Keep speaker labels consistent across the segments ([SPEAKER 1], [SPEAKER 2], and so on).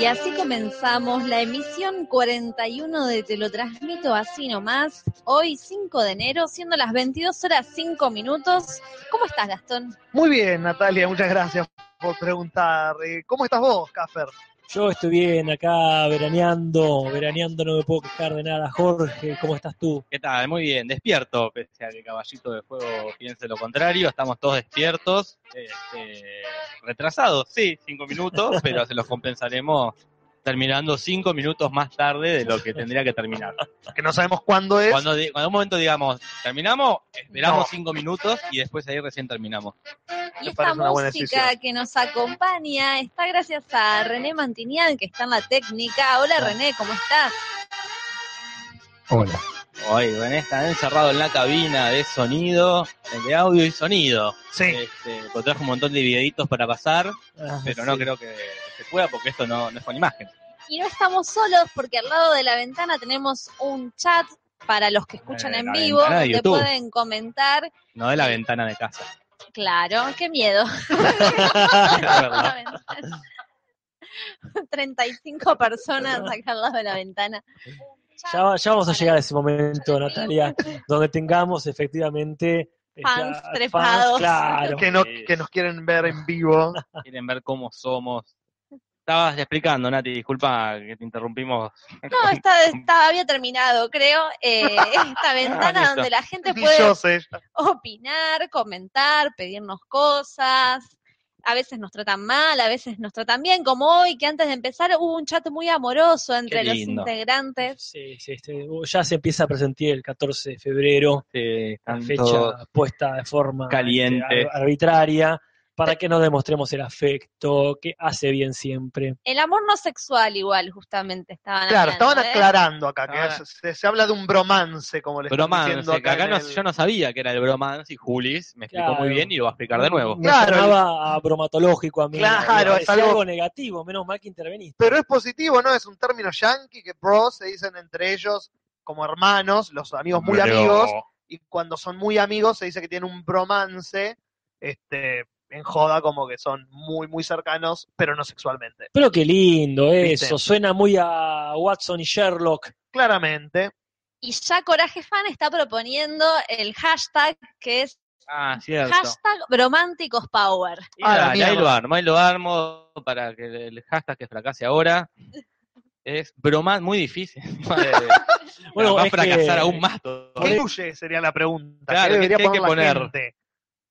[SPEAKER 1] Y así comenzamos la emisión 41 de Te lo transmito así nomás, hoy 5 de enero, siendo las 22 horas 5 minutos. ¿Cómo estás, Gastón?
[SPEAKER 2] Muy bien, Natalia, muchas gracias por preguntar. Eh, ¿Cómo estás vos, Caffer?
[SPEAKER 3] Yo estoy bien acá veraneando, veraneando no me puedo quejar de nada. Jorge, ¿cómo estás tú?
[SPEAKER 4] ¿Qué tal? Muy bien, despierto, pese a que Caballito de Fuego piense lo contrario, estamos todos despiertos, este, retrasados, sí, cinco minutos, pero se los compensaremos terminando cinco minutos más tarde de lo que tendría que terminar.
[SPEAKER 2] Que no sabemos cuándo es.
[SPEAKER 4] Cuando, di- cuando un momento digamos, terminamos, esperamos
[SPEAKER 2] No.
[SPEAKER 4] cinco minutos y después ahí recién terminamos.
[SPEAKER 1] Y
[SPEAKER 2] Me
[SPEAKER 1] esta
[SPEAKER 2] parece una buena
[SPEAKER 1] música
[SPEAKER 2] decisión.
[SPEAKER 1] que nos acompaña está gracias a René Mantinian, que está en la técnica. Hola René, ¿cómo estás?
[SPEAKER 5] Hola.
[SPEAKER 4] Hoy, René está encerrado en la cabina de sonido, de audio y sonido.
[SPEAKER 2] Sí,
[SPEAKER 4] Este, porque trajo un montón de videitos para pasar,
[SPEAKER 3] Ah,
[SPEAKER 4] pero
[SPEAKER 3] sí.
[SPEAKER 4] no creo que se pueda porque esto no, no es con imagen.
[SPEAKER 1] Y no estamos solos porque al lado de la ventana tenemos un chat para los que escuchan
[SPEAKER 4] Eh,
[SPEAKER 1] en
[SPEAKER 4] la
[SPEAKER 1] vivo,
[SPEAKER 4] ventana de
[SPEAKER 1] donde
[SPEAKER 4] YouTube.
[SPEAKER 1] pueden comentar.
[SPEAKER 4] No de la ventana de casa.
[SPEAKER 1] Claro, qué miedo.
[SPEAKER 4] Es verdad.
[SPEAKER 1] 35 personas acá al lado de la ventana.
[SPEAKER 3] Ya, va- ya vamos a llegar a ese momento, Natalia, donde tengamos efectivamente
[SPEAKER 1] Fans
[SPEAKER 3] esta- fans,
[SPEAKER 1] trepados.
[SPEAKER 3] claro.
[SPEAKER 2] que, no,
[SPEAKER 4] Eh.
[SPEAKER 2] que nos quieren ver en vivo.
[SPEAKER 4] Quieren ver cómo somos. Estabas explicando, Nati, disculpa que te interrumpimos.
[SPEAKER 1] No, está, está- había terminado, creo, eh, esta ventana
[SPEAKER 4] Listo.
[SPEAKER 1] donde la gente
[SPEAKER 2] Ni
[SPEAKER 1] puede
[SPEAKER 2] yo sé.
[SPEAKER 1] opinar, comentar, pedirnos cosas. A veces nos tratan mal, a veces nos tratan bien, como hoy, que antes de empezar hubo un chat muy amoroso entre los
[SPEAKER 4] lindo.
[SPEAKER 1] integrantes.
[SPEAKER 3] Sí, sí, este, ya se empieza a presentar el 14 de febrero,
[SPEAKER 4] Eh,
[SPEAKER 3] la
[SPEAKER 4] tanto-
[SPEAKER 3] fecha puesta de forma
[SPEAKER 4] caliente.
[SPEAKER 3] este, ar- arbitraria, para que nos demostremos el afecto que hace bien siempre.
[SPEAKER 1] El amor no sexual igual, justamente, estaban
[SPEAKER 2] Claro, estaban
[SPEAKER 1] hablando, ¿eh?
[SPEAKER 2] aclarando acá, que
[SPEAKER 4] Ahora-
[SPEAKER 2] se, se habla de un bromance, como le están
[SPEAKER 4] Bromance,
[SPEAKER 2] diciendo
[SPEAKER 4] que
[SPEAKER 2] acá.
[SPEAKER 4] acá
[SPEAKER 2] en
[SPEAKER 4] no-
[SPEAKER 2] el-
[SPEAKER 4] yo no sabía que era el bromance y Julis me explicó
[SPEAKER 3] Claro.
[SPEAKER 4] muy bien y lo va a explicar de nuevo.
[SPEAKER 3] Me
[SPEAKER 2] Claro,
[SPEAKER 3] sonaba a bromatológico a mí.
[SPEAKER 2] Claro,
[SPEAKER 3] me parecía
[SPEAKER 2] es algo-
[SPEAKER 3] algo negativo, menos mal que interveniste.
[SPEAKER 2] Pero es positivo, ¿no? Es un término yankee que bros se dicen entre ellos como hermanos, los amigos muy amigos, y cuando son muy amigos se dice que tienen un bromance, este, en joda como que son muy, muy cercanos, pero no sexualmente.
[SPEAKER 3] Pero qué lindo
[SPEAKER 2] Viste.
[SPEAKER 3] eso, suena muy a Watson y Sherlock.
[SPEAKER 2] Claramente,
[SPEAKER 1] Y ya Coraje Fan está proponiendo el hashtag que es
[SPEAKER 4] Ah, cierto.
[SPEAKER 1] hashtag brománticos power.
[SPEAKER 4] Y
[SPEAKER 2] Ah, la
[SPEAKER 4] dale, ahí
[SPEAKER 2] mierda.
[SPEAKER 4] lo armo, ahí lo armo para que el hashtag que fracase ahora. Es broma muy difícil. bueno, va a
[SPEAKER 3] es que-
[SPEAKER 4] fracasar aún más todo.
[SPEAKER 2] ¿qué incluye? Sería la pregunta.
[SPEAKER 4] Claro,
[SPEAKER 2] ¿Qué
[SPEAKER 4] ¿qué
[SPEAKER 2] debería
[SPEAKER 4] tiene
[SPEAKER 2] poner
[SPEAKER 4] que
[SPEAKER 2] la
[SPEAKER 4] poner?
[SPEAKER 2] gente?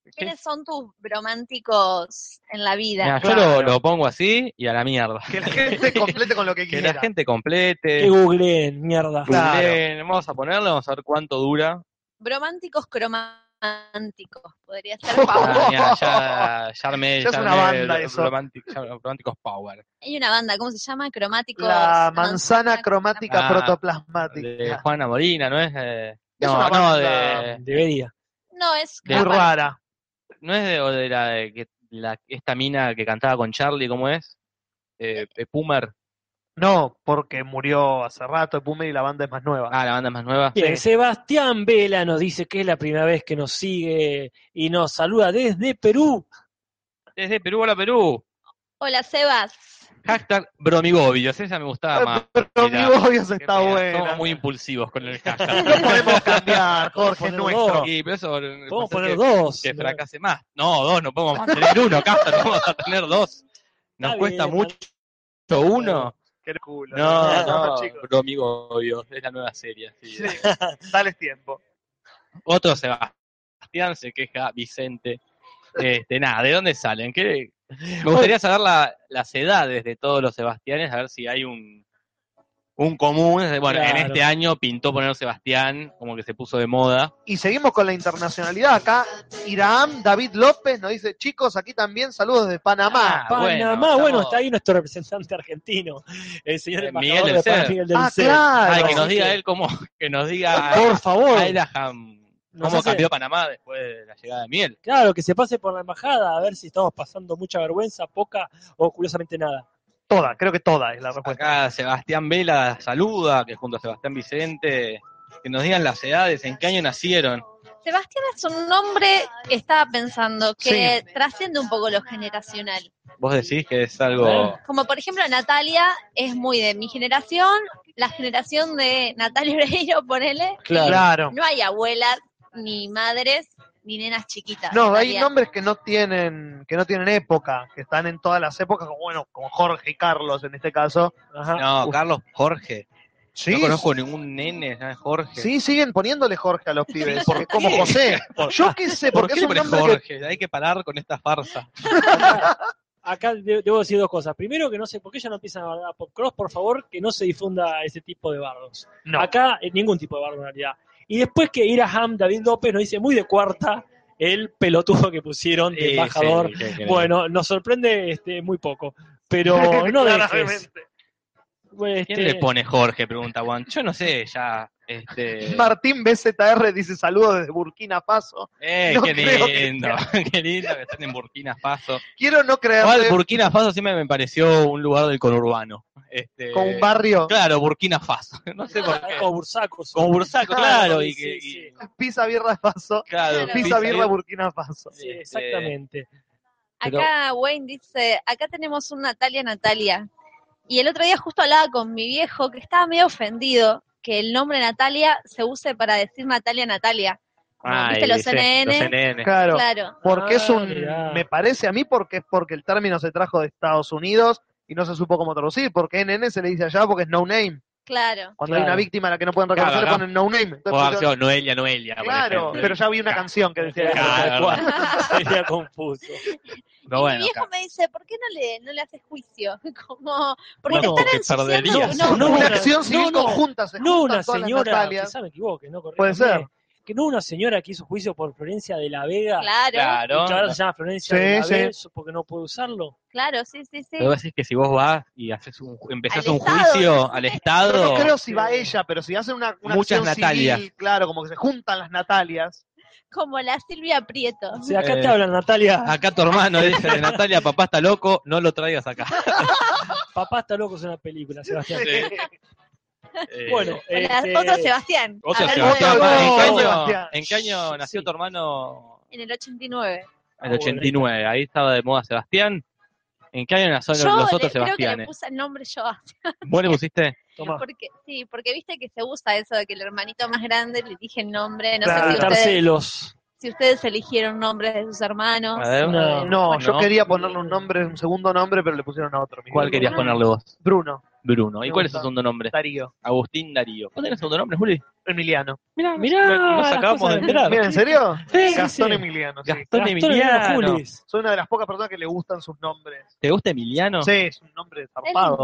[SPEAKER 1] ¿Quiénes son tus brománticos en la vida?
[SPEAKER 4] Mira, yo lo, lo pongo así y a la mierda.
[SPEAKER 2] Que la gente complete con lo que
[SPEAKER 4] Que
[SPEAKER 2] quiera.
[SPEAKER 4] la gente complete.
[SPEAKER 3] Que googleen, mierda.
[SPEAKER 2] Claro.
[SPEAKER 4] Googleen, Vamos a ponerlo, vamos a ver cuánto dura.
[SPEAKER 1] Brománticos crománticos, podría ser.
[SPEAKER 4] Ah, mirá, ya, ya armé,
[SPEAKER 2] Ya es una
[SPEAKER 4] armé
[SPEAKER 2] banda
[SPEAKER 4] el
[SPEAKER 2] eso.
[SPEAKER 4] romantic- ya- Románticos Power.
[SPEAKER 1] Hay una banda, ¿cómo se llama? Cromáticos.
[SPEAKER 2] La manzana cromática
[SPEAKER 4] Ah,
[SPEAKER 2] protoplasmática.
[SPEAKER 4] De Juana Morina, ¿no es? Eh,
[SPEAKER 2] Es
[SPEAKER 4] no,
[SPEAKER 2] una
[SPEAKER 4] no,
[SPEAKER 2] banda
[SPEAKER 4] de,
[SPEAKER 3] Debería.
[SPEAKER 1] No, es
[SPEAKER 4] de
[SPEAKER 2] Muy
[SPEAKER 4] Juana-
[SPEAKER 2] rara.
[SPEAKER 4] no es de, o de la de que la- esta mina que cantaba con Charlie, ¿cómo es? Eh, eh, Pumer.
[SPEAKER 2] No, porque murió hace rato Pumer y la banda es más nueva.
[SPEAKER 4] Ah, la banda más nueva.
[SPEAKER 3] Bien, Sebastián Vela nos dice que es la primera vez que nos sigue y nos saluda desde Perú.
[SPEAKER 4] Desde Perú, hola Perú.
[SPEAKER 1] Hola, Sebas.
[SPEAKER 4] Hashtag bromigobios, esa me gustaba más.
[SPEAKER 2] Pero
[SPEAKER 4] Mirá,
[SPEAKER 2] mi obvio se Eh, está
[SPEAKER 4] Qué pena,
[SPEAKER 2] buena.
[SPEAKER 4] Somos muy impulsivos con el
[SPEAKER 2] No
[SPEAKER 4] hashtag.
[SPEAKER 2] podemos cambiar, Jorge, es
[SPEAKER 3] Poner
[SPEAKER 2] nuestro.
[SPEAKER 3] dos.
[SPEAKER 4] Y, pero eso, eh,
[SPEAKER 3] Podemos
[SPEAKER 4] pasa
[SPEAKER 3] poner
[SPEAKER 4] que-
[SPEAKER 3] dos.
[SPEAKER 4] que
[SPEAKER 3] ¿no?
[SPEAKER 4] fracase más. No, dos, no podemos mantener uno, Casta, no vamos a tener dos. Nos
[SPEAKER 3] Está
[SPEAKER 4] cuesta
[SPEAKER 3] bien,
[SPEAKER 4] mucho uno.
[SPEAKER 2] Qué culo.
[SPEAKER 4] No,
[SPEAKER 2] no,
[SPEAKER 4] no,
[SPEAKER 2] chicos.
[SPEAKER 4] bromigo, obvio, es la nueva serie. sí.
[SPEAKER 2] Sí, dales tiempo.
[SPEAKER 4] Otro Sebastián se queja, Vicente. Este, nada, ¿de dónde salen? ¿Qué? Me gustaría saber la- las edades de todos los Sebastianes, a ver si hay un, un común. Bueno, en
[SPEAKER 3] Claro.
[SPEAKER 4] este año pintó poner Sebastián, como que se puso de moda.
[SPEAKER 2] Y seguimos con la internacionalidad acá. Iram David López nos dice, chicos, aquí también saludos de Panamá.
[SPEAKER 4] Ah,
[SPEAKER 3] Panamá,
[SPEAKER 4] bueno,
[SPEAKER 3] bueno,
[SPEAKER 4] estamos-
[SPEAKER 3] está ahí nuestro representante argentino, el señor
[SPEAKER 4] Eh,
[SPEAKER 3] embajador
[SPEAKER 4] Miguel del
[SPEAKER 3] de Pan,
[SPEAKER 4] Cer.
[SPEAKER 3] Miguel del
[SPEAKER 2] Ah,
[SPEAKER 3] Cer.
[SPEAKER 2] claro.
[SPEAKER 4] Ay, que nos
[SPEAKER 3] así
[SPEAKER 4] diga
[SPEAKER 3] que-
[SPEAKER 4] él cómo, que nos diga
[SPEAKER 3] Por favor,
[SPEAKER 4] a Elaham,
[SPEAKER 3] Nos
[SPEAKER 4] cómo
[SPEAKER 3] hace-
[SPEAKER 4] cambió Panamá después de la llegada de Miel.
[SPEAKER 3] claro, que se pase por la embajada a ver si estamos pasando mucha vergüenza, poca o curiosamente nada.
[SPEAKER 2] Toda, creo que toda es la respuesta.
[SPEAKER 4] Acá Sebastián Vela saluda, que junto a Sebastián Vicente, que nos digan las edades, en qué año nacieron.
[SPEAKER 1] Sebastián es un nombre que estaba pensando que
[SPEAKER 2] Sí.
[SPEAKER 1] trasciende un poco lo generacional.
[SPEAKER 4] Vos decís que es
[SPEAKER 2] Eh.
[SPEAKER 4] algo.
[SPEAKER 1] Como por ejemplo Natalia es muy de mi generación, la generación de Natalia Oreiro, ponele.
[SPEAKER 3] Claro.
[SPEAKER 2] Claro.
[SPEAKER 1] No hay abuelas, ni madres, ni nenas chiquitas.
[SPEAKER 2] No, hay
[SPEAKER 1] Natalia.
[SPEAKER 2] nombres que no tienen que no tienen época, que están en todas las épocas, como, bueno, con Jorge y Carlos en este caso.
[SPEAKER 3] Ajá.
[SPEAKER 4] No, Carlos Jorge.
[SPEAKER 2] Sí,
[SPEAKER 4] No conozco ningún nene, ¿sabes? Jorge.
[SPEAKER 2] sí, siguen poniéndole Jorge a los pibes, porque como
[SPEAKER 4] qué?
[SPEAKER 2] José. Yo qué sé,
[SPEAKER 4] ¿Por
[SPEAKER 2] porque
[SPEAKER 4] qué
[SPEAKER 2] es un
[SPEAKER 4] siempre
[SPEAKER 2] nombre que-
[SPEAKER 4] Jorge? Hay que parar con esta farsa.
[SPEAKER 3] Acá de- debo decir dos cosas. Primero, que no sé por qué ya no empiezan a bardar a Pop Cross, por favor, que no se difunda ese tipo de bardos.
[SPEAKER 2] No.
[SPEAKER 3] Acá, eh, ningún tipo de bardo en realidad. Y después que Iraham, David López, nos dice muy de cuarta el pelotudo que pusieron de
[SPEAKER 4] Sí,
[SPEAKER 3] embajador.
[SPEAKER 4] sí, sí, sí.
[SPEAKER 3] Bueno, nos sorprende este, muy poco, pero no dejes.
[SPEAKER 2] Claramente.
[SPEAKER 3] Este,
[SPEAKER 4] ¿Quién le pone Jorge? Pregunta Juan. Yo no sé, ya. Este...
[SPEAKER 2] Martín BZR dice saludos desde Burkina Faso.
[SPEAKER 4] Eh,
[SPEAKER 2] No
[SPEAKER 4] qué
[SPEAKER 2] creo que
[SPEAKER 4] lindo, qué lindo que están en Burkina Faso.
[SPEAKER 2] Quiero no
[SPEAKER 4] Igual
[SPEAKER 2] creerle
[SPEAKER 4] Burkina Faso siempre me pareció un lugar del conurbano. Este,
[SPEAKER 2] con un barrio.
[SPEAKER 4] Claro, Burkina Faso. No sé por qué.
[SPEAKER 3] Como Bursacos.
[SPEAKER 4] Con Bursaco,
[SPEAKER 3] Claro,
[SPEAKER 4] claro.
[SPEAKER 3] sí,
[SPEAKER 4] y que,
[SPEAKER 3] sí,
[SPEAKER 4] y-
[SPEAKER 2] Pisa birra Faso.
[SPEAKER 4] claro,
[SPEAKER 1] Claro.
[SPEAKER 2] Pisa birra
[SPEAKER 4] birra.
[SPEAKER 2] Burkina Faso.
[SPEAKER 3] Sí,
[SPEAKER 4] Este,
[SPEAKER 3] exactamente.
[SPEAKER 1] Acá Wayne dice, acá tenemos un Natalia Natalia. Y el otro día justo hablaba con mi viejo que estaba medio ofendido que el nombre Natalia se use para decir Natalia Natalia.
[SPEAKER 5] Ah,
[SPEAKER 1] ¿Viste
[SPEAKER 5] y
[SPEAKER 1] los
[SPEAKER 5] sí,
[SPEAKER 1] NN?
[SPEAKER 5] los NN.
[SPEAKER 2] Claro.
[SPEAKER 1] Claro.
[SPEAKER 2] Porque es
[SPEAKER 3] Ah,
[SPEAKER 2] un.
[SPEAKER 3] mirá.
[SPEAKER 2] Me parece a mí porque es porque el término se trajo de Estados Unidos y no se supo cómo traducir. Porque NN se le dice allá porque es no name.
[SPEAKER 1] Claro.
[SPEAKER 2] Cuando hay
[SPEAKER 3] Claro.
[SPEAKER 2] una víctima a la que no pueden reconocer,
[SPEAKER 5] Claro, acá-
[SPEAKER 2] ponen no name. Entonces
[SPEAKER 5] Puedo haber
[SPEAKER 2] pusieron-
[SPEAKER 5] sido Noelia, Noelia. por
[SPEAKER 2] claro,
[SPEAKER 5] ejemplo.
[SPEAKER 2] pero ya vi una
[SPEAKER 5] Claro.
[SPEAKER 2] canción que decía eso.
[SPEAKER 5] Claro.
[SPEAKER 3] Sería confuso.
[SPEAKER 5] Pero
[SPEAKER 1] mi
[SPEAKER 5] bueno,
[SPEAKER 1] viejo
[SPEAKER 5] acá.
[SPEAKER 1] me dice, ¿por qué no le, no le haces juicio? Como, porque
[SPEAKER 3] Bueno,
[SPEAKER 1] te
[SPEAKER 4] porque
[SPEAKER 1] están ensuciando-
[SPEAKER 4] perderías.
[SPEAKER 1] No,
[SPEAKER 3] No,
[SPEAKER 2] una
[SPEAKER 3] no,
[SPEAKER 2] acción civil
[SPEAKER 3] no, no.
[SPEAKER 2] conjunta se
[SPEAKER 3] No
[SPEAKER 2] juntan
[SPEAKER 3] una
[SPEAKER 2] todas las
[SPEAKER 3] señora,
[SPEAKER 2] Natalias.
[SPEAKER 3] quizá me equivoque, ¿no?
[SPEAKER 2] Puede
[SPEAKER 3] Corríjame.
[SPEAKER 2] ser.
[SPEAKER 3] Que no una señora que hizo juicio por Florencia de la Vega,
[SPEAKER 1] Claro,
[SPEAKER 3] que
[SPEAKER 4] Claro.
[SPEAKER 3] ahora se llama Florencia
[SPEAKER 2] Sí,
[SPEAKER 3] de la
[SPEAKER 2] sí.
[SPEAKER 3] Vega, eso porque no puede usarlo.
[SPEAKER 1] claro, sí, sí, sí.
[SPEAKER 4] Pero vos decís que si vos vas y haces un, empezás
[SPEAKER 1] Al
[SPEAKER 4] un
[SPEAKER 1] Estado,
[SPEAKER 4] juicio al
[SPEAKER 2] Pero
[SPEAKER 4] Estado,
[SPEAKER 2] no creo si va ella, pero si hacen una, una
[SPEAKER 4] Muchas
[SPEAKER 2] acción
[SPEAKER 4] Natalias.
[SPEAKER 2] civil, claro, como que se juntan las Natalias.
[SPEAKER 1] Como la Silvia Prieto.
[SPEAKER 3] O sea, acá
[SPEAKER 4] Eh.
[SPEAKER 3] te hablan, Natalia.
[SPEAKER 2] Ah.
[SPEAKER 4] acá tu hermano dice, Natalia, papá está loco, no lo traigas acá.
[SPEAKER 3] Papá está loco, es una película, Sebastián.
[SPEAKER 4] Eh,
[SPEAKER 3] Bueno,
[SPEAKER 1] Hola,
[SPEAKER 3] este,
[SPEAKER 1] Otro Sebastián.
[SPEAKER 4] Otro
[SPEAKER 1] Hablando
[SPEAKER 4] Sebastián,
[SPEAKER 1] de-
[SPEAKER 2] Otro
[SPEAKER 4] ¿en qué año-
[SPEAKER 2] Sebastián.
[SPEAKER 4] ¿En qué año nació
[SPEAKER 3] Sí.
[SPEAKER 4] tu hermano? Ah,
[SPEAKER 1] En el 89.
[SPEAKER 4] El 89, ahí estaba de moda Sebastián. ¿En qué año nacieron
[SPEAKER 1] yo
[SPEAKER 4] los
[SPEAKER 1] le- creo
[SPEAKER 4] otros
[SPEAKER 1] que le
[SPEAKER 4] Sebastianes? Ah.
[SPEAKER 1] puse el nombre yo a
[SPEAKER 4] ¿Vos le pusiste?
[SPEAKER 3] Tomá.
[SPEAKER 1] Porque, sí, porque viste que se usa eso de que el hermanito más grande le elige el nombre. No
[SPEAKER 2] Claro.
[SPEAKER 3] Para
[SPEAKER 1] sé si
[SPEAKER 3] evitar
[SPEAKER 1] ustedes,
[SPEAKER 3] celos.
[SPEAKER 1] si ustedes eligieron nombres de sus hermanos.
[SPEAKER 4] A ver.
[SPEAKER 1] o de-
[SPEAKER 2] No,
[SPEAKER 4] Bueno.
[SPEAKER 2] yo quería ponerle un nombre, un segundo nombre, pero le pusieron a otro. mi
[SPEAKER 4] ¿Cuál
[SPEAKER 2] Bruno.
[SPEAKER 4] querías ponerle vos?
[SPEAKER 2] Bruno,
[SPEAKER 4] Bruno. ¿Y
[SPEAKER 2] Me
[SPEAKER 4] cuál es su
[SPEAKER 2] gusta.
[SPEAKER 4] segundo nombre?
[SPEAKER 2] Darío,
[SPEAKER 4] Agustín Darío. ¿Vos tenés segundo nombre, Juli?
[SPEAKER 2] Emiliano.
[SPEAKER 4] Mirá,
[SPEAKER 3] Mirá,
[SPEAKER 4] nos
[SPEAKER 3] las
[SPEAKER 4] acabamos
[SPEAKER 3] cosas
[SPEAKER 4] de
[SPEAKER 3] de-
[SPEAKER 4] enterar.
[SPEAKER 2] Mira, ¿en serio?
[SPEAKER 3] Sí, sí,
[SPEAKER 2] Gastón
[SPEAKER 3] sí.
[SPEAKER 2] Emiliano, sí.
[SPEAKER 4] Gastón
[SPEAKER 3] Gastón Emiliano
[SPEAKER 4] Emiliano.
[SPEAKER 3] Julis.
[SPEAKER 2] Soy una de las pocas personas que le gustan sus nombres.
[SPEAKER 4] ¿Te gusta Emiliano?
[SPEAKER 2] Sí, es un nombre zarpado.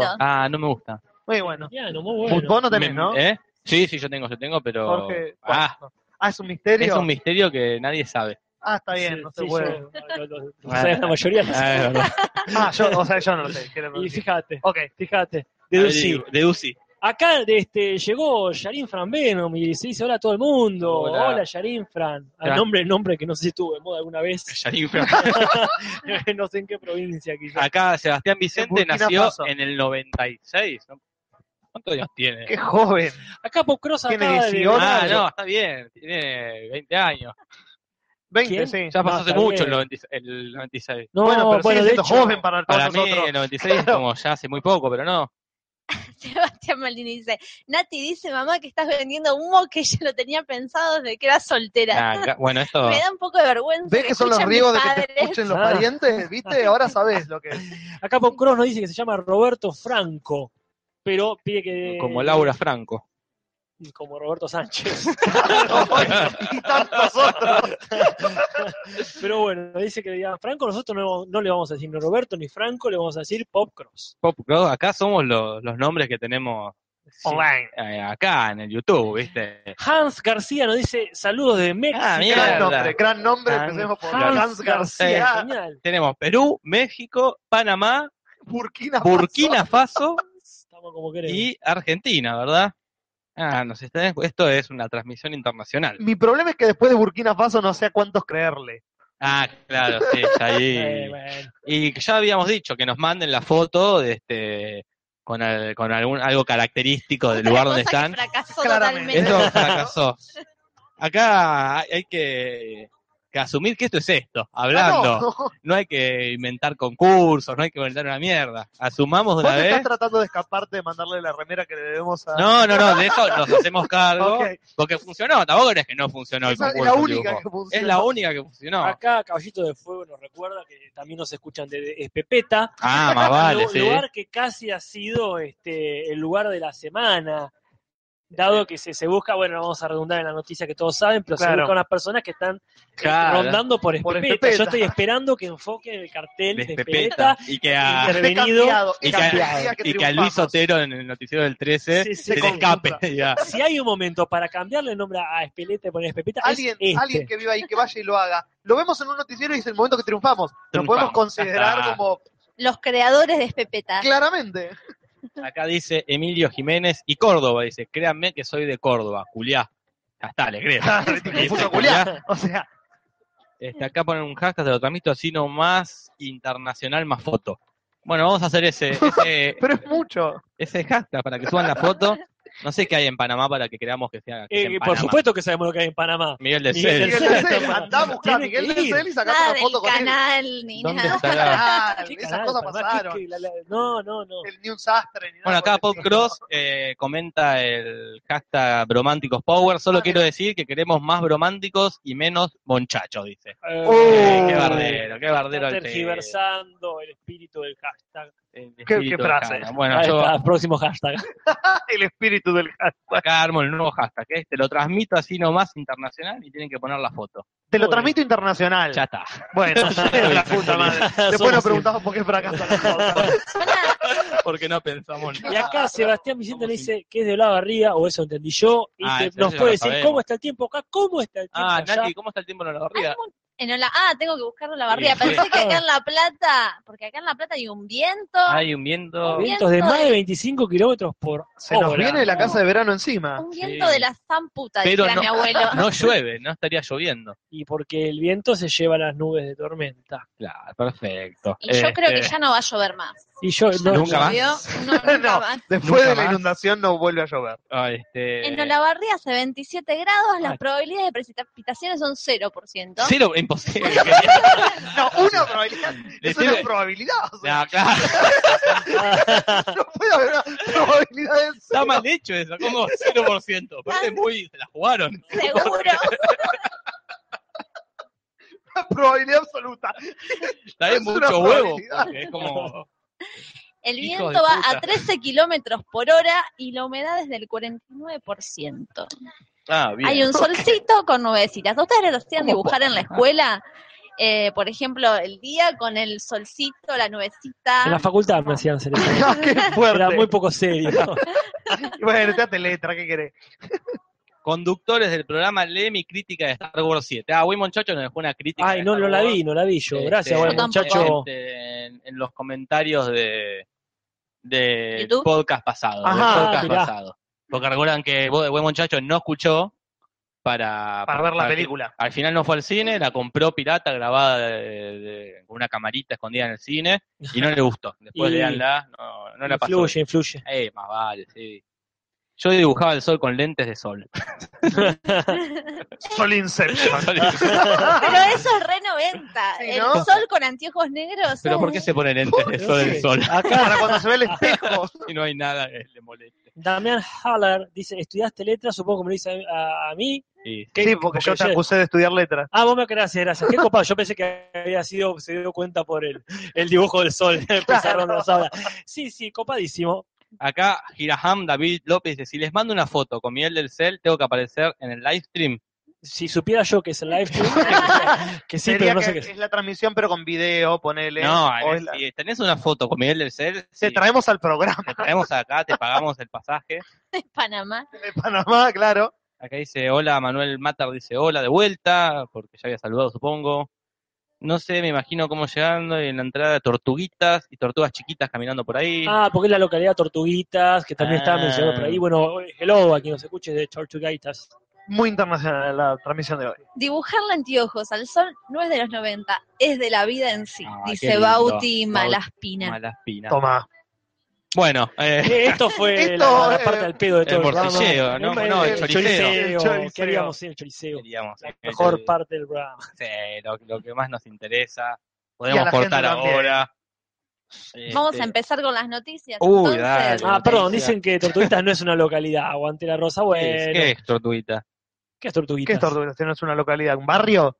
[SPEAKER 1] lindo.
[SPEAKER 4] Ah, no me gusta.
[SPEAKER 2] Muy bueno.
[SPEAKER 3] Emiliano, muy bueno.
[SPEAKER 2] Vos no tenés,
[SPEAKER 4] Me-
[SPEAKER 2] ¿no?
[SPEAKER 4] ¿Eh? Sí, sí, yo tengo, yo tengo, pero...
[SPEAKER 2] Jorge.
[SPEAKER 4] Ah,
[SPEAKER 2] ¿cuál? Ah, es un misterio.
[SPEAKER 4] es un misterio que nadie sabe.
[SPEAKER 2] Ah, está bien,
[SPEAKER 3] Sí,
[SPEAKER 2] no se
[SPEAKER 3] sí,
[SPEAKER 2] puede.
[SPEAKER 3] yo- lo- lo- lo- o sea, la mayoría lo
[SPEAKER 4] Ah, es
[SPEAKER 3] sabe.
[SPEAKER 4] verdad.
[SPEAKER 2] Ah, yo, o sea, yo no lo sé. quiero
[SPEAKER 3] Y
[SPEAKER 2] decir.
[SPEAKER 3] fíjate,
[SPEAKER 2] Ok.
[SPEAKER 3] fíjate. Deducí.
[SPEAKER 4] Averigüe, Deducí.
[SPEAKER 3] Acá de este, llegó Yarin Fran Venom y se dice hola a todo el mundo.
[SPEAKER 4] Hola.
[SPEAKER 3] Hola, Yarin Fran.
[SPEAKER 4] Fran.
[SPEAKER 3] El nombre, el nombre que no sé si estuvo de moda alguna vez.
[SPEAKER 4] Yarín Fran.
[SPEAKER 3] no sé en qué provincia quizás.
[SPEAKER 4] Acá Sebastián Vicente
[SPEAKER 2] Burkina
[SPEAKER 4] nació
[SPEAKER 2] Faso.
[SPEAKER 4] en el 96. ¿no? ¿Cuántos años tiene?
[SPEAKER 2] Qué joven.
[SPEAKER 3] Acá Pop Cross
[SPEAKER 2] Tiene
[SPEAKER 3] acaba de-
[SPEAKER 2] 18.
[SPEAKER 4] Ah, no, está bien, tiene 20 años.
[SPEAKER 2] 20,
[SPEAKER 3] ¿Quién?
[SPEAKER 2] sí.
[SPEAKER 4] Ya
[SPEAKER 3] No,
[SPEAKER 4] pasó hace
[SPEAKER 3] está bien.
[SPEAKER 4] mucho el, 90 el 96.
[SPEAKER 3] No,
[SPEAKER 2] bueno, pero sigue
[SPEAKER 3] de
[SPEAKER 2] siendo
[SPEAKER 3] hecho,
[SPEAKER 2] joven para todos
[SPEAKER 4] Para mí
[SPEAKER 2] nosotros.
[SPEAKER 4] el 96 es como ya hace muy poco, pero no.
[SPEAKER 1] Sebastián Maldini dice, Nati dice, mamá, que estás vendiendo humo que yo lo tenía pensado desde que era soltera.
[SPEAKER 4] Ah, acá- bueno, esto...
[SPEAKER 1] Me da un poco de vergüenza.
[SPEAKER 2] ¿Ves que son los
[SPEAKER 1] escuchen mis
[SPEAKER 2] riesgos de que te
[SPEAKER 1] padres.
[SPEAKER 2] escuchen los
[SPEAKER 3] Ah.
[SPEAKER 2] parientes? ¿Viste? Ahora sabes lo que es.
[SPEAKER 3] Acá Pop Cross nos dice que se llama Roberto Franco, pero pide que.
[SPEAKER 4] Como Laura Franco.
[SPEAKER 3] Como Roberto Sánchez.
[SPEAKER 2] y tantos otros.
[SPEAKER 3] pero bueno, nos dice que le digan Franco, nosotros no, no le vamos a decir ni Roberto ni Franco, le vamos a decir Pop Cross.
[SPEAKER 4] Pop Crow, Acá somos los, los nombres que tenemos
[SPEAKER 2] Online.
[SPEAKER 4] eh, acá en el YouTube, ¿viste?
[SPEAKER 3] Hans García nos dice saludos de México.
[SPEAKER 4] Ah, mira.
[SPEAKER 2] Gran
[SPEAKER 4] Mierda.
[SPEAKER 2] nombre, gran nombre.
[SPEAKER 4] Hans-
[SPEAKER 2] Empecemos por
[SPEAKER 3] Hans,
[SPEAKER 2] Hans
[SPEAKER 3] García, Eh,
[SPEAKER 2] García,
[SPEAKER 3] genial.
[SPEAKER 4] Tenemos Perú, México, Panamá,
[SPEAKER 2] Burkina Faso.
[SPEAKER 4] Burkina Faso
[SPEAKER 3] Estamos como queremos. Eh,
[SPEAKER 4] y Argentina, ¿verdad? Ah, nos está- esto es una transmisión internacional.
[SPEAKER 2] Mi problema es que después de Burkina Faso no sé a cuántos creerle.
[SPEAKER 4] Ah, claro, sí, está ahí.
[SPEAKER 3] Eh, bueno.
[SPEAKER 4] Y ya habíamos dicho que nos manden la foto de este con, al- con algún algo característico del
[SPEAKER 1] Otra
[SPEAKER 4] lugar donde
[SPEAKER 1] cosa que
[SPEAKER 4] están.
[SPEAKER 1] fracasó
[SPEAKER 2] Claramente.
[SPEAKER 1] totalmente.
[SPEAKER 4] Eso fracasó. Acá hay hay que que asumir que esto es esto, hablando.
[SPEAKER 2] Ah,
[SPEAKER 4] no.
[SPEAKER 2] no. Vos
[SPEAKER 4] hay que inventar concursos, no hay que inventar una mierda. Asumamos de una
[SPEAKER 2] te estás
[SPEAKER 4] vez.
[SPEAKER 2] tratando de escaparte de mandarle la remera que le debemos a.
[SPEAKER 4] No, no, no, de eso nos hacemos cargo.
[SPEAKER 2] Ok.
[SPEAKER 4] Porque funcionó, tampoco es que no funcionó el
[SPEAKER 2] Esa es
[SPEAKER 4] concurso.
[SPEAKER 2] la única
[SPEAKER 4] tipo.
[SPEAKER 2] que funciona.
[SPEAKER 4] Es la única que funcionó.
[SPEAKER 3] Acá Caballito de Fuego nos recuerda que también nos escuchan desde Espepeta,
[SPEAKER 4] Ah, más vale,
[SPEAKER 3] lu-
[SPEAKER 4] sí.
[SPEAKER 3] lugar que casi ha sido este el lugar de la semana, dado que se, se busca, bueno, no vamos a redundar en la noticia que todos saben, pero se
[SPEAKER 2] Claro.
[SPEAKER 3] buscan las personas que están eh,
[SPEAKER 4] Claro.
[SPEAKER 3] rondando por
[SPEAKER 2] Por
[SPEAKER 3] Espepeta. Yo
[SPEAKER 2] Espepeta.
[SPEAKER 3] estoy esperando que enfoquen el cartel de
[SPEAKER 4] de
[SPEAKER 3] Espepeta.
[SPEAKER 4] Pepeta. Y que
[SPEAKER 2] Y
[SPEAKER 4] a,
[SPEAKER 2] que esté
[SPEAKER 3] intervenido
[SPEAKER 2] cambiado,
[SPEAKER 4] y que,
[SPEAKER 2] cada
[SPEAKER 3] cambiado.
[SPEAKER 2] día
[SPEAKER 4] y que a Luis
[SPEAKER 2] triunfamos.
[SPEAKER 4] Otero en el noticiero del 13
[SPEAKER 3] Sí, sí,
[SPEAKER 4] se
[SPEAKER 2] se
[SPEAKER 4] le escape.
[SPEAKER 2] confusa.
[SPEAKER 4] ya.
[SPEAKER 3] Si hay un momento para cambiarle el nombre a Espeleta y poner Espepeta, es
[SPEAKER 2] Alguien,
[SPEAKER 3] este.
[SPEAKER 2] alguien que viva ahí, que vaya y lo haga. Lo vemos en un noticiero y es el momento que triunfamos. Lo podemos
[SPEAKER 4] Triunfamos.
[SPEAKER 2] considerar como
[SPEAKER 1] Los creadores de Espepeta.
[SPEAKER 2] claramente.
[SPEAKER 4] Acá dice Emilio Jiménez y Córdoba. Dice, créanme que soy de Córdoba, culiá. Ya está, le creo.
[SPEAKER 2] Le puso Julián. O sea,
[SPEAKER 4] Este, acá ponen un hashtag, te lo transmito así nomás, internacional más foto. Bueno, vamos a hacer ese, ese,
[SPEAKER 2] pero es mucho.
[SPEAKER 4] ese hashtag para que suban la foto. No sé qué hay en Panamá para que creamos que sea. que
[SPEAKER 3] Eh,
[SPEAKER 4] sea en
[SPEAKER 3] por
[SPEAKER 4] Panamá.
[SPEAKER 3] supuesto que sabemos lo que hay en Panamá.
[SPEAKER 4] Miguel de
[SPEAKER 3] Miguel
[SPEAKER 4] Cel.
[SPEAKER 2] Miguel
[SPEAKER 3] Cel.
[SPEAKER 2] de Cel, andá a buscar a
[SPEAKER 3] Tiene
[SPEAKER 2] Miguel
[SPEAKER 3] que
[SPEAKER 2] de
[SPEAKER 3] ir.
[SPEAKER 2] Cel y sacate
[SPEAKER 1] Nada
[SPEAKER 2] una
[SPEAKER 1] del
[SPEAKER 2] foto con él.
[SPEAKER 1] canal ni
[SPEAKER 4] ¿Dónde
[SPEAKER 1] nada.
[SPEAKER 4] está la-
[SPEAKER 2] Ah,
[SPEAKER 3] Qué
[SPEAKER 2] esas
[SPEAKER 3] canal,
[SPEAKER 2] cosas
[SPEAKER 3] Panamá,
[SPEAKER 2] pasaron.
[SPEAKER 3] qué- qué- la- la- no, no, no.
[SPEAKER 2] El- ni un sastre, ni nada.
[SPEAKER 4] Bueno, acá
[SPEAKER 2] por
[SPEAKER 4] Pop
[SPEAKER 2] el estilo.
[SPEAKER 4] Cross eh, comenta el hashtag Brománticos Power. Solo
[SPEAKER 2] Ah,
[SPEAKER 4] quiero
[SPEAKER 2] mira.
[SPEAKER 4] decir que queremos más brománticos y menos bonchachos, dice.
[SPEAKER 3] Eh,
[SPEAKER 2] Oh.
[SPEAKER 4] qué bardero, qué bardero
[SPEAKER 3] Está
[SPEAKER 4] el
[SPEAKER 3] tergiversando el espíritu del hashtag.
[SPEAKER 4] el
[SPEAKER 2] Qué-
[SPEAKER 4] espíritu
[SPEAKER 2] qué
[SPEAKER 4] de
[SPEAKER 2] frase.
[SPEAKER 4] Hanna. Bueno,
[SPEAKER 3] Ahí
[SPEAKER 4] yo
[SPEAKER 3] está, próximo hashtag.
[SPEAKER 2] El espíritu del gato.
[SPEAKER 4] acá armo el nuevo hashtag. ¿eh? Te lo transmito así nomás internacional y tienen que poner la foto.
[SPEAKER 2] Te lo
[SPEAKER 3] Bueno.
[SPEAKER 2] transmito internacional.
[SPEAKER 4] Ya está.
[SPEAKER 2] Bueno, la puta madre. Después nos
[SPEAKER 3] Somos
[SPEAKER 2] preguntamos por qué fracasan las cosas.
[SPEAKER 4] Porque no pensamos
[SPEAKER 3] Y
[SPEAKER 4] nada.
[SPEAKER 3] acá Sebastián Vicente nos dice que es de Olava Barriga, o eso entendí yo, y
[SPEAKER 4] Ah,
[SPEAKER 3] que
[SPEAKER 4] eso
[SPEAKER 3] nos
[SPEAKER 4] ya
[SPEAKER 3] puede
[SPEAKER 4] lo
[SPEAKER 3] decir
[SPEAKER 4] sabemos.
[SPEAKER 3] cómo está el tiempo acá, cómo está el tiempo
[SPEAKER 4] Ah,
[SPEAKER 3] allá.
[SPEAKER 4] Nati, ¿cómo está el tiempo en la barriga?
[SPEAKER 1] En Ola- ah, tengo que buscarlo en la barriga.
[SPEAKER 4] Sí.
[SPEAKER 1] Pensé que acá en La Plata, porque acá en La Plata hay un viento.
[SPEAKER 4] Hay un viento.
[SPEAKER 1] Bien.
[SPEAKER 3] Vientos de más de 25 kilómetros por
[SPEAKER 2] Se nos
[SPEAKER 3] hora.
[SPEAKER 2] viene la casa de verano encima.
[SPEAKER 1] un viento
[SPEAKER 4] sí.
[SPEAKER 1] de la zamputa,
[SPEAKER 4] Pero
[SPEAKER 1] dijera
[SPEAKER 4] no-
[SPEAKER 1] mi abuelo.
[SPEAKER 4] No llueve, no estaría lloviendo.
[SPEAKER 3] Y porque el viento se lleva las nubes de tormenta.
[SPEAKER 4] Claro, perfecto.
[SPEAKER 1] Y yo creo que
[SPEAKER 4] Este,
[SPEAKER 1] ya no va a llover más.
[SPEAKER 3] Y yo no,
[SPEAKER 4] eh, Nunca más.
[SPEAKER 1] Llovió, no, nunca
[SPEAKER 2] No.
[SPEAKER 1] más.
[SPEAKER 2] Después
[SPEAKER 4] Nunca
[SPEAKER 2] de la
[SPEAKER 4] más.
[SPEAKER 2] inundación no vuelve a llover.
[SPEAKER 4] ah, este,
[SPEAKER 1] En Olavarría hace 27 grados, las
[SPEAKER 3] Ay.
[SPEAKER 1] probabilidades de precipitaciones son 0%.
[SPEAKER 4] Cero, imposible.
[SPEAKER 2] No, una probabilidad.
[SPEAKER 4] Le
[SPEAKER 2] Es una
[SPEAKER 4] sirve-
[SPEAKER 2] probabilidad. o sea,
[SPEAKER 4] No, Ah, claro,
[SPEAKER 2] no puede haber una probabilidad de
[SPEAKER 4] está
[SPEAKER 2] cero.
[SPEAKER 4] mal hecho eso, como 0%. Parece muy, se la jugaron.
[SPEAKER 1] Seguro.
[SPEAKER 2] Una probabilidad absoluta.
[SPEAKER 4] Está bien
[SPEAKER 2] Es una
[SPEAKER 4] mucho huevo.
[SPEAKER 2] probabilidad.
[SPEAKER 4] porque Es como,
[SPEAKER 1] El
[SPEAKER 4] Hijos
[SPEAKER 1] viento
[SPEAKER 4] de
[SPEAKER 1] va
[SPEAKER 4] puta.
[SPEAKER 1] a 13 kilómetros por hora y la humedad es del 49%.
[SPEAKER 4] ah, bien.
[SPEAKER 1] Hay un solcito con nubecitas. ¿A ¿Ustedes les hacían
[SPEAKER 4] ¿Cómo
[SPEAKER 1] dibujar en la escuela? Eh, por ejemplo, el día con el solcito, la nubecita.
[SPEAKER 3] en la facultad me hacían hacer eso.
[SPEAKER 2] Ah, qué
[SPEAKER 3] Era
[SPEAKER 2] fuerte.
[SPEAKER 3] muy poco serio.
[SPEAKER 2] Bueno, te letra, ¿qué querés?
[SPEAKER 4] Conductores del programa lee mi crítica de Star Wars 7. Ah, buen muchacho nos dejó una crítica.
[SPEAKER 3] Ay,
[SPEAKER 4] de
[SPEAKER 3] no,
[SPEAKER 4] Star
[SPEAKER 3] no la
[SPEAKER 4] Wars.
[SPEAKER 3] vi, no la vi yo.
[SPEAKER 4] Este,
[SPEAKER 3] Gracias,
[SPEAKER 1] Yo
[SPEAKER 3] bueno,
[SPEAKER 1] tampoco.
[SPEAKER 3] muchacho.
[SPEAKER 4] este, en, en los comentarios de, de
[SPEAKER 1] ¿YouTube?
[SPEAKER 4] podcast pasado. del
[SPEAKER 2] Ajá,
[SPEAKER 4] podcast
[SPEAKER 3] mirá.
[SPEAKER 4] pasado. Porque recuerdan que vos de buen muchacho no escuchó para,
[SPEAKER 2] Para ver la película.
[SPEAKER 4] Al final no fue al cine, la compró pirata grabada de- de- con una camarita escondida en el cine y no le gustó. Después
[SPEAKER 3] Y-
[SPEAKER 4] leanla, no, no la pasó.
[SPEAKER 3] influye, influye.
[SPEAKER 4] Eh, más vale, sí. Yo dibujaba el sol con lentes de sol.
[SPEAKER 2] Sol Inception.
[SPEAKER 1] Pero eso es re 90.
[SPEAKER 2] Sí,
[SPEAKER 1] El
[SPEAKER 2] ¿no?
[SPEAKER 1] sol con anteojos negros.
[SPEAKER 4] Pero
[SPEAKER 1] es
[SPEAKER 4] ¿por qué se pone lentes de sol en
[SPEAKER 3] Sí.
[SPEAKER 4] el sol?
[SPEAKER 3] Acá
[SPEAKER 2] Para cuando se ve el espejo.
[SPEAKER 4] Y no hay nada que le moleste.
[SPEAKER 3] Damián Haller dice, estudiaste letras, supongo que me lo dice a, a mí.
[SPEAKER 4] Y
[SPEAKER 3] ¿Qué-
[SPEAKER 2] Sí, porque yo te acusé de estudiar letras.
[SPEAKER 3] Ah, vos me gracias, gracias. Qué copado, yo pensé que había sido, se dio cuenta por el, el dibujo del sol. el pizarrón de la sala. Sí, sí, copadísimo.
[SPEAKER 4] Acá Giraham David López dice, si les mando una foto con Miguel del Cel, tengo que aparecer en el live stream.
[SPEAKER 3] Si supiera yo que es el live stream, que sí,
[SPEAKER 2] Sería
[SPEAKER 3] pero no
[SPEAKER 2] que
[SPEAKER 3] sé qué
[SPEAKER 2] es.
[SPEAKER 3] es.
[SPEAKER 2] la transmisión, pero con video, ponele.
[SPEAKER 4] No,
[SPEAKER 2] o es la-
[SPEAKER 4] si tenés una foto con Miguel del Cel,
[SPEAKER 2] Te
[SPEAKER 4] sí,
[SPEAKER 2] traemos al programa
[SPEAKER 4] te traemos acá, te pagamos el pasaje.
[SPEAKER 1] de Panamá.
[SPEAKER 2] de Panamá, claro.
[SPEAKER 4] Acá dice, hola, Manuel Matar dice, hola, de vuelta, porque ya había saludado, supongo. No sé, me imagino cómo llegando y en la entrada tortuguitas y tortugas chiquitas caminando por ahí.
[SPEAKER 3] Ah, porque es la localidad Tortuguitas, que también estaba
[SPEAKER 4] Ah.
[SPEAKER 3] mencionado por ahí. Bueno, hello a quien nos escuche de Tortuguitas.
[SPEAKER 2] Muy internacional la transmisión de hoy.
[SPEAKER 1] Dibujarle anteojos al sol no es de los 90, es de la vida en sí,
[SPEAKER 4] Ah, qué
[SPEAKER 1] dice
[SPEAKER 4] lindo.
[SPEAKER 1] Bauti
[SPEAKER 4] Bauti
[SPEAKER 1] Malaspina.
[SPEAKER 4] Malaspina.
[SPEAKER 2] Toma.
[SPEAKER 4] Bueno, eh,
[SPEAKER 3] Eh, Esto fue
[SPEAKER 2] Esto,
[SPEAKER 3] la, la
[SPEAKER 2] eh,
[SPEAKER 3] parte al pedo de todo
[SPEAKER 4] el
[SPEAKER 3] el, programa.
[SPEAKER 4] morcilleo, ¿no?
[SPEAKER 2] El-
[SPEAKER 4] No, el
[SPEAKER 2] el
[SPEAKER 4] choriceo.
[SPEAKER 2] choriceo.
[SPEAKER 3] Choriceo, queríamos ser el choriceo.
[SPEAKER 4] Queríamos,
[SPEAKER 3] La
[SPEAKER 4] eh,
[SPEAKER 3] mejor
[SPEAKER 4] el-
[SPEAKER 3] parte del programa.
[SPEAKER 4] sí, lo, lo que más nos interesa.
[SPEAKER 2] Y a
[SPEAKER 4] Podemos
[SPEAKER 2] la gente
[SPEAKER 4] cortar
[SPEAKER 2] también.
[SPEAKER 4] ahora. Este,
[SPEAKER 1] Vamos a empezar con las noticias.
[SPEAKER 4] Uy,
[SPEAKER 1] entonces.
[SPEAKER 4] dale.
[SPEAKER 3] Ah, perdón,
[SPEAKER 4] noticia.
[SPEAKER 3] dicen que Tortuguitas no es una localidad. Aguante la rosa,
[SPEAKER 4] ¿Qué es,
[SPEAKER 3] bueno.
[SPEAKER 4] ¿Qué es Tortuguita?
[SPEAKER 3] ¿Qué es Tortuguitas?
[SPEAKER 2] ¿Qué es Tortuguitas? ¿No es una localidad, un barrio?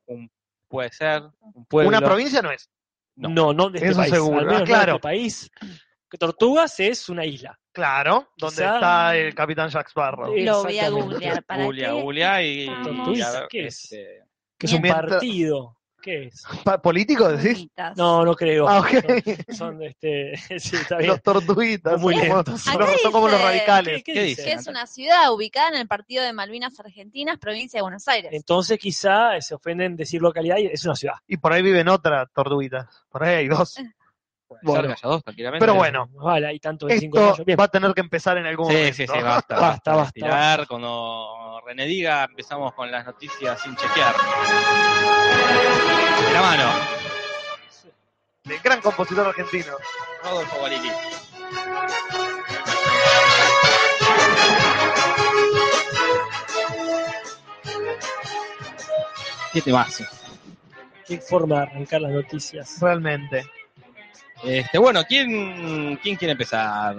[SPEAKER 4] Puede ser un pueblo.
[SPEAKER 2] ¿Una provincia no es?
[SPEAKER 4] No.
[SPEAKER 3] No, no de este
[SPEAKER 2] Eso
[SPEAKER 3] país.
[SPEAKER 2] seguro.
[SPEAKER 3] Al menos
[SPEAKER 2] Ah,
[SPEAKER 3] no de
[SPEAKER 2] claro.
[SPEAKER 3] este país. Que Tortugas es una isla.
[SPEAKER 2] Claro, donde
[SPEAKER 3] Quizá-
[SPEAKER 2] está el capitán Jack Sparrow.
[SPEAKER 3] Eh,
[SPEAKER 1] Lo voy a
[SPEAKER 3] Exactamente.
[SPEAKER 1] googlear. ¿Para
[SPEAKER 4] Julia,
[SPEAKER 1] qué?
[SPEAKER 4] Julia y.
[SPEAKER 1] Tortuguita,
[SPEAKER 4] y a ver,
[SPEAKER 3] ¿qué es?
[SPEAKER 4] este,
[SPEAKER 3] Que es un
[SPEAKER 2] Mientras-
[SPEAKER 3] partido. ¿Qué es?
[SPEAKER 2] Pa- ¿Político decís?
[SPEAKER 1] Tortuguitas.
[SPEAKER 3] No, no creo.
[SPEAKER 2] Ah, ok.
[SPEAKER 3] son, son, este. sí, está bien.
[SPEAKER 2] Los tortuguitas.
[SPEAKER 3] Muy
[SPEAKER 2] son como-
[SPEAKER 3] lentos.
[SPEAKER 2] son
[SPEAKER 1] Acá
[SPEAKER 2] son como los
[SPEAKER 1] dice-
[SPEAKER 2] radicales.
[SPEAKER 3] ¿Qué, qué
[SPEAKER 4] ¿Qué
[SPEAKER 3] dice?
[SPEAKER 1] que es una ciudad ubicada en el partido de Malvinas Argentinas, provincia de Buenos Aires.
[SPEAKER 3] Entonces quizá se ofenden decir localidad y es una ciudad.
[SPEAKER 2] Y por ahí viven otra tortuguita. Por ahí hay dos.
[SPEAKER 4] puede ser
[SPEAKER 2] Bueno.
[SPEAKER 4] Gallardos, tranquilamente.
[SPEAKER 2] Pero bueno,
[SPEAKER 3] Ojalá, hay tanto 25 de
[SPEAKER 2] esto
[SPEAKER 3] mayo. Bien,
[SPEAKER 2] va a tener que empezar en algún
[SPEAKER 4] Sí,
[SPEAKER 2] momento.
[SPEAKER 4] sí, sí, basta.
[SPEAKER 3] Basta,
[SPEAKER 4] de
[SPEAKER 3] basta,
[SPEAKER 4] Tirar, cuando René diga, empezamos con las noticias sin chequear. De la mano,
[SPEAKER 2] Del gran compositor argentino.
[SPEAKER 4] Rodolfo Guarini. Siete más.
[SPEAKER 3] qué forma de arrancar las noticias.
[SPEAKER 2] Realmente.
[SPEAKER 4] Este, bueno, ¿quién, ¿quién quiere empezar?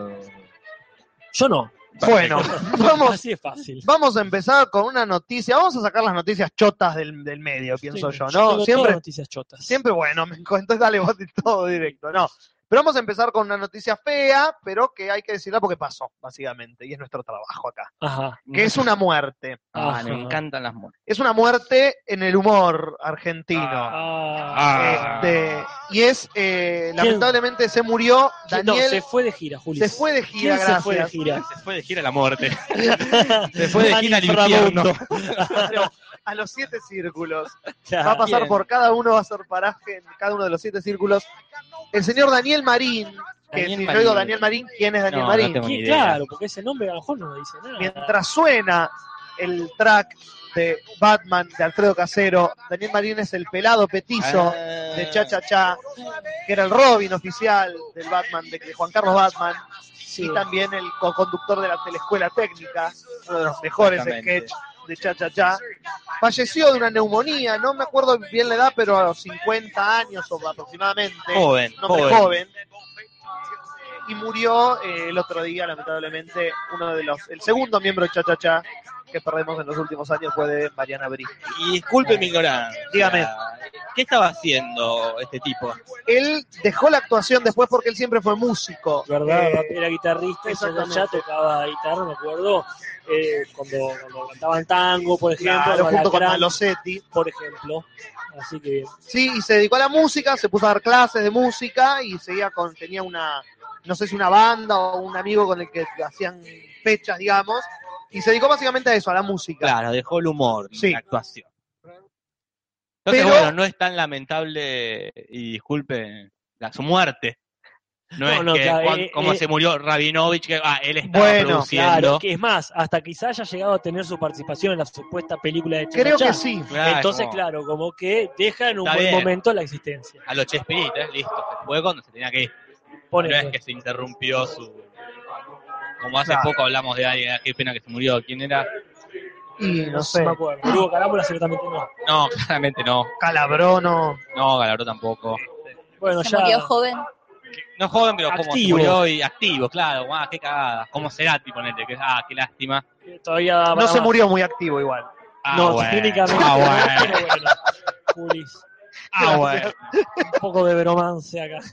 [SPEAKER 3] Yo no.
[SPEAKER 2] Bueno, vamos,
[SPEAKER 3] Así es fácil.
[SPEAKER 2] vamos a empezar con una noticia. Vamos a sacar las noticias chotas del, del medio, pienso
[SPEAKER 3] Sí,
[SPEAKER 2] yo,
[SPEAKER 3] tengo
[SPEAKER 2] ¿no?
[SPEAKER 3] todas
[SPEAKER 2] Siempre,
[SPEAKER 3] noticias chotas.
[SPEAKER 2] siempre bueno, me encuentro, dale vos de todo directo, no. Pero vamos a empezar con una noticia fea, pero que hay que decirla porque pasó, básicamente, y es nuestro trabajo acá.
[SPEAKER 3] Ajá.
[SPEAKER 2] Que es una muerte.
[SPEAKER 4] Ah,
[SPEAKER 3] Ajá.
[SPEAKER 4] me encantan las muertes.
[SPEAKER 2] Es una muerte en el humor argentino.
[SPEAKER 3] Ah,
[SPEAKER 4] Ah.
[SPEAKER 2] Este, y es, eh, lamentablemente, se murió
[SPEAKER 3] ¿quién- no,
[SPEAKER 2] Daniel.
[SPEAKER 3] se fue de gira, Julio.
[SPEAKER 2] se fue de gira,
[SPEAKER 3] ¿Quién se fue de
[SPEAKER 2] gracias.
[SPEAKER 3] gira?
[SPEAKER 4] Se fue de gira a la muerte. Se fue de
[SPEAKER 3] Al
[SPEAKER 4] gira al
[SPEAKER 3] inframundo.
[SPEAKER 4] infierno.
[SPEAKER 2] Claro, a los siete círculos.
[SPEAKER 3] Claro.
[SPEAKER 2] Va a pasar
[SPEAKER 4] Bien.
[SPEAKER 2] por cada uno, va a ser paraje en cada uno de los siete círculos. El señor Daniel Marín, que
[SPEAKER 4] Daniel
[SPEAKER 2] si yo
[SPEAKER 4] Marín.
[SPEAKER 2] digo Daniel Marín, ¿quién es Daniel
[SPEAKER 4] No, no
[SPEAKER 2] Marín?
[SPEAKER 4] tengo ni
[SPEAKER 3] Sí,
[SPEAKER 4] idea.
[SPEAKER 3] claro, porque ese nombre a lo mejor no me dice nada.
[SPEAKER 2] Mientras suena el track de Batman de Alfredo Casero, Daniel Marín es el pelado petizo
[SPEAKER 4] Ah.
[SPEAKER 2] de Cha Cha Cha, que era el Robin oficial del Batman, de, de Juan Carlos Batman,
[SPEAKER 3] Sí.
[SPEAKER 2] y también el co-conductor de la teleescuela técnica, uno de los mejores
[SPEAKER 4] Exactamente.
[SPEAKER 2] sketch de Cha Cha Cha. Falleció de una neumonía, no me acuerdo bien la edad, pero a los 50 años o aproximadamente,
[SPEAKER 4] Joven,
[SPEAKER 2] un hombre
[SPEAKER 4] joven.
[SPEAKER 2] joven. Y murió eh, el otro día, lamentablemente, uno de los, el segundo miembro de Cha Cha Cha que perdemos en los últimos años fue de Mariana Bri.
[SPEAKER 4] Y disculpe mi ignorancia.
[SPEAKER 2] Dígame.
[SPEAKER 4] ¿Qué estaba haciendo este tipo?
[SPEAKER 2] Él dejó la actuación después porque él siempre fue músico.
[SPEAKER 3] ¿Verdad?
[SPEAKER 2] Eh,
[SPEAKER 3] era guitarrista, y
[SPEAKER 2] exactamente.
[SPEAKER 3] ya tocaba guitarra, me acuerdo, eh, cuando, cuando cantaban tango, por ejemplo,
[SPEAKER 2] claro, junto con
[SPEAKER 3] Alacrán,
[SPEAKER 2] Malosetti.
[SPEAKER 3] por ejemplo. Así que
[SPEAKER 2] Sí, y se dedicó a la música, se puso a dar clases de música y seguía con, tenía una, no sé si una banda o un amigo con el que hacían fechas, digamos, y se dedicó básicamente a eso, a la música.
[SPEAKER 4] Claro, dejó el humor y
[SPEAKER 2] Sí.
[SPEAKER 4] la actuación. Entonces,
[SPEAKER 2] Pero-
[SPEAKER 4] bueno, no es tan lamentable, y disculpe, la, su muerte. No,
[SPEAKER 3] No,
[SPEAKER 4] es
[SPEAKER 3] no,
[SPEAKER 4] que
[SPEAKER 3] claro,
[SPEAKER 4] cuan-
[SPEAKER 3] eh,
[SPEAKER 4] como
[SPEAKER 3] eh.
[SPEAKER 4] se murió Rabinovich, que ah, él estaba
[SPEAKER 2] Bueno,
[SPEAKER 4] produciendo.
[SPEAKER 3] Claro, que es más, hasta quizás haya llegado a tener su participación en la supuesta película de Chacachá.
[SPEAKER 2] Creo que sí.
[SPEAKER 4] Claro,
[SPEAKER 3] Entonces,
[SPEAKER 4] Ah, como
[SPEAKER 3] claro, como que deja en un
[SPEAKER 4] Está
[SPEAKER 3] buen
[SPEAKER 4] bien.
[SPEAKER 3] momento la existencia.
[SPEAKER 4] A los Chespiritas, listo. Se fue cuando se tenía que ir.
[SPEAKER 3] Pone
[SPEAKER 4] No es que se interrumpió su. Como hace
[SPEAKER 2] Claro.
[SPEAKER 4] poco hablamos de alguien, ah, qué pena que se murió. ¿Quién era?
[SPEAKER 2] Y no sé,
[SPEAKER 3] me acuerdo. Hugo Carámbula seguramente no.
[SPEAKER 4] No, claramente no.
[SPEAKER 2] Calabrono.
[SPEAKER 4] No, Galabró tampoco.
[SPEAKER 3] Bueno,
[SPEAKER 1] Se
[SPEAKER 3] ya.
[SPEAKER 1] murió joven.
[SPEAKER 4] No joven, pero como se
[SPEAKER 3] Activo.
[SPEAKER 4] murió y activo, claro. Ah, qué cagada. Como Cerati, ponete. Que, ah, qué lástima.
[SPEAKER 3] Todavía da
[SPEAKER 2] No
[SPEAKER 3] para
[SPEAKER 2] se
[SPEAKER 3] más.
[SPEAKER 2] murió muy activo igual.
[SPEAKER 4] Ah,
[SPEAKER 3] No,
[SPEAKER 4] bueno.
[SPEAKER 3] técnicamente.
[SPEAKER 4] Ah,
[SPEAKER 3] no,
[SPEAKER 4] bueno.
[SPEAKER 3] pero bueno. Julis,
[SPEAKER 4] Ah, bueno.
[SPEAKER 2] Gracias.
[SPEAKER 3] un poco de bromance acá.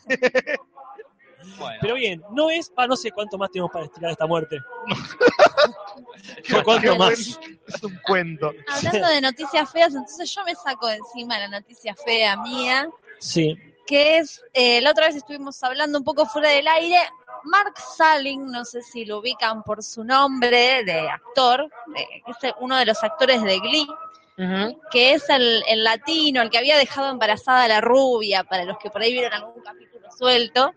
[SPEAKER 4] Bueno.
[SPEAKER 3] Pero bien, no es. Ah, no sé cuánto más tenemos para estirar esta muerte.
[SPEAKER 4] Bueno,
[SPEAKER 3] ¿Cuánto
[SPEAKER 2] Qué
[SPEAKER 3] más?
[SPEAKER 2] buen- Es un cuento.
[SPEAKER 1] Hablando de noticias feas, entonces yo me saco de encima la noticia fea mía,
[SPEAKER 3] Sí.
[SPEAKER 1] que es, eh, la otra vez estuvimos hablando un poco fuera del aire, Mark Salling, no sé si lo ubican por su nombre de actor, eh, es eh, uno de los actores de Glee, que es el, el latino, el que había dejado embarazada a la rubia, para los que por ahí vieron algún capítulo suelto,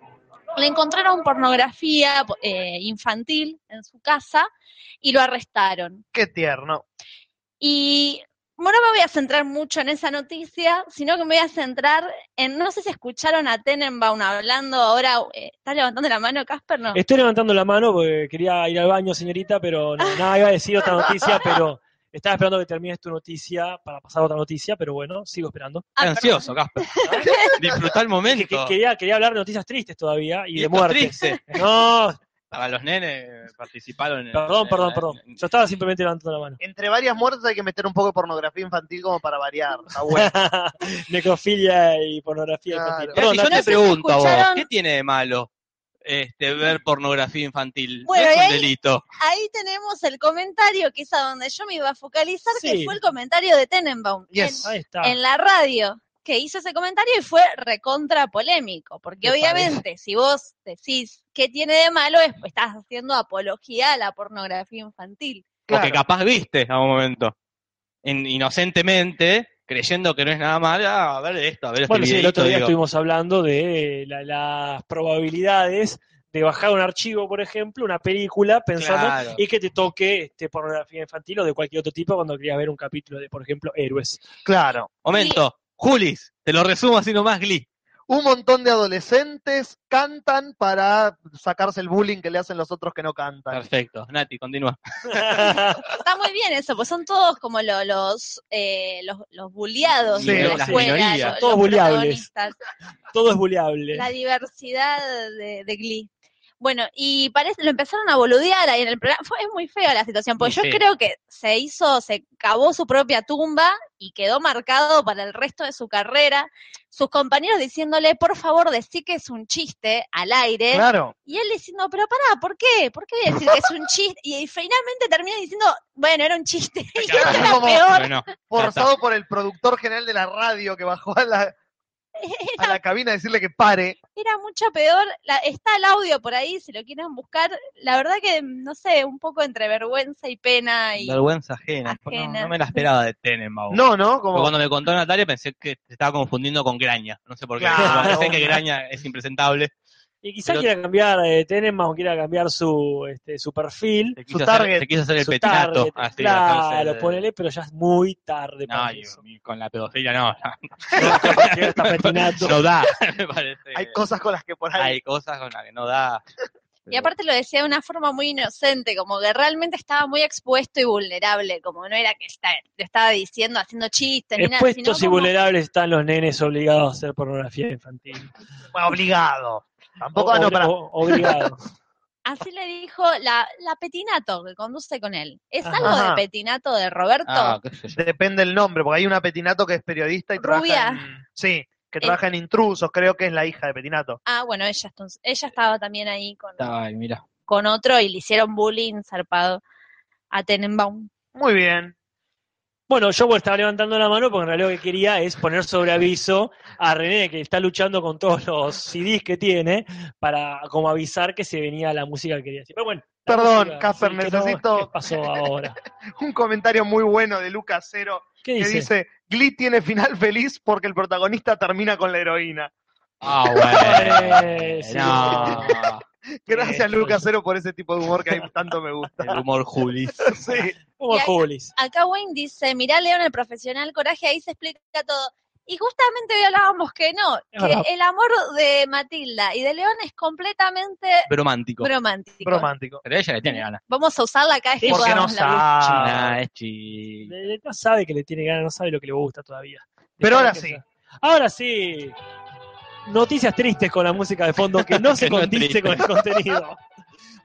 [SPEAKER 1] le encontraron pornografía eh, infantil en su casa y lo arrestaron.
[SPEAKER 2] Qué tierno.
[SPEAKER 1] Y Bueno, no me voy a centrar mucho en esa noticia, sino que me voy a centrar en, no sé si escucharon a Tenenbaum hablando ahora, eh, ¿estás levantando la mano, Casper? No.
[SPEAKER 3] Estoy levantando la mano porque quería ir al baño, señorita, pero no, nada iba a decir otra noticia, pero estaba esperando que termines tu noticia para pasar a otra noticia, pero bueno, sigo esperando.
[SPEAKER 1] Ah,
[SPEAKER 4] ansioso, Casper. Disfrutar el
[SPEAKER 3] Que- que
[SPEAKER 4] momento.
[SPEAKER 3] quería, quería hablar de noticias tristes todavía y,
[SPEAKER 4] Y
[SPEAKER 3] de
[SPEAKER 4] esto es
[SPEAKER 3] muerte.
[SPEAKER 4] triste.
[SPEAKER 3] No,
[SPEAKER 4] Para los nenes participaron en.
[SPEAKER 3] perdón,
[SPEAKER 4] en-
[SPEAKER 3] perdón, perdón.
[SPEAKER 4] en-
[SPEAKER 3] Yo estaba simplemente levantando la mano.
[SPEAKER 2] Entre varias muertes hay que meter un poco de pornografía infantil como para variar. Está bueno.
[SPEAKER 3] Necrofilia y pornografía.
[SPEAKER 2] Claro.
[SPEAKER 3] infantil.
[SPEAKER 4] Pero
[SPEAKER 3] Perdón,
[SPEAKER 4] si yo
[SPEAKER 3] Nacho,
[SPEAKER 1] no sé
[SPEAKER 4] te
[SPEAKER 1] si
[SPEAKER 4] pregunto a vos,
[SPEAKER 1] escucharon-
[SPEAKER 4] ¿qué tiene de malo este, ver pornografía infantil?
[SPEAKER 1] Bueno,
[SPEAKER 4] no es
[SPEAKER 1] y
[SPEAKER 4] un
[SPEAKER 1] ahí-
[SPEAKER 4] delito.
[SPEAKER 1] Ahí tenemos el comentario, que es a donde yo me iba a focalizar,
[SPEAKER 3] Sí.
[SPEAKER 1] que fue el comentario de Tenenbaum.
[SPEAKER 2] Yes.
[SPEAKER 3] ahí está.
[SPEAKER 1] en la radio que hizo ese comentario y fue recontra polémico, porque
[SPEAKER 3] Me
[SPEAKER 1] obviamente si vos decís qué tiene de malo, es, estás haciendo apología a la pornografía infantil.
[SPEAKER 4] Porque capaz viste a un momento. En- inocentemente, creyendo que no es nada malo, ah, a ver esto, a ver este
[SPEAKER 3] Bueno, sí, el
[SPEAKER 4] videíto,
[SPEAKER 3] otro día
[SPEAKER 4] digo.
[SPEAKER 3] estuvimos hablando de eh, la- las probabilidades de bajar un archivo, por ejemplo, una película, pensando
[SPEAKER 4] Claro.
[SPEAKER 3] y que te toque este, pornografía infantil o de cualquier otro tipo cuando querías ver un capítulo de, por ejemplo, héroes.
[SPEAKER 2] Claro.
[SPEAKER 4] Momento, Julis, te lo resumo así nomás, Glee.
[SPEAKER 2] Un montón de adolescentes cantan para sacarse el bullying que le hacen los otros que no cantan.
[SPEAKER 4] Perfecto, Nati, continúa.
[SPEAKER 1] Está muy bien eso, pues son todos como lo- los, eh, los, los buleados
[SPEAKER 2] Sí,
[SPEAKER 1] de la
[SPEAKER 2] las
[SPEAKER 1] escuela,
[SPEAKER 4] minorías,
[SPEAKER 1] lo-
[SPEAKER 3] todos
[SPEAKER 1] los
[SPEAKER 3] buleables.
[SPEAKER 1] protagonistas,
[SPEAKER 3] Todo es buleable.
[SPEAKER 1] la diversidad de, de Glee. Bueno, y parece, lo empezaron a boludear ahí en el programa. Fue, es muy fea la situación, porque
[SPEAKER 4] Muy
[SPEAKER 1] yo
[SPEAKER 4] fea.
[SPEAKER 1] creo que se hizo, se cavó su propia tumba y quedó marcado para el resto de su carrera. Sus compañeros diciéndole, por favor, decí que es un chiste al aire.
[SPEAKER 2] Claro.
[SPEAKER 1] Y él diciendo, pero pará, ¿por qué? ¿Por qué voy a decir que es un chiste? Y finalmente termina diciendo, bueno, era un chiste. Y eso
[SPEAKER 4] Claro,
[SPEAKER 1] era
[SPEAKER 2] como-
[SPEAKER 1] peor.
[SPEAKER 4] Bueno,
[SPEAKER 2] Forzado por el productor general de la radio que bajó a la, a la cabina a decirle que pare.
[SPEAKER 1] era mucho peor. La- está el audio por ahí, si lo quieren buscar. La verdad que, no sé, un poco entre vergüenza y pena. Y,
[SPEAKER 4] vergüenza ajena. No-
[SPEAKER 1] Ajena.
[SPEAKER 4] No, me la esperaba de Tenenbaum.
[SPEAKER 2] No, ¿no? Como,
[SPEAKER 4] Cuando me contó Natalia pensé que te estaba confundiendo con Graña. No sé por qué.
[SPEAKER 2] Claro.
[SPEAKER 4] Sé que Graña es impresentable.
[SPEAKER 3] Y quizás
[SPEAKER 4] Pero-
[SPEAKER 3] quiera cambiar eh, Tenenbaum, quiera cambiar su, este, su perfil,
[SPEAKER 4] Se quiso,
[SPEAKER 2] Su
[SPEAKER 4] hacer,
[SPEAKER 2] target.
[SPEAKER 4] se quiso hacer el
[SPEAKER 3] su
[SPEAKER 4] petinato.
[SPEAKER 3] target,
[SPEAKER 4] así, hacerse
[SPEAKER 3] claro,
[SPEAKER 4] el-
[SPEAKER 3] ponele, pero ya es muy tarde
[SPEAKER 4] No,
[SPEAKER 3] para
[SPEAKER 4] y-
[SPEAKER 3] eso.
[SPEAKER 4] y con la pedofilia no.
[SPEAKER 3] Llega hasta petinato.
[SPEAKER 4] No da, me parece.
[SPEAKER 2] hay cosas con las que por ahí.
[SPEAKER 4] Hay cosas con las que no da.
[SPEAKER 3] eh.
[SPEAKER 1] y aparte lo decía de una forma muy inocente, como que realmente estaba muy expuesta y vulnerable, como no era que está, lo estaba diciendo, haciendo chistes, ni nada. sino
[SPEAKER 3] Expuestos y
[SPEAKER 1] como-
[SPEAKER 3] vulnerables están los nenes obligados a hacer pornografía infantil.
[SPEAKER 2] Obligado. Tampoco,
[SPEAKER 3] O-
[SPEAKER 2] ah, no,
[SPEAKER 3] obli-
[SPEAKER 2] pará.
[SPEAKER 3] o- obligados.
[SPEAKER 1] Así le dijo la, la Petinato que conduce con él. ¿Es
[SPEAKER 3] Ajá.
[SPEAKER 1] algo de Petinato de Roberto?
[SPEAKER 4] Ah, qué sé yo.
[SPEAKER 2] Depende el nombre, porque hay una Petinato que es periodista y
[SPEAKER 1] Rubia.
[SPEAKER 2] trabaja en, Sí, que trabaja en Intrusos, creo que es la hija de Petinato.
[SPEAKER 1] Ah, bueno, ella, entonces- ella estaba también ahí con,
[SPEAKER 4] Estaba ahí, mira.
[SPEAKER 1] con otro y le hicieron bullying zarpado a Tenenbaum.
[SPEAKER 2] Muy bien.
[SPEAKER 3] Bueno, yo bueno, estaba levantando la mano porque en realidad lo que quería es poner sobre aviso a René, que está luchando con todos los CDs que tiene, para como avisar que se venía la música que quería decir. Pero bueno. la
[SPEAKER 2] Perdón,
[SPEAKER 3] música,
[SPEAKER 2] Casper,
[SPEAKER 3] que no,
[SPEAKER 2] necesito-
[SPEAKER 3] ¿Qué pasó ahora?
[SPEAKER 2] Un comentario muy bueno de Lucas Cero
[SPEAKER 3] ¿Qué
[SPEAKER 2] que
[SPEAKER 3] dice?
[SPEAKER 2] dice: Glee tiene final feliz porque el protagonista termina con la heroína.
[SPEAKER 4] Ah,
[SPEAKER 3] Eh, sí.
[SPEAKER 4] bueno. no.
[SPEAKER 2] Gracias,
[SPEAKER 3] Eso.
[SPEAKER 2] Lucas Cero, por ese tipo de humor que a mí tanto me gusta.
[SPEAKER 4] El humor Julis.
[SPEAKER 2] Sí.
[SPEAKER 3] Como
[SPEAKER 1] Y ahí-
[SPEAKER 3] Julis.
[SPEAKER 1] Acá Wayne dice, mirá León el profesional coraje, ahí se explica todo. Y justamente hoy hablábamos que no,
[SPEAKER 3] Es
[SPEAKER 1] que
[SPEAKER 3] verdad.
[SPEAKER 1] el amor de Matilda y de León es completamente
[SPEAKER 4] Bromántico.
[SPEAKER 1] bromántico.
[SPEAKER 2] Romántico.
[SPEAKER 4] Pero ella le tiene ganas.
[SPEAKER 1] Vamos a usarla cada vez que
[SPEAKER 3] Sí,
[SPEAKER 2] Porque no
[SPEAKER 1] podamos. la-
[SPEAKER 2] sabe.
[SPEAKER 4] Ah, es chi-
[SPEAKER 3] Eh, No sabe que le tiene ganas, no sabe lo que le gusta todavía.
[SPEAKER 2] Pero ahora
[SPEAKER 3] Dejá de
[SPEAKER 2] sí.
[SPEAKER 3] pensar. Ahora sí. Noticias tristes con la música de fondo que no se
[SPEAKER 4] Que no es
[SPEAKER 3] condice
[SPEAKER 4] triste.
[SPEAKER 3] con el contenido.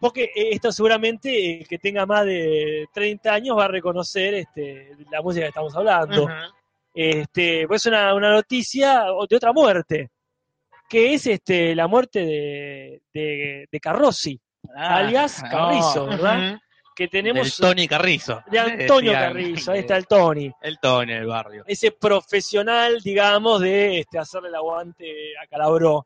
[SPEAKER 3] Porque eh, esto seguramente el que tenga más de 30 años va a reconocer este, la música que estamos hablando.
[SPEAKER 2] Ujú.
[SPEAKER 3] Este, pues es una, una noticia o- de otra muerte, que es este, la muerte de, de, de Carrossi,
[SPEAKER 4] Ah,
[SPEAKER 3] alias
[SPEAKER 4] no.
[SPEAKER 3] Carrizo, ¿verdad?
[SPEAKER 2] oh, Ujú.
[SPEAKER 3] Que
[SPEAKER 4] Del
[SPEAKER 3] tenemos
[SPEAKER 4] Tony Carrizo.
[SPEAKER 3] de Antonio
[SPEAKER 4] Decían
[SPEAKER 3] Carrizo,
[SPEAKER 4] que-
[SPEAKER 3] ahí está el Tony.
[SPEAKER 4] El Tony del barrio.
[SPEAKER 3] ese profesional, digamos, de este, hacerle el aguante a Calabró.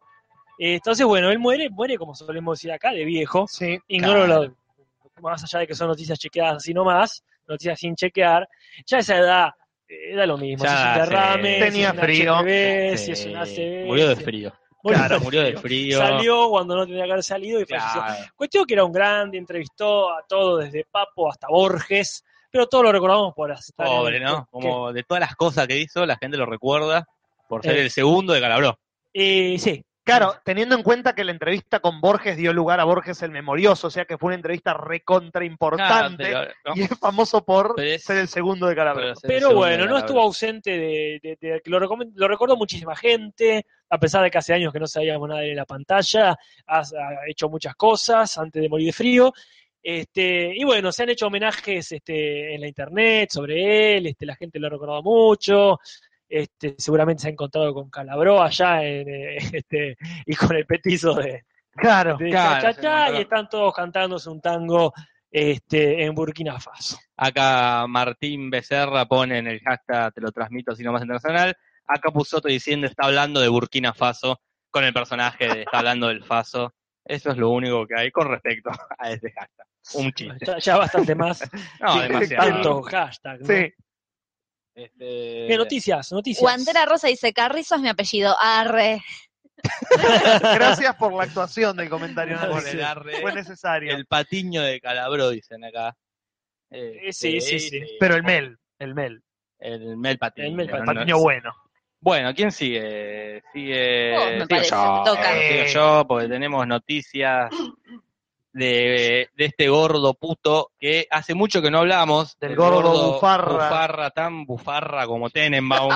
[SPEAKER 3] Eh, Entonces, bueno, él muere, muere como solemos decir acá, de viejo.
[SPEAKER 2] Sí.
[SPEAKER 3] Ignoro
[SPEAKER 4] Claro.
[SPEAKER 3] lo- más allá de que son noticias chequeadas así nomás, noticias sin chequear. Ya a esa edad eh, da lo mismo.
[SPEAKER 4] Ya,
[SPEAKER 3] si es un derrame,
[SPEAKER 4] sí.
[SPEAKER 3] si
[SPEAKER 2] Tenía
[SPEAKER 3] es un
[SPEAKER 2] frío.
[SPEAKER 3] HPV, si
[SPEAKER 4] Sí.
[SPEAKER 3] es un ACV.
[SPEAKER 4] Murió de
[SPEAKER 3] si-
[SPEAKER 4] frío.
[SPEAKER 3] murió
[SPEAKER 4] Claro,
[SPEAKER 3] de
[SPEAKER 4] murió de
[SPEAKER 3] frío.
[SPEAKER 4] frío.
[SPEAKER 3] Salió cuando no tenía que haber salido y falleció.
[SPEAKER 4] Claro.
[SPEAKER 3] Cuestión que era un grande, entrevistó a todo desde Papo hasta Borges, pero todos lo recordamos por las
[SPEAKER 4] Pobre, ¿no? Como de todas las cosas que hizo, la gente lo recuerda por ser
[SPEAKER 3] Eh.
[SPEAKER 4] el segundo de Calabró.
[SPEAKER 3] Y eh, sí,
[SPEAKER 2] Claro, teniendo en cuenta que la entrevista con Borges dio lugar a Borges el Memorioso, o sea que fue una entrevista recontra importante.
[SPEAKER 4] Claro, pero, ¿no?
[SPEAKER 2] Y es famoso por
[SPEAKER 4] Pero es-
[SPEAKER 2] ser el segundo de Calabria.
[SPEAKER 4] Pero ser el
[SPEAKER 3] pero
[SPEAKER 4] segundo
[SPEAKER 3] bueno,
[SPEAKER 4] de
[SPEAKER 3] no
[SPEAKER 4] Calabró.
[SPEAKER 3] estuvo ausente de, de- de- que lo, recom- lo recordó muchísima gente, a pesar de que hace años que no sabíamos nada de él en la pantalla, ha, ha hecho muchas cosas antes de morir de frío. Este, y bueno, se han hecho homenajes este, en la internet sobre él, este, la gente lo ha recordado mucho. Este, seguramente se ha encontrado con Calabró allá en, eh, este, y con el petizo de,
[SPEAKER 2] Claro.
[SPEAKER 3] de cha,
[SPEAKER 4] Claro,
[SPEAKER 3] cha,
[SPEAKER 4] se
[SPEAKER 3] cha,
[SPEAKER 4] encontraron.
[SPEAKER 3] y están todos cantándose un tango este, en Burkina Faso.
[SPEAKER 4] Acá Martín Becerra pone en el hashtag Te lo transmito sino más internacional. Acá Pusoto diciendo está hablando de Burkina Faso con el personaje de está hablando del Faso. Eso es lo único que hay con respecto a ese hashtag. Un chiste.
[SPEAKER 3] Ya, ya bastante más
[SPEAKER 4] No, Eh,
[SPEAKER 3] que
[SPEAKER 4] demasiado.
[SPEAKER 3] tanto hashtag. ¿no?
[SPEAKER 2] Sí.
[SPEAKER 4] Este,
[SPEAKER 3] Bien, Eh, noticias, noticias.
[SPEAKER 1] Guantera Rosa dice, Carrizo es mi apellido. Arre.
[SPEAKER 2] Gracias por la actuación del comentario.
[SPEAKER 3] Por
[SPEAKER 4] con
[SPEAKER 2] Nancy.
[SPEAKER 4] el arre,
[SPEAKER 2] Fue necesario.
[SPEAKER 4] el patiño de Calabró, dicen acá. Este,
[SPEAKER 3] sí, sí, sí.
[SPEAKER 2] Pero el Mel, el Mel,
[SPEAKER 4] El Mel Patiño.
[SPEAKER 3] El Mel
[SPEAKER 4] no, no,
[SPEAKER 2] Patiño bueno.
[SPEAKER 4] Bueno, ¿quién sigue? Sigue.
[SPEAKER 1] Vos, Oh, me
[SPEAKER 4] sigo
[SPEAKER 1] parece,
[SPEAKER 4] yo. Eh,
[SPEAKER 1] te toca.
[SPEAKER 4] sigo yo, porque tenemos noticias de, de este gordo puto que hace mucho que no hablamos.
[SPEAKER 2] Del
[SPEAKER 4] El
[SPEAKER 2] gordo bufarra.
[SPEAKER 4] bufarra, tan bufarra como Tenenbaum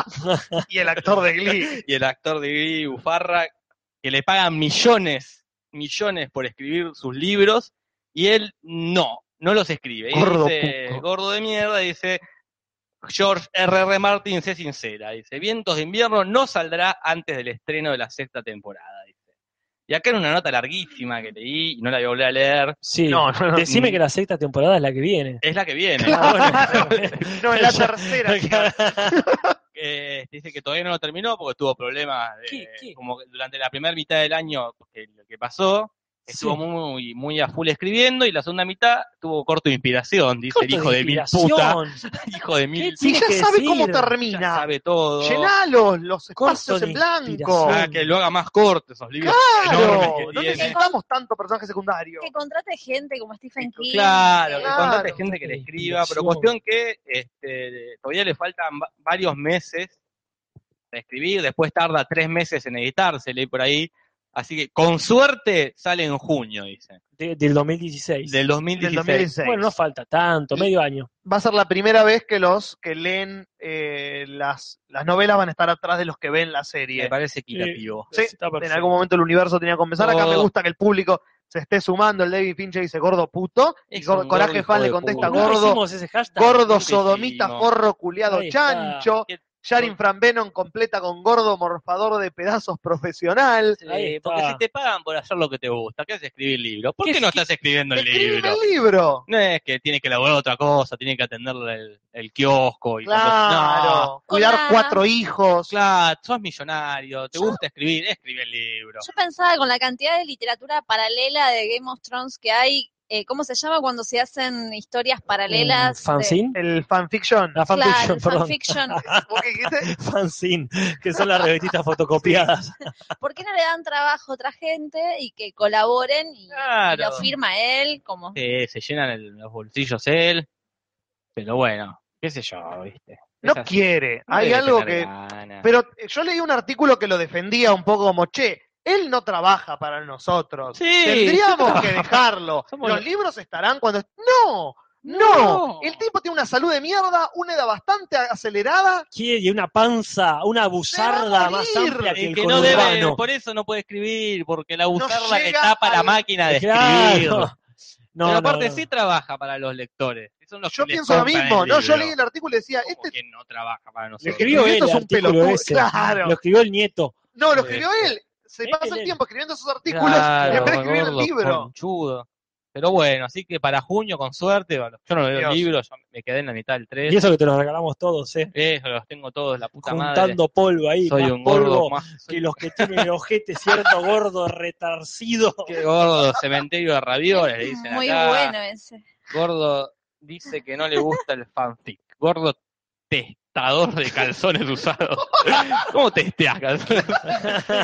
[SPEAKER 2] Y el actor de Glee.
[SPEAKER 4] y el actor de Glee, Bufarra, que le pagan millones, millones por escribir sus libros y él no, no los escribe. Y
[SPEAKER 2] Gordo
[SPEAKER 4] dice,
[SPEAKER 2] puto.
[SPEAKER 4] gordo de mierda, dice George R.R. Martin, sé sincera, dice, Vientos de invierno no saldrá antes del estreno de la sexta temporada, dice. Y acá era una nota larguísima que leí y no la voy a volver a leer.
[SPEAKER 3] Sí.
[SPEAKER 2] No, no, no.
[SPEAKER 3] Decime que la sexta temporada es la que viene.
[SPEAKER 4] Es la que viene.
[SPEAKER 3] Ah, bueno.
[SPEAKER 2] No, es la tercera.
[SPEAKER 4] Eh, dice que todavía no lo terminó porque tuvo problemas de-
[SPEAKER 3] ¿Qué? ¿Qué?
[SPEAKER 4] como que durante la primera mitad del año que, que pasó estuvo
[SPEAKER 3] Sí.
[SPEAKER 4] muy muy a full escribiendo y la segunda mitad tuvo corto de inspiración dice el hijo de, mil puta
[SPEAKER 3] Inspiración.
[SPEAKER 4] hijo de
[SPEAKER 3] Sí,
[SPEAKER 4] mil
[SPEAKER 2] Si
[SPEAKER 3] tiene
[SPEAKER 2] ya
[SPEAKER 3] que
[SPEAKER 2] sabe
[SPEAKER 3] decir.
[SPEAKER 2] cómo
[SPEAKER 4] ya
[SPEAKER 2] termina,
[SPEAKER 4] sabe todo
[SPEAKER 2] llenalos, los
[SPEAKER 3] Corto
[SPEAKER 2] espacios
[SPEAKER 3] de
[SPEAKER 2] en blanco.
[SPEAKER 3] inspiración.
[SPEAKER 4] Ah, que lo haga más corto esos libros enormes
[SPEAKER 2] Claro,
[SPEAKER 4] que
[SPEAKER 2] no
[SPEAKER 4] tiene.
[SPEAKER 2] necesitamos tanto personaje secundario.
[SPEAKER 1] Que contrate gente como Stephen King.
[SPEAKER 4] Claro, que
[SPEAKER 1] Eh,
[SPEAKER 2] Claro.
[SPEAKER 4] contrate gente que le escriba, pero cuestión que este, todavía le faltan va- varios meses para escribir, después tarda tres meses en editarse, leí por ahí, así que con suerte sale en junio, dice,
[SPEAKER 3] De- del 2016.
[SPEAKER 4] del 2016.
[SPEAKER 2] Del 2016.
[SPEAKER 3] Bueno, no falta tanto, medio año.
[SPEAKER 2] Va a ser la primera vez que los que leen eh, las, las novelas van a estar atrás de los que ven la
[SPEAKER 4] Me
[SPEAKER 2] serie.
[SPEAKER 4] parece equitativo.
[SPEAKER 2] Sí,
[SPEAKER 3] Está
[SPEAKER 2] En
[SPEAKER 3] perfecto.
[SPEAKER 2] algún momento el universo tenía que comenzar. Acá me
[SPEAKER 4] Gordo.
[SPEAKER 2] gusta que el público se esté sumando. El David Fincher dice gordo puto. Y
[SPEAKER 4] Es un
[SPEAKER 2] Gor- Coraje
[SPEAKER 4] gordo
[SPEAKER 2] Fan
[SPEAKER 4] hijo
[SPEAKER 2] le
[SPEAKER 4] de
[SPEAKER 2] contesta
[SPEAKER 4] puta.
[SPEAKER 3] Nunca
[SPEAKER 2] gordo.
[SPEAKER 3] hicimos ese hashtag.
[SPEAKER 2] Gordo
[SPEAKER 4] Nunca
[SPEAKER 2] sodomita,
[SPEAKER 4] hicimos.
[SPEAKER 2] forro culiado
[SPEAKER 3] Ahí está.
[SPEAKER 2] chancho.
[SPEAKER 4] Qué-
[SPEAKER 2] Sharin Fran Venom completa con gordo morfador de pedazos profesional.
[SPEAKER 3] Ahí
[SPEAKER 4] Eh, porque
[SPEAKER 3] está.
[SPEAKER 4] si te pagan por hacer lo que te gusta, que es escribir libros, ¿por
[SPEAKER 3] Ah. ¿Qué
[SPEAKER 4] qué, no
[SPEAKER 3] es que-
[SPEAKER 4] estás escribiendo el
[SPEAKER 2] Escribe
[SPEAKER 4] libro?
[SPEAKER 2] el libro.
[SPEAKER 4] No es que tiene que elaborar otra cosa, tiene que atender el, el kiosco y
[SPEAKER 2] Claro.
[SPEAKER 4] No,
[SPEAKER 2] Cuidar
[SPEAKER 1] Hola.
[SPEAKER 2] cuatro hijos.
[SPEAKER 4] Claro, sos millonario, te gusta escribir, escribe el libro.
[SPEAKER 1] Yo pensaba con la cantidad de literatura paralela de Game of Thrones que hay, eh, ¿cómo se llama cuando se hacen historias paralelas?
[SPEAKER 3] Mm, ¿Fanzine?
[SPEAKER 2] El fanfiction.
[SPEAKER 3] La
[SPEAKER 1] De... Claro,
[SPEAKER 3] fanfiction,
[SPEAKER 1] el
[SPEAKER 3] perdón.
[SPEAKER 1] fanfiction.
[SPEAKER 2] ¿Vos qué dijiste?
[SPEAKER 3] fanzine, que son las revistas fotocopiadas.
[SPEAKER 1] ¿Por qué no le dan trabajo a otra gente y que colaboren y, y
[SPEAKER 4] Claro.
[SPEAKER 1] lo firma él? Como
[SPEAKER 4] Sí, se llenan el- los bolsillos él, pero bueno, qué sé yo, viste.
[SPEAKER 2] No
[SPEAKER 4] Es así.
[SPEAKER 2] quiere.
[SPEAKER 4] No
[SPEAKER 2] Hay
[SPEAKER 4] debe
[SPEAKER 2] algo que.
[SPEAKER 4] tener ganas.
[SPEAKER 2] Pero eh, yo leí un artículo que lo defendía un poco como, che, él no trabaja para nosotros.
[SPEAKER 4] Sí,
[SPEAKER 2] Tendríamos que dejarlo.
[SPEAKER 4] Somos
[SPEAKER 2] Los
[SPEAKER 4] los-
[SPEAKER 2] libros estarán cuando. ¡No! ¡No! El tipo tiene una salud de mierda, una edad bastante acelerada.
[SPEAKER 3] Quiere una panza, una buzarda más
[SPEAKER 2] morir.
[SPEAKER 3] amplia que
[SPEAKER 4] El
[SPEAKER 3] el
[SPEAKER 4] que no debe,
[SPEAKER 3] conurbano.
[SPEAKER 4] por eso no puede escribir, porque la buscarla le
[SPEAKER 2] llega
[SPEAKER 4] tapa la
[SPEAKER 2] al-
[SPEAKER 4] máquina de
[SPEAKER 3] Claro.
[SPEAKER 4] escribir.
[SPEAKER 3] No,
[SPEAKER 4] pero
[SPEAKER 3] no,
[SPEAKER 4] aparte
[SPEAKER 3] no.
[SPEAKER 4] sí trabaja para los lectores. Son los
[SPEAKER 2] Yo
[SPEAKER 4] que les
[SPEAKER 2] pienso lo
[SPEAKER 4] compran
[SPEAKER 2] mismo.
[SPEAKER 4] el
[SPEAKER 2] No, yo
[SPEAKER 4] libro.
[SPEAKER 2] leí el artículo y decía,
[SPEAKER 4] Como
[SPEAKER 2] este
[SPEAKER 4] quien no trabaja para
[SPEAKER 3] Lo
[SPEAKER 4] nosotros.
[SPEAKER 3] escribió él,
[SPEAKER 2] Esto es
[SPEAKER 3] el
[SPEAKER 2] un
[SPEAKER 3] artículo
[SPEAKER 2] pelotudo,
[SPEAKER 3] ese.
[SPEAKER 2] claro.
[SPEAKER 3] Lo escribió el nieto.
[SPEAKER 2] No, lo escribió
[SPEAKER 4] Sí.
[SPEAKER 2] él. Se
[SPEAKER 3] Él,
[SPEAKER 2] pasa el
[SPEAKER 3] él.
[SPEAKER 2] tiempo escribiendo esos artículos
[SPEAKER 4] Claro,
[SPEAKER 2] en vez de escribir el
[SPEAKER 4] gordo,
[SPEAKER 2] libro.
[SPEAKER 4] conchudo. Pero bueno, así que para junio, con suerte, bueno, yo no leo
[SPEAKER 2] Dios.
[SPEAKER 4] el libro, yo me quedé en la mitad del 3.
[SPEAKER 3] Y eso que te lo regalamos todos, ¿eh?
[SPEAKER 4] Eso, los tengo todos, la puta
[SPEAKER 3] Juntando polvo
[SPEAKER 4] madre.
[SPEAKER 3] ahí.
[SPEAKER 4] Soy
[SPEAKER 3] más
[SPEAKER 4] un
[SPEAKER 3] polvo
[SPEAKER 4] gordo más.
[SPEAKER 3] que los que tienen el ojete, cierto gordo retarcido.
[SPEAKER 4] Qué gordo, cementerio de ravioles, le dicen
[SPEAKER 1] muy
[SPEAKER 4] acá.
[SPEAKER 1] bueno ese.
[SPEAKER 4] Gordo dice que no le gusta el fanfic. Gordo testador de calzones usados. ¿Cómo testeas calzones?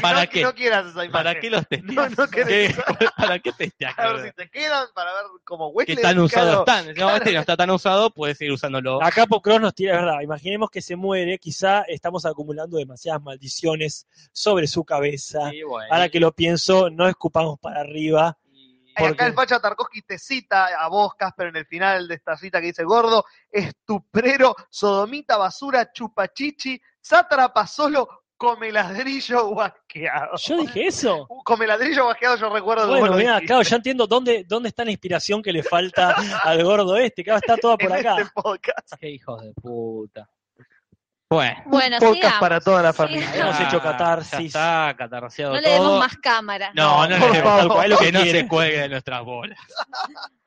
[SPEAKER 4] ¿Para
[SPEAKER 2] no,
[SPEAKER 4] qué?
[SPEAKER 2] No quieras esa imagen.
[SPEAKER 4] ¿Para qué los
[SPEAKER 2] No,
[SPEAKER 4] testeas?
[SPEAKER 2] no querés.
[SPEAKER 4] ¿Qué? Eh, ¿Para qué testeas?
[SPEAKER 2] A ver si te quedan para ver como
[SPEAKER 4] ¿Qué
[SPEAKER 2] Wesley.
[SPEAKER 4] tan usados
[SPEAKER 2] Delgado.
[SPEAKER 4] están? No, este no está tan usado, puedes seguir usándolo.
[SPEAKER 3] Acá Pocros nos tira, es verdad, imaginemos que se muere, quizá estamos acumulando demasiadas maldiciones sobre su cabeza.
[SPEAKER 4] Sí, bueno.
[SPEAKER 3] Ahora que lo pienso, no escupamos para arriba.
[SPEAKER 4] Y-
[SPEAKER 2] Ay,
[SPEAKER 3] ¿Por
[SPEAKER 2] acá
[SPEAKER 3] qué?
[SPEAKER 2] el Pacha Tarkovsky te cita a vos, Casper, en el final de esta cita que dice gordo, estuprero, sodomita, basura, chupachichi, sátrapa solo, come ladrillo guasqueado.
[SPEAKER 3] Yo dije eso.
[SPEAKER 2] Uh, Come ladrillo guasqueado, yo recuerdo de
[SPEAKER 3] Bueno,
[SPEAKER 2] vos lo
[SPEAKER 3] mira,
[SPEAKER 2] dijiste
[SPEAKER 3] claro, ya entiendo dónde, dónde está la inspiración que le falta al gordo este. Claro, está toda por
[SPEAKER 2] en
[SPEAKER 3] acá.
[SPEAKER 2] este podcast.
[SPEAKER 4] Qué hijos de puta. Bueno.
[SPEAKER 1] Bueno, sigamos.
[SPEAKER 2] toda la
[SPEAKER 1] familia. Sí.
[SPEAKER 3] Hemos hecho catarsis.
[SPEAKER 4] Ya está, catarseado
[SPEAKER 1] No le demos
[SPEAKER 4] todo.
[SPEAKER 1] más cámara.
[SPEAKER 4] No, no,
[SPEAKER 2] Por
[SPEAKER 4] le demos
[SPEAKER 2] favor.
[SPEAKER 4] tal cual,
[SPEAKER 3] lo
[SPEAKER 4] que no
[SPEAKER 3] quiere.
[SPEAKER 4] se cuelgue de nuestras bolas.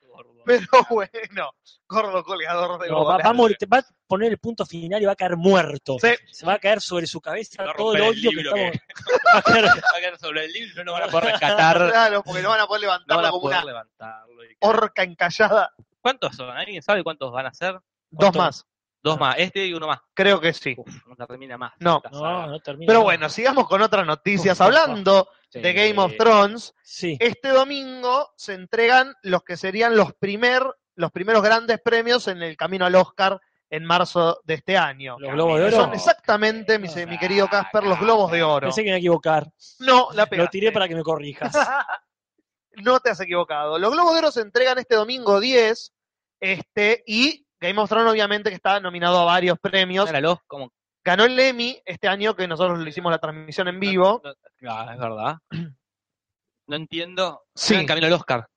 [SPEAKER 4] Gordo.
[SPEAKER 2] Pero bueno, gordo colgador de
[SPEAKER 3] No, va,
[SPEAKER 2] bolas.
[SPEAKER 3] va a morir, va a poner el punto final y va a caer muerto.
[SPEAKER 2] Sí.
[SPEAKER 3] Se va a caer sobre su cabeza
[SPEAKER 4] Va a
[SPEAKER 3] todo el
[SPEAKER 4] romper
[SPEAKER 3] odio
[SPEAKER 4] el
[SPEAKER 3] que
[SPEAKER 4] libro
[SPEAKER 3] estamos. Va a caer-
[SPEAKER 4] Va a caer sobre el libro, no van a poder rescatar.
[SPEAKER 2] Claro, porque no van a poder
[SPEAKER 4] No
[SPEAKER 2] levantarlo
[SPEAKER 4] van a
[SPEAKER 2] como
[SPEAKER 4] poder
[SPEAKER 2] una
[SPEAKER 4] levantarlo. y-
[SPEAKER 2] horca encallada.
[SPEAKER 4] ¿Cuántos son? ¿Alguien sabe cuántos van a ser?
[SPEAKER 2] Dos
[SPEAKER 4] ¿Cuántos?
[SPEAKER 2] más,
[SPEAKER 4] Dos más, este y uno más.
[SPEAKER 2] creo que sí.
[SPEAKER 4] Uf, no termina más.
[SPEAKER 2] No.
[SPEAKER 4] esta saga.
[SPEAKER 3] No, no termina.
[SPEAKER 2] Pero bueno, sigamos con otras noticias.
[SPEAKER 4] Uf, uf, uf.
[SPEAKER 2] Hablando
[SPEAKER 4] Sí.
[SPEAKER 2] de Game
[SPEAKER 3] Eh,
[SPEAKER 2] of Thrones,
[SPEAKER 3] Sí.
[SPEAKER 2] este domingo se entregan los que serían los, primer, los primeros grandes premios en el camino al Oscar en marzo de este año.
[SPEAKER 3] Los globos de
[SPEAKER 2] Que
[SPEAKER 3] oro.
[SPEAKER 2] Son exactamente, mi, mi querido Casper, los globos de oro.
[SPEAKER 3] Pensé que me iba a equivocar.
[SPEAKER 2] No, la pegaste.
[SPEAKER 3] Lo tiré para que me corrijas.
[SPEAKER 2] no te has equivocado. Los Globos de Oro se entregan este domingo 10, este, y Game of Thrones, obviamente, que está nominado a varios premios.
[SPEAKER 4] Míralo, como-
[SPEAKER 2] Ganó el Emmy este año, que nosotros le hicimos la transmisión en vivo.
[SPEAKER 4] No- no- ah, es verdad. No entiendo.
[SPEAKER 2] Sí.
[SPEAKER 4] Está en camino al Oscar.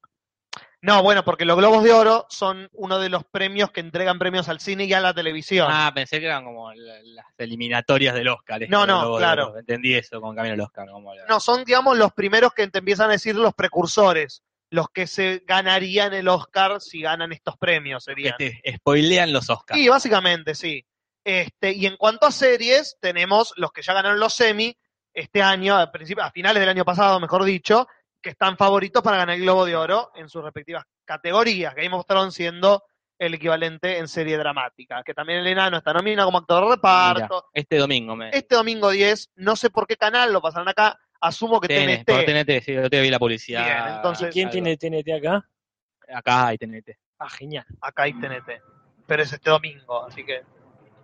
[SPEAKER 2] No, bueno, porque los Globos de Oro son uno de los premios que entregan premios al cine y a la televisión.
[SPEAKER 4] Ah, pensé que eran como la- las eliminatorias del Oscar. esto
[SPEAKER 2] No, no,
[SPEAKER 4] del Globo de
[SPEAKER 2] claro.
[SPEAKER 4] Oro. Entendí eso con camino al Oscar. como la-
[SPEAKER 2] No, son, digamos, los primeros que te empiezan a decir los precursores, los que se ganarían el Oscar si ganan estos premios,
[SPEAKER 4] que
[SPEAKER 2] serían.
[SPEAKER 4] te este, spoilean los Oscars.
[SPEAKER 2] Sí, básicamente, sí. Este, y en cuanto a series, tenemos los que ya ganaron los semi este año, a, principi- a finales del año pasado, mejor dicho, que están favoritos para ganar el Globo de Oro en sus respectivas categorías. Game of Thrones siendo el equivalente en serie dramática, que también el enano está nominado como actor de reparto.
[SPEAKER 4] Mira, este domingo me.
[SPEAKER 2] Este domingo 10, no sé por qué canal lo pasarán acá, asumo que
[SPEAKER 4] TNT,
[SPEAKER 2] TNT.
[SPEAKER 4] por TNT, sí, yo te vi la publicidad.
[SPEAKER 2] Bien, entonces-
[SPEAKER 3] ¿Quién
[SPEAKER 4] Algo.
[SPEAKER 3] tiene TNT acá?
[SPEAKER 4] Acá hay TNT.
[SPEAKER 3] Ah, genial.
[SPEAKER 2] Acá hay TNT, pero es este domingo, así que...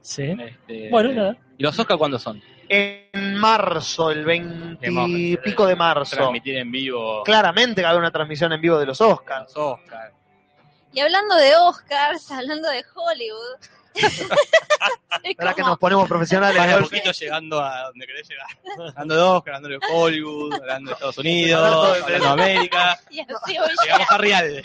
[SPEAKER 3] Sí.
[SPEAKER 2] ¿Eh?
[SPEAKER 4] Este,
[SPEAKER 3] Bueno, nada.
[SPEAKER 4] ¿Y los Oscar cuándo son?
[SPEAKER 2] En marzo, el 20 y
[SPEAKER 4] Demócrata.
[SPEAKER 2] pico de marzo.
[SPEAKER 4] Transmitir en vivo.
[SPEAKER 2] claramente que habrá una transmisión en vivo de los Oscars.
[SPEAKER 4] Los Oscar.
[SPEAKER 1] Y hablando de Oscars, hablando de Hollywood. es
[SPEAKER 2] Ahora que
[SPEAKER 1] como-
[SPEAKER 2] nos ponemos profesionales.
[SPEAKER 4] Vas de a
[SPEAKER 2] Hablando
[SPEAKER 4] poquito llegando a donde querés llegar. Hablando de Oscar, hablando de Hollywood, hablando de Estados Unidos,
[SPEAKER 2] Hablando de-
[SPEAKER 4] hablando de América.
[SPEAKER 1] y así voy
[SPEAKER 4] Llegamos a Real.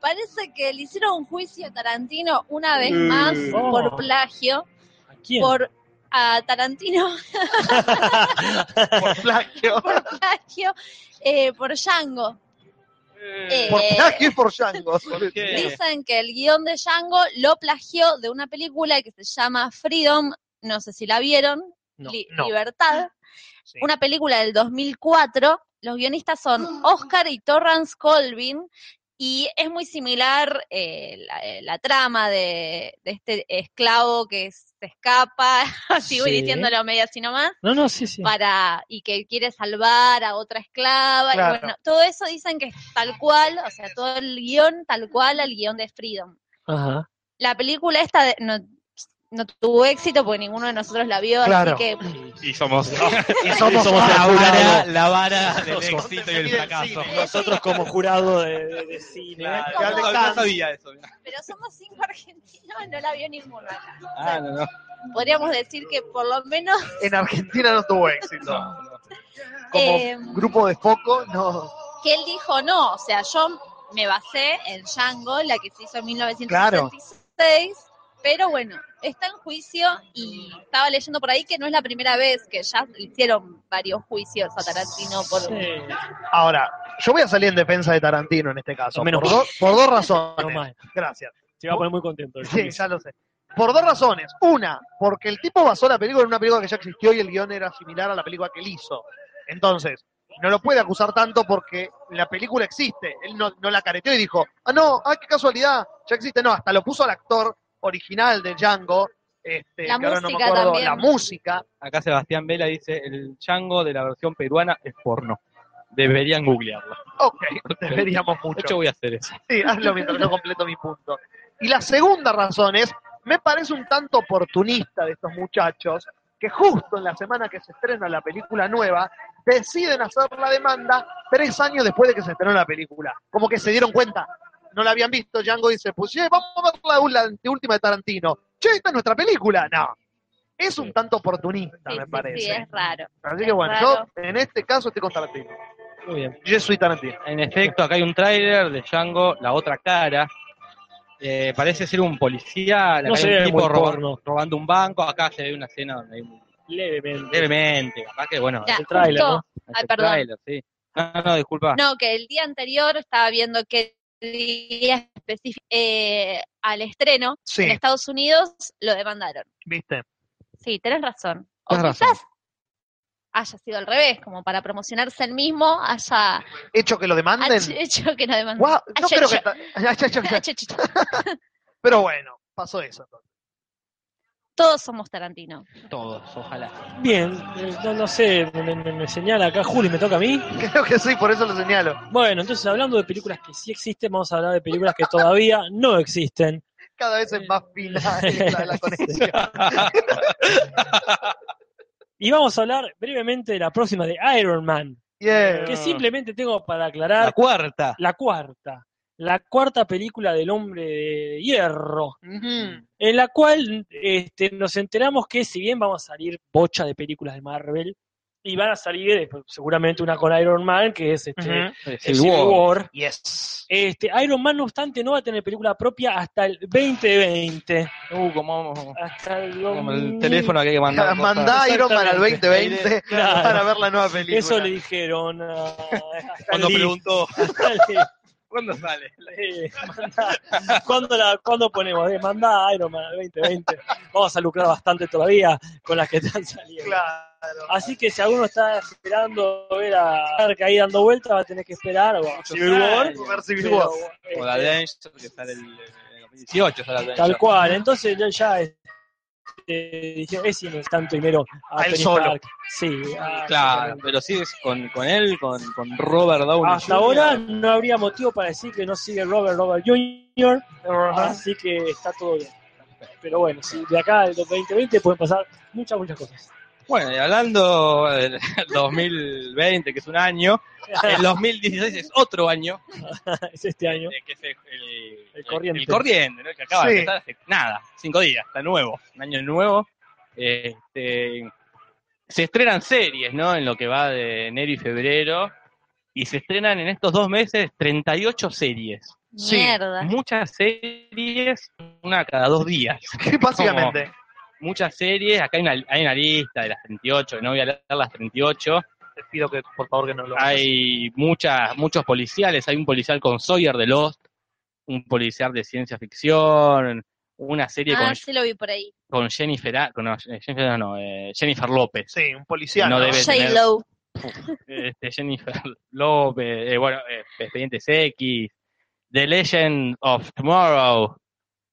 [SPEAKER 1] Parece que le hicieron un juicio a Tarantino una vez más
[SPEAKER 4] Mm.
[SPEAKER 3] Oh.
[SPEAKER 1] por plagio.
[SPEAKER 3] ¿A quién?
[SPEAKER 1] Por a Tarantino,
[SPEAKER 2] por plagio.
[SPEAKER 1] por plagio, eh, por Django. Eh,
[SPEAKER 2] Por plagio y por Django.
[SPEAKER 4] ¿Por qué?
[SPEAKER 1] Dicen que el guión de Django lo plagió de una película que se llama Freedom, no sé si la vieron,
[SPEAKER 3] No,
[SPEAKER 1] Li-
[SPEAKER 2] no.
[SPEAKER 1] Libertad,
[SPEAKER 2] Sí.
[SPEAKER 1] una película del 2004. Los guionistas son Oscar y Torrance Colvin y es muy similar eh, la, eh, la trama de, de este esclavo que se escapa, así voy
[SPEAKER 3] Sí.
[SPEAKER 1] diciéndolo medio así nomás
[SPEAKER 3] No, no, sí, sí.
[SPEAKER 1] para y que quiere salvar a otra esclava
[SPEAKER 2] Claro.
[SPEAKER 1] y bueno, todo eso dicen que es tal cual, o sea, todo el guión tal cual al guión de Freedom.
[SPEAKER 3] Ajá.
[SPEAKER 1] La película esta de- no, no tuvo éxito porque ninguno de nosotros la vio,
[SPEAKER 2] Claro.
[SPEAKER 1] así que
[SPEAKER 4] Y somos,
[SPEAKER 2] Y somos,
[SPEAKER 3] Somos
[SPEAKER 2] Ah,
[SPEAKER 4] la
[SPEAKER 3] jurado.
[SPEAKER 4] vara, la vara del
[SPEAKER 3] Somos-
[SPEAKER 4] éxito y el fracaso.
[SPEAKER 2] Sí,
[SPEAKER 3] Nosotros como jurado de, de- de cine.
[SPEAKER 4] Claro,
[SPEAKER 1] Como-
[SPEAKER 4] no, no sabía eso.
[SPEAKER 1] pero somos cinco argentinos, no la vio ninguno.
[SPEAKER 4] Ah, no, no.
[SPEAKER 1] Podríamos decir que por lo menos
[SPEAKER 2] en Argentina no tuvo éxito.
[SPEAKER 4] No, no.
[SPEAKER 2] Como
[SPEAKER 1] eh,
[SPEAKER 2] grupo de foco, no.
[SPEAKER 1] que él dijo no, o sea, yo me basé en Django, la que se hizo en 1966, pero bueno, está en juicio y estaba leyendo por ahí que no es la primera vez que ya hicieron varios juicios a Tarantino por...
[SPEAKER 3] Sí,
[SPEAKER 2] Ahora, yo voy a salir en defensa de Tarantino en este caso.
[SPEAKER 3] Menos
[SPEAKER 2] por,
[SPEAKER 3] mal.
[SPEAKER 2] dos- por dos
[SPEAKER 3] no
[SPEAKER 2] razones.
[SPEAKER 3] mal.
[SPEAKER 2] Gracias.
[SPEAKER 3] Se va a poner muy contento. el
[SPEAKER 2] Sí,
[SPEAKER 3] Luis.
[SPEAKER 2] ya lo sé. Por dos razones. Una, porque el tipo basó la película en una película que ya existió y el guión era similar a la película que él hizo. Entonces, no lo puede acusar tanto porque la película existe. Él no, no la careteó y dijo, ah, no, ah, qué casualidad, ya existe. No, hasta lo puso al actor original de Django. Este,
[SPEAKER 1] La
[SPEAKER 2] que ahora no me
[SPEAKER 1] música
[SPEAKER 2] acuerdo,
[SPEAKER 1] también.
[SPEAKER 2] la música.
[SPEAKER 4] Acá Sebastián Vela dice, el chango de la versión peruana es porno. Deberían googlearlo.
[SPEAKER 2] Ok, deberíamos mucho.
[SPEAKER 4] De hecho voy a hacer eso.
[SPEAKER 2] Sí, hazlo mientras yo completo mi punto. Y la segunda razón es, me parece un tanto oportunista de estos muchachos que justo en la semana que se estrena la película nueva, deciden hacer la demanda tres años después de que se estrenó la película. Como que se dieron cuenta, no la habían visto, Django dice, pues che, vamos a ver la, la última de Tarantino. Che, esta es nuestra película. No, es un tanto oportunista,
[SPEAKER 1] Sí,
[SPEAKER 2] me
[SPEAKER 1] sí, eh.
[SPEAKER 2] parece.
[SPEAKER 1] sí, es raro.
[SPEAKER 2] Así que
[SPEAKER 1] es
[SPEAKER 2] bueno,
[SPEAKER 1] raro.
[SPEAKER 2] yo en este caso estoy con Tarantino.
[SPEAKER 4] Muy bien.
[SPEAKER 2] Yo soy Tarantino.
[SPEAKER 4] En efecto, acá hay un tráiler de Django, la otra cara. Eh, parece ser un policía, la
[SPEAKER 3] No
[SPEAKER 4] cara
[SPEAKER 3] se
[SPEAKER 4] de un
[SPEAKER 3] ve
[SPEAKER 4] tipo
[SPEAKER 3] muy
[SPEAKER 4] roba-
[SPEAKER 3] porno.
[SPEAKER 4] robando un banco. Acá se ve una escena donde hay un-
[SPEAKER 3] Levemente.
[SPEAKER 4] levemente, capaz que bueno,
[SPEAKER 1] Ya,
[SPEAKER 4] es
[SPEAKER 3] el tráiler,
[SPEAKER 1] justo-
[SPEAKER 3] ¿no?
[SPEAKER 4] el
[SPEAKER 1] Ay, perdón.
[SPEAKER 4] tráiler, sí. No, no, disculpa.
[SPEAKER 1] No, que el día anterior estaba viendo qué día específico eh, al estreno en
[SPEAKER 2] Sí,
[SPEAKER 1] Estados Unidos lo demandaron.
[SPEAKER 2] viste.
[SPEAKER 1] Sí, tenés razón. O
[SPEAKER 4] Tenés
[SPEAKER 1] quizás haya sido al revés, como para promocionarse el mismo, haya
[SPEAKER 2] Hecho que lo demanden.
[SPEAKER 1] haya hecho que lo demanden.
[SPEAKER 2] Guau, no
[SPEAKER 1] Ay,
[SPEAKER 2] creo
[SPEAKER 1] yo-
[SPEAKER 2] que ta- Ay, ay, ay, ay.
[SPEAKER 1] Haya hecho-
[SPEAKER 2] Pero bueno, pasó eso. entonces.
[SPEAKER 1] Todos somos Tarantino.
[SPEAKER 4] Todos, ojalá.
[SPEAKER 3] Bien, eh, no, no sé, me, me- me señala acá Juli, me toca a mí.
[SPEAKER 2] Creo que sí, por eso lo señalo.
[SPEAKER 3] Bueno, entonces hablando de películas que sí existen, vamos a hablar de películas que todavía no existen.
[SPEAKER 2] Cada vez es más fina la, la conexión.
[SPEAKER 3] Y vamos a hablar brevemente de la próxima de Iron Man,
[SPEAKER 2] Yeah.
[SPEAKER 3] que simplemente tengo para
[SPEAKER 4] La
[SPEAKER 3] aclarar
[SPEAKER 4] cuarta.
[SPEAKER 3] la cuarta, la cuarta película del hombre de hierro,
[SPEAKER 2] Ujú.
[SPEAKER 3] en la cual este, nos enteramos que si bien vamos a salir bocha de películas de Marvel, y van a salir eh, seguramente una con Iron Man, que es este,
[SPEAKER 2] Ujú.
[SPEAKER 4] Civil War.
[SPEAKER 2] Yes.
[SPEAKER 3] Este, Iron Man, no obstante, no va a tener película propia hasta el 2020.
[SPEAKER 4] Uh, como,
[SPEAKER 3] Hasta el,
[SPEAKER 4] como el
[SPEAKER 3] 2000.
[SPEAKER 4] teléfono que hay que mandar.
[SPEAKER 2] Mandá Iron Man al
[SPEAKER 3] Exactamente.
[SPEAKER 2] 2020
[SPEAKER 3] Claro.
[SPEAKER 2] para ver la nueva película.
[SPEAKER 3] Eso le dijeron ah, a, a Stan
[SPEAKER 4] Cuando
[SPEAKER 3] Lee.
[SPEAKER 4] preguntó,
[SPEAKER 3] Stan Lee,
[SPEAKER 4] ¿cuándo sale?
[SPEAKER 3] eh, mandá- ¿cuándo, la- cuándo ponemos? Eh, mandá Iron Man al 2020. Vamos a lucrar bastante todavía con las que están saliendo.
[SPEAKER 2] Claro.
[SPEAKER 3] Así que si alguno está esperando ver a Stark ahí dando vueltas, va a tener que esperar. o a Civil War.
[SPEAKER 2] Ver Civil
[SPEAKER 3] pero,
[SPEAKER 2] War.
[SPEAKER 3] este,
[SPEAKER 4] O la Danger, que sale el, el 2018, sale la
[SPEAKER 3] Tal
[SPEAKER 4] Danger.
[SPEAKER 3] cual, entonces yo ya eh, dije, es tanto primero a
[SPEAKER 2] A él
[SPEAKER 3] Tony
[SPEAKER 2] solo.
[SPEAKER 3] Stark. Sí, a-
[SPEAKER 4] Claro, pero sí, es con, con él, con, con Robert Downey.
[SPEAKER 3] Hasta
[SPEAKER 4] Jr.
[SPEAKER 3] ahora no habría motivo para decir que no sigue Robert Robert Jr.,
[SPEAKER 2] Ah,
[SPEAKER 3] así que está todo bien. Pero bueno, sí, de acá al 2020 pueden pasar muchas, muchas cosas.
[SPEAKER 4] Bueno, y hablando del 2020, que es un año, el 2016 es otro año,
[SPEAKER 3] es este año.
[SPEAKER 4] eh, que es el, el-
[SPEAKER 3] El corriente.
[SPEAKER 4] el corriente, ¿no? El que acaba
[SPEAKER 2] Sí.
[SPEAKER 4] de empezar hace nada, cinco días, está nuevo, un año nuevo. Este, se estrenan series, ¿no? En lo que va de enero y febrero, y se estrenan en estos dos meses 38 series.
[SPEAKER 2] Sí.
[SPEAKER 1] Mierda.
[SPEAKER 4] Muchas series, una cada dos días.
[SPEAKER 2] Sí, básicamente.
[SPEAKER 4] Muchas series, acá hay una, hay una lista de las 38, no voy a leer las 38.
[SPEAKER 2] Te pido que por favor que no lo hagas.
[SPEAKER 4] Hay muchas, muchos policiales, hay un policial con Sawyer de Lost, un policial de ciencia ficción, una serie
[SPEAKER 1] Ah,
[SPEAKER 4] con,
[SPEAKER 1] sí lo vi por ahí.
[SPEAKER 4] con Jennifer, A- con- no, Jennifer, no, eh, Jennifer López,
[SPEAKER 2] Sí, un policía.
[SPEAKER 4] No
[SPEAKER 2] No
[SPEAKER 4] debe-
[SPEAKER 1] J.
[SPEAKER 4] tener-
[SPEAKER 1] Low.
[SPEAKER 4] este, Jennifer López, eh, bueno, eh, Expedientes X, The Legend of Tomorrow,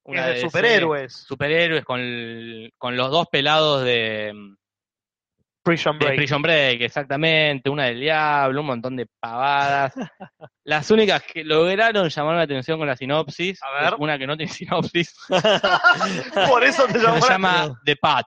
[SPEAKER 2] Es de
[SPEAKER 4] serie-
[SPEAKER 2] superhéroes.
[SPEAKER 4] superhéroes con, el- con los dos pelados de,
[SPEAKER 2] Prison
[SPEAKER 4] De
[SPEAKER 2] Break.
[SPEAKER 4] Prison Break, exactamente, una del diablo, un montón de pavadas. las únicas que lograron llamar la atención con la sinopsis,
[SPEAKER 2] A ver.
[SPEAKER 4] es una que no tiene sinopsis,
[SPEAKER 2] Por eso te
[SPEAKER 4] se
[SPEAKER 2] llamó la-
[SPEAKER 4] llama The Pat,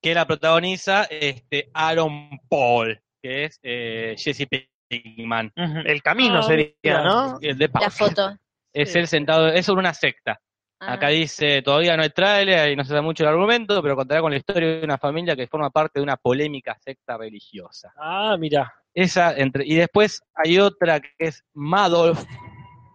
[SPEAKER 4] que la protagoniza este Aaron Paul, que es eh, Jesse Pinkman.
[SPEAKER 2] Ujú, El camino
[SPEAKER 3] Ah,
[SPEAKER 2] sería,
[SPEAKER 3] mira.
[SPEAKER 2] ¿no?
[SPEAKER 4] El The Pat.
[SPEAKER 1] La foto.
[SPEAKER 4] Es él sentado, es sobre una secta.
[SPEAKER 1] Ah.
[SPEAKER 4] Acá dice, todavía no hay tráiler y no se da mucho el argumento, pero contará con la historia de una familia que forma parte de una polémica secta religiosa.
[SPEAKER 3] Ah, mira.
[SPEAKER 4] Esa entre y después hay otra que es Madolf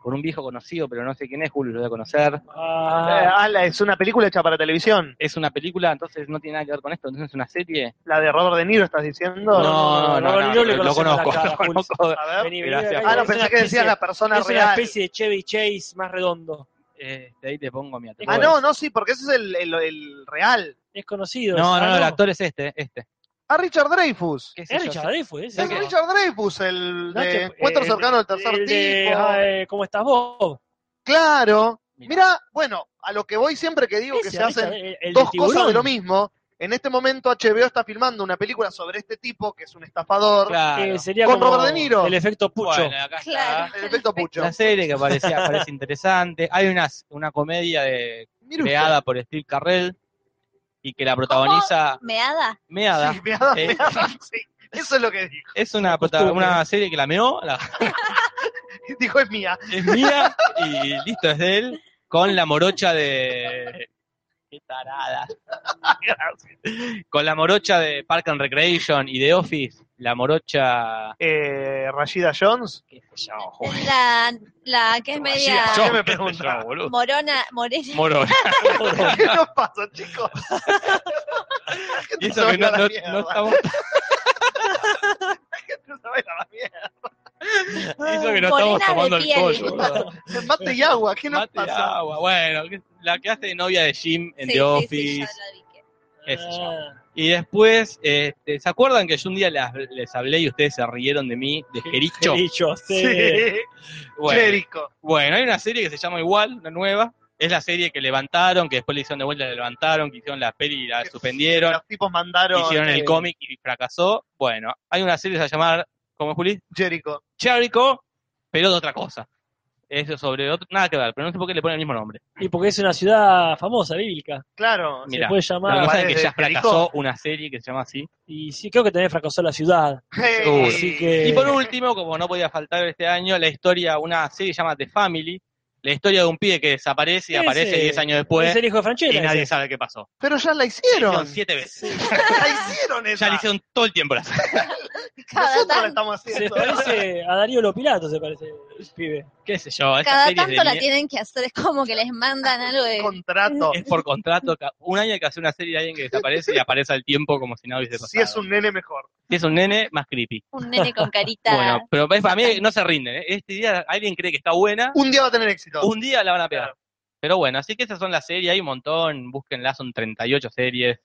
[SPEAKER 4] con un viejo conocido, pero no sé quién es, Julio lo voy a conocer.
[SPEAKER 2] Eh,
[SPEAKER 3] Ah,
[SPEAKER 2] ah, la- es una película hecha para televisión.
[SPEAKER 4] Es una película, entonces no tiene nada que ver con esto, entonces es una serie.
[SPEAKER 2] La de Robert De Niro, ¿estás diciendo?
[SPEAKER 3] No, no, no, no, no,
[SPEAKER 4] lo,
[SPEAKER 3] le
[SPEAKER 4] conozco,
[SPEAKER 3] conocemos la
[SPEAKER 4] lo
[SPEAKER 3] cara, Juli.
[SPEAKER 4] conozco.
[SPEAKER 2] A ver.
[SPEAKER 3] vení, vení,
[SPEAKER 4] gracias.
[SPEAKER 3] vení,
[SPEAKER 2] Ah, no,
[SPEAKER 3] es una
[SPEAKER 2] pensé que decías
[SPEAKER 3] especie-
[SPEAKER 2] la persona
[SPEAKER 3] Es una
[SPEAKER 2] real.
[SPEAKER 3] especie de Chevy Chase más redondo.
[SPEAKER 4] Eh, de ahí te pongo mi
[SPEAKER 2] Ah,
[SPEAKER 4] atención.
[SPEAKER 2] no, no, sí, porque ese es el, el- el real.
[SPEAKER 3] Es conocido.
[SPEAKER 4] no,
[SPEAKER 3] Ah,
[SPEAKER 4] no, el actor es este, este.
[SPEAKER 2] Ah, Richard Dreyfus.
[SPEAKER 4] ¿Qué sé
[SPEAKER 3] Es
[SPEAKER 4] yo?
[SPEAKER 3] Richard Dreyfuss, ese.
[SPEAKER 2] Es Richard Dreyfus, el
[SPEAKER 3] No,
[SPEAKER 2] de
[SPEAKER 3] que-
[SPEAKER 2] Encuentro
[SPEAKER 3] el-
[SPEAKER 2] Cercano al Tercer
[SPEAKER 3] el de,
[SPEAKER 2] Tipo.
[SPEAKER 3] ah, eh, ¿Cómo estás vos?
[SPEAKER 2] Claro, Mira, bueno, a lo que voy siempre que digo que
[SPEAKER 3] Ese,
[SPEAKER 2] se hacen
[SPEAKER 3] ¿viste? El- el
[SPEAKER 2] dos
[SPEAKER 3] del
[SPEAKER 2] cosas de
[SPEAKER 3] tiburón.
[SPEAKER 2] lo mismo. En este momento HBO está filmando una película sobre este tipo, que es un estafador.
[SPEAKER 4] Claro.
[SPEAKER 3] Que eh, sería
[SPEAKER 2] Con
[SPEAKER 3] como
[SPEAKER 2] Robert De Niro.
[SPEAKER 3] El efecto pucho.
[SPEAKER 4] Bueno, acá está.
[SPEAKER 1] Claro.
[SPEAKER 2] El efecto Pucho.
[SPEAKER 4] Una serie que parecía, parece interesante. Hay una, una comedia de,
[SPEAKER 2] Mire usted.
[SPEAKER 4] creada por Steve Carrell y que la protagoniza
[SPEAKER 1] ¿Meada?
[SPEAKER 4] Meada.
[SPEAKER 2] Sí, meada,
[SPEAKER 4] Eh.
[SPEAKER 2] meada, sí. Eso es lo que dijo.
[SPEAKER 4] Es una,
[SPEAKER 3] costumbre.
[SPEAKER 4] prota- una serie que la meó, la,
[SPEAKER 2] Dijo es mía.
[SPEAKER 4] es mía y listo, es de él, con la morocha de... ¡Qué tarada! Con la morocha de Park and Recreation y de Office, la morocha...
[SPEAKER 2] Eh, Rashida Jones.
[SPEAKER 4] ¿Qué sé yo?
[SPEAKER 1] Es la, la que es media
[SPEAKER 2] Jones.
[SPEAKER 4] me
[SPEAKER 2] me preguntaba.
[SPEAKER 4] boludo?
[SPEAKER 1] morona, morena.
[SPEAKER 4] Morona.
[SPEAKER 2] ¿Qué nos pasa, chicos? La gente
[SPEAKER 4] Y
[SPEAKER 2] se
[SPEAKER 4] eso
[SPEAKER 2] va
[SPEAKER 4] que no,
[SPEAKER 2] a la
[SPEAKER 4] no-
[SPEAKER 2] mierda.
[SPEAKER 4] no estamos,
[SPEAKER 2] La gente se va a la mierda.
[SPEAKER 4] y eso que no
[SPEAKER 1] Morena
[SPEAKER 4] estamos
[SPEAKER 1] de
[SPEAKER 4] tomando
[SPEAKER 1] piel.
[SPEAKER 4] alcohol, boludo.
[SPEAKER 2] Mate y agua, ¿qué nos
[SPEAKER 4] Mate,
[SPEAKER 2] pasa?
[SPEAKER 4] agua. Bueno, que- la que hace de novia de Jim en
[SPEAKER 1] Sí,
[SPEAKER 4] The
[SPEAKER 1] sí,
[SPEAKER 4] Office.
[SPEAKER 1] sí, ya la vi que-
[SPEAKER 4] qué sé yo.
[SPEAKER 3] Ah,
[SPEAKER 4] Y después, este, ¿se acuerdan que yo un día las- les hablé y ustedes se rieron de mí? De Jericho.
[SPEAKER 3] Jericho, sí.
[SPEAKER 4] Bueno,
[SPEAKER 2] Jericho.
[SPEAKER 4] bueno, hay una serie que se llama igual, una nueva. Es la serie que levantaron, que después le hicieron de vuelta, la levantaron, que hicieron la peli y la suspendieron.
[SPEAKER 2] Los tipos mandaron
[SPEAKER 4] hicieron el
[SPEAKER 2] eh,
[SPEAKER 4] cómic y fracasó. Bueno, hay una serie que se va a llamar, ¿cómo es, Juli?
[SPEAKER 2] Jericho.
[SPEAKER 4] Jericho, pero de otra cosa. Eso sobre otro, nada que ver, pero no sé por qué le ponen el mismo nombre.
[SPEAKER 3] Y porque es una ciudad famosa, bíblica.
[SPEAKER 2] Claro.
[SPEAKER 3] Se
[SPEAKER 4] Mirá,
[SPEAKER 3] puede
[SPEAKER 4] Lo
[SPEAKER 2] Ah,
[SPEAKER 4] que
[SPEAKER 3] llamar.
[SPEAKER 4] pasa es que
[SPEAKER 2] ¿desde
[SPEAKER 4] ya
[SPEAKER 2] Jericho?
[SPEAKER 4] fracasó una serie que se llama así.
[SPEAKER 3] Y sí, creo que también fracasó la ciudad.
[SPEAKER 2] Hey.
[SPEAKER 3] Así que-
[SPEAKER 4] Y por último, como no podía faltar este año, la historia, una serie llamada The Family, la historia de un pibe que desaparece y
[SPEAKER 3] Ese-
[SPEAKER 4] aparece 10 años
[SPEAKER 3] es
[SPEAKER 4] después
[SPEAKER 3] el hijo de
[SPEAKER 4] Pues, y
[SPEAKER 3] Franchella.
[SPEAKER 4] nadie
[SPEAKER 3] ese.
[SPEAKER 4] sabe qué pasó.
[SPEAKER 2] Pero ya la
[SPEAKER 4] La
[SPEAKER 2] hicieron.
[SPEAKER 4] hicieron siete veces.
[SPEAKER 2] la hicieron esa.
[SPEAKER 4] Ya le hicieron todo el tiempo la serie.
[SPEAKER 1] Cada
[SPEAKER 2] Nosotros la
[SPEAKER 1] tanto-
[SPEAKER 2] estamos
[SPEAKER 3] Se
[SPEAKER 2] haciendo.
[SPEAKER 3] parece a Darío Lopilato, se parece, el pibe.
[SPEAKER 4] ¿Qué sé yo? esa
[SPEAKER 1] Cada
[SPEAKER 4] serie es de
[SPEAKER 1] tanto la
[SPEAKER 4] mier-
[SPEAKER 1] tienen que hacer, es como que les mandan algo de...
[SPEAKER 2] Contrato.
[SPEAKER 4] Es por contrato. ca- Un año hay que hace una serie de alguien que desaparece y aparece al tiempo como si nada hubiese pasado.
[SPEAKER 2] Si es un nene mejor.
[SPEAKER 4] Si es un nene, más creepy.
[SPEAKER 1] un nene con carita.
[SPEAKER 4] Bueno, pero es- para mí no se rinden. ¿eh? Este día alguien cree que está buena,
[SPEAKER 2] Un día va a tener éxito.
[SPEAKER 4] un día la van a pegar. Pero bueno, así que esas son las series, hay un montón, búsquenlas, son 38 series.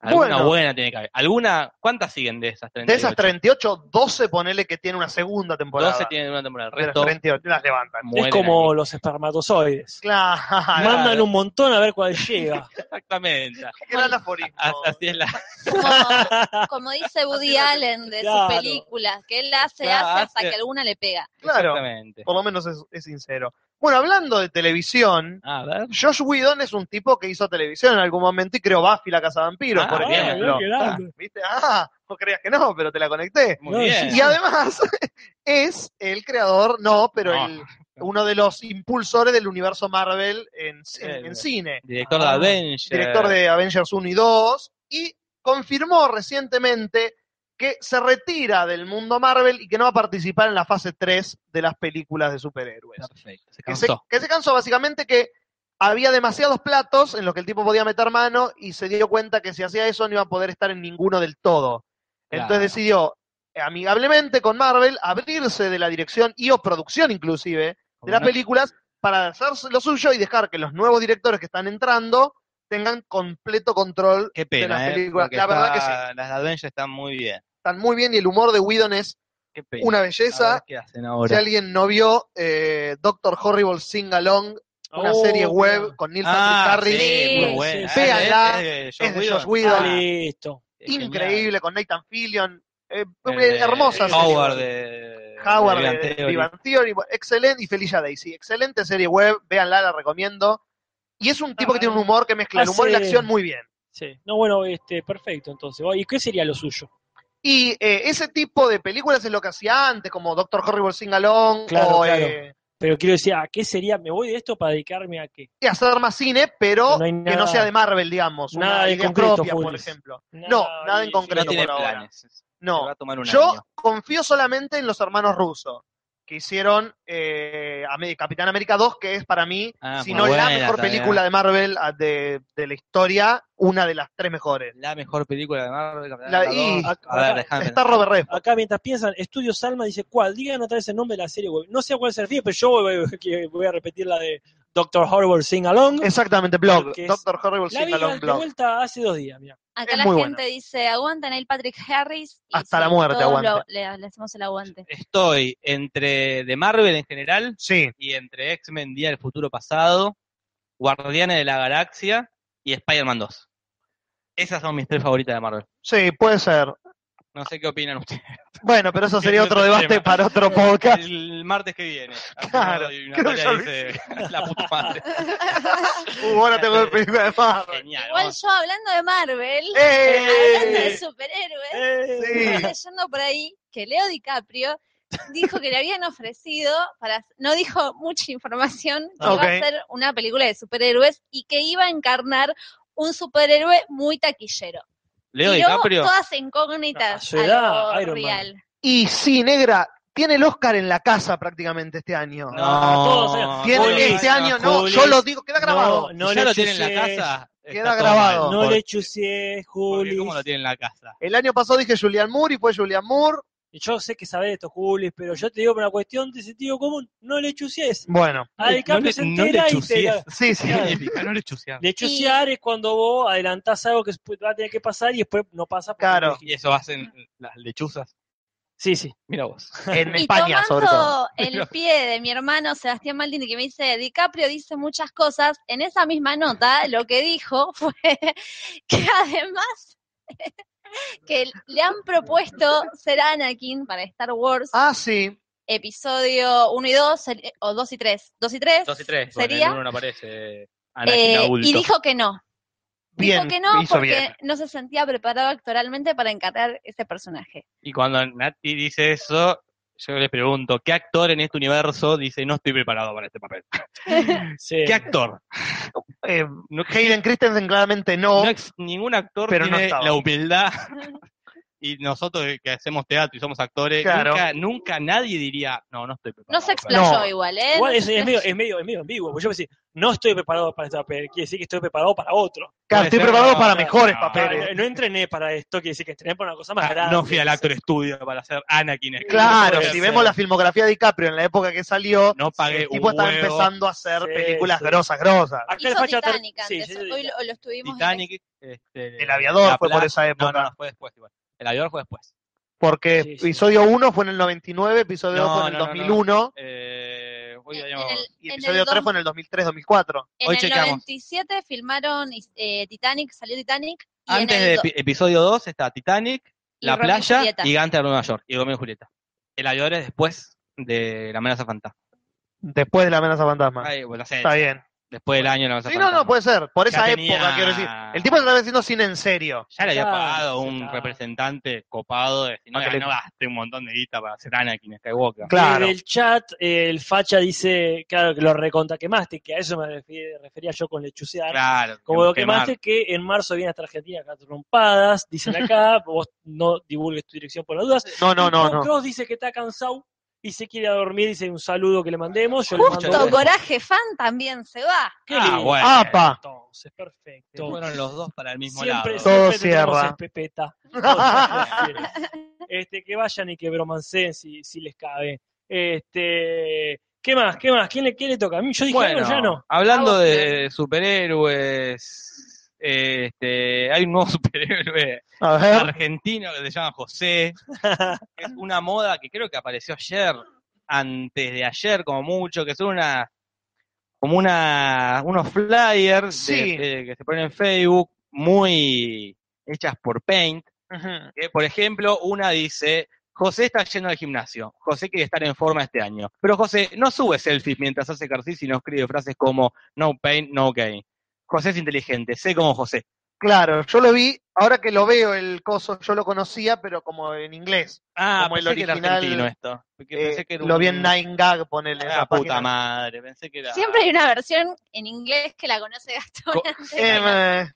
[SPEAKER 4] Alguna
[SPEAKER 2] Bueno.
[SPEAKER 4] buena tiene que haber. ¿Alguna, ¿Cuántas siguen de esas 38?
[SPEAKER 2] De esas 38, 12 ponele que tiene una segunda temporada.
[SPEAKER 4] 12 tienen una temporada, el
[SPEAKER 2] De las
[SPEAKER 4] resto
[SPEAKER 2] 38, las levantan.
[SPEAKER 4] mueren
[SPEAKER 3] es como
[SPEAKER 4] ahí.
[SPEAKER 3] los espermatozoides.
[SPEAKER 2] Claro.
[SPEAKER 4] Más-
[SPEAKER 3] Mandan un montón a ver cuál llega.
[SPEAKER 4] Exactamente.
[SPEAKER 2] Gran aforismo.
[SPEAKER 4] A- Así es la...
[SPEAKER 1] como, como dice Woody Allen de
[SPEAKER 3] Claro.
[SPEAKER 1] sus películas, que él la hace,
[SPEAKER 4] Claro,
[SPEAKER 1] hace hasta
[SPEAKER 4] hace-
[SPEAKER 1] que alguna le pega.
[SPEAKER 2] Claro,
[SPEAKER 4] Exactamente.
[SPEAKER 2] por lo menos es, es sincero. Bueno, hablando de televisión,
[SPEAKER 4] A ver.
[SPEAKER 2] Josh Whedon es un tipo que hizo televisión en algún momento y creó Buffy la Casa Vampiro,
[SPEAKER 4] Ah,
[SPEAKER 2] por
[SPEAKER 4] bueno,
[SPEAKER 2] ejemplo.
[SPEAKER 3] qué grande.
[SPEAKER 2] Ah, ¿Viste? Ah, no creías que no, pero te la conecté.
[SPEAKER 4] Muy
[SPEAKER 3] No,
[SPEAKER 4] bien.
[SPEAKER 2] Y además es el creador, no, pero
[SPEAKER 4] No.
[SPEAKER 2] el- uno de los impulsores del universo Marvel en, en- en
[SPEAKER 4] El-
[SPEAKER 2] cine.
[SPEAKER 4] Director de
[SPEAKER 3] Ah,
[SPEAKER 4] Avengers.
[SPEAKER 2] director de Avengers 1 y 2, y confirmó recientemente que se retira del mundo Marvel y que no va a participar en la fase 3 de las películas de superhéroes.
[SPEAKER 4] Perfecto. Se
[SPEAKER 2] Que se,
[SPEAKER 4] cansó.
[SPEAKER 2] que se cansó básicamente que había demasiados platos en los que el tipo podía meter mano y se dio cuenta que si hacía eso no iba a poder estar en ninguno del todo. Entonces
[SPEAKER 4] Claro.
[SPEAKER 2] decidió eh, amigablemente con Marvel abrirse de la dirección y o producción inclusive de
[SPEAKER 4] Como
[SPEAKER 2] las
[SPEAKER 4] no-
[SPEAKER 2] películas para hacer lo suyo y dejar que los nuevos directores que están entrando tengan completo control.
[SPEAKER 4] Qué
[SPEAKER 2] de
[SPEAKER 4] pena,
[SPEAKER 2] las
[SPEAKER 4] ¿eh?
[SPEAKER 2] películas.
[SPEAKER 4] Porque
[SPEAKER 2] La verdad que
[SPEAKER 4] está- Las de Avengers están muy bien.
[SPEAKER 2] Están muy bien y el humor de Whedon es
[SPEAKER 4] Qué pena.
[SPEAKER 2] una
[SPEAKER 4] A
[SPEAKER 2] belleza.
[SPEAKER 4] ver ¿Qué hacen
[SPEAKER 2] Si
[SPEAKER 4] ahora?
[SPEAKER 2] alguien no vio eh, Doctor Horrible Sing Along, una
[SPEAKER 3] Oh,
[SPEAKER 2] serie web
[SPEAKER 3] mira.
[SPEAKER 2] con Neil
[SPEAKER 4] Ah,
[SPEAKER 2] Patrick Harris,
[SPEAKER 4] sí,
[SPEAKER 1] Sí,
[SPEAKER 4] muy buena. eh,
[SPEAKER 3] sí,
[SPEAKER 2] véanla.
[SPEAKER 4] de
[SPEAKER 2] es de Josh
[SPEAKER 4] Whedon.
[SPEAKER 3] Ah,
[SPEAKER 2] Whedon,
[SPEAKER 3] listo.
[SPEAKER 4] Es genial.
[SPEAKER 2] increíble, con Nathan Fillion, eh,
[SPEAKER 4] El
[SPEAKER 2] eh,
[SPEAKER 4] de
[SPEAKER 2] hermosa serie.
[SPEAKER 4] Howard de
[SPEAKER 2] Howard
[SPEAKER 4] de
[SPEAKER 2] de,
[SPEAKER 4] Big Bang
[SPEAKER 2] de
[SPEAKER 4] Theory.
[SPEAKER 2] Big Bang Theory, bueno, excelente, y Felicia Daisy, excelente serie web, véanla, la recomiendo. Y es un tipo
[SPEAKER 4] Ah.
[SPEAKER 2] que tiene un humor que mezcla el humor y la
[SPEAKER 3] Hace-
[SPEAKER 2] acción muy bien.
[SPEAKER 3] Sí. No, bueno, este, perfecto, entonces. ¿Y qué sería lo suyo?
[SPEAKER 2] Y eh, ese tipo de películas es lo que hacía antes, como Doctor Horrible Singalong,
[SPEAKER 3] Claro,
[SPEAKER 2] o
[SPEAKER 3] claro.
[SPEAKER 2] eh,
[SPEAKER 3] Pero quiero decir, ¿a qué sería? ¿Me voy de esto para dedicarme a qué?
[SPEAKER 2] y hacer más cine, pero
[SPEAKER 3] No hay
[SPEAKER 2] que
[SPEAKER 3] nada-
[SPEAKER 2] no sea de Marvel, digamos,
[SPEAKER 3] nada
[SPEAKER 2] una
[SPEAKER 3] de
[SPEAKER 2] idea
[SPEAKER 3] concreto,
[SPEAKER 2] propia, por
[SPEAKER 3] Julis.
[SPEAKER 2] ejemplo. No, nada en
[SPEAKER 3] y-
[SPEAKER 4] No
[SPEAKER 2] concreto.
[SPEAKER 4] tiene
[SPEAKER 2] por ahora.
[SPEAKER 4] planes. Se va
[SPEAKER 2] No,
[SPEAKER 4] a tomar un
[SPEAKER 2] yo
[SPEAKER 4] año.
[SPEAKER 2] confío solamente en los hermanos rusos, que hicieron eh, Amé- Capitán América 2, que es para mí,
[SPEAKER 4] Ah,
[SPEAKER 2] si
[SPEAKER 4] muy
[SPEAKER 2] no la
[SPEAKER 4] buena
[SPEAKER 2] mejor
[SPEAKER 4] también.
[SPEAKER 2] película de Marvel ah, de, de la historia, una de las tres mejores.
[SPEAKER 4] La mejor película de Marvel. Capitán
[SPEAKER 2] La-
[SPEAKER 4] América
[SPEAKER 2] y-
[SPEAKER 4] 2. a ver, déjame
[SPEAKER 2] Está Robert Redford.
[SPEAKER 3] Acá mientras piensan, Estudio Salma dice, ¿cuál? Digan otra vez el nombre de la serie web. No sé a cuál se refiere, pero yo voy, que voy a repetir la de Doctor Horrible Sing Along.
[SPEAKER 2] Exactamente, blog.
[SPEAKER 3] Ah, Porque es-
[SPEAKER 2] Doctor Horrible
[SPEAKER 3] La vi
[SPEAKER 2] Singalong
[SPEAKER 3] de
[SPEAKER 2] Blog.
[SPEAKER 3] vuelta hace dos días, mira.
[SPEAKER 1] Acá
[SPEAKER 2] Es
[SPEAKER 1] la
[SPEAKER 2] muy
[SPEAKER 1] gente
[SPEAKER 2] bueno.
[SPEAKER 1] dice, aguantan el Patrick Harris. y
[SPEAKER 2] Hasta la
[SPEAKER 1] sí,
[SPEAKER 2] muerte,
[SPEAKER 1] todos lo-
[SPEAKER 2] aguante.
[SPEAKER 1] le, le hacemos el aguante.
[SPEAKER 4] Estoy entre de Marvel en general
[SPEAKER 2] Sí,
[SPEAKER 4] y entre X-Men Día del Futuro Pasado, Guardianes de la Galaxia y Spider-Man 2. Esas son mis tres favoritas de Marvel.
[SPEAKER 2] sí, puede ser.
[SPEAKER 4] No sé qué opinan ustedes.
[SPEAKER 2] Bueno, pero eso sería
[SPEAKER 4] Ese
[SPEAKER 2] otro
[SPEAKER 4] es el
[SPEAKER 2] debate
[SPEAKER 4] tema.
[SPEAKER 2] para otro podcast.
[SPEAKER 4] El martes que viene. Así
[SPEAKER 2] Claro,
[SPEAKER 4] no doy una
[SPEAKER 2] creo que
[SPEAKER 4] tarea
[SPEAKER 2] ya
[SPEAKER 4] y dice, la puta madre.
[SPEAKER 2] Uh, ahora tengo el película de Marvel.
[SPEAKER 4] Genial.
[SPEAKER 1] Igual
[SPEAKER 4] vamos.
[SPEAKER 1] yo, hablando de Marvel, hablando de
[SPEAKER 2] ¡Eh!
[SPEAKER 1] superhéroes,
[SPEAKER 2] Sí.
[SPEAKER 1] estaba leyendo por ahí que Leo DiCaprio dijo que le habían ofrecido, para no dijo mucha información, que iba a
[SPEAKER 2] Ok.
[SPEAKER 1] hacer una película de superhéroes y que iba a encarnar un superhéroe muy taquillero.
[SPEAKER 4] Leo
[SPEAKER 1] Tiró
[SPEAKER 4] DiCaprio.
[SPEAKER 1] todas incógnitas
[SPEAKER 3] A su
[SPEAKER 1] a
[SPEAKER 3] edad,
[SPEAKER 1] lo
[SPEAKER 3] Iron Man.
[SPEAKER 1] real.
[SPEAKER 2] Y sí, negra, tiene el Oscar en la casa prácticamente este año.
[SPEAKER 3] No, todos, eh,
[SPEAKER 2] Tiene
[SPEAKER 3] Juli,
[SPEAKER 2] este año, no,
[SPEAKER 3] Juli.
[SPEAKER 2] yo lo digo, queda grabado.
[SPEAKER 4] No
[SPEAKER 3] No, no
[SPEAKER 4] ya
[SPEAKER 3] le
[SPEAKER 4] lo tiene en la
[SPEAKER 3] chusees,
[SPEAKER 4] casa.
[SPEAKER 2] Queda
[SPEAKER 4] está todo
[SPEAKER 2] grabado.
[SPEAKER 4] mal,
[SPEAKER 3] No
[SPEAKER 4] porque-
[SPEAKER 3] le chusees,
[SPEAKER 4] porque
[SPEAKER 3] Juli.
[SPEAKER 4] ¿Cómo lo tiene en la casa?
[SPEAKER 2] El año pasado dije Julian Moore y fue Julian Moore.
[SPEAKER 3] Yo sé que sabés esto, Juli, pero yo te digo por una cuestión de sentido común, no le chusees.
[SPEAKER 2] Bueno,
[SPEAKER 3] A DiCaprio se entera y te la-
[SPEAKER 2] sí, sí.
[SPEAKER 4] ¿Qué significa? No le chuseas.
[SPEAKER 3] De chusear es cuando vos adelantás algo que después va a tener que pasar y después no pasa. porque
[SPEAKER 2] Claro.
[SPEAKER 3] no dijiste.
[SPEAKER 4] Y eso hacen las lechuzas.
[SPEAKER 3] Sí, sí.
[SPEAKER 4] Mira vos.
[SPEAKER 2] En
[SPEAKER 1] Y
[SPEAKER 2] España, sobre todo.
[SPEAKER 1] tomando el pie de mi hermano Sebastián Maldini, que me dice, DiCaprio dice muchas cosas, en esa misma nota lo que dijo fue que además que le han propuesto ser Anakin para Star Wars,
[SPEAKER 2] Ah, sí.
[SPEAKER 1] episodio 1 y 2, seri- o 2 y 3, 2 y 3,
[SPEAKER 4] Dos y tres.
[SPEAKER 1] porque en ¿Sería? el uno
[SPEAKER 4] uno no aparece
[SPEAKER 1] eh, y dijo que no. dijo
[SPEAKER 2] Bien,
[SPEAKER 1] que no
[SPEAKER 2] hizo
[SPEAKER 1] porque
[SPEAKER 2] bien.
[SPEAKER 1] no se sentía preparado actoralmente para encargar ese personaje.
[SPEAKER 4] Y cuando Nati dice eso, yo les pregunto, ¿qué actor en este universo dice no estoy preparado para este papel?
[SPEAKER 3] sí.
[SPEAKER 4] ¿Qué actor?
[SPEAKER 2] Eh,
[SPEAKER 4] No,
[SPEAKER 2] Hayden Christensen claramente no.
[SPEAKER 1] Oh.
[SPEAKER 4] no ex- ningún actor
[SPEAKER 2] Pero no
[SPEAKER 4] tiene
[SPEAKER 2] estaba.
[SPEAKER 4] la humildad. Y nosotros que hacemos teatro y somos actores,
[SPEAKER 2] Claro.
[SPEAKER 4] nunca, nunca nadie diría, no, no estoy preparado.
[SPEAKER 1] No se
[SPEAKER 4] para
[SPEAKER 1] explayó
[SPEAKER 2] No.
[SPEAKER 1] igual, ¿eh?
[SPEAKER 3] Igual
[SPEAKER 1] No
[SPEAKER 3] es,
[SPEAKER 1] se
[SPEAKER 3] es medio,
[SPEAKER 1] explayó.
[SPEAKER 3] es, medio, es medio ambiguo. porque Yo me decía, no estoy preparado para este papel, quiere decir que estoy preparado para otro.
[SPEAKER 2] Claro,
[SPEAKER 4] puede
[SPEAKER 2] estoy
[SPEAKER 4] ser,
[SPEAKER 2] preparado
[SPEAKER 4] no,
[SPEAKER 2] para
[SPEAKER 4] no,
[SPEAKER 2] mejores
[SPEAKER 4] no.
[SPEAKER 2] papeles.
[SPEAKER 3] Ah, no, no entrené para esto, quiere decir que entrené para una cosa más
[SPEAKER 4] esto".
[SPEAKER 3] grande.
[SPEAKER 4] Ah, No fui al actor estudio para hacer Anakin. Skywalker.
[SPEAKER 2] Claro,
[SPEAKER 3] puede
[SPEAKER 2] si
[SPEAKER 3] ser.
[SPEAKER 2] vemos la filmografía de DiCaprio en la época que salió,
[SPEAKER 4] No pagué
[SPEAKER 2] el
[SPEAKER 4] un
[SPEAKER 2] tipo estaba
[SPEAKER 4] huevo. Ah,
[SPEAKER 2] empezando a hacer
[SPEAKER 3] Sí,
[SPEAKER 2] películas
[SPEAKER 3] sí.
[SPEAKER 2] grosas, grosas.
[SPEAKER 3] Acá el
[SPEAKER 1] Hizo
[SPEAKER 3] facha tar-
[SPEAKER 1] Titanic
[SPEAKER 3] sí,
[SPEAKER 1] antes,
[SPEAKER 3] sí, sí.
[SPEAKER 1] hoy lo, lo estuvimos en
[SPEAKER 4] Titanic, este,
[SPEAKER 2] El aviador
[SPEAKER 4] La
[SPEAKER 2] fue por
[SPEAKER 4] Plaza-
[SPEAKER 2] esa
[SPEAKER 4] No,
[SPEAKER 2] época.
[SPEAKER 4] no, no, fue después. igual. El aviador fue después.
[SPEAKER 2] Porque
[SPEAKER 3] Sí, sí.
[SPEAKER 2] episodio 1 fue en el 99, episodio 2
[SPEAKER 4] No,
[SPEAKER 2] fue en el
[SPEAKER 4] no, no, no.
[SPEAKER 2] 2001
[SPEAKER 4] Eh, hoy
[SPEAKER 1] En- en
[SPEAKER 4] habíamos-
[SPEAKER 1] el-
[SPEAKER 2] y
[SPEAKER 1] en el
[SPEAKER 2] episodio 3
[SPEAKER 1] dos-
[SPEAKER 2] fue en el 2003-2004.
[SPEAKER 1] En
[SPEAKER 4] Hoy
[SPEAKER 1] el
[SPEAKER 4] chequeamos.
[SPEAKER 1] 97 filmaron eh, Titanic, salió Titanic. Y
[SPEAKER 4] Antes
[SPEAKER 1] en
[SPEAKER 4] de
[SPEAKER 1] el do-
[SPEAKER 4] epi- episodio 2 está Titanic,
[SPEAKER 1] y
[SPEAKER 4] La
[SPEAKER 1] Romeo y
[SPEAKER 4] Playa,
[SPEAKER 1] Julieta.
[SPEAKER 4] Gigante de Nueva York y Romeo y Julieta. El aviador es después de La amenaza fantasma.
[SPEAKER 2] Después de la amenaza fantasma.
[SPEAKER 4] Ay, bueno, no sé,
[SPEAKER 2] Está bien.
[SPEAKER 4] después del año de La amenaza
[SPEAKER 2] Sí, no, pues,
[SPEAKER 4] fantasma.
[SPEAKER 2] no, puede ser. Por
[SPEAKER 4] Ya
[SPEAKER 2] esa
[SPEAKER 4] tenía-
[SPEAKER 2] época, quiero decir. El tipo estaba haciendo cine en serio.
[SPEAKER 4] Ya le había
[SPEAKER 3] Ya,
[SPEAKER 4] pagado
[SPEAKER 3] ya
[SPEAKER 4] un
[SPEAKER 3] está.
[SPEAKER 4] representante copado de si no,
[SPEAKER 2] Para que le-
[SPEAKER 4] no gaste un montón de guita para hacer Anakin Skywalker.
[SPEAKER 2] Claro.
[SPEAKER 3] En el chat, eh, el facha dice, claro, que lo reconta quemaste, que a eso me refi- refería yo con lechucear.
[SPEAKER 4] Claro.
[SPEAKER 3] Como lo
[SPEAKER 4] quemar.
[SPEAKER 3] quemaste, que en marzo viene hasta Argentina acá trompadas, dicen acá, vos no divulgues tu dirección por las dudas.
[SPEAKER 2] No, no,
[SPEAKER 3] Y
[SPEAKER 2] no,
[SPEAKER 3] Paul
[SPEAKER 2] no.
[SPEAKER 3] Cross dice que está cansado y se quiere ir a dormir, dice un saludo que le mandemos. Yo le
[SPEAKER 1] Justo
[SPEAKER 3] mando uno.
[SPEAKER 1] Coraje Fan también se va.
[SPEAKER 3] Qué
[SPEAKER 4] Ah,
[SPEAKER 3] lindo.
[SPEAKER 4] bueno.
[SPEAKER 2] ¡Apa!
[SPEAKER 3] Entonces, perfecto.
[SPEAKER 4] Fueron los dos para el mismo
[SPEAKER 3] siempre
[SPEAKER 4] lado.
[SPEAKER 2] Todo
[SPEAKER 3] siempre te tenemos
[SPEAKER 2] cierra.
[SPEAKER 3] en pepeta. Entonces, este, que vayan y que bromancen si, si les cabe. Este, ¿Qué más? ¿Qué más? ¿Quién le, quién le toca? A mí yo dije, algo, ya no.
[SPEAKER 4] hablando
[SPEAKER 1] A vos,
[SPEAKER 4] de superhéroes, este, hay un nuevo superhéroe
[SPEAKER 2] A ver.
[SPEAKER 4] argentino que se llama José. Es una moda que creo que apareció ayer, antes de ayer como mucho, que son una como una unos flyers de-
[SPEAKER 2] Sí.
[SPEAKER 4] eh, que se ponen en Facebook muy hechas por Paint.
[SPEAKER 2] Ujú.
[SPEAKER 4] que, por ejemplo, una dice, José está yendo al gimnasio, José quiere estar en forma este año, pero José no sube selfies mientras hace ejercicio y no escribe frases como no pain, no gain. José es inteligente, sé como José.
[SPEAKER 2] Claro, yo lo vi, ahora que lo veo el coso, yo lo conocía, pero como en inglés.
[SPEAKER 4] Ah,
[SPEAKER 2] Como el
[SPEAKER 4] pensé que
[SPEAKER 2] original,
[SPEAKER 4] era argentino esto. porque
[SPEAKER 2] Eh,
[SPEAKER 4] pensé que era
[SPEAKER 2] lo
[SPEAKER 4] un-
[SPEAKER 2] vi en Nine Gag, ponele en
[SPEAKER 4] Ah,
[SPEAKER 2] esa
[SPEAKER 4] puta
[SPEAKER 2] página.
[SPEAKER 4] madre, pensé que era...
[SPEAKER 1] Siempre hay una versión en inglés que la conoce Gastón.
[SPEAKER 4] Co-
[SPEAKER 1] antes de
[SPEAKER 2] Em,
[SPEAKER 1] la-
[SPEAKER 2] eh,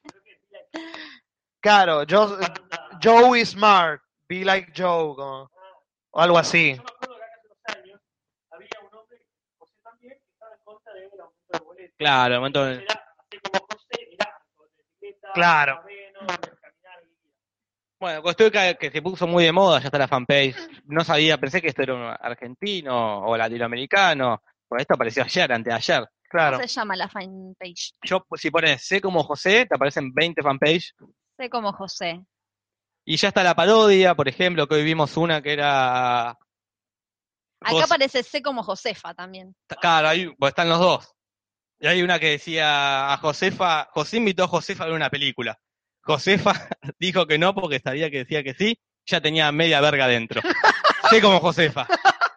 [SPEAKER 2] claro, Jo- Joe is smart, be like Joe, como- o algo así.
[SPEAKER 3] Yo me acuerdo que acá hace unos años había un hombre, José también, que estaba en contra de un aumento de boleto.
[SPEAKER 4] Claro, el momento...
[SPEAKER 3] Era así como José, mirá, con etiqueta,
[SPEAKER 2] Claro.
[SPEAKER 3] moreno, caminar, y-
[SPEAKER 4] Bueno, cuestión que, que se puso muy de moda, ya está la fanpage. No sabía, pensé que esto era un argentino o latinoamericano. Bueno, esto apareció ayer, anteayer. Claro.
[SPEAKER 1] ¿Cómo se llama la fanpage?
[SPEAKER 4] Yo, si pones C como José, te aparecen 20 fanpage.
[SPEAKER 1] Sé como José.
[SPEAKER 4] Y ya está la parodia, por ejemplo, que hoy vimos una que era.
[SPEAKER 1] Acá
[SPEAKER 4] José-
[SPEAKER 1] aparece Sé como Josefa también.
[SPEAKER 4] Claro, ahí bueno, están los dos. Y hay una que decía a Josefa, José invitó a Josefa a ver una película. Josefa dijo que no porque sabía que decía que sí, ya tenía media verga dentro. sé como Josefa,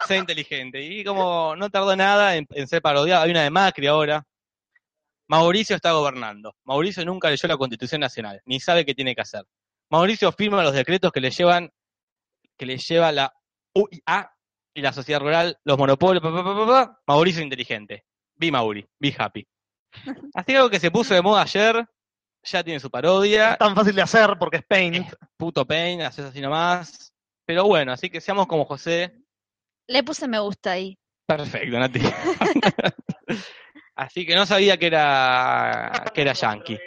[SPEAKER 4] sé inteligente. Y como no tardó nada en, en ser parodiada, hay una de Macri ahora. Mauricio está gobernando. Mauricio nunca leyó la Constitución Nacional, ni sabe qué tiene que hacer. Mauricio firma los decretos que le llevan, que le lleva la UIA y la sociedad rural, los monopolios, pa, pa, pa, pa, pa. Mauricio inteligente. Vi Mauri, vi Happy. Así que algo que se puso de moda ayer, ya tiene su parodia,
[SPEAKER 2] Es tan fácil de hacer porque es Paint.
[SPEAKER 4] puto pain, haces así nomás. Pero bueno, así que seamos como José.
[SPEAKER 1] Le puse me gusta ahí.
[SPEAKER 4] Perfecto, Nati. así que no sabía que era Ah, que era yankee.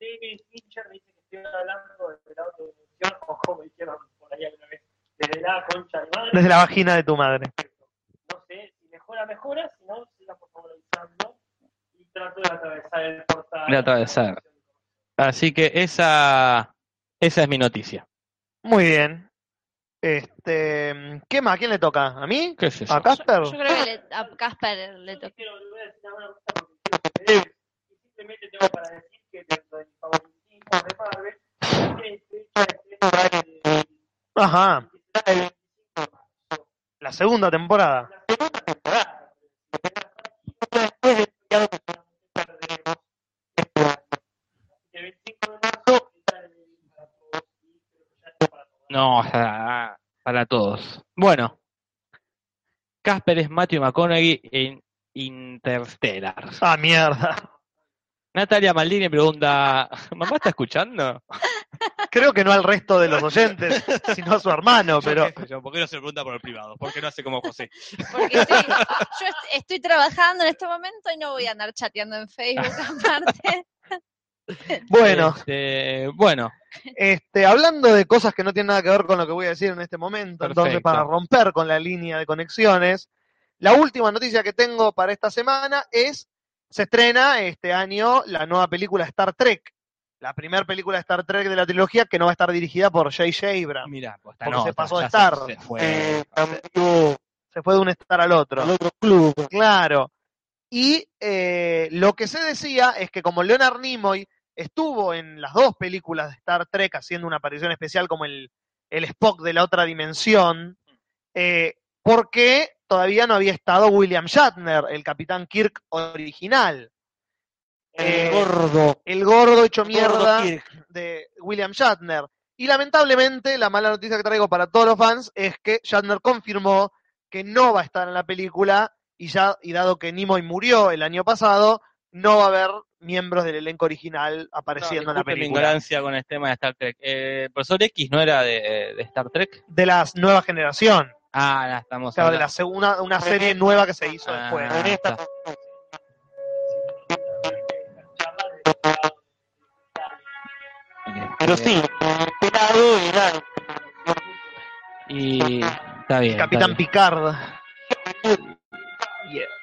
[SPEAKER 3] David Fincher dice que estoy hablando de la autodefinición, o como dijeron por ahí alguna vez, desde la concha de madre.
[SPEAKER 2] Desde la vagina de tu madre.
[SPEAKER 3] no sé, si mejora, mejora, si no, siga por favor avisando y trato de atravesar el portal.
[SPEAKER 4] De atravesar. Así que esa esa es mi noticia.
[SPEAKER 2] Muy bien. Este, ¿Qué más? ¿A quién le toca? ¿A mí?
[SPEAKER 4] ¿Qué es eso?
[SPEAKER 2] ¿A Casper?
[SPEAKER 1] Yo creo que le- a Casper le
[SPEAKER 3] Yo
[SPEAKER 1] tocó.
[SPEAKER 3] quiero volver a decir una cosa porque quiero que me y simplemente tengo para decir que dentro de mi favoritismo de Marvel, tiene fecha de estreno de-
[SPEAKER 2] Ajá,
[SPEAKER 3] de- de-
[SPEAKER 2] la segunda temporada.
[SPEAKER 3] la segunda temporada. Después del feriado que solamente perderemos este año. El 25 de marzo está en el- para todos y creo que ya está para todos.
[SPEAKER 4] No, o sea, para todos. Bueno, Casper es Matthew McConaughey en Interstellar.
[SPEAKER 2] Ah, mierda.
[SPEAKER 4] Natalia Maldini pregunta, ¿mamá está escuchando?
[SPEAKER 2] Creo que no al resto de los oyentes, sino a su hermano, pero
[SPEAKER 4] Yo qué sé yo, ¿Por qué no se lo pregunta por el privado? ¿Por qué no hace como José?
[SPEAKER 1] Porque sí, yo est- estoy trabajando en este momento y no voy a andar chateando en Facebook aparte.
[SPEAKER 2] bueno,
[SPEAKER 4] Este, bueno,
[SPEAKER 2] este, hablando de cosas que no tienen nada que ver con lo que voy a decir en este momento, entonces
[SPEAKER 4] Perfecto.
[SPEAKER 2] para romper con la línea de conexiones, la última noticia que tengo para esta semana es, se estrena este año la nueva película Star Trek, la primera película de Star Trek de la trilogía que no va a estar dirigida por J.J. Abrams.
[SPEAKER 4] mirá, pues, está
[SPEAKER 2] Porque
[SPEAKER 4] no,
[SPEAKER 2] se pasó de
[SPEAKER 4] ya
[SPEAKER 2] estar. eh,
[SPEAKER 4] Se, se fue.
[SPEAKER 2] Se fue de un estar al otro.
[SPEAKER 5] otro club.
[SPEAKER 2] Claro. Y eh, lo que se decía es que como Leonard Nimoy estuvo en las dos películas de Star Trek haciendo una aparición especial como el, el Spock de la otra dimensión, eh, porque todavía no había estado William Shatner, el capitán Kirk original, Eh,
[SPEAKER 5] El gordo.
[SPEAKER 2] el gordo hecho
[SPEAKER 3] Gordo
[SPEAKER 2] mierda
[SPEAKER 3] Kirk.
[SPEAKER 2] de William Shatner. Y lamentablemente, la mala noticia que traigo para todos los fans es que Shatner confirmó que no va a estar en la película y ya, y dado que Nimoy murió el año pasado, no va a haber miembros del elenco original apareciendo
[SPEAKER 4] No,
[SPEAKER 2] en la
[SPEAKER 4] disculpe mi
[SPEAKER 2] película.
[SPEAKER 4] ignorancia con el tema de Star Trek. Eh, profesor X no era de, de Star Trek.
[SPEAKER 2] De la nueva generación,
[SPEAKER 4] Ah, no, estamos
[SPEAKER 2] claro, de la
[SPEAKER 4] hablando-
[SPEAKER 2] segunda, una serie nueva que se hizo
[SPEAKER 4] Ah,
[SPEAKER 2] después.
[SPEAKER 4] está.
[SPEAKER 5] Pero sí, pelado y nada.
[SPEAKER 4] Y está bien. está
[SPEAKER 2] Capitán
[SPEAKER 4] bien.
[SPEAKER 2] Picard.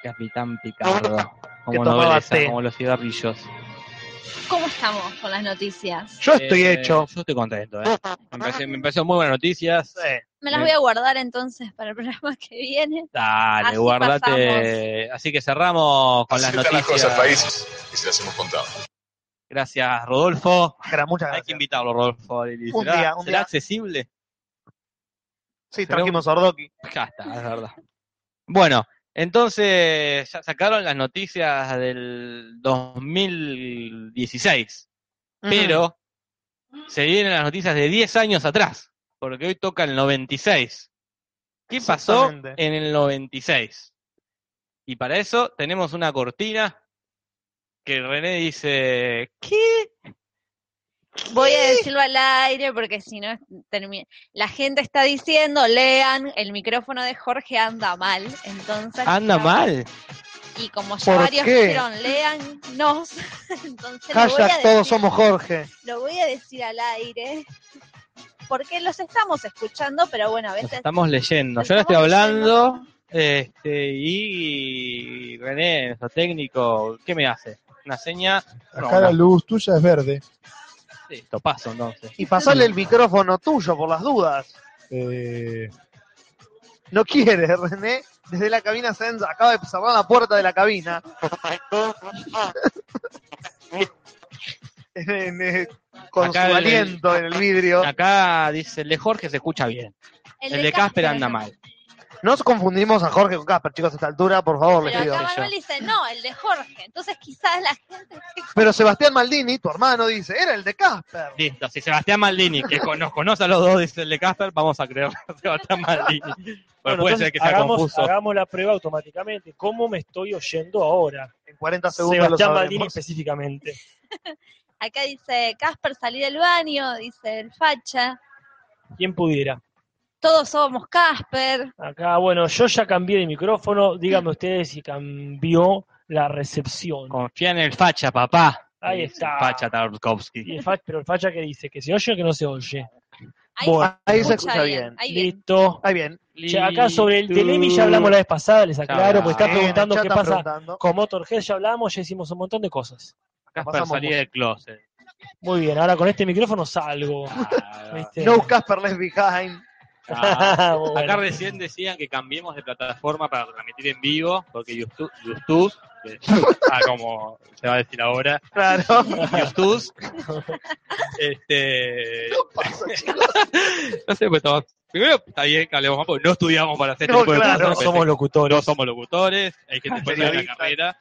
[SPEAKER 4] Capitán Picardo. Como
[SPEAKER 2] tomaba
[SPEAKER 4] nobleza,
[SPEAKER 2] té.
[SPEAKER 4] como los cigarrillos.
[SPEAKER 1] ¿Cómo estamos con las noticias?
[SPEAKER 2] Yo estoy
[SPEAKER 4] Eh,
[SPEAKER 2] hecho.
[SPEAKER 4] Yo estoy contento, ¿eh? Me pareció, me pareció muy buenas noticias.
[SPEAKER 2] Sí.
[SPEAKER 1] Me las
[SPEAKER 4] Bien.
[SPEAKER 1] voy a guardar entonces para el programa que viene.
[SPEAKER 4] Dale,
[SPEAKER 1] Así
[SPEAKER 4] guardate. Así que cerramos con
[SPEAKER 6] Así
[SPEAKER 4] las
[SPEAKER 6] le están las cosas,
[SPEAKER 4] noticias.
[SPEAKER 6] países, y se las hemos contado.
[SPEAKER 4] Gracias, Rodolfo.
[SPEAKER 2] Gra- Muchas
[SPEAKER 4] Hay que
[SPEAKER 2] gracias.
[SPEAKER 4] invitarlo, Rodolfo. Lili.
[SPEAKER 2] Un
[SPEAKER 4] ¿Será,
[SPEAKER 2] día, un
[SPEAKER 4] será
[SPEAKER 2] día.
[SPEAKER 4] accesible?
[SPEAKER 2] Sí, trajimos a Ordoqui.
[SPEAKER 4] Ya está, es verdad. Bueno, entonces ya sacaron las noticias del 2016. pero se vienen las noticias de 10 años atrás, porque hoy toca el 96. ¿Qué pasó
[SPEAKER 2] Exactamente.
[SPEAKER 4] en el 96? Y para eso tenemos una cortina que René dice, ¿qué?
[SPEAKER 1] Voy a decirlo al aire porque si no termina. La gente está diciendo, lean, el micrófono de Jorge anda mal. Entonces.
[SPEAKER 4] ¿Anda
[SPEAKER 1] ya-
[SPEAKER 4] mal?
[SPEAKER 1] Y como ya
[SPEAKER 2] ¿Por
[SPEAKER 1] varios
[SPEAKER 2] qué?
[SPEAKER 1] dijeron, lean, nos. Entonces lo voy, a
[SPEAKER 2] Hashtag
[SPEAKER 1] decir,
[SPEAKER 2] todos somos Jorge.
[SPEAKER 1] lo voy a decir al aire. Porque los estamos escuchando, pero bueno, a
[SPEAKER 4] Nos
[SPEAKER 1] veces.
[SPEAKER 4] estamos leyendo.
[SPEAKER 1] los
[SPEAKER 4] Yo le estoy
[SPEAKER 1] estamos
[SPEAKER 4] hablando Este, y René, nuestro técnico, ¿qué me hace? Una seña.
[SPEAKER 6] Acá
[SPEAKER 4] no,
[SPEAKER 6] la
[SPEAKER 4] una-
[SPEAKER 6] luz tuya es verde.
[SPEAKER 4] Listo, paso entonces.
[SPEAKER 2] Y pasale el micrófono tuyo por las dudas.
[SPEAKER 6] Eh,
[SPEAKER 2] No quiere, René. Desde la cabina se entra- acaba de cerrar la puerta de la cabina. En- en- con
[SPEAKER 4] Acá
[SPEAKER 2] su
[SPEAKER 4] el-
[SPEAKER 2] aliento en el vidrio.
[SPEAKER 4] Acá dice, el de Jorge se escucha bien. El, de Casper anda mal.
[SPEAKER 2] No nos confundimos a Jorge con Casper, chicos, a esta altura, por favor, les
[SPEAKER 1] Pero
[SPEAKER 2] pido.
[SPEAKER 1] acá Manuel dice, no, el de Jorge. Entonces quizás la gente...
[SPEAKER 2] Pero Sebastián Maldini, tu hermano, dice, era el de Casper.
[SPEAKER 4] Listo, si Sebastián Maldini, que con- nos conoce a los dos, dice el de Casper, vamos a creer a Sebastián Maldini. Pues
[SPEAKER 3] Bueno,
[SPEAKER 4] puede
[SPEAKER 3] entonces,
[SPEAKER 4] ser que sea
[SPEAKER 3] hagamos,
[SPEAKER 4] confuso.
[SPEAKER 3] hagamos la prueba automáticamente. ¿Cómo me estoy oyendo ahora?
[SPEAKER 2] En 40 segundos lo
[SPEAKER 3] Sebastián
[SPEAKER 2] sabremos.
[SPEAKER 3] Maldini específicamente.
[SPEAKER 1] Acá dice, Casper, salí del baño, dice el facha.
[SPEAKER 3] ¿Quién pudiera?
[SPEAKER 1] Todos somos Casper.
[SPEAKER 3] Acá, bueno, yo ya cambié de micrófono. Díganme ustedes si cambió la recepción.
[SPEAKER 4] Confía en el facha, papá.
[SPEAKER 3] Ahí
[SPEAKER 4] Dice
[SPEAKER 3] está.
[SPEAKER 4] el Facha Tarkovsky.
[SPEAKER 3] Y el facha- pero el facha que dice, que se oye o que no se oye.
[SPEAKER 1] Ahí,
[SPEAKER 3] Bueno,
[SPEAKER 2] Ahí se escucha bien.
[SPEAKER 1] Ahí bien.
[SPEAKER 3] Listo.
[SPEAKER 2] Ahí bien.
[SPEAKER 3] Che, acá sobre el Telemi ya hablamos la vez pasada, les aclaro,
[SPEAKER 4] Claro,
[SPEAKER 2] Ah,
[SPEAKER 3] porque está
[SPEAKER 4] sí,
[SPEAKER 3] preguntando
[SPEAKER 2] ya
[SPEAKER 3] qué
[SPEAKER 2] está
[SPEAKER 3] pasa
[SPEAKER 2] preguntando.
[SPEAKER 3] con Motorhead, ya hablamos, ya hicimos un montón de cosas.
[SPEAKER 4] Casper
[SPEAKER 2] pasamos
[SPEAKER 4] salía
[SPEAKER 2] por-
[SPEAKER 4] del closet.
[SPEAKER 3] Muy bien, ahora con este micrófono salgo. ¿viste?
[SPEAKER 2] No Casper left behind.
[SPEAKER 4] Ah,
[SPEAKER 3] Bueno.
[SPEAKER 4] Acá recién decían que cambiemos de plataforma para transmitir en vivo, porque YouTube, YouTube que- ah, como se va a decir ahora,
[SPEAKER 2] Claro.
[SPEAKER 4] YouTube, este,
[SPEAKER 2] Pasa, chicos.
[SPEAKER 4] no sé, pues estamos- primero está bien que hablemos más, porque no estudiamos para hacer este
[SPEAKER 2] No,
[SPEAKER 4] tipo de
[SPEAKER 2] claro.
[SPEAKER 4] cosas,
[SPEAKER 3] no
[SPEAKER 4] pensé-
[SPEAKER 3] somos locutores.
[SPEAKER 4] no somos locutores, hay gente fuera de la
[SPEAKER 2] Periodistas.
[SPEAKER 4] carrera,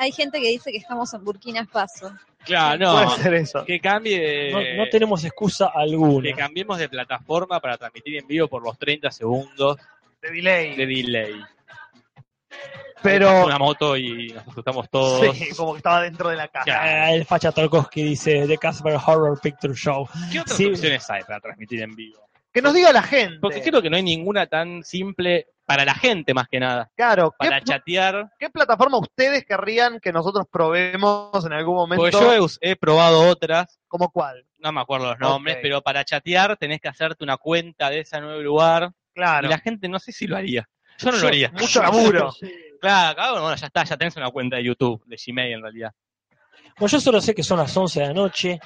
[SPEAKER 1] Hay gente que dice que estamos en Burkina Faso.
[SPEAKER 4] claro,
[SPEAKER 2] Puede
[SPEAKER 4] no,
[SPEAKER 2] ser eso.
[SPEAKER 4] que cambie,
[SPEAKER 3] No, no tenemos excusa alguna.
[SPEAKER 4] que cambiemos de plataforma para transmitir en vivo por los 30 segundos
[SPEAKER 2] De delay.
[SPEAKER 4] de delay.
[SPEAKER 2] Pero.
[SPEAKER 4] una moto y nos asustamos todos.
[SPEAKER 2] Sí, como que estaba dentro de la caja.
[SPEAKER 3] Ah, el facha Tarkovsky dice The Casper Horror Picture Show.
[SPEAKER 4] ¿Qué otras
[SPEAKER 3] Sí.
[SPEAKER 4] opciones hay para transmitir en vivo?
[SPEAKER 2] Que nos diga la gente.
[SPEAKER 4] Porque creo que no hay ninguna tan simple para la gente más que nada.
[SPEAKER 2] Claro, ¿qué,
[SPEAKER 4] Para chatear.
[SPEAKER 2] qué plataforma ustedes querrían que nosotros probemos en algún
[SPEAKER 4] Porque
[SPEAKER 2] momento?
[SPEAKER 4] yo he, us- he probado otras,
[SPEAKER 2] ¿Como cuál?
[SPEAKER 4] no me acuerdo los nombres,
[SPEAKER 2] Ok.
[SPEAKER 4] pero para chatear tenés que hacerte una cuenta de ese nuevo lugar.
[SPEAKER 2] Claro.
[SPEAKER 4] Y la gente no sé si lo haría. Yo no lo haría.
[SPEAKER 2] Mucho laburo.
[SPEAKER 4] Claro, claro, bueno, ya está, ya tenés una cuenta de YouTube, de Gmail en realidad.
[SPEAKER 3] Bueno, Pues yo solo sé que son las 11 de la noche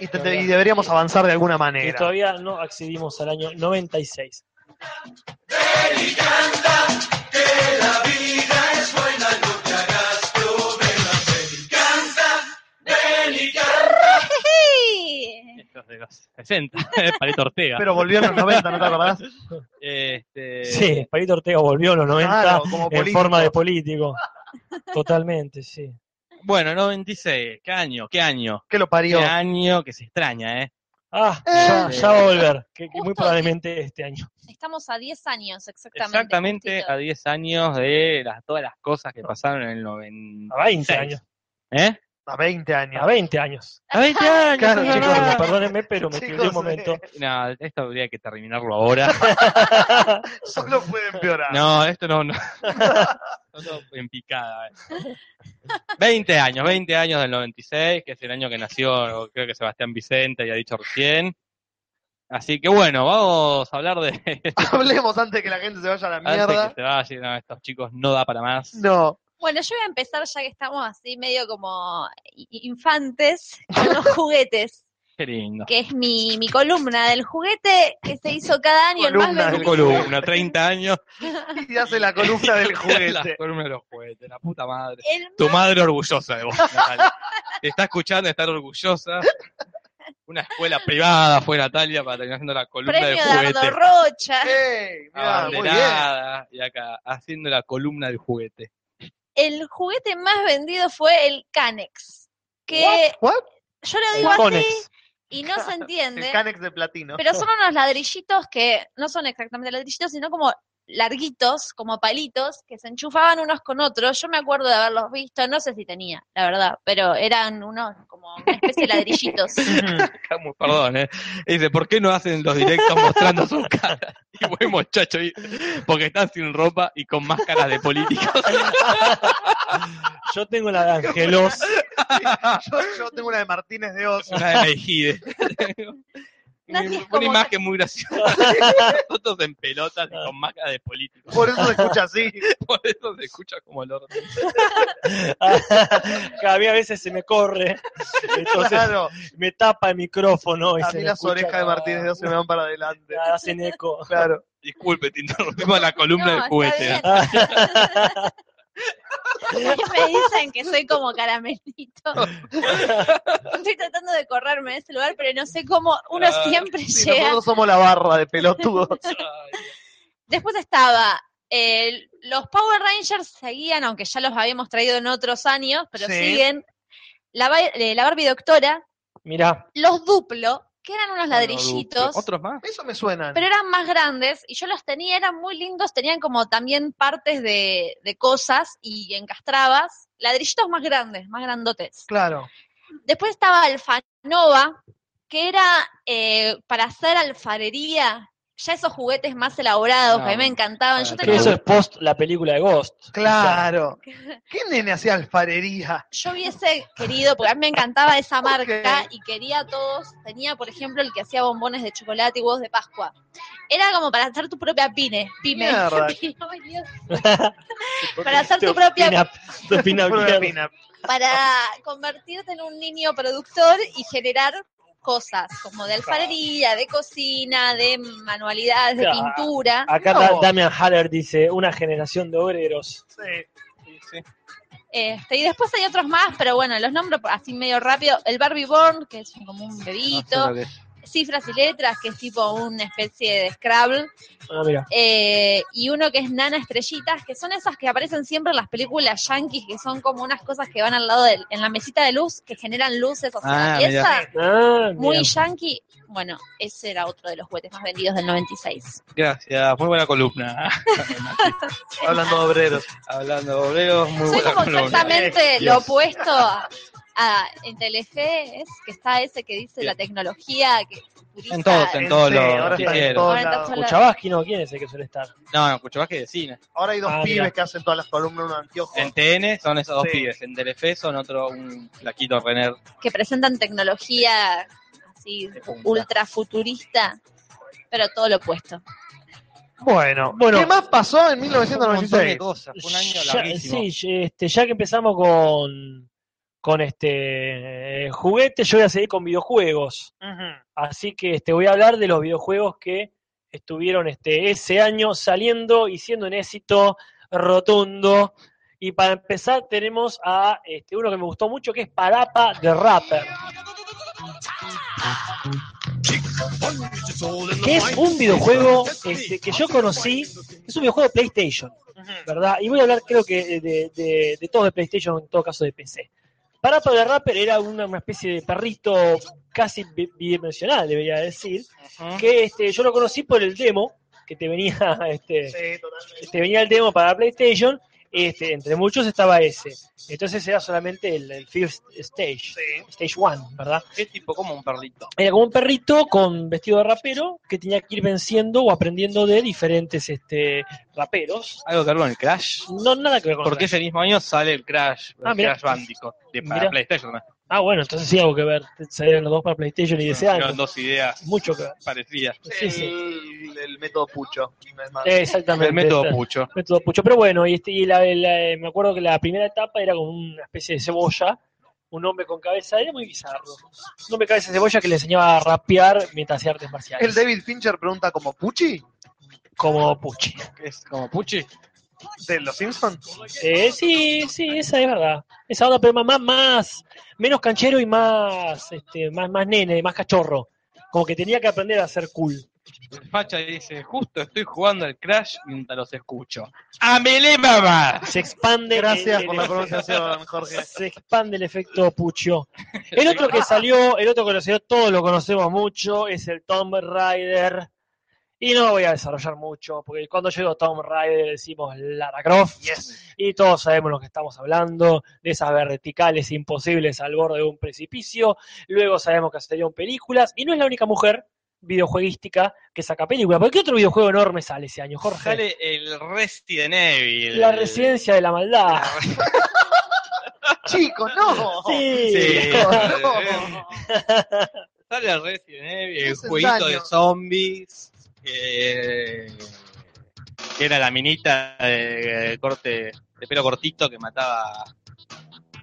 [SPEAKER 2] y, te- te- y deberíamos avanzar de alguna
[SPEAKER 3] y
[SPEAKER 2] manera.
[SPEAKER 3] todavía no accedimos al año 96.
[SPEAKER 1] ¡Sí!
[SPEAKER 4] Estos de los 60, Palito Ortega.
[SPEAKER 2] Pero volvió en los 90, ¿no te acordás?
[SPEAKER 4] Este,
[SPEAKER 3] Sí, Palito Ortega volvió a los 90
[SPEAKER 2] Claro, Eh. Ah, como
[SPEAKER 3] en
[SPEAKER 2] político.
[SPEAKER 3] forma de político. Totalmente, sí.
[SPEAKER 4] Bueno, 96, ¿qué año? ¿Qué año?
[SPEAKER 2] Que lo
[SPEAKER 4] ¿Qué
[SPEAKER 2] parió.
[SPEAKER 4] año? Que se extraña, ¿eh?
[SPEAKER 3] Ah,
[SPEAKER 2] Eh.
[SPEAKER 3] ya, ya va a volver, que, que muy
[SPEAKER 1] Justo.
[SPEAKER 3] probablemente este año.
[SPEAKER 1] Estamos a 10 años, exactamente.
[SPEAKER 4] Exactamente
[SPEAKER 1] justito.
[SPEAKER 4] a 10 años de las, todas las cosas que pasaron en el 90.
[SPEAKER 3] A 20 años.
[SPEAKER 4] ¿Eh?
[SPEAKER 2] A 20 años.
[SPEAKER 3] A 20 años.
[SPEAKER 4] A 20 años.
[SPEAKER 2] Claro,
[SPEAKER 4] no,
[SPEAKER 2] Ah.
[SPEAKER 3] Chicos,
[SPEAKER 4] no.
[SPEAKER 3] perdónenme, pero me
[SPEAKER 2] Chicos,
[SPEAKER 3] quedé un momento.
[SPEAKER 4] No, esto habría que terminarlo ahora.
[SPEAKER 2] Solo puede empeorar.
[SPEAKER 4] No, esto no. no. Todo en picada. eh. 20 años, 20 años del 96, que es el año que nació, creo que Sebastián Vicente, ya ha dicho recién. Así que bueno, vamos a hablar de.
[SPEAKER 2] Hablemos antes de que la gente se vaya a la
[SPEAKER 4] Antes que
[SPEAKER 2] mierda.
[SPEAKER 4] se vayan, no, estos chicos no da para más.
[SPEAKER 2] No.
[SPEAKER 1] Bueno, yo voy a empezar ya que estamos así medio como i- infantes con los juguetes,
[SPEAKER 4] Qué lindo.
[SPEAKER 1] que es mi, mi columna del juguete que se hizo cada año el más
[SPEAKER 2] Columna del
[SPEAKER 4] Tu
[SPEAKER 1] 20.
[SPEAKER 4] columna, 30 años.
[SPEAKER 2] Y hace la columna del
[SPEAKER 4] La
[SPEAKER 2] juguete.
[SPEAKER 4] columna de los juguetes, la puta madre.
[SPEAKER 1] El
[SPEAKER 4] Tu madre orgullosa de vos, Natalia. Te está escuchando, está orgullosa. Una escuela privada fue Natalia para terminar haciendo la columna de
[SPEAKER 1] premio Dardo
[SPEAKER 4] juguete. Ah,
[SPEAKER 2] Eh,
[SPEAKER 1] Rocha,
[SPEAKER 2] ¡Ey! mirá, Ah, muy bien.
[SPEAKER 4] Abanderada, y acá, haciendo la columna del juguete.
[SPEAKER 1] el juguete más vendido fue el Canex, que
[SPEAKER 2] ¿What?
[SPEAKER 1] yo lo digo
[SPEAKER 3] El
[SPEAKER 1] así
[SPEAKER 3] Conex.
[SPEAKER 1] y no se entiende,
[SPEAKER 2] El Canex de platino.
[SPEAKER 1] pero son unos ladrillitos que no son exactamente ladrillitos, sino como larguitos, como palitos, que se enchufaban unos con otros. Yo me acuerdo de haberlos visto, no sé si tenía, la verdad, pero eran unos como una especie de ladrillitos.
[SPEAKER 4] Acá, muy Perdón, ¿eh? Y Dice, ¿por qué no hacen los directos mostrando sus caras? Y buen muchacho, y- porque están sin ropa y con máscaras de políticos.
[SPEAKER 3] Yo tengo la de Angelos.
[SPEAKER 2] yo, yo tengo una de Martínez de Oz.
[SPEAKER 4] Una de Mejide.
[SPEAKER 1] Nati es
[SPEAKER 4] una
[SPEAKER 1] como-
[SPEAKER 4] imagen muy graciosa. Nosotros en pelotas y con marca de políticos.
[SPEAKER 2] Por eso se escucha así.
[SPEAKER 4] Por eso se escucha como el orto.
[SPEAKER 3] a mí a veces se me corre, entonces
[SPEAKER 2] claro.
[SPEAKER 3] me tapa el micrófono y
[SPEAKER 2] A
[SPEAKER 3] se
[SPEAKER 2] mí
[SPEAKER 3] me
[SPEAKER 2] las
[SPEAKER 3] escucha
[SPEAKER 2] orejas de
[SPEAKER 3] la-
[SPEAKER 2] Martínez de Dios se me van para adelante.
[SPEAKER 3] la- hacen eco.
[SPEAKER 2] Claro.
[SPEAKER 4] Disculpe, te interrumpimos la columna
[SPEAKER 1] No,
[SPEAKER 4] de
[SPEAKER 1] está
[SPEAKER 4] juguete.
[SPEAKER 1] bien. A mí me dicen que soy como caramelito. Estoy tratando de correrme de ese lugar, pero no sé cómo uno
[SPEAKER 4] Ah,
[SPEAKER 1] siempre
[SPEAKER 2] Sí,
[SPEAKER 1] llega.
[SPEAKER 2] nosotros somos la barra de pelotudos.
[SPEAKER 1] Después estaba, eh, los Power Rangers seguían, aunque ya los habíamos traído en otros años, pero
[SPEAKER 2] Sí.
[SPEAKER 1] siguen. La, ba- eh, la Barbie Doctora,
[SPEAKER 3] Mirá,
[SPEAKER 1] los Duplo, que eran unos ladrillitos.
[SPEAKER 4] Otros más.
[SPEAKER 2] Eso me suena.
[SPEAKER 1] pero eran más grandes y yo los tenía, eran muy lindos, tenían como también partes de, de cosas y encastrabas, ladrillitos más grandes, más grandotes.
[SPEAKER 2] Claro.
[SPEAKER 1] Después estaba Alfanova, que era eh, para hacer alfarería, ya esos juguetes más elaborados, que a mí me
[SPEAKER 4] Ah,
[SPEAKER 1] encantaban,
[SPEAKER 4] para
[SPEAKER 1] yo
[SPEAKER 4] que
[SPEAKER 3] que
[SPEAKER 1] tenía
[SPEAKER 3] eso es post la película de Ghost.
[SPEAKER 2] Claro. ¿Qué nene hacía alfarería?
[SPEAKER 1] yo hubiese querido, porque a mí me encantaba esa marca
[SPEAKER 2] Ok.
[SPEAKER 1] y quería todos, tenía por ejemplo el que hacía bombones de chocolate y huevos de Pascua. Era como para hacer tu propia pine, pyme.
[SPEAKER 2] Mierda.
[SPEAKER 1] Ay, Dios. para hacer tu propia
[SPEAKER 3] Opina- tu opina
[SPEAKER 2] Pura
[SPEAKER 3] bien.
[SPEAKER 2] mina.
[SPEAKER 1] para convertirte en un niño productor y generar cosas como de alfarería, de cocina, de manualidades, de
[SPEAKER 3] Claro.
[SPEAKER 1] pintura.
[SPEAKER 3] Acá
[SPEAKER 2] No.
[SPEAKER 3] Da- Damian Haller dice, una generación de obreros.
[SPEAKER 2] Sí.
[SPEAKER 1] Este, y después hay otros más, pero bueno, los nombro así medio rápido. El Barbie Born, que es como un bebito. Cifras y letras, que es tipo una especie de Scrabble.
[SPEAKER 3] Ah, mira.
[SPEAKER 1] Eh, y uno que es Nana Estrellitas, que son esas que aparecen siempre en las películas yankees, que son como unas cosas que van al lado de, en la mesita de luz, que generan luces. O sea,
[SPEAKER 4] Ah,
[SPEAKER 1] esa,
[SPEAKER 4] mirá.
[SPEAKER 3] Ah,
[SPEAKER 1] Muy
[SPEAKER 3] bien.
[SPEAKER 1] yankee. Bueno, ese era otro de los juguetes más vendidos del 96.
[SPEAKER 4] Gracias, muy buena columna.
[SPEAKER 2] Hablando de obreros.
[SPEAKER 4] Hablando de obreros, muy
[SPEAKER 1] Soy
[SPEAKER 4] buena
[SPEAKER 1] como
[SPEAKER 4] columna.
[SPEAKER 1] exactamente
[SPEAKER 4] Dios.
[SPEAKER 1] lo opuesto a, a- en Telefe, es que está ese que dice la tecnología que eh, futuriza.
[SPEAKER 4] En todos, en todos
[SPEAKER 2] Sí, ahora
[SPEAKER 4] los
[SPEAKER 2] está en
[SPEAKER 4] tijeros.
[SPEAKER 2] todos
[SPEAKER 1] Ahora
[SPEAKER 2] lados.
[SPEAKER 1] está
[SPEAKER 3] Kuchavaski, ¿no? ¿Quién es el que suele estar?
[SPEAKER 4] No, no, escucho más que de cine.
[SPEAKER 2] Ahora hay dos
[SPEAKER 3] Ah,
[SPEAKER 2] pibes
[SPEAKER 3] mira.
[SPEAKER 2] que hacen todas las columnas en anteojos.
[SPEAKER 4] En TN son esos dos
[SPEAKER 2] Sí.
[SPEAKER 4] pibes. En Telefe son otro, un flaquito René.
[SPEAKER 1] que presentan tecnología así
[SPEAKER 4] De punta.
[SPEAKER 1] ultra futurista, pero todo lo opuesto.
[SPEAKER 2] Bueno,
[SPEAKER 3] Bueno.
[SPEAKER 2] ¿qué más pasó en
[SPEAKER 4] Un montón de
[SPEAKER 2] 1996?
[SPEAKER 4] cosas, fue un año
[SPEAKER 3] Ya-
[SPEAKER 4] larguísimo.
[SPEAKER 3] sí, ya- este, ya que empezamos con, con este eh, juguete, yo voy a seguir con videojuegos.
[SPEAKER 2] Ujú.
[SPEAKER 3] Así que este, voy a hablar de los videojuegos que estuvieron este, ese año saliendo y siendo un éxito rotundo. Y para empezar tenemos a este, uno que me gustó mucho que es Parapa de Rapper. Que es un videojuego este, que yo conocí, es un videojuego de PlayStation. ¿verdad? Y voy a hablar, creo que, eh, de, de, de todos de PlayStation, en todo caso de PC. Parappa the Rapper era una, una especie de perrito casi bi- bidimensional, debería decir,
[SPEAKER 4] Ujú.
[SPEAKER 3] que este, yo lo conocí por el demo, que te venía, este,
[SPEAKER 2] Sí, totalmente.
[SPEAKER 3] te venía el demo para PlayStation, este, entre muchos estaba ese. Entonces era solamente el, el First Stage,
[SPEAKER 2] Sí.
[SPEAKER 3] Stage One, ¿verdad?
[SPEAKER 4] Es tipo como un perrito.
[SPEAKER 3] Era como un perrito con vestido de rapero que tenía que ir venciendo o aprendiendo de diferentes este, raperos.
[SPEAKER 4] Algo que ver con el Crash.
[SPEAKER 3] No, nada que ver con
[SPEAKER 4] Porque ese mismo año sale el Crash, el
[SPEAKER 3] Ah, mirá.
[SPEAKER 4] Crash Bandicoot, de para
[SPEAKER 3] Mirá.
[SPEAKER 4] PlayStation. ¿no?
[SPEAKER 3] Ah, bueno, entonces sí algo que ver. Salieron los dos para PlayStation y
[SPEAKER 2] Ah,
[SPEAKER 3] ese año.
[SPEAKER 4] Eran dos ideas
[SPEAKER 3] Mucho que ver.
[SPEAKER 4] parecidas.
[SPEAKER 3] Sí, sí.
[SPEAKER 2] El, el método Pucho. no es más.
[SPEAKER 3] Eh, Exactamente.
[SPEAKER 4] El método
[SPEAKER 3] Está-
[SPEAKER 4] Pucho.
[SPEAKER 3] método Pucho. Pero bueno, y, este, y la- la- eh, me acuerdo que la primera etapa era como una especie de cebolla. Un hombre con cabeza, era muy bizarro. Un hombre con cabeza de cebolla que le enseñaba a rapear mientras hacía artes marciales.
[SPEAKER 2] El David Fincher pregunta como Puchi
[SPEAKER 3] Como Puchi.
[SPEAKER 4] Es como Puchi.
[SPEAKER 2] de Los Simpsons.
[SPEAKER 3] Eh, sí, sí, esa es verdad. Esa onda, pero más, más, menos canchero y más, este, más, más nene, más cachorro. Como que tenía que aprender a ser cool.
[SPEAKER 4] El facha dice, justo estoy jugando al Crash mientras los escucho. ¡Amele, mamá!
[SPEAKER 3] Se expande.
[SPEAKER 2] Gracias
[SPEAKER 3] el-
[SPEAKER 2] por
[SPEAKER 3] el-
[SPEAKER 2] la pronunciación, Jorge.
[SPEAKER 3] se expande el efecto Pucho. El otro que salió, el otro que salió, todos lo conocemos mucho, es el Tomb Raider. Y no lo voy a desarrollar mucho, porque cuando llegó Tomb Raider decimos Lara Croft,
[SPEAKER 2] Yes.
[SPEAKER 3] y todos sabemos lo que estamos hablando, de esas verticales imposibles al borde de un precipicio. Luego sabemos que salieron películas, y no es la única mujer videojueguística que saca película. ¿Por qué otro videojuego enorme sale ese año, Jorge?
[SPEAKER 4] Sale el Resident Evil.
[SPEAKER 3] La residencia de la maldad.
[SPEAKER 4] Ah,
[SPEAKER 2] Chicos, no.
[SPEAKER 4] Eh,
[SPEAKER 3] Sí.
[SPEAKER 4] Sí.
[SPEAKER 2] No.
[SPEAKER 4] Sale el Resident Evil,
[SPEAKER 2] Qué
[SPEAKER 4] el jueguito de
[SPEAKER 2] daño.
[SPEAKER 4] zombies. eh, que era la minita de corte de pelo cortito que mataba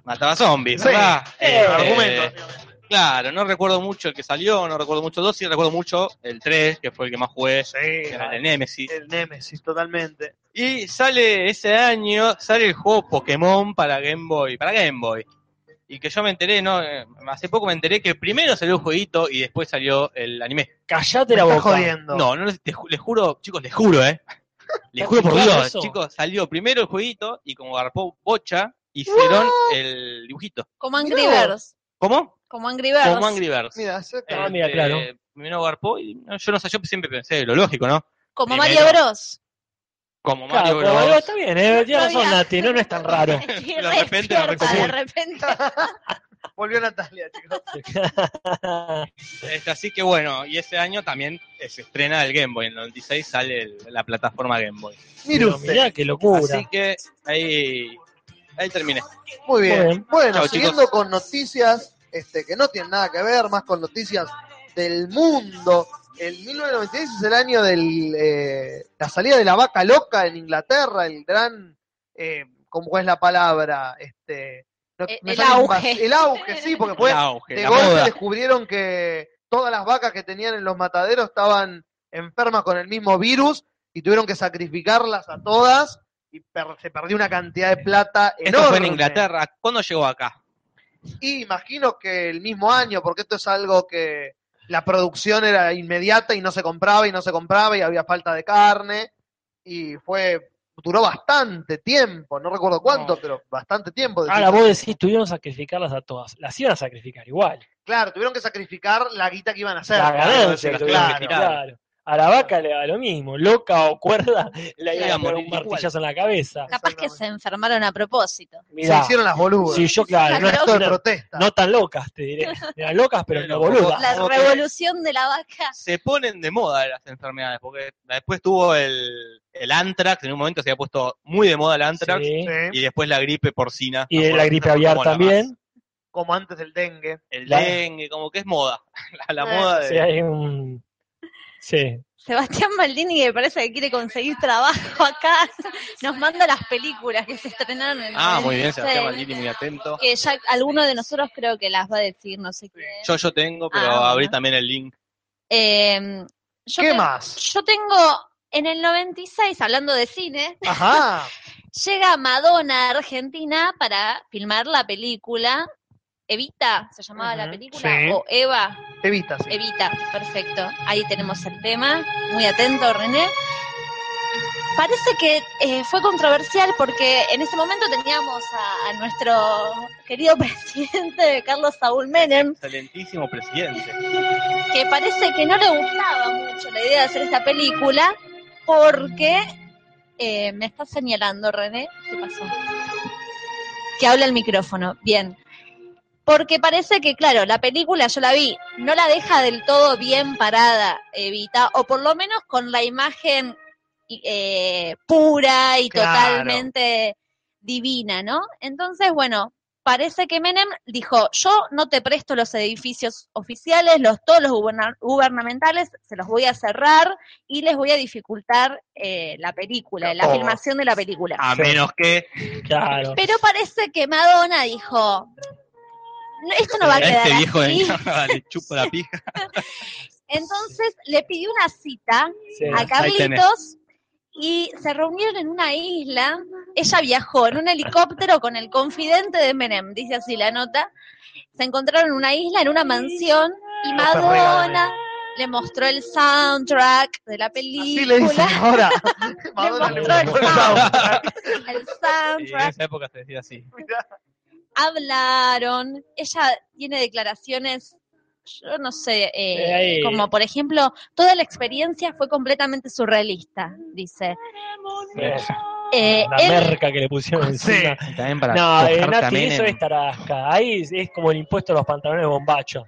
[SPEAKER 4] mataba zombies,
[SPEAKER 2] Sí.
[SPEAKER 4] ¿verdad?
[SPEAKER 2] Eh,
[SPEAKER 4] Eh,
[SPEAKER 2] argumento.
[SPEAKER 4] Claro, no recuerdo mucho el que salió, no recuerdo mucho el 2, sí recuerdo mucho el 3, que fue el que más jugué,
[SPEAKER 2] Sí,
[SPEAKER 4] que era el Nemesis.
[SPEAKER 2] el Nemesis, totalmente.
[SPEAKER 4] Y sale ese año, sale el juego Pokémon para Game Boy, para Game Boy. Y que yo me enteré, ¿no? Eh, Hace poco me enteré que primero salió el jueguito y después salió el anime.
[SPEAKER 3] Callate
[SPEAKER 2] Me
[SPEAKER 3] la
[SPEAKER 2] está
[SPEAKER 3] boca.
[SPEAKER 2] jodiendo.
[SPEAKER 4] No, no les, te ju- les juro, chicos, les juro, ¿eh? Les juro por
[SPEAKER 3] Claro,
[SPEAKER 4] Dios,
[SPEAKER 3] eso.
[SPEAKER 4] chicos, salió primero el jueguito y como garpó bocha, hicieron el dibujito.
[SPEAKER 1] Como Angry
[SPEAKER 2] Mirá vos.
[SPEAKER 1] Birds.
[SPEAKER 4] ¿Cómo?
[SPEAKER 1] Como Angry Birds.
[SPEAKER 4] Como Angry Birds.
[SPEAKER 2] Mira, acepta.
[SPEAKER 3] Ah,
[SPEAKER 4] Este,
[SPEAKER 3] mira, claro.
[SPEAKER 4] Primero garpó y no, yo no sé, yo siempre pensé lo lógico, ¿no?
[SPEAKER 1] Como
[SPEAKER 4] Primero.
[SPEAKER 1] Mario Bros.
[SPEAKER 4] Como
[SPEAKER 3] Claro,
[SPEAKER 4] Mario
[SPEAKER 3] pero
[SPEAKER 4] Bros.
[SPEAKER 3] bueno, está bien, eh, tiene razón,
[SPEAKER 1] Todavía.
[SPEAKER 3] Nati, no, no es tan raro.
[SPEAKER 1] Sí,
[SPEAKER 4] De
[SPEAKER 1] re
[SPEAKER 4] repente lo
[SPEAKER 1] cierta, de
[SPEAKER 4] recomiendo.
[SPEAKER 1] repente.
[SPEAKER 2] Volvió Natalia, chicos.
[SPEAKER 4] Este, así que bueno, y ese año también eh, se estrena el Game Boy. En el 96 sale el- la plataforma Game Boy.
[SPEAKER 2] Mire
[SPEAKER 3] Pero
[SPEAKER 2] usted.
[SPEAKER 3] mirá qué locura.
[SPEAKER 4] Así que ahí, ahí terminé.
[SPEAKER 2] Muy bien.
[SPEAKER 3] Bueno.
[SPEAKER 2] Bueno,
[SPEAKER 4] Chao,
[SPEAKER 2] siguiendo con noticias este, que no tienen nada que ver, más con noticias del mundo. El 1996 es el año de la salida de la vaca loca en Inglaterra, el gran, eh, ¿cómo es la palabra? Este, no-
[SPEAKER 1] El-
[SPEAKER 2] me
[SPEAKER 1] el
[SPEAKER 2] sale
[SPEAKER 1] auge.
[SPEAKER 2] invas- El auge, sí, porque fue
[SPEAKER 4] El auge,
[SPEAKER 2] de
[SPEAKER 4] la
[SPEAKER 2] golpe
[SPEAKER 4] moda.
[SPEAKER 2] descubrieron que todas las vacas que tenían en los mataderos estaban enfermas con el mismo virus y tuvieron que sacrificarlas a todas y per- se perdió una cantidad de plata enorme.
[SPEAKER 4] Esto fue en Inglaterra. ¿Cuándo llegó acá?
[SPEAKER 2] Y imagino que el mismo año, porque esto es algo que la producción era inmediata y no se compraba y no se compraba y había falta de carne y fue duró bastante tiempo, no recuerdo cuánto,
[SPEAKER 4] No.
[SPEAKER 2] pero bastante tiempo. decís.
[SPEAKER 3] Ahora vos decís, tuvieron que sacrificarlas a todas. Las iban a sacrificar igual.
[SPEAKER 2] Claro, tuvieron que sacrificar la guita que iban a hacer.
[SPEAKER 3] La ganancia
[SPEAKER 4] claro,
[SPEAKER 3] que
[SPEAKER 2] Claro,
[SPEAKER 3] tuvieron que
[SPEAKER 4] claro.
[SPEAKER 3] tirar. A la vaca le da lo mismo, loca o cuerda, le
[SPEAKER 4] Iba
[SPEAKER 3] iban
[SPEAKER 4] a
[SPEAKER 3] a poner
[SPEAKER 4] morir
[SPEAKER 3] un martillazo en la cabeza.
[SPEAKER 1] Capaz que se enfermaron a propósito.
[SPEAKER 2] se
[SPEAKER 3] Mirá,
[SPEAKER 2] hicieron las boludas.
[SPEAKER 3] si yo, claro,
[SPEAKER 1] Las
[SPEAKER 3] no,
[SPEAKER 2] Un acto de
[SPEAKER 3] no-
[SPEAKER 2] protesta.
[SPEAKER 3] no tan locas, te diré. Eran locas, pero
[SPEAKER 4] Pero
[SPEAKER 3] no boludas.
[SPEAKER 1] La
[SPEAKER 2] ok.
[SPEAKER 1] revolución de la vaca.
[SPEAKER 4] Se ponen de moda las enfermedades. Porque después tuvo el, el Antrax. En un momento se había puesto muy de moda el Antrax.
[SPEAKER 3] Sí.
[SPEAKER 2] Sí,
[SPEAKER 4] Y después la gripe porcina.
[SPEAKER 3] Y
[SPEAKER 4] No
[SPEAKER 3] la
[SPEAKER 4] me
[SPEAKER 3] gripe
[SPEAKER 4] acuerdo
[SPEAKER 3] aviar
[SPEAKER 4] cómo la más.
[SPEAKER 3] también.
[SPEAKER 2] como antes del dengue.
[SPEAKER 4] El
[SPEAKER 3] La-
[SPEAKER 4] dengue, como que es moda. La, la
[SPEAKER 1] Eh,
[SPEAKER 4] moda de.
[SPEAKER 3] Sí, hay un... Sí,
[SPEAKER 1] Sebastián Maldini, que parece que quiere conseguir trabajo acá, nos manda las películas que se estrenaron en el
[SPEAKER 4] Ah, muy bien, Sebastián
[SPEAKER 1] 96,
[SPEAKER 4] Maldini, muy atento.
[SPEAKER 1] Que ya alguno de nosotros creo que las va a decir, no sé quién.
[SPEAKER 4] Yo, yo tengo, pero
[SPEAKER 1] Ah, bueno.
[SPEAKER 4] abrí también el link.
[SPEAKER 1] Eh, yo
[SPEAKER 2] ¿Qué
[SPEAKER 1] te-
[SPEAKER 2] más?
[SPEAKER 1] Yo tengo, en el 96, hablando de cine,
[SPEAKER 2] Ajá.
[SPEAKER 1] llega Madonna a Argentina para filmar la película Evita, se llamaba la
[SPEAKER 2] Ujú,
[SPEAKER 1] película,
[SPEAKER 2] sí.
[SPEAKER 1] o Eva,
[SPEAKER 2] Evita, sí.
[SPEAKER 1] Evita, perfecto. Ahí tenemos el tema. Muy atento, René. Parece que eh, fue controversial porque en ese momento teníamos a, a nuestro querido presidente Carlos Saúl Menem,
[SPEAKER 4] Excelentísimo presidente.
[SPEAKER 1] que parece que no le gustaba mucho la idea de hacer esta película porque eh, me está señalando René, ¿qué pasó? Que habla el micrófono, bien. Porque parece que, claro, la película yo la vi, no la deja del todo bien parada, Evita, o por lo menos con la imagen y- eh, pura y
[SPEAKER 2] Claro.
[SPEAKER 1] totalmente divina, ¿no? Entonces, bueno, parece que Menem dijo, yo no te presto los edificios oficiales, los, todos los guberna- gubernamentales, se los voy a cerrar y les voy a dificultar eh, la película, la
[SPEAKER 4] Oh. Ah.
[SPEAKER 1] filmación de la película.
[SPEAKER 4] A menos que
[SPEAKER 3] claro.
[SPEAKER 1] Pero parece que Madonna dijo, "No, esto no va a
[SPEAKER 4] a
[SPEAKER 1] quedar
[SPEAKER 4] este viejo de
[SPEAKER 1] así".
[SPEAKER 4] mierda le chupo la pija.
[SPEAKER 1] Entonces le pidió una cita
[SPEAKER 3] sí.
[SPEAKER 1] a
[SPEAKER 4] Ahí tenés.
[SPEAKER 1] Carlitos y se reunieron en una isla. Ella viajó en un helicóptero con el confidente de Menem, dice así la nota. Se encontraron en una isla, en una mansión, y
[SPEAKER 2] Los perreos de
[SPEAKER 1] Madonna le mostró el soundtrack de la
[SPEAKER 2] Así le dicen
[SPEAKER 1] película.
[SPEAKER 2] ahora. Madonna le
[SPEAKER 1] mostró el
[SPEAKER 2] mostró el
[SPEAKER 1] pavo.
[SPEAKER 2] soundtrack.
[SPEAKER 1] El
[SPEAKER 4] Y en
[SPEAKER 1] soundtrack.
[SPEAKER 4] esa época se decía así.
[SPEAKER 2] Mirá.
[SPEAKER 1] hablaron, ella tiene declaraciones, yo no sé, eh,
[SPEAKER 3] Eh, ahí.
[SPEAKER 1] como por ejemplo, toda la experiencia fue completamente surrealista, dice. Eh,
[SPEAKER 3] La
[SPEAKER 1] él-
[SPEAKER 3] merca que le pusieron encima.
[SPEAKER 4] Y también para
[SPEAKER 3] No, eh,
[SPEAKER 4] coger
[SPEAKER 3] Nati,
[SPEAKER 4] también
[SPEAKER 3] eso
[SPEAKER 4] en-
[SPEAKER 3] es tarasca. Ahí es, es como el impuesto a los pantalones bombacho.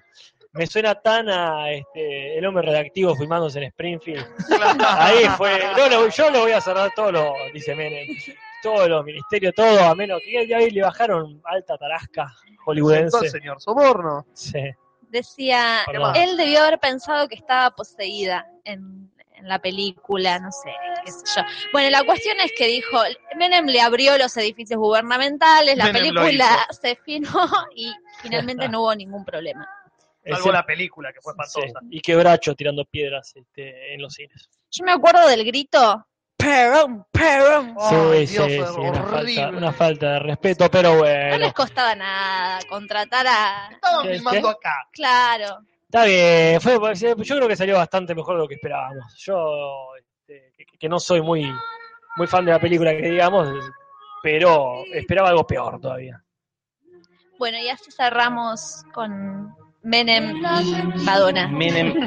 [SPEAKER 3] Me suena tan a este, el hombre redactivo filmándose en Springfield. Ahí fue. no, lo- yo le voy a cerrar todo lo, dice Menem. Todos los ministerios, todo, a menos que ya ahí le bajaron alta tarasca
[SPEAKER 2] Sentó al
[SPEAKER 3] hollywoodense.
[SPEAKER 2] señor Soborno.
[SPEAKER 3] Sí.
[SPEAKER 1] Decía,
[SPEAKER 3] Perdón.
[SPEAKER 1] él debió haber pensado que estaba poseída en, en la película, no sé, qué sé yo. Bueno, la cuestión es que dijo, Menem le abrió los edificios gubernamentales, la
[SPEAKER 2] Menem lo
[SPEAKER 1] película se finó y finalmente no hubo ningún problema.
[SPEAKER 2] Salvo
[SPEAKER 3] Ese-
[SPEAKER 2] la película, que fue
[SPEAKER 3] sí,
[SPEAKER 2] espantosa.
[SPEAKER 3] Y quebracho tirando piedras este, en los cines.
[SPEAKER 1] Yo me acuerdo del grito, Perón, Perón.
[SPEAKER 2] Ay, Dios,
[SPEAKER 3] sí, sí, una, falta,
[SPEAKER 2] horrible.
[SPEAKER 3] una falta de respeto, pero
[SPEAKER 1] No
[SPEAKER 3] bueno.
[SPEAKER 1] les costaba nada contratar a...
[SPEAKER 2] Estaban
[SPEAKER 3] ¿Qué?
[SPEAKER 2] filmando acá.
[SPEAKER 1] Claro.
[SPEAKER 3] Está bien, fue, yo creo que salió bastante mejor de lo que esperábamos. Yo, este, que, que no soy muy, muy fan de la película, que digamos, pero esperaba algo peor todavía.
[SPEAKER 1] Bueno, y así cerramos con Menem y Madonna.
[SPEAKER 4] Menem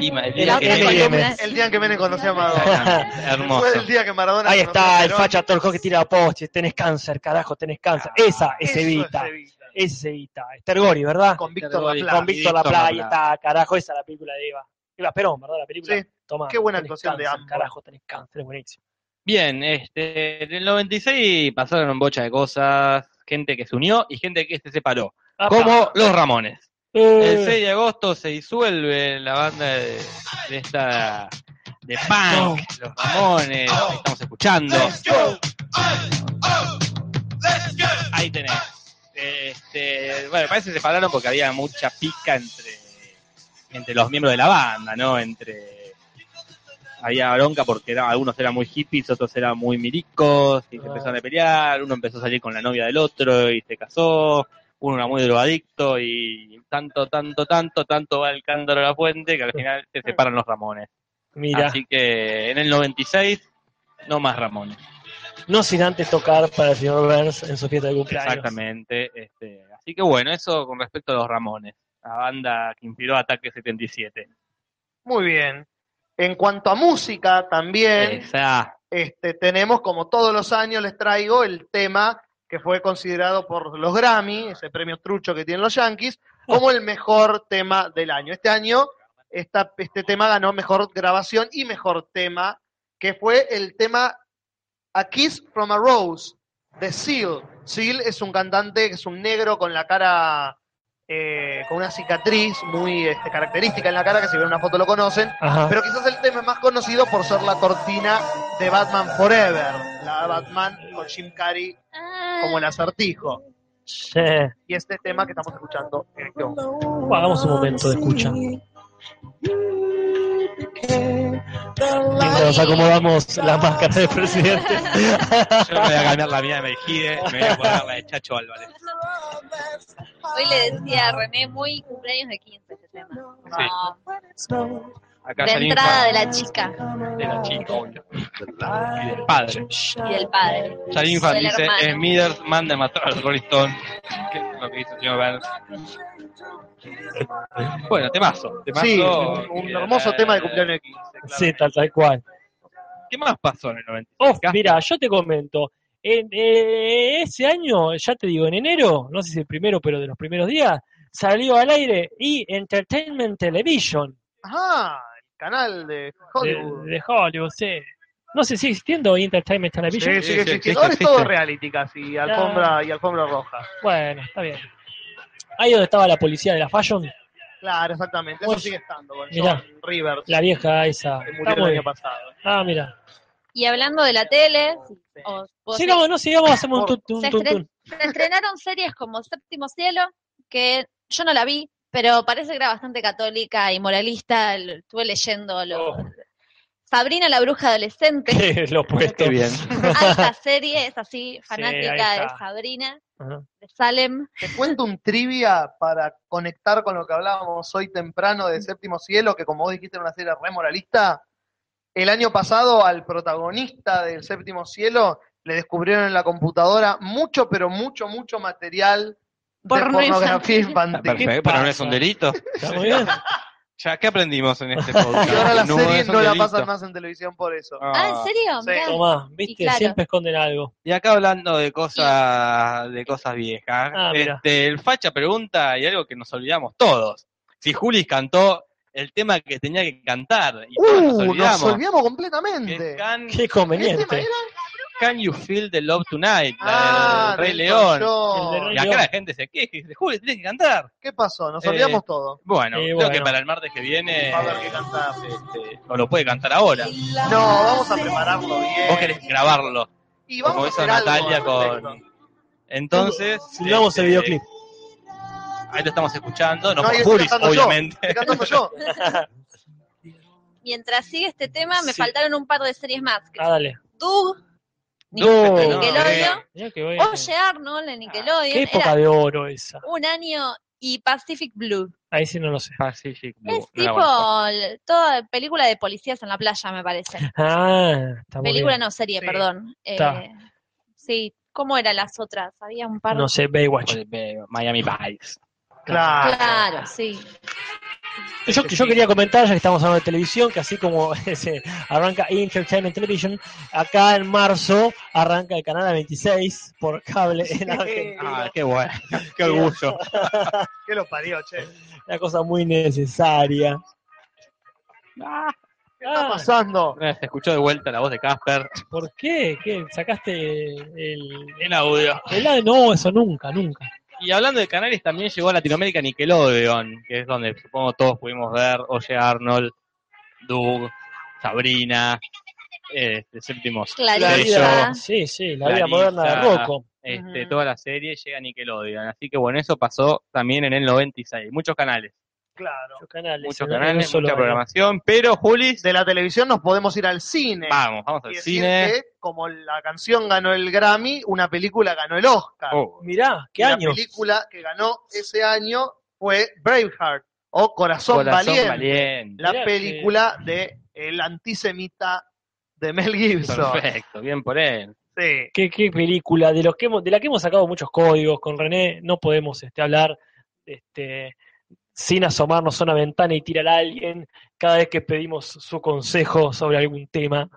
[SPEAKER 4] y Ma- el día
[SPEAKER 1] La
[SPEAKER 4] que
[SPEAKER 1] otra
[SPEAKER 4] Menem-
[SPEAKER 3] M&M.
[SPEAKER 1] columna es-
[SPEAKER 2] El día en que Menem conoció a Maradona. Fue el
[SPEAKER 4] Hermoso.
[SPEAKER 2] día que Maradona
[SPEAKER 3] Ahí
[SPEAKER 2] conoció
[SPEAKER 3] está
[SPEAKER 2] a
[SPEAKER 3] el
[SPEAKER 2] Perón.
[SPEAKER 3] facha Torco que tira postes, tenés cáncer, carajo, tenés cáncer. Esa es
[SPEAKER 2] Ah, Eso
[SPEAKER 3] Evita,
[SPEAKER 2] Evita.
[SPEAKER 3] es Evita. Esther Gori, ¿verdad?
[SPEAKER 2] Con Víctor Laplace.
[SPEAKER 3] Con Víctor La
[SPEAKER 4] Víctor
[SPEAKER 3] Playa, está, carajo, esa es la película de Eva. Eva Perón, ¿verdad? La película.
[SPEAKER 2] Sí.
[SPEAKER 3] Tomá,
[SPEAKER 2] Qué buena
[SPEAKER 3] tenés
[SPEAKER 2] actuación de
[SPEAKER 3] cáncer,
[SPEAKER 2] ambos.
[SPEAKER 3] Carajo, tenés cáncer, es buenísimo.
[SPEAKER 4] Bien, este, en el 96 pasaron bocha de cosas, gente que se unió y gente que se separó, como los Ramones.
[SPEAKER 3] Eh,
[SPEAKER 4] El 6 de agosto se disuelve la banda de, de esta de punk, los Ramones, que estamos escuchando. Ahí tenés. Este, bueno, parece que se separaron porque había mucha pica entre, entre los miembros de la banda, ¿no? Entre había bronca porque era- algunos eran muy hippies, otros eran muy milicos, y se empezaron a pelear, uno empezó a salir con la novia del otro y se casó uno era muy drogadicto y tanto, tanto, tanto, tanto va el cándalo a la fuente que al final se separan los Ramones.
[SPEAKER 3] Mira,
[SPEAKER 4] Así que en el 96, no más Ramones.
[SPEAKER 3] no sin antes tocar para el señor Burns en su fiesta de cumpleaños.
[SPEAKER 4] Exactamente. Este, así que bueno, eso con respecto a los Ramones, la banda que inspiró Ataque 77.
[SPEAKER 2] Muy bien. En cuanto a música, también
[SPEAKER 4] Esa.
[SPEAKER 2] este, tenemos, como todos los años, les traigo el tema que fue considerado por los Grammy, ese premio trucho que tienen los Yankees, como el mejor tema del año. Este año, esta- este tema ganó mejor grabación y mejor tema, que fue el tema A Kiss from a Rose, de Seal. Seal es un cantante, es un negro con la cara, eh, con una cicatriz muy este, característica en la cara, que si ven una foto lo conocen.
[SPEAKER 3] Ajá.
[SPEAKER 2] Pero quizás el tema es más conocido por ser la cortina de Batman Forever, la Batman con Jim Carrey como el acertijo.
[SPEAKER 3] Sí.
[SPEAKER 2] Y este tema que estamos escuchando en este momento.
[SPEAKER 3] Hagamos un momento de escucha. Mientras nos acomodamos las máscaras del presidente.
[SPEAKER 4] Yo me voy a cambiar la mía de Mejide, me voy a poner la de Chacho Álvarez.
[SPEAKER 1] Hoy le decía a René, muy cumpleaños de 15 este tema. No,
[SPEAKER 4] Acá
[SPEAKER 1] la
[SPEAKER 4] salió
[SPEAKER 1] entrada de la chica
[SPEAKER 4] de la chica, obvio. Y del padre.
[SPEAKER 1] y del padre.
[SPEAKER 4] Salim Fan
[SPEAKER 1] Del
[SPEAKER 4] dice,
[SPEAKER 1] hermano.
[SPEAKER 4] Smithers manda a matar al Rolling Stone. Que es lo que dice el señor Burns. Bueno, temazo. temazo
[SPEAKER 2] Sí, un, un hermoso tema de cumpleaños de 15.
[SPEAKER 3] Sí, tal, tal cual.
[SPEAKER 4] ¿Qué más pasó en el 90?
[SPEAKER 3] Oh, mira, yo te comento. En, eh, ese año, ya te digo, en enero, no sé si el primero, pero de los primeros días, salió al aire y Entertainment Television
[SPEAKER 2] Ajá, el canal de
[SPEAKER 3] de,
[SPEAKER 2] Hollywood.
[SPEAKER 3] de Hollywood. sí. No sé, ¿sigue existiendo E! Entertainment
[SPEAKER 2] Sí, sigue
[SPEAKER 3] Television?
[SPEAKER 4] sí,
[SPEAKER 2] existiendo.
[SPEAKER 4] existe,
[SPEAKER 2] Ahora es todo
[SPEAKER 4] existe.
[SPEAKER 2] reality casi, alfombra y alfombra roja.
[SPEAKER 3] Bueno, está bien. Ahí donde estaba la policía de la Fashion,
[SPEAKER 2] Claro, exactamente. Eso
[SPEAKER 3] Oye,
[SPEAKER 2] sigue estando con
[SPEAKER 3] mirá.
[SPEAKER 2] John Rivers,
[SPEAKER 3] la vieja esa.
[SPEAKER 2] que
[SPEAKER 3] Está
[SPEAKER 2] murió
[SPEAKER 3] muy
[SPEAKER 2] el año
[SPEAKER 3] bien.
[SPEAKER 2] pasado.
[SPEAKER 3] Ah, mira.
[SPEAKER 1] Y hablando de la tele, o- o
[SPEAKER 3] Sigamos, no sigamos, hacemos un
[SPEAKER 2] Por-
[SPEAKER 3] tun,
[SPEAKER 1] se,
[SPEAKER 3] tun,
[SPEAKER 1] estre-
[SPEAKER 3] tun.
[SPEAKER 1] se estrenaron series como Séptimo Cielo, que yo no la vi, pero parece que era bastante católica y moralista. lo- Estuve leyendo lo-
[SPEAKER 3] Oh.
[SPEAKER 1] Sabrina la bruja adolescente,
[SPEAKER 3] Lo puesto.
[SPEAKER 4] bien.
[SPEAKER 1] alta serie, es así,
[SPEAKER 3] ahí
[SPEAKER 1] fanática de
[SPEAKER 3] está.
[SPEAKER 1] Sabrina,
[SPEAKER 3] Ajá.
[SPEAKER 1] de Salem.
[SPEAKER 2] Te cuento un trivia para conectar con lo que hablábamos hoy temprano de Séptimo Cielo, que como vos dijiste era una serie re moralista. El año pasado al protagonista del Séptimo Cielo le descubrieron en la computadora mucho, pero mucho, mucho material de
[SPEAKER 1] Porno
[SPEAKER 2] pornografía
[SPEAKER 1] infantil.
[SPEAKER 2] infantil.
[SPEAKER 4] Perfecto,
[SPEAKER 3] pasa?
[SPEAKER 4] pero no es un delito.
[SPEAKER 3] Está muy bien.
[SPEAKER 4] Ya, ¿qué aprendimos en este podcast?
[SPEAKER 2] Y ahora la serie
[SPEAKER 4] es un
[SPEAKER 2] no la
[SPEAKER 4] delito.
[SPEAKER 2] pasan más en televisión por eso.
[SPEAKER 1] Ah,
[SPEAKER 4] Ah.
[SPEAKER 1] ¿en serio?
[SPEAKER 2] Sí.
[SPEAKER 1] Mirá.
[SPEAKER 3] Tomá, viste,
[SPEAKER 1] claro.
[SPEAKER 3] siempre esconden algo.
[SPEAKER 4] Y acá hablando de cosas de cosas viejas,
[SPEAKER 3] Ah, mira.
[SPEAKER 4] este, el Facha pregunta y algo que nos olvidamos todos. Si Julis cantó el tema que tenía que cantar y todos
[SPEAKER 2] ¡Uh!
[SPEAKER 4] nos olvidamos.
[SPEAKER 2] nos olvidamos
[SPEAKER 4] que es
[SPEAKER 2] completamente.
[SPEAKER 4] Can-
[SPEAKER 3] Qué
[SPEAKER 2] ¿Qué tema
[SPEAKER 3] conveniente.
[SPEAKER 2] era?
[SPEAKER 4] Can You Feel the Love Tonight,
[SPEAKER 2] Ah,
[SPEAKER 4] la del Rey
[SPEAKER 2] del
[SPEAKER 4] León.
[SPEAKER 2] colchón.
[SPEAKER 3] El del Rey
[SPEAKER 4] Y acá
[SPEAKER 3] León.
[SPEAKER 4] la gente se queja y dice, Julio, tenés que cantar.
[SPEAKER 2] ¿Qué pasó? Nos
[SPEAKER 4] Eh,
[SPEAKER 2] olvidamos todo.
[SPEAKER 4] Bueno,
[SPEAKER 3] Sí,
[SPEAKER 4] creo
[SPEAKER 3] bueno.
[SPEAKER 4] que para el martes que viene
[SPEAKER 2] Va a haber que cantar.
[SPEAKER 4] este, no lo puede cantar ahora.
[SPEAKER 2] No, vamos a prepararlo bien.
[SPEAKER 4] Vos querés grabarlo,
[SPEAKER 2] Y vamos
[SPEAKER 4] como
[SPEAKER 2] a
[SPEAKER 4] hizo
[SPEAKER 2] hacer algo
[SPEAKER 4] Natalia
[SPEAKER 2] al
[SPEAKER 4] con...
[SPEAKER 2] respecto.
[SPEAKER 4] Entonces...
[SPEAKER 3] Filmamos
[SPEAKER 4] este,
[SPEAKER 3] el videoclip.
[SPEAKER 4] Ahí lo estamos escuchando, no,
[SPEAKER 2] No,
[SPEAKER 4] por
[SPEAKER 2] ahí estoy
[SPEAKER 4] Juris,
[SPEAKER 2] cantando yo.
[SPEAKER 4] obviamente.
[SPEAKER 2] Estoy cantando yo.
[SPEAKER 1] Mientras sigue este tema, me
[SPEAKER 3] Sí.
[SPEAKER 1] faltaron un par de series más. que
[SPEAKER 3] Ah, dale.
[SPEAKER 1] Doug,
[SPEAKER 3] Doug,
[SPEAKER 1] de
[SPEAKER 3] no,
[SPEAKER 1] Nickelodeon,
[SPEAKER 4] eh.
[SPEAKER 3] Mirá que bueno.
[SPEAKER 1] Oye Arnold en Nickelodeon,
[SPEAKER 3] Ah. Qué época
[SPEAKER 1] era
[SPEAKER 3] de oro esa.
[SPEAKER 1] un año y Pacific Blue.
[SPEAKER 3] Ahí Ah, sí no lo sé.
[SPEAKER 4] Pacific Blue,
[SPEAKER 1] es
[SPEAKER 4] no la
[SPEAKER 1] tipo
[SPEAKER 4] conozco.
[SPEAKER 1] l- toda película de policías en la playa, me parece.
[SPEAKER 3] Ah, está muy
[SPEAKER 1] película
[SPEAKER 3] bien.
[SPEAKER 1] no, serie,
[SPEAKER 4] Sí.
[SPEAKER 1] perdón.
[SPEAKER 3] Está.
[SPEAKER 1] Eh, sí, ¿cómo eran las otras? Había un par
[SPEAKER 3] No sé, Baywatch.
[SPEAKER 4] Pues, Miami Vice.
[SPEAKER 1] Ah,
[SPEAKER 2] Claro.
[SPEAKER 1] Claro, sí.
[SPEAKER 3] Yo, yo quería comentar, ya que estamos hablando de televisión, que así como se arranca Entertainment Television, acá en marzo arranca el canal 26 por cable en Argentina.
[SPEAKER 4] Ah, qué bueno, qué orgullo.
[SPEAKER 2] Que los parió, che. ¿Qué
[SPEAKER 3] Una cosa muy necesaria.
[SPEAKER 2] está
[SPEAKER 3] Ah.
[SPEAKER 2] pasando?
[SPEAKER 4] Se escuchó de vuelta la voz de Casper.
[SPEAKER 3] ¿Por qué? ¿Qué? ¿Sacaste el,
[SPEAKER 4] En audio.
[SPEAKER 3] el- No, eso nunca, nunca.
[SPEAKER 4] Y hablando de canales, también llegó a Latinoamérica Nickelodeon, que es donde supongo todos pudimos ver Oye Arnold, Doug, Sabrina, este, séptimo,
[SPEAKER 3] La
[SPEAKER 1] Clarisa.
[SPEAKER 3] vida, sí, sí, la
[SPEAKER 4] Clarisa.
[SPEAKER 3] vida moderna de Rocco.
[SPEAKER 4] este,
[SPEAKER 2] Ujú.
[SPEAKER 4] toda la serie llega a Nickelodeon. Así que bueno, eso pasó también en el 96. Muchos canales,
[SPEAKER 2] Claro.
[SPEAKER 3] Muchos canales.
[SPEAKER 4] muchos
[SPEAKER 3] ¿no? No
[SPEAKER 4] canales,
[SPEAKER 3] solo
[SPEAKER 4] mucha
[SPEAKER 3] uno.
[SPEAKER 4] programación. Pero, Julis,
[SPEAKER 2] De la televisión nos podemos ir al cine.
[SPEAKER 4] vamos, vamos
[SPEAKER 2] Y
[SPEAKER 4] al
[SPEAKER 2] decir
[SPEAKER 4] cine.
[SPEAKER 2] que, como la canción ganó el Grammy, una película ganó el Oscar.
[SPEAKER 4] Oh,
[SPEAKER 3] Mirá,
[SPEAKER 2] Y
[SPEAKER 3] qué año.
[SPEAKER 2] La película que ganó ese año fue Braveheart o Corazón,
[SPEAKER 4] Corazón
[SPEAKER 2] Valiente,
[SPEAKER 4] valiente.
[SPEAKER 2] la
[SPEAKER 3] Mirá
[SPEAKER 2] película de el antisemita de Mel Gibson.
[SPEAKER 4] Perfecto, bien por él.
[SPEAKER 2] Sí.
[SPEAKER 3] Qué, qué película, de, los que hemos- de la que hemos sacado muchos códigos. Con René no podemos este, hablar este, sin asomarnos a una ventana y tirar a alguien cada vez que pedimos su consejo sobre algún tema.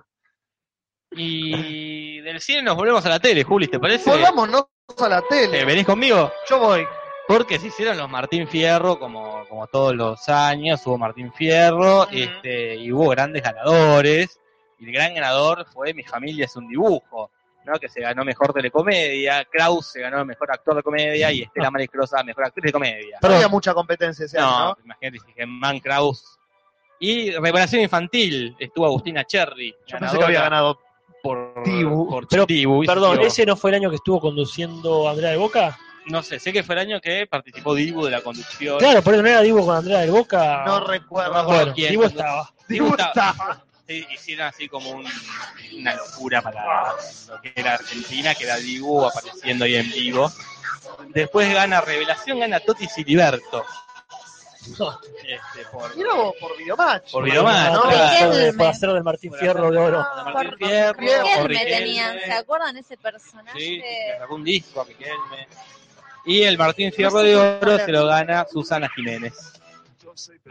[SPEAKER 4] Y del cine nos volvemos a la tele, Julis, ¿te parece?
[SPEAKER 2] Volvámonos a la
[SPEAKER 4] Eh,
[SPEAKER 2] tele.
[SPEAKER 4] ¿Venís conmigo?
[SPEAKER 2] Yo voy.
[SPEAKER 4] Porque se hicieron los Martín Fierro, como, como todos los años, hubo Martín Fierro,
[SPEAKER 2] Ujú.
[SPEAKER 4] este, y hubo grandes ganadores. Y el gran ganador fue Mi familia es un dibujo, ¿no? que se ganó mejor telecomedia, Kraus se ganó mejor actor de comedia y Estela Maris Crosa mejor actriz de comedia.
[SPEAKER 2] No había mucha competencia ese año,
[SPEAKER 4] No,
[SPEAKER 2] ¿no?
[SPEAKER 4] imagínate, Germán Kraus. Y Revelación Infantil, estuvo Agustina Cherry.
[SPEAKER 2] Yo pensé que había
[SPEAKER 4] ganadora
[SPEAKER 2] ganado.
[SPEAKER 4] por
[SPEAKER 2] Tibu.
[SPEAKER 4] por
[SPEAKER 3] Pero,
[SPEAKER 4] Tibu, y
[SPEAKER 3] Perdón,
[SPEAKER 4] Tibu.
[SPEAKER 3] ¿ese no fue el año que estuvo conduciendo Andrea del Boca?
[SPEAKER 4] No sé, sé que fue el año que participó Dibu de la conducción.
[SPEAKER 3] Claro, por eso no era Divo con Andrea del Boca.
[SPEAKER 2] No recuerdo.
[SPEAKER 4] recuerdo
[SPEAKER 3] bueno,
[SPEAKER 4] quién.
[SPEAKER 3] Divo estaba.
[SPEAKER 4] Dibu
[SPEAKER 2] Dibu
[SPEAKER 4] estaba-
[SPEAKER 2] estaba.
[SPEAKER 4] Sí, hicieron así como un- una locura para lo que era Argentina, que era Dibu apareciendo ahí en vivo. Después gana Revelación, gana Totti Siliberto. Este, por,
[SPEAKER 2] Mirá vos, por videomatch.
[SPEAKER 4] Por Videomatch,
[SPEAKER 2] ¿no?
[SPEAKER 3] Por
[SPEAKER 1] claro.
[SPEAKER 3] hacer- por hacer del Martín Fierro de oro.
[SPEAKER 2] Ah,
[SPEAKER 4] Martín
[SPEAKER 2] por-
[SPEAKER 4] Fierro,
[SPEAKER 2] Fierro.
[SPEAKER 4] por
[SPEAKER 1] Riquelme
[SPEAKER 4] Riquelme.
[SPEAKER 1] tenían, ¿se acuerdan ese personaje?
[SPEAKER 4] sí, que sacó un disco, Riquelme. Y el Martín Fierro de Oro se lo gana Susana Jiménez.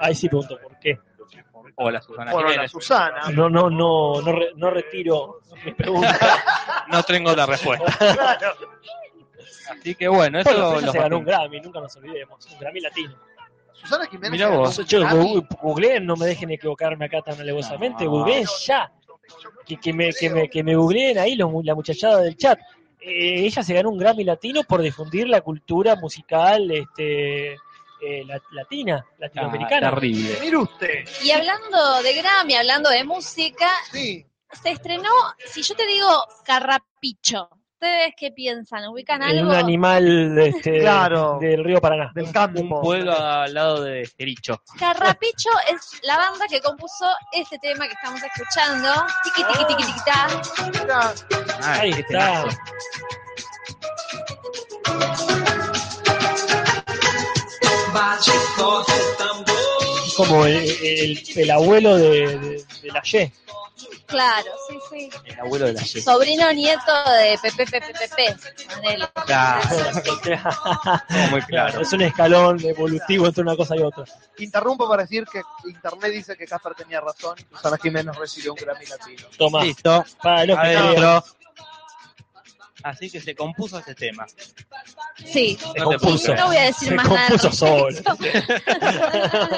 [SPEAKER 3] Ahí sí pregunto por qué.
[SPEAKER 4] Hola, Susana
[SPEAKER 2] Por la
[SPEAKER 4] Jiménez.
[SPEAKER 2] Susana.
[SPEAKER 3] No, no, no, no, re- no retiro mi pregunta.
[SPEAKER 4] No tengo la respuesta.
[SPEAKER 2] Claro.
[SPEAKER 4] Así que bueno, eso
[SPEAKER 3] Bueno, pero ella
[SPEAKER 4] los
[SPEAKER 3] se ganó un
[SPEAKER 4] Martín-
[SPEAKER 3] Grammy, nunca nos olvidemos. Un Grammy latino.
[SPEAKER 2] Susana Jiménez.
[SPEAKER 4] Mirá
[SPEAKER 2] ganó
[SPEAKER 4] vos.
[SPEAKER 2] un
[SPEAKER 3] Yo uh,
[SPEAKER 2] Grammy.
[SPEAKER 3] gu- googleen, no me dejen equivocarme acá tan alevosamente.
[SPEAKER 4] No.
[SPEAKER 3] Googleen ya. Que, que me, que, me, que me googleen ahí los mu- la muchachada del chat. Eh, ella se ganó un Grammy latino por difundir la cultura musical este, eh, la- latina,
[SPEAKER 4] Ah,
[SPEAKER 3] latinoamericana.
[SPEAKER 4] terrible.
[SPEAKER 2] Mire usted.
[SPEAKER 1] Y hablando de Grammy, hablando de música,
[SPEAKER 2] Sí.
[SPEAKER 1] se estrenó, si yo te digo Carrapicho, ¿ustedes qué piensan? ¿Ubican
[SPEAKER 3] en
[SPEAKER 1] algo?
[SPEAKER 3] un animal este,
[SPEAKER 2] Claro.
[SPEAKER 3] del río Paraná.
[SPEAKER 2] Del
[SPEAKER 4] Un
[SPEAKER 2] campo.
[SPEAKER 4] pueblo al lado de Jericho.
[SPEAKER 1] Carrapicho es la banda que compuso este tema que estamos escuchando, Tiki Tiki Tiki Tiki ta.
[SPEAKER 2] Mirá,
[SPEAKER 4] Ah,
[SPEAKER 3] Ahí
[SPEAKER 4] qué
[SPEAKER 3] está.
[SPEAKER 4] temazo.
[SPEAKER 3] Es como el, el- el abuelo de, de- de la Ye.
[SPEAKER 1] Claro, sí, sí.
[SPEAKER 4] El abuelo de la Ye.
[SPEAKER 1] Sobrino nieto de Pepe Pepe Pepe. ponele.
[SPEAKER 4] muy claro.
[SPEAKER 3] Es un escalón evolutivo entre una cosa y otra.
[SPEAKER 2] Interrumpo para decir que Internet dice que Casper tenía razón. Susana Jiménez recibió un Grammy Latino.
[SPEAKER 3] Toma.
[SPEAKER 4] Listo.
[SPEAKER 3] Para los que
[SPEAKER 4] Adentro. Así que se compuso este tema.
[SPEAKER 1] Sí.
[SPEAKER 4] te
[SPEAKER 3] compuso.
[SPEAKER 4] pongas.
[SPEAKER 1] No voy a decir
[SPEAKER 3] Se
[SPEAKER 1] más nada. al
[SPEAKER 3] compuso solo.
[SPEAKER 1] respecto.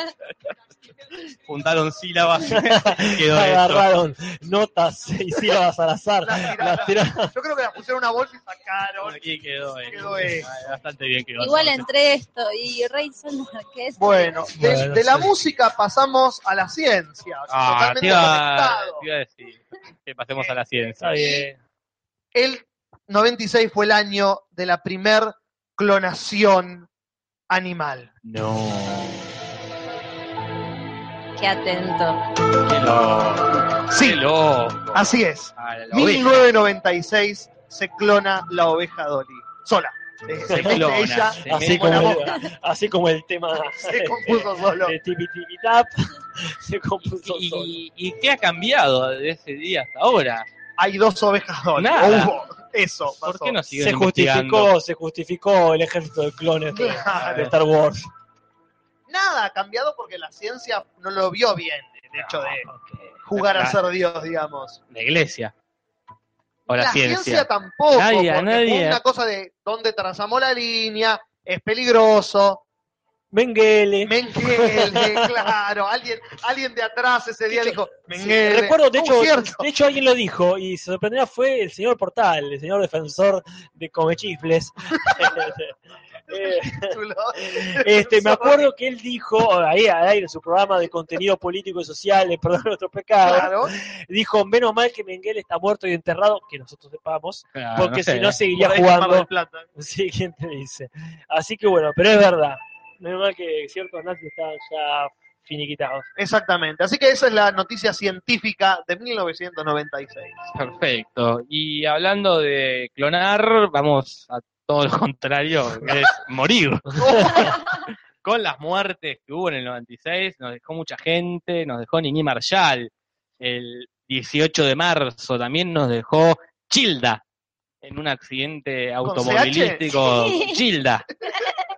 [SPEAKER 4] Juntaron sílabas. Quedó esto.
[SPEAKER 3] Agarraron notas y sílabas al azar.
[SPEAKER 2] Las tiraron.
[SPEAKER 3] Las tiraron.
[SPEAKER 2] Yo creo que las pusieron una bolsa y sacaron.
[SPEAKER 4] Aquí quedó, esto.
[SPEAKER 2] Quedó esto.
[SPEAKER 4] Bastante bien quedó.
[SPEAKER 1] Igual
[SPEAKER 4] entonces.
[SPEAKER 1] entre esto y Rey Sol Marqués.
[SPEAKER 2] Bueno, de,
[SPEAKER 3] Bueno,
[SPEAKER 2] de la
[SPEAKER 3] sí.
[SPEAKER 2] música pasamos a la ciencia. o sea,
[SPEAKER 4] Ah, te
[SPEAKER 2] totalmente
[SPEAKER 4] iba,
[SPEAKER 2] conectado.
[SPEAKER 4] te iba a decir que pasemos a la ciencia.
[SPEAKER 3] Está bien.
[SPEAKER 2] El 96 fue el año de la primer clonación animal.
[SPEAKER 4] No.
[SPEAKER 1] Qué atento.
[SPEAKER 4] Qué loco.
[SPEAKER 2] Sí.
[SPEAKER 4] Qué loco.
[SPEAKER 2] Así es.
[SPEAKER 4] Ah, la oveja.
[SPEAKER 2] 1996 se clona la oveja Dolly. Sola. Eh, Se mete
[SPEAKER 4] clona,
[SPEAKER 2] ella
[SPEAKER 4] se
[SPEAKER 3] Así
[SPEAKER 2] como la
[SPEAKER 3] como,
[SPEAKER 2] mosca.
[SPEAKER 3] así como el tema
[SPEAKER 2] Se compuso solo.
[SPEAKER 3] de Tipi Tipi Tap, se compuso
[SPEAKER 4] ¿Y,
[SPEAKER 3] solo.
[SPEAKER 4] y- y qué ha cambiado de ese día hasta ahora?
[SPEAKER 2] Hay dos ovejas Dolly.
[SPEAKER 4] Nada.
[SPEAKER 2] O hubo. Eso.
[SPEAKER 4] ¿Por
[SPEAKER 2] pasó.
[SPEAKER 4] qué no siguen
[SPEAKER 3] Se
[SPEAKER 4] investigando?
[SPEAKER 3] justificó, se justificó el ejército de clones de, de
[SPEAKER 2] Claro.
[SPEAKER 3] Star Wars.
[SPEAKER 2] Nada ha cambiado porque la ciencia no lo vio bien. El hecho de
[SPEAKER 4] Ah, ok.
[SPEAKER 2] jugar a
[SPEAKER 4] La-
[SPEAKER 2] ser Dios, digamos.
[SPEAKER 4] La iglesia. O la, ciencia.
[SPEAKER 2] tampoco.
[SPEAKER 4] Nadie,
[SPEAKER 2] porque
[SPEAKER 4] nadie.
[SPEAKER 2] fue una cosa de dónde trazamos la línea, es peligroso.
[SPEAKER 3] Mengele.
[SPEAKER 2] Mengele, claro. Alguien, alguien de atrás ese día dijo,
[SPEAKER 3] Sí,
[SPEAKER 2] Mengele.
[SPEAKER 3] recuerdo, de
[SPEAKER 2] No,
[SPEAKER 3] hecho,
[SPEAKER 2] cierto.
[SPEAKER 3] de hecho alguien lo dijo y se sorprenderá fue el señor Portal, el señor defensor de Comechifles. Eh, Este, me acuerdo que él dijo, ahí al aire, en su programa de contenido político y social, de Perdón Nuestro Pecado,
[SPEAKER 2] Claro.
[SPEAKER 3] dijo, menos mal que Mengele está muerto y enterrado, que nosotros sepamos,
[SPEAKER 4] Ah,
[SPEAKER 3] porque
[SPEAKER 4] sé.
[SPEAKER 3] si no seguiría
[SPEAKER 2] Por ahí Mar
[SPEAKER 3] jugando.
[SPEAKER 2] del Plata.
[SPEAKER 3] Sí, ¿quién te dice? Así que bueno, pero es verdad. Menos mal que ciertos nazis estaban ya finiquitados.
[SPEAKER 2] Exactamente. Así que esa es la noticia científica de 1996.
[SPEAKER 4] Perfecto. Y hablando de clonar, vamos a todo lo contrario, que es morir. Con las muertes que hubo en el 96, nos dejó mucha gente, nos dejó Nini Marshall. El 18 de marzo también nos dejó Childa en un accidente automovilístico.
[SPEAKER 1] Sí.
[SPEAKER 4] Childa.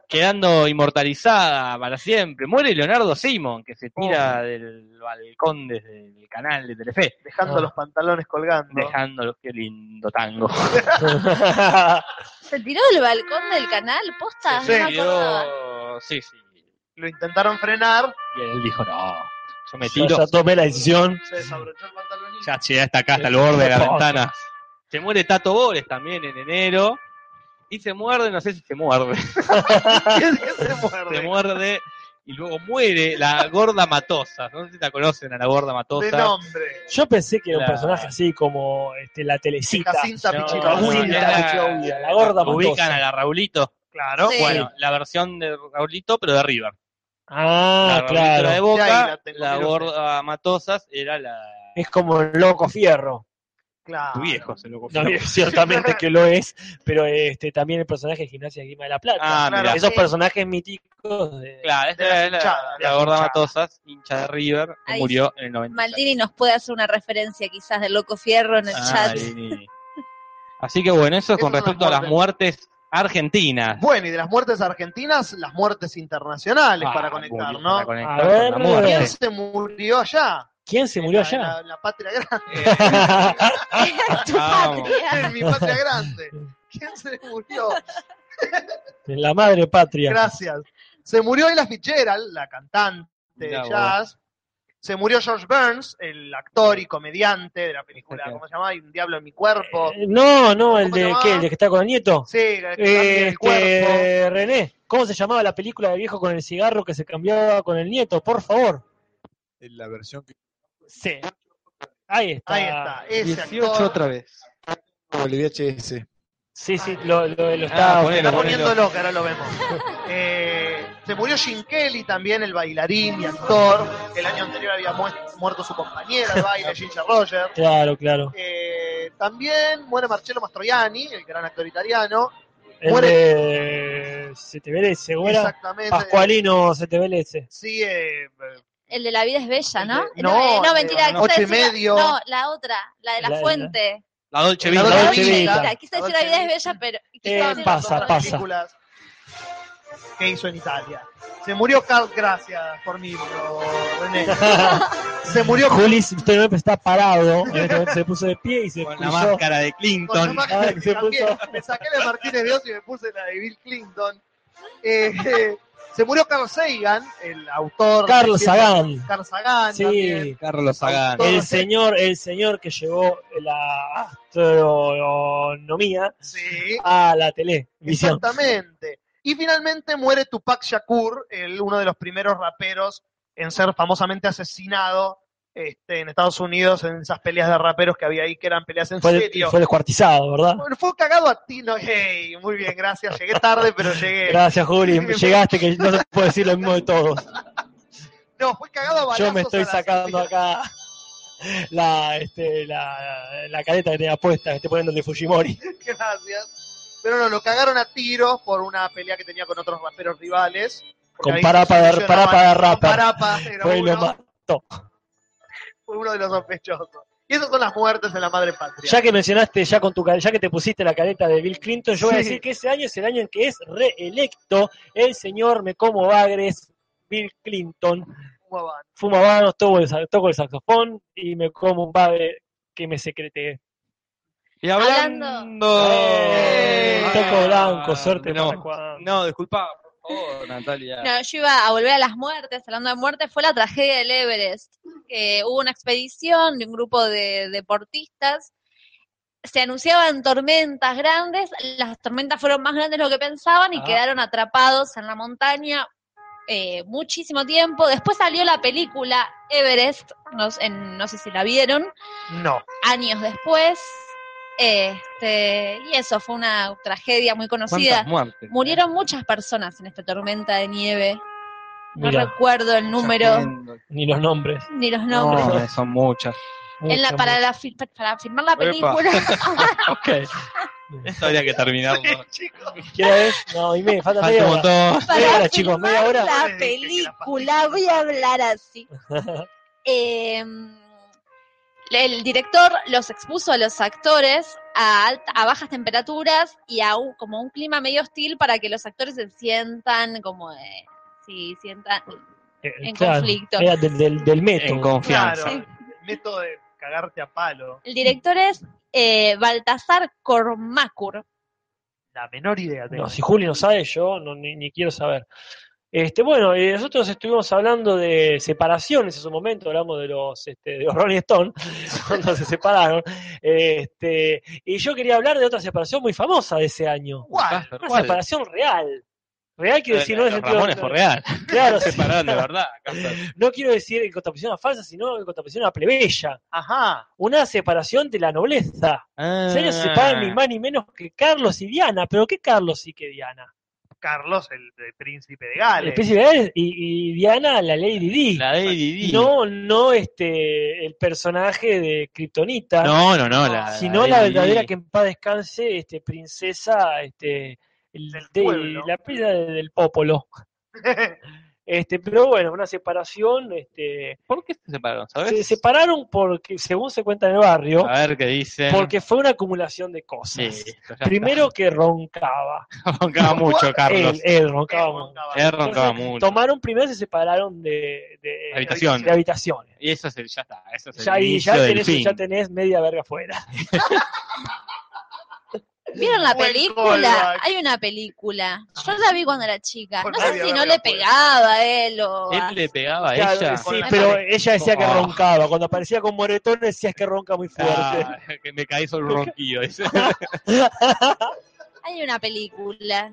[SPEAKER 4] Quedando inmortalizada para siempre. Muere Leonardo Simon, que se tira del balcón desde el canal de Telefe
[SPEAKER 2] Dejando
[SPEAKER 3] Ah.
[SPEAKER 2] los pantalones colgando.
[SPEAKER 4] dejándolo. Qué lindo tango.
[SPEAKER 1] ¿Se tiró del balcón del canal? ¿Posta?
[SPEAKER 2] Sí,
[SPEAKER 1] Ah, no me acordaba.
[SPEAKER 4] Quedó- sí, sí.
[SPEAKER 2] Lo intentaron frenar.
[SPEAKER 4] Y él dijo, no, yo me
[SPEAKER 3] Yo
[SPEAKER 4] tiro.
[SPEAKER 3] ya tomé la decisión.
[SPEAKER 2] Se desabrochó el pantalonillo.
[SPEAKER 4] Ya llegué hasta acá, hasta el borde de la
[SPEAKER 3] Por favor.
[SPEAKER 4] ventana. Se muere Tato Bores también en enero. Y se muerde, no sé si se muerde.
[SPEAKER 2] se muerde.
[SPEAKER 4] Se muerde y luego muere la gorda Matosa. No sé si la conocen a la gorda
[SPEAKER 2] De
[SPEAKER 4] Matosa.
[SPEAKER 2] nombre.
[SPEAKER 3] Yo pensé que era un
[SPEAKER 4] La-
[SPEAKER 3] personaje así como este, la telecita.
[SPEAKER 2] Jacinta
[SPEAKER 4] No,
[SPEAKER 2] Pichicauda.
[SPEAKER 4] no,
[SPEAKER 3] Uy,
[SPEAKER 4] era-
[SPEAKER 3] Pichicauda, la gorda
[SPEAKER 4] Ubican
[SPEAKER 3] Matosa.
[SPEAKER 4] a la Raulito.
[SPEAKER 2] Claro.
[SPEAKER 1] Sí.
[SPEAKER 4] Bueno, la versión de Raulito, pero de River.
[SPEAKER 3] Ah,
[SPEAKER 4] la Raulito era de
[SPEAKER 3] claro.
[SPEAKER 4] Boca,
[SPEAKER 2] De ahí la
[SPEAKER 4] la,
[SPEAKER 2] tengo, mira usted.
[SPEAKER 4] gorda Matosas era la,
[SPEAKER 3] Es como el loco fierro.
[SPEAKER 2] Claro.
[SPEAKER 4] Tu viejo se lo cogió.
[SPEAKER 3] No, ciertamente que lo es, pero este también el personaje de Gimnasia de Grima de la Plata.
[SPEAKER 4] Ah,
[SPEAKER 2] Claro,
[SPEAKER 4] mira.
[SPEAKER 3] Esos
[SPEAKER 1] Sí.
[SPEAKER 3] personajes míticos de,
[SPEAKER 4] Claro,
[SPEAKER 2] de las
[SPEAKER 4] esta es la,
[SPEAKER 2] hinchadas,
[SPEAKER 4] la
[SPEAKER 2] las
[SPEAKER 4] gorda
[SPEAKER 2] hinchadas.
[SPEAKER 4] Matosas, hincha de River, que
[SPEAKER 1] Ahí
[SPEAKER 4] murió en el 90.
[SPEAKER 1] Maldini nos puede hacer una referencia quizás del Loco Fierro en el chat.
[SPEAKER 4] Así que bueno, eso, es con
[SPEAKER 2] Esas son
[SPEAKER 4] respecto a
[SPEAKER 2] las
[SPEAKER 4] las muertes argentinas.
[SPEAKER 2] Bueno, y de las muertes argentinas, las muertes internacionales
[SPEAKER 4] Ah,
[SPEAKER 2] para conectar,
[SPEAKER 4] murió
[SPEAKER 2] ¿no?
[SPEAKER 4] para conectar
[SPEAKER 3] A
[SPEAKER 4] con
[SPEAKER 3] ver,
[SPEAKER 4] la
[SPEAKER 3] a
[SPEAKER 2] ¿Quién
[SPEAKER 4] muerte.
[SPEAKER 3] ver.
[SPEAKER 2] se murió allá?
[SPEAKER 3] ¿Quién se murió
[SPEAKER 2] En
[SPEAKER 3] allá?
[SPEAKER 2] La, en la patria grande.
[SPEAKER 4] Eh,
[SPEAKER 1] tu
[SPEAKER 4] Vamos.
[SPEAKER 1] patria.
[SPEAKER 2] En mi patria grande. ¿Quién se murió?
[SPEAKER 3] En la madre patria.
[SPEAKER 2] Gracias. Se murió Ella Fitzgerald, la cantante
[SPEAKER 4] Mirá
[SPEAKER 2] de
[SPEAKER 4] vos.
[SPEAKER 2] jazz. Se murió George Burns, el actor y comediante de la película, ¿cómo se llama? Hay un diablo en mi cuerpo.
[SPEAKER 3] Eh, No, no, el
[SPEAKER 2] ¿Cómo se
[SPEAKER 3] de
[SPEAKER 2] llamaba?
[SPEAKER 3] ¿qué? ¿El de que está con el nieto?
[SPEAKER 2] Sí, el
[SPEAKER 3] Eh,
[SPEAKER 2] cambio del cuerpo.
[SPEAKER 3] este, René, ¿cómo se llamaba la película de viejo con el cigarro que se cambiaba con el nieto? Por favor.
[SPEAKER 6] En la versión que
[SPEAKER 3] Sí. Ahí está.
[SPEAKER 2] Ahí está, ese
[SPEAKER 4] 18
[SPEAKER 2] actor.
[SPEAKER 4] otra vez.
[SPEAKER 6] o el VHS.
[SPEAKER 3] Sí, sí, lo, lo, lo
[SPEAKER 2] Ah, Está
[SPEAKER 3] estaba-
[SPEAKER 4] ponelo, Pero ponelo.
[SPEAKER 2] poniéndolo, que ahora lo vemos. Eh, se murió Jim Kelly también, el bailarín y actor. El año anterior había mu- muerto su compañera de baile, Ginger Rogers.
[SPEAKER 3] Claro, claro.
[SPEAKER 2] Eh, también muere Marcello Mastroianni, el gran actor italiano.
[SPEAKER 3] El
[SPEAKER 2] Muere-
[SPEAKER 3] de CTBLS, ¿o era?
[SPEAKER 2] Exactamente.
[SPEAKER 3] Pascualino CTBLS.
[SPEAKER 2] Sí, eh,
[SPEAKER 1] El de la vida es bella, ¿no?
[SPEAKER 2] El de- no,
[SPEAKER 1] eh, no,
[SPEAKER 2] el de
[SPEAKER 1] mentira.
[SPEAKER 2] ocho
[SPEAKER 1] quise
[SPEAKER 2] y
[SPEAKER 1] decir la-
[SPEAKER 2] medio.
[SPEAKER 1] No, la otra, la de la,
[SPEAKER 3] La-
[SPEAKER 1] fuente.
[SPEAKER 4] La Dolce Vita.
[SPEAKER 2] La
[SPEAKER 1] La
[SPEAKER 2] Dolce
[SPEAKER 1] Dolce
[SPEAKER 2] Vita.
[SPEAKER 1] Vita. Quise decir la vida es bella, pero. quise
[SPEAKER 3] Eh,
[SPEAKER 2] estaban
[SPEAKER 1] decir-
[SPEAKER 3] pasa,
[SPEAKER 2] las
[SPEAKER 3] pasa.
[SPEAKER 2] películas. que hizo en Italia. Se murió Carl, gracias por mí, pero, René. Se murió
[SPEAKER 3] Juli Steinope está parado, en este momento se puso de pie y se
[SPEAKER 4] Con la
[SPEAKER 3] cruzó.
[SPEAKER 4] máscara de
[SPEAKER 2] con la
[SPEAKER 4] Clinton.
[SPEAKER 2] máscara
[SPEAKER 3] Ah, se
[SPEAKER 2] también.
[SPEAKER 3] puso-
[SPEAKER 2] Me saqué la de Martínez de Oz y me puse la de Bill Clinton. Eh, eh, se murió Carl Sagan, el autor.
[SPEAKER 3] Carl
[SPEAKER 2] de-
[SPEAKER 3] Sagan.
[SPEAKER 2] Carl Sagan.
[SPEAKER 3] Sí,
[SPEAKER 2] también.
[SPEAKER 4] Carlos Sagan.
[SPEAKER 2] Todo
[SPEAKER 3] el
[SPEAKER 2] ese-
[SPEAKER 3] señor, el señor que llevó la astronomía
[SPEAKER 2] Sí.
[SPEAKER 3] a la televisión.
[SPEAKER 2] Exactamente. Y finalmente muere Tupac Shakur, el, uno de los primeros raperos en ser famosamente asesinado este, en Estados Unidos en esas peleas de raperos que había ahí, que eran peleas en
[SPEAKER 3] Fue,
[SPEAKER 2] serio.
[SPEAKER 3] fue descuartizado, ¿verdad?
[SPEAKER 2] Bueno, fue cagado a ti, no, hey, muy bien, gracias, llegué tarde, pero llegué.
[SPEAKER 3] Gracias, Juli. Llegaste, que no se puede decir lo mismo de todos.
[SPEAKER 2] No, fue cagado a
[SPEAKER 3] Yo
[SPEAKER 2] balazos
[SPEAKER 3] me
[SPEAKER 2] a
[SPEAKER 3] estoy
[SPEAKER 2] la
[SPEAKER 3] sacando
[SPEAKER 2] salida.
[SPEAKER 3] acá la, este, la, la careta que tenía puesta, que estoy poniendo el de Fujimori.
[SPEAKER 2] Gracias. Pero no, lo cagaron a tiros por una pelea que tenía con otros raperos rivales. Porque
[SPEAKER 3] Con
[SPEAKER 2] ahí
[SPEAKER 3] Parapa de-
[SPEAKER 2] funcionaban-
[SPEAKER 3] Parapa de
[SPEAKER 2] con
[SPEAKER 3] rapper.
[SPEAKER 2] Parapa era
[SPEAKER 3] Fue lo
[SPEAKER 2] uno.
[SPEAKER 3] más-
[SPEAKER 2] fue uno de los sospechosos. Y esas son las muertes en la madre patria.
[SPEAKER 3] Ya que mencionaste, ya con tu ca- ya que te pusiste la careta de Bill Clinton, yo voy a
[SPEAKER 2] Sí.
[SPEAKER 3] decir que ese año es el año en que es reelecto el señor Me Como Bagres, Bill Clinton.
[SPEAKER 2] ¿Cómo van?
[SPEAKER 3] Fuma vanos, toco el, sa- toco el saxofón y me como un bagre que me secrete.
[SPEAKER 4] Y
[SPEAKER 1] Hablando.
[SPEAKER 3] Eh,
[SPEAKER 4] Ah,
[SPEAKER 3] toco blanco, suerte
[SPEAKER 4] No,
[SPEAKER 3] para cuando.
[SPEAKER 4] no disculpa. Oh, Natalia.
[SPEAKER 1] No, yo iba a volver a las muertes, hablando de muerte, fue la tragedia del Everest. que hubo una expedición de un grupo de deportistas, se anunciaban tormentas grandes, las tormentas fueron más grandes de lo que pensaban y
[SPEAKER 3] Ah.
[SPEAKER 1] quedaron atrapados en la montaña eh, muchísimo tiempo. Después salió la película Everest, no, s- en- no sé si la vieron,
[SPEAKER 2] No.
[SPEAKER 1] años después. Este, y eso fue una tragedia muy conocida.
[SPEAKER 4] ¿Cuántas muertes?
[SPEAKER 1] Murieron muchas personas en esta tormenta de nieve. No
[SPEAKER 3] Mirá,
[SPEAKER 1] recuerdo el número
[SPEAKER 3] ni los nombres.
[SPEAKER 1] ni los nombres.
[SPEAKER 4] No, son muchas.
[SPEAKER 1] En la,
[SPEAKER 3] Mucho,
[SPEAKER 1] para, la, fi- para filmar la
[SPEAKER 4] Epa.
[SPEAKER 1] película.
[SPEAKER 4] Ok. Esto habría que terminarlo.
[SPEAKER 2] Sí, chicos.
[SPEAKER 3] mucho. ¿Quieres ver? No, y me falta
[SPEAKER 4] Falta
[SPEAKER 3] media
[SPEAKER 4] un
[SPEAKER 3] hora.
[SPEAKER 4] montón.
[SPEAKER 3] Media
[SPEAKER 1] para
[SPEAKER 3] hora, chicos, media hora.
[SPEAKER 1] filmar
[SPEAKER 2] Dije
[SPEAKER 1] la
[SPEAKER 2] que la
[SPEAKER 1] película, voy a hablar así. Eh, el director los expuso a los actores a, alt- a bajas temperaturas y a un, como un clima medio hostil para que los actores se sientan como eh, sí, sientan
[SPEAKER 3] Eh,
[SPEAKER 1] en
[SPEAKER 3] claro,
[SPEAKER 1] conflicto.
[SPEAKER 3] Era del, del, del método.
[SPEAKER 4] En confianza.
[SPEAKER 2] Claro. el Método de cagarte a palo.
[SPEAKER 1] El director es eh, Baltasar Cormacur.
[SPEAKER 2] La menor idea tengo.
[SPEAKER 3] No, si Juli no sabe, yo no, ni, ni quiero saber. Este, bueno, eh, nosotros estuvimos hablando de separaciones en su momento, hablamos de los, este, de los Rolling Stones, cuando se separaron. Este, y yo quería hablar de otra separación muy famosa de ese año.
[SPEAKER 2] ¿Cuál?
[SPEAKER 3] Una
[SPEAKER 4] ¿Cuál? Eh,
[SPEAKER 3] separación real. Real quiero decir, no en
[SPEAKER 4] Los
[SPEAKER 3] el sentido.
[SPEAKER 4] Ramones fue real.
[SPEAKER 3] Claro,
[SPEAKER 4] Se
[SPEAKER 3] sí.
[SPEAKER 4] pararon de verdad. Casper.
[SPEAKER 3] No quiero decir en contraposición a falsa, sino en contraposición a plebeya.
[SPEAKER 2] Ajá.
[SPEAKER 3] Una separación de la nobleza.
[SPEAKER 4] Ah,
[SPEAKER 3] Ese año se separan ni más ni menos que Carlos y Diana. ¿Pero qué Carlos y qué Diana?
[SPEAKER 2] Carlos, el, de príncipe de
[SPEAKER 3] El
[SPEAKER 2] Gales.
[SPEAKER 3] príncipe de Gales y, y Diana, la Lady Di.
[SPEAKER 4] La Lady Di.
[SPEAKER 3] No, no este, el personaje de Kryptonita,
[SPEAKER 4] no, no, no, La,
[SPEAKER 3] sino la
[SPEAKER 4] Lady Di.
[SPEAKER 3] verdadera que en paz descanse, este, princesa, este, el-
[SPEAKER 2] Del
[SPEAKER 3] de-
[SPEAKER 2] pueblo.
[SPEAKER 3] la princesa de- del popolo. Este, pero bueno, una separación, este,
[SPEAKER 4] ¿Por qué se separaron?
[SPEAKER 3] se
[SPEAKER 4] ¿Sabes?
[SPEAKER 3] separaron porque, según se cuenta en el barrio,
[SPEAKER 4] A ver qué dicen.
[SPEAKER 3] porque fue una acumulación de cosas.
[SPEAKER 4] Sí, esto ya
[SPEAKER 3] Primero que roncaba,
[SPEAKER 4] está. roncaba mucho, Carlos.
[SPEAKER 3] él, él roncaba mucho.
[SPEAKER 4] Él
[SPEAKER 2] Caballero.
[SPEAKER 4] roncaba
[SPEAKER 3] Entonces,
[SPEAKER 4] mucho.
[SPEAKER 3] Tomaron primero y se separaron de, de-
[SPEAKER 4] Habitaciones.
[SPEAKER 3] de habitaciones.
[SPEAKER 4] Y eso es el, ya está. Eso es el
[SPEAKER 3] Ya, ahí
[SPEAKER 4] inicio
[SPEAKER 3] ya,
[SPEAKER 4] del
[SPEAKER 3] tenés,
[SPEAKER 4] fin.
[SPEAKER 3] ya tenés media verga afuera.
[SPEAKER 1] ¿Vieron la
[SPEAKER 2] Buen
[SPEAKER 1] película?
[SPEAKER 2] callback.
[SPEAKER 1] Hay una película. Yo la vi cuando era chica. No
[SPEAKER 2] Porque
[SPEAKER 1] sé
[SPEAKER 2] había
[SPEAKER 1] si no
[SPEAKER 2] verga
[SPEAKER 1] le
[SPEAKER 2] afuera.
[SPEAKER 1] pegaba a él o... a-
[SPEAKER 4] Él le pegaba a
[SPEAKER 3] Claro,
[SPEAKER 4] ella.
[SPEAKER 3] sí,
[SPEAKER 2] Con la
[SPEAKER 3] pero
[SPEAKER 2] cara.
[SPEAKER 3] ella decía que
[SPEAKER 4] Oh.
[SPEAKER 3] roncaba. Cuando aparecía con moretón decías que ronca muy fuerte.
[SPEAKER 4] Ah, que me caí sobre un ronquillo. dice.
[SPEAKER 1] Hay una película.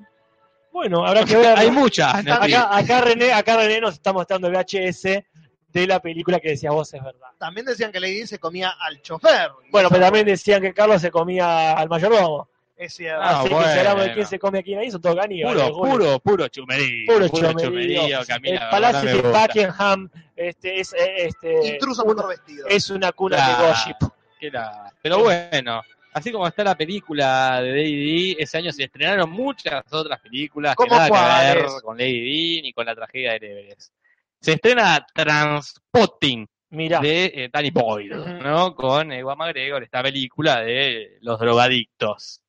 [SPEAKER 3] Bueno, habrá que ver.
[SPEAKER 4] Hay muchas. Nati.
[SPEAKER 3] acá, acá René, acá René nos está mostrando el VHS de la película que decías vos es verdad.
[SPEAKER 2] También decían que Lady Di se comía al chofer.
[SPEAKER 3] Bueno, pero también decían que Carlos se comía al mayordomo.
[SPEAKER 2] Es cierto.
[SPEAKER 4] Ah,
[SPEAKER 3] Así
[SPEAKER 4] bueno.
[SPEAKER 3] que si hablamos de quién se come a quién ahí, son todos caníbales.
[SPEAKER 4] Puro, puro, puro chumerío.
[SPEAKER 3] Puro chumerío. El
[SPEAKER 4] Camila, la
[SPEAKER 3] Palacio
[SPEAKER 4] verdad me
[SPEAKER 3] de
[SPEAKER 4] gusta.
[SPEAKER 3] Buckingham este, es, eh, este,
[SPEAKER 2] Intruso
[SPEAKER 3] una-
[SPEAKER 2] por vestido.
[SPEAKER 3] es una cuna de
[SPEAKER 4] Claro.
[SPEAKER 3] gossip.
[SPEAKER 4] Que la- Pero bueno, así como está la película de Lady Di, ese año se estrenaron muchas otras películas que
[SPEAKER 2] ¿Cómo
[SPEAKER 4] nada que ver
[SPEAKER 2] cuáles?
[SPEAKER 4] con Lady Di ni con la tragedia de Everest. Se estrena Transpotting
[SPEAKER 3] Mirá.
[SPEAKER 4] de eh, Danny Boyle, eh,
[SPEAKER 2] Ujú.
[SPEAKER 4] ¿no? Con Ewa McGregor, esta película de los drogadictos.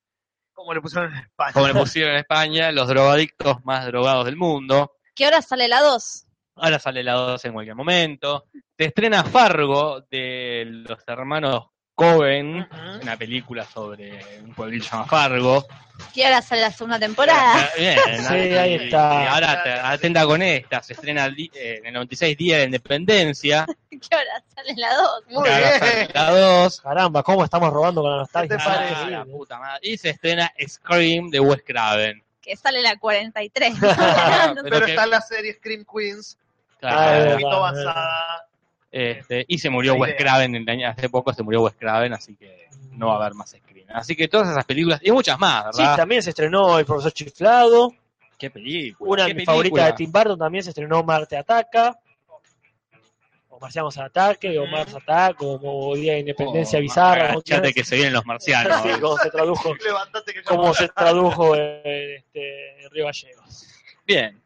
[SPEAKER 2] como le pusieron en España.
[SPEAKER 4] como le pusieron en España, los drogadictos más drogados del mundo.
[SPEAKER 1] ¿Qué hora sale la 2?
[SPEAKER 4] Ahora sale la 2 en cualquier momento. Se estrena Fargo de los hermanos Cohen,
[SPEAKER 2] Ujú.
[SPEAKER 4] una película sobre un pueblito llamado Fargo.
[SPEAKER 1] ¿Qué hora sale la segunda temporada?
[SPEAKER 4] Bien,
[SPEAKER 3] Sí, ahí está.
[SPEAKER 4] y ahora te- atenta con esta, se estrena el di- eh, en el 96 Día de la Independencia.
[SPEAKER 1] ¿Qué hora sale la 2?
[SPEAKER 2] Muy
[SPEAKER 4] Ahora
[SPEAKER 2] bien.
[SPEAKER 4] sale La 2.
[SPEAKER 3] Caramba, ¿cómo estamos robando con la nostalgia?
[SPEAKER 2] ¿Qué te
[SPEAKER 4] Ah,
[SPEAKER 2] parece?
[SPEAKER 4] la puta madre. Y se estrena Scream de Wes Craven.
[SPEAKER 1] Que sale la 43.
[SPEAKER 2] Pero
[SPEAKER 4] que-
[SPEAKER 2] está la serie Scream Queens,
[SPEAKER 3] Ah,
[SPEAKER 2] un
[SPEAKER 3] es
[SPEAKER 4] claro,
[SPEAKER 2] poquito
[SPEAKER 3] verdad, es
[SPEAKER 2] basada.
[SPEAKER 4] este, y se murió
[SPEAKER 2] La
[SPEAKER 4] Wes
[SPEAKER 2] idea.
[SPEAKER 4] Craven en el año- hace poco, se murió Wes Craven, así que no va a haber más Scream. Así que todas esas películas, y muchas más,
[SPEAKER 3] Sí,
[SPEAKER 4] ¿verdad?
[SPEAKER 3] también se estrenó El Profesor Chiflado.
[SPEAKER 4] Qué película.
[SPEAKER 3] Una
[SPEAKER 4] qué
[SPEAKER 3] de mis favoritas de
[SPEAKER 4] película.
[SPEAKER 3] Tim Burton también se estrenó Marte Ataca. O Marcianos Ataque, o Mars Ataca, o Día de Independencia
[SPEAKER 4] Oh,
[SPEAKER 3] Bizarra. como
[SPEAKER 4] agachate
[SPEAKER 3] quieras.
[SPEAKER 4] que se vienen los marcianos.
[SPEAKER 3] Sí, como se tradujo,
[SPEAKER 2] Levantate que ya
[SPEAKER 3] como
[SPEAKER 2] vamos.
[SPEAKER 3] se tradujo eh, este, en Río Gallegos.
[SPEAKER 4] Bien.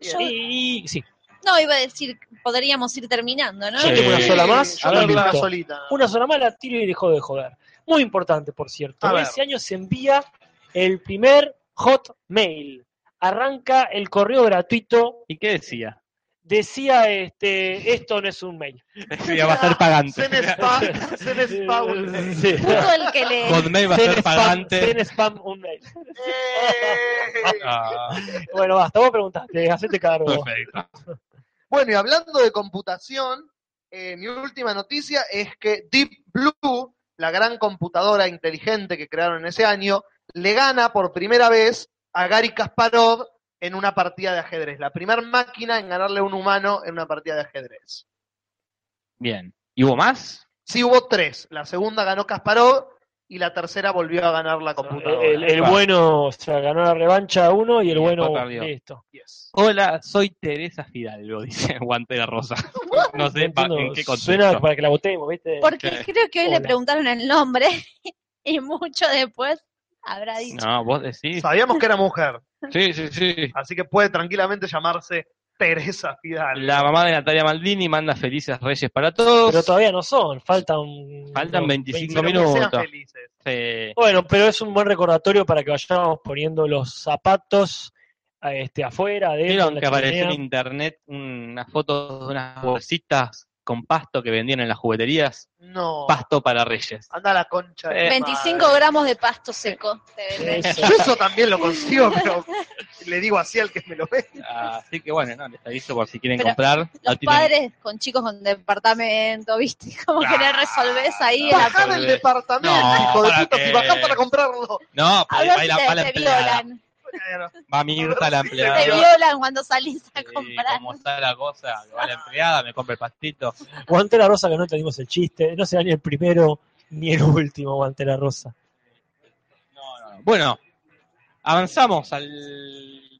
[SPEAKER 1] Yo-
[SPEAKER 3] Y, y- sí,
[SPEAKER 1] no, iba a decir, podríamos ir terminando, ¿no?
[SPEAKER 3] yo tengo una
[SPEAKER 4] Sí.
[SPEAKER 3] sola más.
[SPEAKER 2] Yo
[SPEAKER 4] A
[SPEAKER 3] no
[SPEAKER 2] creo
[SPEAKER 4] ver,
[SPEAKER 2] que una
[SPEAKER 3] miento.
[SPEAKER 2] solita.
[SPEAKER 3] Una sola más la tiro y dejó de joder. Muy importante, por cierto.
[SPEAKER 2] A ver.
[SPEAKER 3] Ese año se envía el primer Hotmail. Arranca el correo gratuito.
[SPEAKER 4] ¿Y qué decía?
[SPEAKER 3] Decía, este, esto no es un mail.
[SPEAKER 4] Decía, va a ser pagante.
[SPEAKER 2] Zen Spa, Zen Spa, un-
[SPEAKER 3] Sí.
[SPEAKER 1] Justo el que le.
[SPEAKER 4] Hotmail va a
[SPEAKER 3] Ten
[SPEAKER 4] ser
[SPEAKER 3] spam,
[SPEAKER 4] pagante.
[SPEAKER 3] ten spam un mail.
[SPEAKER 2] ¡Eh!
[SPEAKER 4] Ah,
[SPEAKER 3] Bueno, basta, vos preguntaste, hacete cargo. vos.
[SPEAKER 4] perfecto.
[SPEAKER 2] Bueno, y hablando de computación, eh, mi última noticia es que Deep Blue, la gran computadora inteligente que crearon en ese año, le gana por primera vez a Gary Kasparov en una partida de ajedrez. La primera máquina en ganarle a un humano en una partida de ajedrez.
[SPEAKER 4] Bien. ¿Y hubo más?
[SPEAKER 2] Sí, hubo tres. La segunda ganó Kasparov y la tercera volvió a ganar la computadora.
[SPEAKER 3] Eh, El, el bueno, o sea, ganó la revancha uno y el bueno,
[SPEAKER 4] después perdió.
[SPEAKER 3] listo.
[SPEAKER 2] Yes.
[SPEAKER 4] Hola, soy Teresa Fidalgo, dice Guantera Rosa. No sé pa-
[SPEAKER 3] entiendo,
[SPEAKER 4] en qué contexto.
[SPEAKER 3] Suena para que la votemos, ¿viste?
[SPEAKER 1] Porque creo que hoy le
[SPEAKER 3] Hola.
[SPEAKER 1] preguntaron el nombre y mucho después habrá dicho.
[SPEAKER 4] No, vos decís.
[SPEAKER 2] Sabíamos que era mujer,
[SPEAKER 4] Sí, sí, sí.
[SPEAKER 2] así que puede tranquilamente llamarse Teresa Fidal.
[SPEAKER 4] La mamá de Natalia Maldini manda felices reyes para todos.
[SPEAKER 3] Pero todavía no son, faltan.
[SPEAKER 4] Faltan
[SPEAKER 3] no,
[SPEAKER 4] 25
[SPEAKER 2] Pero que
[SPEAKER 4] minutos.
[SPEAKER 2] sean felices.
[SPEAKER 4] Sí.
[SPEAKER 3] Bueno, pero es un buen recordatorio para que vayamos poniendo los zapatos a- este, afuera, adentro, en
[SPEAKER 4] Vieron
[SPEAKER 3] la
[SPEAKER 4] que apareció en
[SPEAKER 3] chimenea.
[SPEAKER 4] internet unas fotos de unas bolsitas con pasto que vendían en las jugueterías.
[SPEAKER 2] No.
[SPEAKER 4] Pasto para reyes.
[SPEAKER 2] Anda a la concha. de
[SPEAKER 4] Eh,
[SPEAKER 2] tu
[SPEAKER 1] 25
[SPEAKER 2] madre.
[SPEAKER 1] gramos de pasto seco. se vende.
[SPEAKER 3] Eso.
[SPEAKER 2] Yo eso también lo consigo, pero le digo así al que me lo ve.
[SPEAKER 4] Así que bueno, no, les aviso por si quieren
[SPEAKER 1] Pero
[SPEAKER 4] comprar.
[SPEAKER 1] Los
[SPEAKER 4] Ah, tienen-
[SPEAKER 1] padres con chicos con departamento, ¿viste? Como que le resolvés ahí.
[SPEAKER 4] Ah,
[SPEAKER 1] a-
[SPEAKER 2] Bajá del
[SPEAKER 4] joder.
[SPEAKER 2] departamento,
[SPEAKER 4] No,
[SPEAKER 2] hijo de
[SPEAKER 4] ¿para
[SPEAKER 2] puta,
[SPEAKER 4] qué?
[SPEAKER 2] si bajás para comprarlo.
[SPEAKER 4] No,
[SPEAKER 1] A
[SPEAKER 4] pero
[SPEAKER 1] ver
[SPEAKER 4] va
[SPEAKER 1] si
[SPEAKER 4] la, va la
[SPEAKER 1] te, te
[SPEAKER 4] empleada.
[SPEAKER 1] violan.
[SPEAKER 4] Va Mirta la empleada.
[SPEAKER 1] Te violan cuando salís a
[SPEAKER 4] Sí,
[SPEAKER 1] comprar.
[SPEAKER 4] como está la cosa, que va la empleada, me compra el pastito.
[SPEAKER 3] Guantera Rosa, que no entendimos el chiste. No será ni el primero ni el último Guantera Rosa.
[SPEAKER 4] No, no, no. Bueno, avanzamos al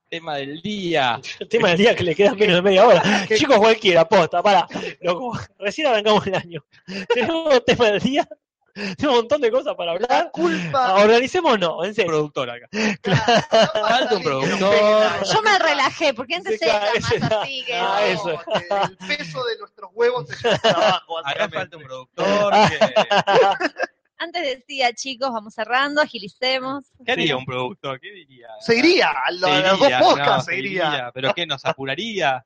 [SPEAKER 4] tema del día.
[SPEAKER 3] El tema del día que le queda menos de media hora.
[SPEAKER 2] ¿Qué?
[SPEAKER 3] Chicos, cualquiera, posta, para. recién arrancamos el año. Tenemos tema del día, tenemos un montón de cosas para
[SPEAKER 2] La
[SPEAKER 3] hablar. Ah,
[SPEAKER 2] culpa.
[SPEAKER 3] Organicémonos, en serio.
[SPEAKER 4] Productor acá.
[SPEAKER 2] Falta
[SPEAKER 4] Falta un productor.
[SPEAKER 1] Yo me relajé, porque antes
[SPEAKER 3] Se
[SPEAKER 1] era
[SPEAKER 3] cae, se
[SPEAKER 1] más
[SPEAKER 3] da.
[SPEAKER 1] así que.
[SPEAKER 3] Ah, eso.
[SPEAKER 2] El peso de nuestros huevos se lleva abajo.
[SPEAKER 4] Acá falta
[SPEAKER 2] básicamente.
[SPEAKER 4] un productor. que-
[SPEAKER 1] Antes decía, chicos, vamos cerrando, agilicemos.
[SPEAKER 4] ¿Qué haría un productor? ¿Qué diría?
[SPEAKER 2] Se iría, a la- a las dos
[SPEAKER 4] Seguiría,
[SPEAKER 2] podcasts
[SPEAKER 4] no,
[SPEAKER 2] se iría.
[SPEAKER 4] seguiría. ¿Pero qué? ¿Nos apuraría?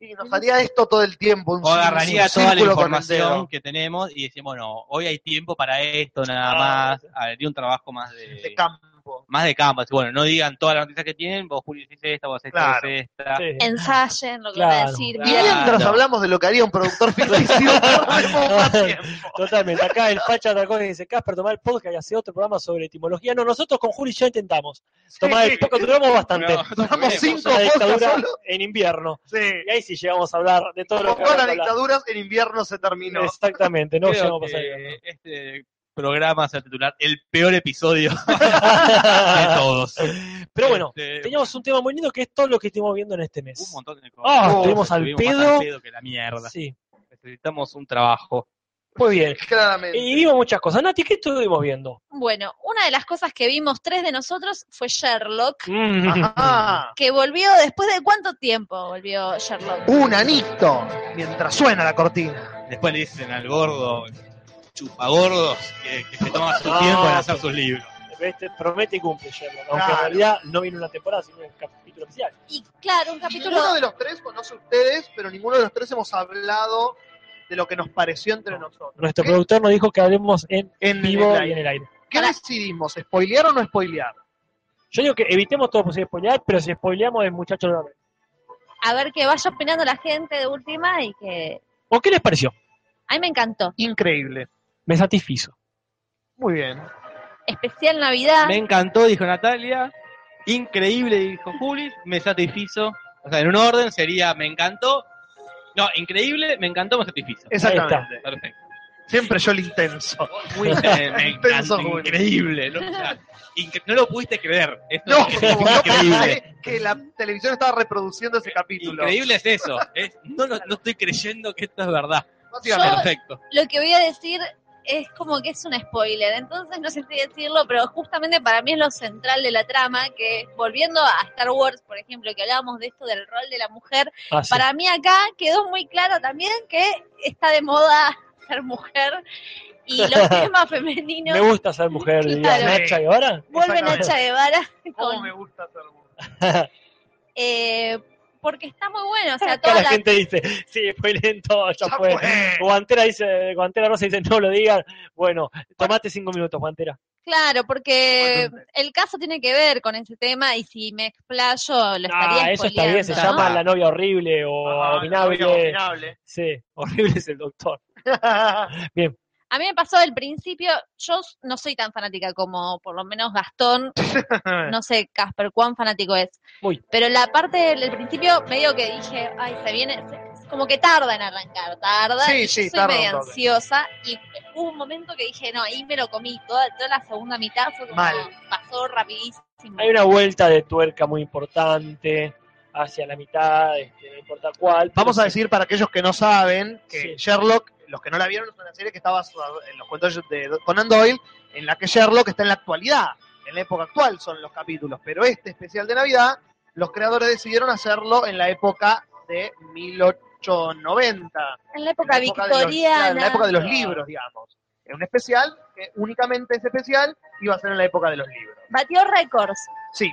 [SPEAKER 2] Y nos haría esto todo el tiempo. Un
[SPEAKER 4] O agarraría
[SPEAKER 2] un
[SPEAKER 4] toda la
[SPEAKER 2] círculo con el
[SPEAKER 4] información
[SPEAKER 2] dedo.
[SPEAKER 4] que tenemos y decimos, bueno, hoy hay tiempo para esto, nada
[SPEAKER 3] Ah.
[SPEAKER 4] más. Haría un trabajo más
[SPEAKER 2] de
[SPEAKER 4] de,
[SPEAKER 2] campo.
[SPEAKER 4] más de campo. Así, Bueno, no digan todas las noticias que tienen, vos Julio decís esta, vos esta,
[SPEAKER 2] Claro.
[SPEAKER 4] vos esta.
[SPEAKER 3] Sí.
[SPEAKER 1] Ensayen lo que
[SPEAKER 3] Claro.
[SPEAKER 1] voy a decir.
[SPEAKER 2] Y
[SPEAKER 4] Claro.
[SPEAKER 1] bien.
[SPEAKER 2] mientras hablamos de lo que haría un productor ficticio, perdemos más tiempo.
[SPEAKER 3] Totalmente, acá el Facha Dragón dice, Casper, tomar el podcast y hace otro programa sobre etimología. No, nosotros con Juli ya intentamos. Tomar el podcast, duramos bastante.
[SPEAKER 4] No,
[SPEAKER 2] Duramos
[SPEAKER 4] tuvimos.
[SPEAKER 2] cinco
[SPEAKER 3] Una dictadura
[SPEAKER 2] podcasts solo.
[SPEAKER 3] en invierno.
[SPEAKER 2] Sí.
[SPEAKER 3] Y ahí sí llegamos a hablar de todo lo que
[SPEAKER 2] Con la
[SPEAKER 3] hablamos.
[SPEAKER 2] dictadura en invierno se terminó.
[SPEAKER 3] Exactamente, no
[SPEAKER 4] Creo
[SPEAKER 3] llegamos a pasar.
[SPEAKER 4] que este programa se va a titular El peor episodio de todos.
[SPEAKER 3] Pero bueno,
[SPEAKER 4] Este,
[SPEAKER 3] teníamos un tema muy lindo que es todo lo que estuvimos viendo en este mes.
[SPEAKER 4] un montón de cosas.
[SPEAKER 3] Ah,
[SPEAKER 2] Oh,
[SPEAKER 3] estuvimos al
[SPEAKER 4] Estuvimos más
[SPEAKER 3] pedo.
[SPEAKER 4] al pedo que la mierda.
[SPEAKER 3] Sí,
[SPEAKER 4] Necesitamos un trabajo.
[SPEAKER 3] muy bien.
[SPEAKER 2] Claramente.
[SPEAKER 3] Y vimos muchas cosas. Nati, ¿qué estuvimos viendo?
[SPEAKER 1] Bueno, una de las cosas que vimos tres de nosotros fue Sherlock,
[SPEAKER 2] Ajá.
[SPEAKER 1] que volvió después de cuánto tiempo volvió Sherlock.
[SPEAKER 2] Un anito mientras suena la cortina.
[SPEAKER 4] Después
[SPEAKER 3] Ah.
[SPEAKER 4] le dicen al gordo, chupagordos, que, que se toma su tiempo en hacer sus libros.
[SPEAKER 3] este promete y cumple Sherlock. Aunque
[SPEAKER 2] Claro.
[SPEAKER 3] en realidad no viene una temporada, sino un capítulo oficial.
[SPEAKER 1] Y claro, un capítulo.
[SPEAKER 2] Ninguno de los tres conoce ustedes, pero ninguno de los tres hemos hablado de lo que nos pareció entre nosotros.
[SPEAKER 3] Nuestro
[SPEAKER 2] ¿Qué-
[SPEAKER 3] productor nos dijo que hablemos en
[SPEAKER 2] en el
[SPEAKER 3] vivo y
[SPEAKER 2] live?
[SPEAKER 3] en el aire.
[SPEAKER 2] ¿Qué decidimos? ¿Spoilear o no spoilear?
[SPEAKER 3] Yo digo que evitemos todo posible spoilear, pero si spoileamos es muchacho de
[SPEAKER 1] A ver que vaya opinando la gente de última y que.
[SPEAKER 3] ¿O qué les pareció?
[SPEAKER 1] A mí me encantó.
[SPEAKER 2] Increíble.
[SPEAKER 3] Me satisfizo.
[SPEAKER 2] Muy bien.
[SPEAKER 1] Especial Navidad.
[SPEAKER 4] Me encantó, dijo Natalia. Increíble, dijo Juli. Me satisfizo. O sea, en un orden sería me encantó. No, increíble, me encantó, me satisfizo.
[SPEAKER 2] Exactamente.
[SPEAKER 4] Perfecto.
[SPEAKER 2] Siempre yo el intenso.
[SPEAKER 4] Muy eh, me
[SPEAKER 2] Intenso,
[SPEAKER 4] encantó,
[SPEAKER 2] Juli.
[SPEAKER 4] increíble. No, O sea, incre- no lo pudiste creer. Esto
[SPEAKER 2] No,
[SPEAKER 4] es
[SPEAKER 2] como no
[SPEAKER 4] increíble.
[SPEAKER 2] pensé que la televisión estaba reproduciendo ese capítulo.
[SPEAKER 4] Increíble es eso. es- no, no, no estoy creyendo que esto es verdad.
[SPEAKER 2] Básicamente.
[SPEAKER 4] Perfecto.
[SPEAKER 1] Lo que voy a decir es como que es un spoiler. Entonces no sé si decirlo, pero justamente para mí es lo central de la trama. Que volviendo a Star Wars, por ejemplo, que hablábamos de esto del rol de la mujer.
[SPEAKER 3] Ah, sí.
[SPEAKER 1] Para mí acá quedó muy claro también que está de moda ser mujer y los temas femeninos
[SPEAKER 3] Me gusta ser mujer, diría
[SPEAKER 1] Claro.
[SPEAKER 3] Nacha y ahora.
[SPEAKER 1] vuelven a
[SPEAKER 2] Exactamente.
[SPEAKER 1] Nacha Guevara
[SPEAKER 2] ¿Cómo
[SPEAKER 1] con-
[SPEAKER 2] me gusta hacer burla?
[SPEAKER 1] eh, porque está muy bueno, o sea,
[SPEAKER 3] Acá
[SPEAKER 1] toda
[SPEAKER 3] la,
[SPEAKER 1] la,
[SPEAKER 3] gente dice, sí, spoilen todo, ya
[SPEAKER 2] Ya
[SPEAKER 3] fue.
[SPEAKER 2] fue.
[SPEAKER 3] Guantera dice, Guantera Rosa dice, no lo digan. Bueno, tomate cinco minutos, Guantera.
[SPEAKER 1] claro, porque
[SPEAKER 2] Bastante.
[SPEAKER 1] el caso tiene que ver con ese tema y si me explayo lo estaría
[SPEAKER 3] Ah, eso está bien, se
[SPEAKER 1] spoileando, ¿no?
[SPEAKER 3] llama La novia horrible o
[SPEAKER 2] Ah,
[SPEAKER 3] Oh, abominable.
[SPEAKER 2] abominable.
[SPEAKER 3] Sí, horrible es el doctor.
[SPEAKER 1] A mí me pasó al principio, yo no soy tan fanática como por lo menos Gastón, no sé, Casper, cuán fanático es.
[SPEAKER 3] Muy.
[SPEAKER 1] Pero la parte del principio, medio que dije, ay, se viene, se- como que tarda en arrancar, tarda.
[SPEAKER 2] Sí,
[SPEAKER 1] y yo
[SPEAKER 2] sí,
[SPEAKER 1] soy
[SPEAKER 2] tarda
[SPEAKER 1] medio
[SPEAKER 2] un toque.
[SPEAKER 1] ansiosa y hubo un momento que dije, no, ahí me lo comí, toda, toda la segunda mitad fue como,
[SPEAKER 2] Mal.
[SPEAKER 1] pasó rapidísimo.
[SPEAKER 3] Hay una vuelta de tuerca muy importante hacia la mitad, este, no importa cuál. pero
[SPEAKER 2] Vamos a
[SPEAKER 3] sí.
[SPEAKER 2] decir para aquellos que no saben que
[SPEAKER 3] Sí.
[SPEAKER 2] Sherlock, los que no la vieron, es una serie que estaba basada en los cuentos de Conan Doyle, en la que Sherlock está en la actualidad, en la época actual son los capítulos, pero este especial de Navidad, los creadores decidieron hacerlo en la época de 1890,
[SPEAKER 1] En la
[SPEAKER 2] en la
[SPEAKER 1] época
[SPEAKER 2] época de los-
[SPEAKER 1] victoriana.
[SPEAKER 2] en la época de los libros, digamos. Es un especial que únicamente ese especial iba a ser en la época de los libros.
[SPEAKER 1] Batió récords
[SPEAKER 2] Sí,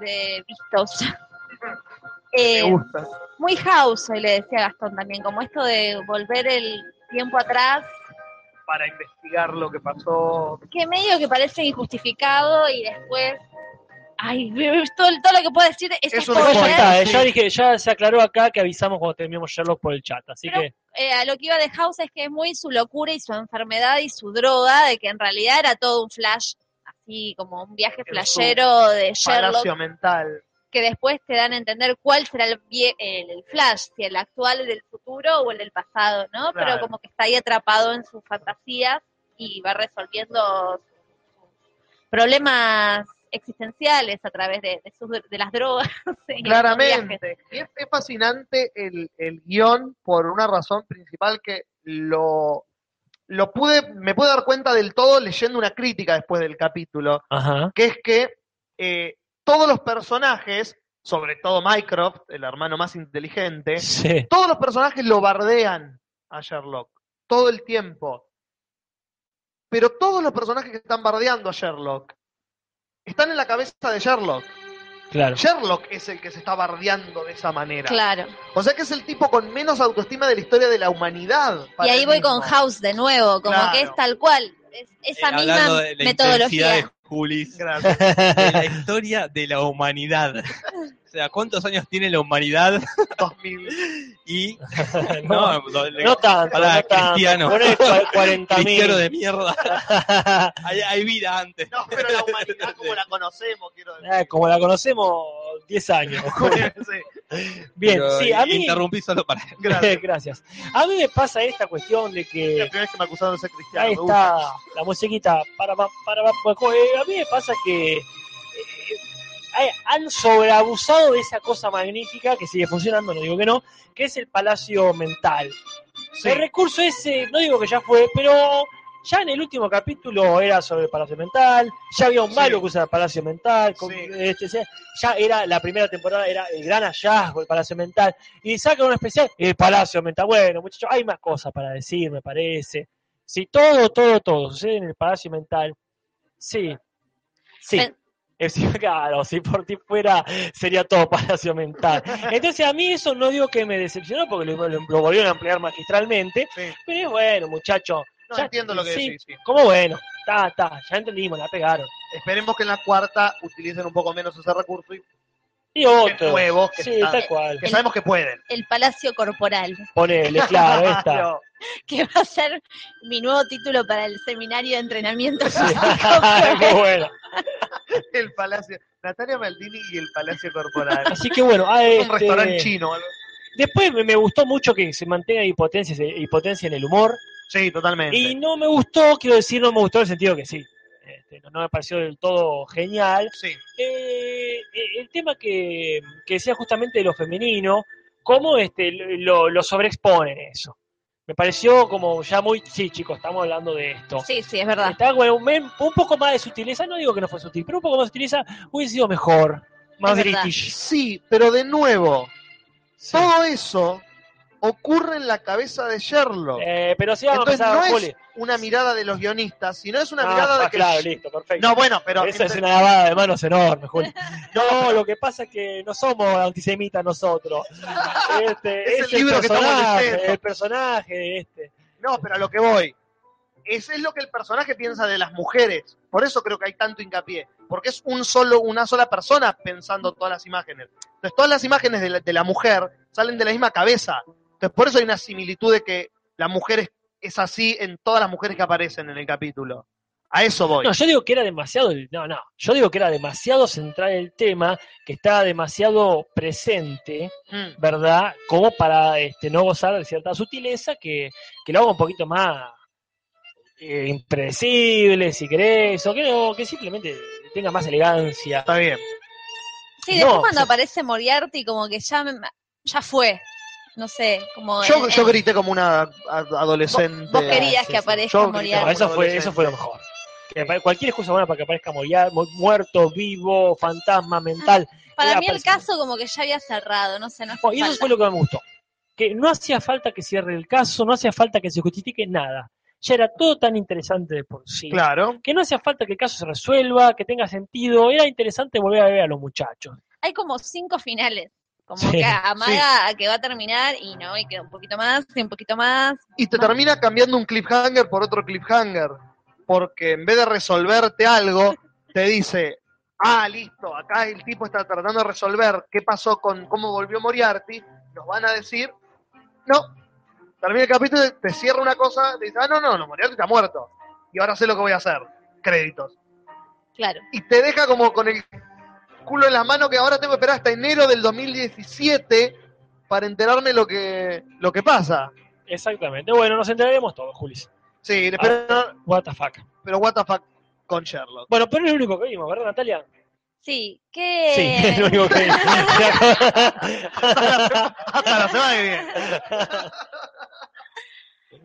[SPEAKER 1] de vistos.
[SPEAKER 2] me
[SPEAKER 1] Eh,
[SPEAKER 2] gusta.
[SPEAKER 1] muy house, hoy le decía Gastón también, como esto de volver el tiempo atrás,
[SPEAKER 2] Para investigar lo que pasó.
[SPEAKER 1] que medio que parece injustificado y después, ay, todo, todo lo que puedo decir es,
[SPEAKER 2] Es un
[SPEAKER 3] Pero
[SPEAKER 1] spoiler.
[SPEAKER 3] ya está, eh,
[SPEAKER 2] Sí.
[SPEAKER 3] ya dije, ya se aclaró acá que avisamos cuando terminemos Sherlock por el chat, así
[SPEAKER 1] Pero-
[SPEAKER 3] que
[SPEAKER 1] Eh, a lo que iba de House es que es muy su locura y su enfermedad y su droga, de que en realidad era todo un flash, así como un viaje
[SPEAKER 2] su
[SPEAKER 1] flashero de Sherlock,
[SPEAKER 2] Palacio mental.
[SPEAKER 1] que después te dan a entender cuál será el, vie- el, el flash, si el actual, el del futuro o el del pasado, ¿no?
[SPEAKER 2] Claro.
[SPEAKER 1] Pero como que está ahí atrapado en sus fantasías y va resolviendo sus problemas existenciales a través de, de sus, de las drogas. y los viajes.
[SPEAKER 2] Claramente. Y es, es fascinante el, el guión por una razón principal que lo, lo pude, me pude dar cuenta del todo leyendo una crítica después del capítulo,
[SPEAKER 3] ajá,
[SPEAKER 2] que es que eh, todos los personajes, sobre todo Mycroft, el hermano más inteligente,
[SPEAKER 3] sí.
[SPEAKER 2] todos los personajes lo bardean a Sherlock, todo el tiempo. Pero todos los personajes que están bardeando a Sherlock están en la cabeza de Sherlock.
[SPEAKER 3] claro.
[SPEAKER 2] Sherlock es el que se está bardeando de esa manera.
[SPEAKER 1] Claro.
[SPEAKER 2] O sea que es el tipo con menos autoestima de la historia de la humanidad.
[SPEAKER 1] Y
[SPEAKER 2] para
[SPEAKER 1] ahí
[SPEAKER 2] él
[SPEAKER 1] voy
[SPEAKER 2] mismo.
[SPEAKER 1] con House de nuevo, como
[SPEAKER 2] Claro.
[SPEAKER 1] que es tal cual, es esa
[SPEAKER 4] Eh, hablando
[SPEAKER 1] misma
[SPEAKER 4] de la intensidad de
[SPEAKER 1] metodología.
[SPEAKER 4] Julis.
[SPEAKER 2] Gracias.
[SPEAKER 4] de la historia de la humanidad. O sea, ¿cuántos años tiene la humanidad?
[SPEAKER 2] 2000.
[SPEAKER 4] Y.
[SPEAKER 3] no,
[SPEAKER 4] No, no, le-
[SPEAKER 3] no tanto,
[SPEAKER 4] pará,
[SPEAKER 3] no tanto.
[SPEAKER 4] cristiano.
[SPEAKER 3] Ponele cua- 40.000.
[SPEAKER 4] cristiano de mierda. Hay, hay vida antes.
[SPEAKER 2] No, pero la humanidad como la conocemos, quiero decir.
[SPEAKER 3] Eh, como la conocemos, 10 años.
[SPEAKER 2] Sí,
[SPEAKER 3] Bien,
[SPEAKER 4] Pero
[SPEAKER 3] sí, a mí.
[SPEAKER 4] Interrumpí solo para.
[SPEAKER 2] gracias.
[SPEAKER 3] Gracias. A mí me pasa esta cuestión de
[SPEAKER 2] Es La
[SPEAKER 3] que.
[SPEAKER 2] primera vez que me acusaron de ser cristiano.
[SPEAKER 3] Ahí
[SPEAKER 2] me gusta.
[SPEAKER 3] está la musiquita. Para, para, para, para, co- eh, a mí me pasa que. eh, hay- han sobreabusado de esa cosa magnífica que sigue funcionando, no digo que no, que es el palacio mental.
[SPEAKER 2] Sí.
[SPEAKER 3] El recurso ese, no digo que ya fue, pero ya en el último capítulo era sobre el Palacio Mental, ya había un
[SPEAKER 2] Sí.
[SPEAKER 3] malo que usaba el Palacio Mental, con-
[SPEAKER 2] Sí.
[SPEAKER 3] este, ya- ya era la primera temporada, era el gran hallazgo el Palacio Mental, y sacan un especial, el Palacio Mental, bueno muchachos, hay más cosas para decir, me parece. Si todo, todo, todo sucede en el Palacio Mental, sí, Sí.
[SPEAKER 1] Pen-
[SPEAKER 3] Es- Claro, si por ti fuera sería todo palacio mental. Entonces a mí eso no digo que me decepcionó porque lo, lo- lo volvieron a ampliar magistralmente,
[SPEAKER 2] Sí.
[SPEAKER 3] pero es bueno, muchacho.
[SPEAKER 2] No
[SPEAKER 3] Ya-
[SPEAKER 2] entiendo lo que
[SPEAKER 3] sí,
[SPEAKER 2] decís. sí.
[SPEAKER 3] ¿Cómo bueno? Está, está, ya entendimos, la pegaron.
[SPEAKER 2] Esperemos que en la cuarta utilicen un poco menos ese recurso y
[SPEAKER 3] Y otro.
[SPEAKER 2] nuevos que,
[SPEAKER 3] Sí,
[SPEAKER 2] están-
[SPEAKER 3] tal cual.
[SPEAKER 2] que sabemos que pueden.
[SPEAKER 1] El Palacio Corporal,
[SPEAKER 3] Ponele, claro, ahí está.
[SPEAKER 2] Claro.
[SPEAKER 1] que va a ser mi nuevo título para el seminario de entrenamiento.
[SPEAKER 3] Sí. Muy bueno.
[SPEAKER 2] El Palacio. Natalia Maldini y el Palacio Corporal.
[SPEAKER 3] Así que bueno, ah,
[SPEAKER 2] Es un
[SPEAKER 3] este,
[SPEAKER 2] restaurante chino. algo.
[SPEAKER 3] después me, me gustó mucho que se mantenga hipotencia, hipotencia en el humor.
[SPEAKER 2] Sí, totalmente.
[SPEAKER 3] Y no me gustó, quiero decir, no me gustó en el sentido que sí. este, no, no me pareció del todo genial.
[SPEAKER 2] Sí.
[SPEAKER 3] Eh, eh, el tema que, que decía justamente de lo femenino, cómo este, lo, lo sobreexponen eso. Me pareció como ya muy, sí chicos, estamos hablando de esto.
[SPEAKER 1] Sí, sí, es verdad.
[SPEAKER 3] Está bueno, un, men- un poco más de sutileza, no digo que no fue sutil, pero un poco más de sutileza hubiese sido mejor, más
[SPEAKER 1] Es verdad.
[SPEAKER 3] british.
[SPEAKER 2] Sí, pero de nuevo,
[SPEAKER 3] Sí.
[SPEAKER 2] todo eso ocurre en la cabeza de Sherlock.
[SPEAKER 3] Eh, pero si vamos a
[SPEAKER 2] Entonces
[SPEAKER 3] empezar
[SPEAKER 2] no
[SPEAKER 3] Juli.
[SPEAKER 2] es una mirada de los guionistas, sino es una
[SPEAKER 3] Ah,
[SPEAKER 2] mirada
[SPEAKER 3] está
[SPEAKER 2] de que...
[SPEAKER 3] claro, listo, perfecto.
[SPEAKER 2] No, bueno, pero...
[SPEAKER 3] Esa es una lavada de manos enorme, Juli. No, lo que pasa es que no somos antisemitas nosotros. Este,
[SPEAKER 2] Es el libro que estamos
[SPEAKER 3] personaje,
[SPEAKER 2] leyendo.
[SPEAKER 3] El personaje, este.
[SPEAKER 2] No, pero a lo que voy. Ese es lo que el personaje piensa de las mujeres. Por eso creo que hay tanto hincapié. Porque es un solo, una sola persona pensando todas las imágenes. Entonces, todas las imágenes de la, de la mujer salen de la misma cabeza. Entonces, por eso hay una similitud de que la mujer es, es así en todas las mujeres que aparecen en el capítulo. A eso voy.
[SPEAKER 3] No, yo digo que era demasiado. el- No, no. Yo digo que era demasiado central el tema, que estaba demasiado presente,
[SPEAKER 2] Mm.
[SPEAKER 3] ¿verdad? Como para este, no gozar de cierta sutileza que, que lo haga un poquito más eh, impredecible, si querés, o que, o que simplemente tenga más elegancia.
[SPEAKER 2] Está bien.
[SPEAKER 1] Sí, después
[SPEAKER 3] No,
[SPEAKER 1] cuando
[SPEAKER 3] sí.
[SPEAKER 1] aparece Moriarty, como que ya, me- ya fue. No sé, como.
[SPEAKER 2] Yo,
[SPEAKER 1] en-
[SPEAKER 2] yo
[SPEAKER 1] en-
[SPEAKER 2] grité como una a- adolescente.
[SPEAKER 1] Vos querías
[SPEAKER 3] sí, sí.
[SPEAKER 1] que aparezca
[SPEAKER 2] Yo grité
[SPEAKER 1] Moriarty.
[SPEAKER 3] No, eso,
[SPEAKER 2] un
[SPEAKER 3] fue, eso fue lo mejor. Que apare- Cualquier excusa buena para que aparezca Moriar- mu- muerto, vivo, fantasma, mental.
[SPEAKER 1] Para
[SPEAKER 3] era
[SPEAKER 1] mí el
[SPEAKER 3] personal.
[SPEAKER 1] caso como que ya había cerrado, no sé, no hace
[SPEAKER 3] Bueno, y eso
[SPEAKER 1] falta.
[SPEAKER 3] fue lo que me gustó. Que no hacía falta que cierre el caso, no hacía falta que se justifique nada. Ya era todo tan interesante de por sí.
[SPEAKER 2] Claro.
[SPEAKER 3] Que no hacía falta que el caso se resuelva, que tenga sentido. Era interesante volver a ver a los muchachos.
[SPEAKER 1] Hay como cinco finales. Como
[SPEAKER 3] Sí,
[SPEAKER 1] que amaga a que va a terminar y no, y queda un poquito más, y un poquito más.
[SPEAKER 2] y te termina cambiando un cliffhanger por otro cliffhanger. Porque en vez de resolverte algo, te dice, ah, listo, acá el tipo está tratando de resolver qué pasó con cómo volvió Moriarty, nos van a decir, no, termina el capítulo, te cierra una cosa, te dice, ah, no, no, no, Moriarty está muerto. Y ahora sé lo que voy a hacer, créditos.
[SPEAKER 1] Claro.
[SPEAKER 2] Y te deja como con el culo en la mano que ahora tengo que esperar hasta enero del 2017 para enterarme lo que, lo que pasa.
[SPEAKER 3] Exactamente. Bueno, nos enteraremos todos, Julis.
[SPEAKER 2] Sí, pero,
[SPEAKER 3] What the fuck.
[SPEAKER 2] pero what the fuck con Sherlock.
[SPEAKER 3] Bueno, pero es lo único que vimos, ¿verdad, Natalia?
[SPEAKER 1] Sí,
[SPEAKER 3] Sí, es lo
[SPEAKER 1] que
[SPEAKER 3] único que vimos.
[SPEAKER 2] Hasta la semana que viene.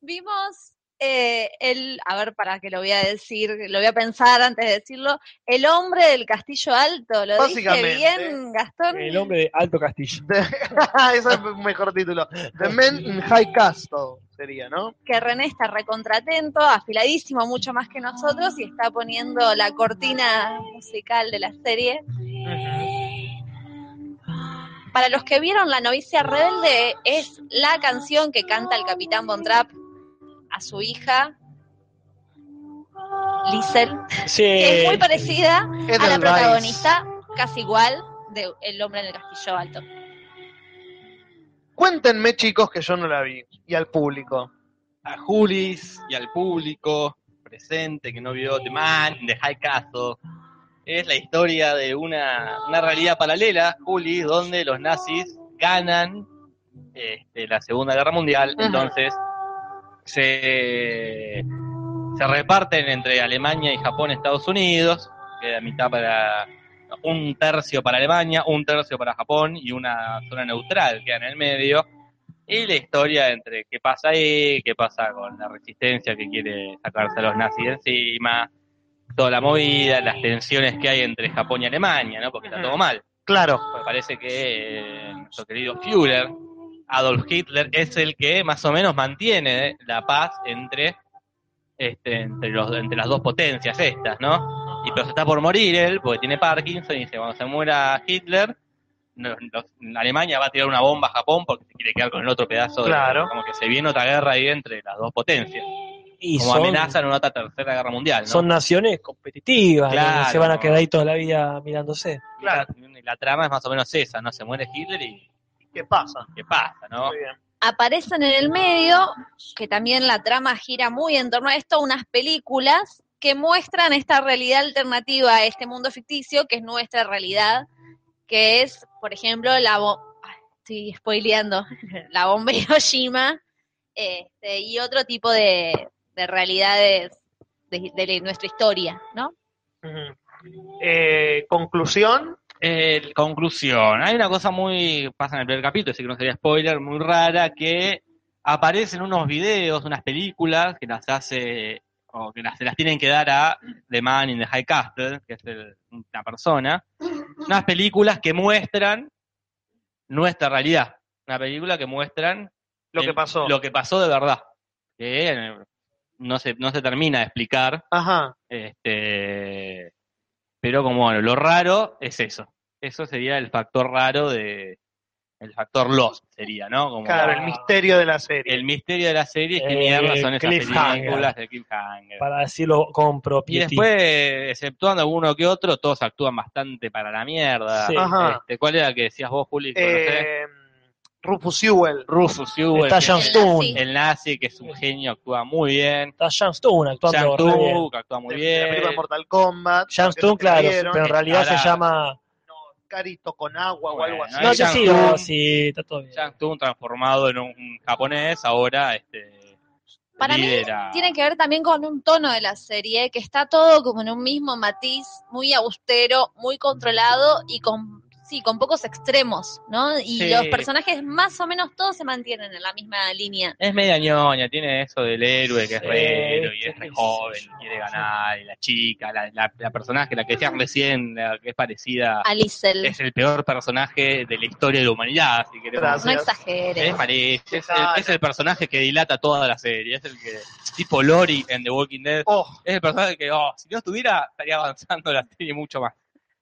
[SPEAKER 1] vimos eh, el, a ver, para que lo voy a decir, lo voy a pensar antes de decirlo, el hombre del castillo alto, lo dije
[SPEAKER 2] Básicamente.
[SPEAKER 1] bien, Gastón.
[SPEAKER 3] el hombre de Alto Castillo.
[SPEAKER 2] De- Ese es un mejor título. The Men in High Castle sería, ¿no?
[SPEAKER 1] que René está recontratento, afiladísimo mucho más que nosotros y está poniendo la cortina musical de la serie. Para los que vieron La novicia rebelde es la canción que canta el capitán Von Trapp a su hija Liesel,
[SPEAKER 3] Sí.
[SPEAKER 1] que es muy parecida
[SPEAKER 2] Es
[SPEAKER 1] a la
[SPEAKER 2] del Rice.
[SPEAKER 1] protagonista, casi igual de El hombre en el castillo alto.
[SPEAKER 2] Cuéntenme, chicos, que yo no la vi. Y al público.
[SPEAKER 4] A Julis y al público presente que no vio The Man, The High Castle. Es la historia de una, una realidad paralela, Julis, donde los nazis ganan este, la Segunda Guerra Mundial.
[SPEAKER 2] Ajá.
[SPEAKER 4] Entonces se, se reparten entre Alemania y Japón, Estados Unidos. Queda mitad para un tercio para Alemania, un tercio para Japón y una zona neutral queda en el medio. Y la historia entre qué pasa ahí, qué pasa con la resistencia que quiere sacarse a los nazis de encima, toda la movida, las tensiones que hay entre Japón y Alemania, ¿no? Porque está
[SPEAKER 2] Ujú.
[SPEAKER 4] todo mal.
[SPEAKER 2] Claro.
[SPEAKER 4] Pues parece que eh, nuestro querido Führer, Adolf Hitler, es el que más o menos mantiene la paz entre, este, entre, los, entre las dos potencias estas, ¿no? Y pero se está por morir él, porque tiene Parkinson, y dice, cuando se muera Hitler, no- los- Alemania va a tirar una bomba a Japón porque se quiere quedar con el otro pedazo de-
[SPEAKER 3] Claro.
[SPEAKER 4] como que se viene otra guerra ahí entre las dos potencias.
[SPEAKER 3] Y
[SPEAKER 4] como
[SPEAKER 3] son,
[SPEAKER 4] amenaza en una otra tercera guerra mundial, ¿no?
[SPEAKER 3] son naciones competitivas, que
[SPEAKER 4] Claro.
[SPEAKER 3] se van a quedar ahí toda la vida mirándose.
[SPEAKER 4] Y la- y la trama es más o menos esa, ¿no? Se muere Hitler y
[SPEAKER 2] ¿Qué pasa?
[SPEAKER 4] ¿qué pasa, no?
[SPEAKER 2] Muy bien.
[SPEAKER 1] Aparecen en el medio, que también la trama gira muy en torno a esto, unas películas que muestran esta realidad alternativa a este mundo ficticio, que es nuestra realidad, que es, por ejemplo, la bo- Ay, estoy spoileando, la bomba de Hiroshima, este, y otro tipo de, de realidades de- de nuestra historia, ¿no?
[SPEAKER 2] Ujú. Eh, conclusión,
[SPEAKER 4] Eh, conclusión. Hay una cosa muy. pasa en el primer capítulo, así que no sería spoiler, muy rara, que aparecen unos videos, unas películas que las hace. o que las, se las tienen que dar a The Man in the High Castle, que es el- una persona. Unas películas que muestran nuestra realidad. Una película que muestran
[SPEAKER 2] lo
[SPEAKER 4] el-
[SPEAKER 2] que pasó.
[SPEAKER 4] Lo que pasó de verdad. Que eh, no se, no se termina de explicar.
[SPEAKER 2] Ajá.
[SPEAKER 4] Este, pero como bueno, lo raro es eso. Eso sería el factor raro de. El factor lost sería, ¿no? Como
[SPEAKER 2] Claro, el misterio de la serie.
[SPEAKER 4] el misterio de la serie es qué
[SPEAKER 3] Eh,
[SPEAKER 4] mierda son esas
[SPEAKER 3] cliffhanger.
[SPEAKER 4] películas de cliffhanger.
[SPEAKER 3] Para decirlo con
[SPEAKER 4] Y
[SPEAKER 3] propiedad.
[SPEAKER 4] después, exceptuando alguno que otro, todos actúan bastante para la mierda.
[SPEAKER 3] Sí.
[SPEAKER 2] Ajá.
[SPEAKER 4] Este, ¿Cuál era el que decías vos, Juli? ¿Conocés?
[SPEAKER 2] Eh, Rufus Sewell.
[SPEAKER 4] Rufus Sewell,
[SPEAKER 3] Está
[SPEAKER 4] que
[SPEAKER 3] Jon
[SPEAKER 1] el
[SPEAKER 3] Stone.
[SPEAKER 1] nazi.
[SPEAKER 4] el nazi, que es un genio, actúa muy bien.
[SPEAKER 3] Está Jon Stone actuando
[SPEAKER 4] Shang
[SPEAKER 3] re bien.
[SPEAKER 4] Tsung, actúa muy
[SPEAKER 2] de- de la película
[SPEAKER 4] bien.
[SPEAKER 2] Mortal Kombat. porque
[SPEAKER 3] Jon
[SPEAKER 2] no
[SPEAKER 3] Stone,
[SPEAKER 2] te
[SPEAKER 3] claro,
[SPEAKER 2] vieron,
[SPEAKER 3] pero en realidad
[SPEAKER 4] Ahora-
[SPEAKER 3] se llama...
[SPEAKER 2] Carito con agua o algo así.
[SPEAKER 4] Bueno,
[SPEAKER 3] No,
[SPEAKER 4] ahí
[SPEAKER 3] sí,
[SPEAKER 4] Jon
[SPEAKER 3] sí,
[SPEAKER 4] Stone.
[SPEAKER 3] no, sí, está todo bien.
[SPEAKER 4] Shang Tsung transformado en un japonés, ahora este,
[SPEAKER 1] Para mí
[SPEAKER 4] lidera.
[SPEAKER 1] tiene que ver también con un tono de la serie, que está todo como en un mismo matiz, muy austero, muy controlado y con sí, con pocos extremos, ¿no? Y
[SPEAKER 4] Sí.
[SPEAKER 1] los personajes más o menos todos se mantienen en la misma línea.
[SPEAKER 4] Es media ñoña, tiene eso del héroe que es
[SPEAKER 3] Sí,
[SPEAKER 4] re héroe y
[SPEAKER 3] qué
[SPEAKER 4] es re
[SPEAKER 3] sé
[SPEAKER 4] joven,
[SPEAKER 3] yo.
[SPEAKER 4] y quiere ganar, y la chica, la, la- la personaje, la que decías recién, la que es parecida,
[SPEAKER 1] Alicel,
[SPEAKER 4] es el peor personaje de la historia de la humanidad, así que
[SPEAKER 2] Gracias.
[SPEAKER 1] no exageres.
[SPEAKER 4] Es Maris, es, el,
[SPEAKER 2] Claro.
[SPEAKER 4] es el personaje que dilata toda la serie, es el que, tipo Lori en The Walking Dead,
[SPEAKER 2] Oh,
[SPEAKER 4] es el personaje que, oh, si no estuviera, estaría avanzando la serie mucho más.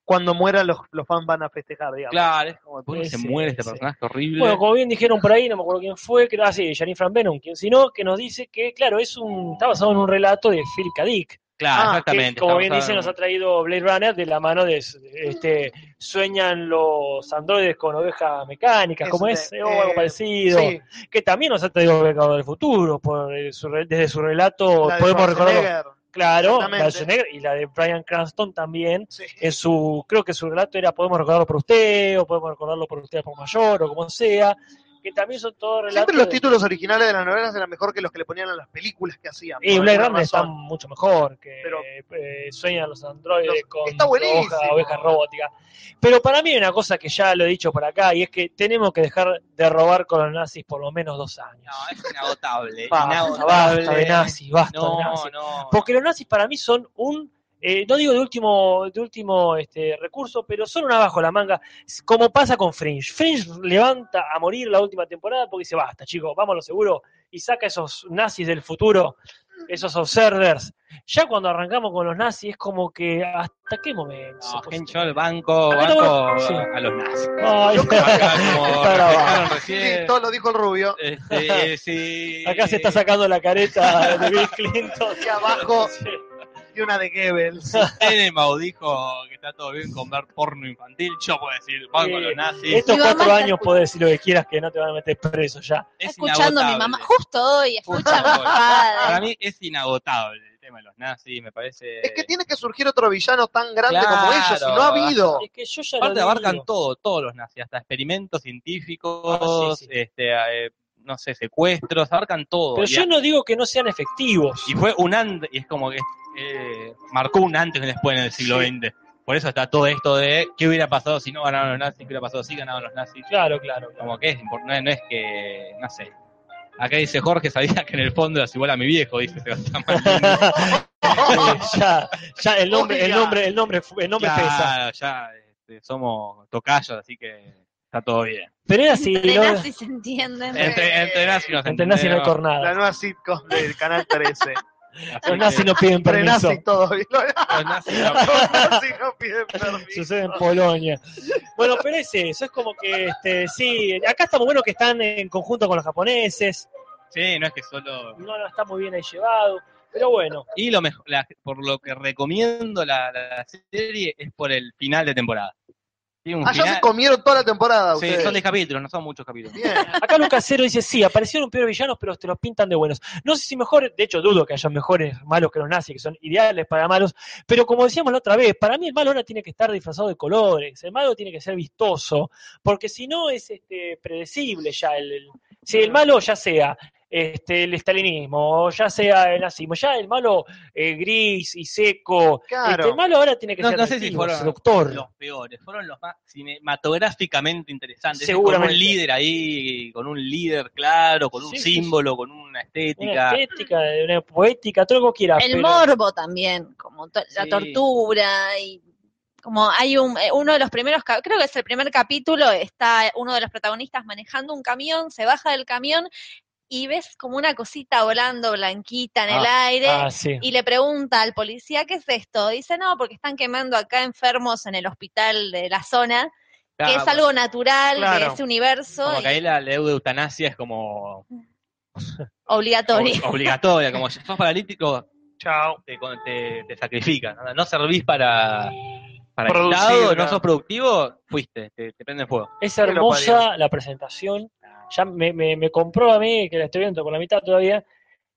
[SPEAKER 2] cuando muera los, los fans van a festejar, digamos.
[SPEAKER 4] Claro, es como, ¿por qué
[SPEAKER 3] Sí,
[SPEAKER 4] se
[SPEAKER 3] sí,
[SPEAKER 4] muere este
[SPEAKER 3] sí.
[SPEAKER 4] personaje horrible?
[SPEAKER 3] Bueno, como bien dijeron por ahí, no me acuerdo quién fue, que ah, sí, Janine Fran Venom, quien sino, que nos dice que, claro, es un, está basado en un relato de Phil K. Dick,
[SPEAKER 4] Claro,
[SPEAKER 2] Ah,
[SPEAKER 4] exactamente.
[SPEAKER 3] que, como
[SPEAKER 4] estamos
[SPEAKER 3] bien dice, nos
[SPEAKER 4] hablando-
[SPEAKER 3] ha traído Blade Runner de la mano de, este, sueñan los androides con ovejas mecánicas, como
[SPEAKER 2] Es
[SPEAKER 3] es,
[SPEAKER 2] de-
[SPEAKER 3] o algo
[SPEAKER 2] eh,
[SPEAKER 3] parecido,
[SPEAKER 2] Sí,
[SPEAKER 3] que también nos ha traído Mercado del Futuro, por, eh, su re- desde su relato
[SPEAKER 2] la de
[SPEAKER 3] podemos recordar,
[SPEAKER 2] Schwarzenegger.
[SPEAKER 3] claro, la de
[SPEAKER 2] Exactamente.
[SPEAKER 3] Schwarzenegger y la de Brian Cranston también,
[SPEAKER 2] Sí.
[SPEAKER 3] en su, creo que su relato era podemos recordarlo por usted, o podemos recordarlo por usted por mayor, o como sea, que también son todos relatos.
[SPEAKER 2] Siempre los
[SPEAKER 3] de-
[SPEAKER 2] títulos originales de las novelas eran mejor que los que le ponían a las películas que hacían.
[SPEAKER 3] Y
[SPEAKER 2] por
[SPEAKER 3] Blade
[SPEAKER 2] alguna
[SPEAKER 3] Runner está
[SPEAKER 2] razón.
[SPEAKER 3] mucho mejor, que
[SPEAKER 2] Pero-
[SPEAKER 3] eh, sueñan los androides
[SPEAKER 2] Los-
[SPEAKER 3] con
[SPEAKER 2] está buenísimo.
[SPEAKER 3] ovejas ovejas robóticas. Pero para mí hay una cosa que ya lo he dicho por acá, y es que tenemos que dejar de robar con los nazis por lo menos dos años.
[SPEAKER 4] No, es inagotable.
[SPEAKER 3] Basta,
[SPEAKER 4] inagotable.
[SPEAKER 3] basta de nazis, basta
[SPEAKER 4] No,
[SPEAKER 3] de nazis.
[SPEAKER 4] no.
[SPEAKER 3] Porque los nazis para mí son un, eh, no digo de último, de último este, recurso, pero son un abajo la manga, como pasa con Fringe. Fringe levanta a morir la última temporada porque dice, basta chicos, vamos a lo seguro, y saca esos nazis del futuro, esos observers. Ya cuando arrancamos con los nazis es como que, ¿hasta qué momento?
[SPEAKER 4] No,
[SPEAKER 3] Pues,
[SPEAKER 4] Henschel, banco,
[SPEAKER 3] Acá estamos-
[SPEAKER 4] banco
[SPEAKER 3] sí.
[SPEAKER 4] a los nazis.
[SPEAKER 3] ay,
[SPEAKER 4] Acá, como
[SPEAKER 3] Está grabado.
[SPEAKER 4] reflejaron
[SPEAKER 2] Sí,
[SPEAKER 4] recién,
[SPEAKER 2] todo lo dijo el rubio.
[SPEAKER 4] este, sí.
[SPEAKER 3] acá se está sacando la careta de Bill Clinton.
[SPEAKER 2] Y abajo y una de Goebbels.
[SPEAKER 4] Tenenbaum dijo que está todo bien con ver porno infantil. Yo puedo decir, banco a los nazis.
[SPEAKER 3] Estos
[SPEAKER 1] Mi mamá
[SPEAKER 3] cuatro
[SPEAKER 1] está
[SPEAKER 3] años podés decir lo que quieras que no te van a meter preso ya.
[SPEAKER 1] Está
[SPEAKER 4] Es
[SPEAKER 1] escuchando a mi
[SPEAKER 4] inagotable.
[SPEAKER 1] mamá, justo hoy, escucha a
[SPEAKER 4] Justo
[SPEAKER 1] mi
[SPEAKER 4] hoy. Para
[SPEAKER 1] padre.
[SPEAKER 4] mí es inagotable el tema de los nazis, me parece.
[SPEAKER 2] Es que tiene que surgir otro villano tan grande
[SPEAKER 4] Claro.
[SPEAKER 2] como ellos, si no ha habido.
[SPEAKER 3] Es que yo ya lo
[SPEAKER 4] Aparte abarcan
[SPEAKER 3] digo.
[SPEAKER 4] todo, todos los nazis, hasta experimentos científicos,
[SPEAKER 3] Ah, sí, sí.
[SPEAKER 4] este, eh, no sé, secuestros, abarcan todo.
[SPEAKER 3] Pero
[SPEAKER 4] y,
[SPEAKER 3] yo no digo que no sean efectivos.
[SPEAKER 4] y fue un antes, y es como que eh, marcó un antes y un después en el siglo XX. Por eso está todo esto de qué hubiera pasado si no ganaban los nazis, qué hubiera pasado si ganaban los nazis.
[SPEAKER 3] Claro, claro. claro.
[SPEAKER 4] Como que es importante, no es que, no sé. Acá dice Jorge, sabía que en el fondo es igual a mi viejo, dice Sebastián Maldini.
[SPEAKER 3] Sí, ya, ya el nombre, el
[SPEAKER 2] Oiga.
[SPEAKER 3] nombre, el nombre, fu- el nombre pesa.
[SPEAKER 4] Claro, ya este, somos tocayos, así que está todo bien.
[SPEAKER 3] Pero era así,
[SPEAKER 1] Entre
[SPEAKER 3] ¿no?
[SPEAKER 1] nazis se entienden.
[SPEAKER 4] Entre, entre nazis nos
[SPEAKER 3] Entre nazis no hay
[SPEAKER 4] entendemos.
[SPEAKER 3] cornada.
[SPEAKER 2] La nueva sitcom del canal 13.
[SPEAKER 4] Así
[SPEAKER 3] Los nazis
[SPEAKER 4] que-
[SPEAKER 3] no piden permiso.
[SPEAKER 2] Prenazi todo. Los
[SPEAKER 4] los nazis no-
[SPEAKER 2] nazis no piden permiso.
[SPEAKER 3] Sucede en Polonia. Bueno, pero es eso, es como que este, sí, acá está muy bueno que están en conjunto con los japoneses,
[SPEAKER 4] Sí, no es que solo.
[SPEAKER 3] no no está muy bien ahí llevado, pero bueno,
[SPEAKER 4] Y lo mejor, la- por lo que recomiendo la, la serie es por el final de temporada. Tiene un
[SPEAKER 2] Ah, ya
[SPEAKER 4] final.
[SPEAKER 2] se comieron toda la temporada
[SPEAKER 4] Sí,
[SPEAKER 2] ustedes.
[SPEAKER 4] son 10 capítulos, no son muchos capítulos.
[SPEAKER 2] Bien.
[SPEAKER 3] acá Lucas Cero dice, sí, aparecieron peores villanos, pero te los pintan de buenos. No sé si mejor, de hecho dudo que haya mejores malos que los nazis, que son ideales para malos, pero como decíamos la otra vez, para mí el malo ahora tiene que estar disfrazado de colores, el malo tiene que ser vistoso, porque si no es este, predecible ya el, el- si el malo ya sea este, el estalinismo, o ya sea el nazismo, ya el malo eh, gris y seco,
[SPEAKER 2] Claro.
[SPEAKER 3] este, el malo ahora tiene que
[SPEAKER 4] No,
[SPEAKER 3] ser
[SPEAKER 4] no sé si
[SPEAKER 3] atractivo,
[SPEAKER 4] fueron
[SPEAKER 3] seductor.
[SPEAKER 4] Los peores, fueron los más cinematográficamente interesantes. Ese
[SPEAKER 3] Seguramente.
[SPEAKER 4] Con un líder ahí, con un líder claro, con un
[SPEAKER 3] Sí, sí,
[SPEAKER 4] símbolo, con una
[SPEAKER 3] una
[SPEAKER 4] estética.
[SPEAKER 3] estética, de una poética, todo lo que quieras.
[SPEAKER 1] El
[SPEAKER 3] Ah, pero-
[SPEAKER 1] morbo también, como to- la
[SPEAKER 4] Sí.
[SPEAKER 1] tortura y como hay un eh, uno de los primeros cap- creo que es el primer capítulo está uno de los protagonistas manejando un camión, se baja del camión y ves como una cosita volando blanquita en el aire
[SPEAKER 3] Ah, sí.
[SPEAKER 1] y le pregunta al policía qué es esto. Dice, "No, porque están quemando acá enfermos en el hospital de la zona, que es algo natural de
[SPEAKER 2] Claro.
[SPEAKER 1] ese universo
[SPEAKER 4] Como que
[SPEAKER 1] y
[SPEAKER 4] ahí la ley de eutanasia es como
[SPEAKER 1] obligatorio."
[SPEAKER 4] ob- obligatoria, como si sos paralítico,
[SPEAKER 2] Chao.
[SPEAKER 4] te, con- te, te sacrifican. No, No servís para, para el
[SPEAKER 2] Producir,
[SPEAKER 4] Estado, no
[SPEAKER 2] claro.
[SPEAKER 4] sos productivo, fuiste, te, te prenden fuego.
[SPEAKER 3] Es
[SPEAKER 2] lo
[SPEAKER 3] hermosa la presentación.
[SPEAKER 2] Ah.
[SPEAKER 3] Ya me, me, me compró a mí, que la estoy viendo por la mitad todavía,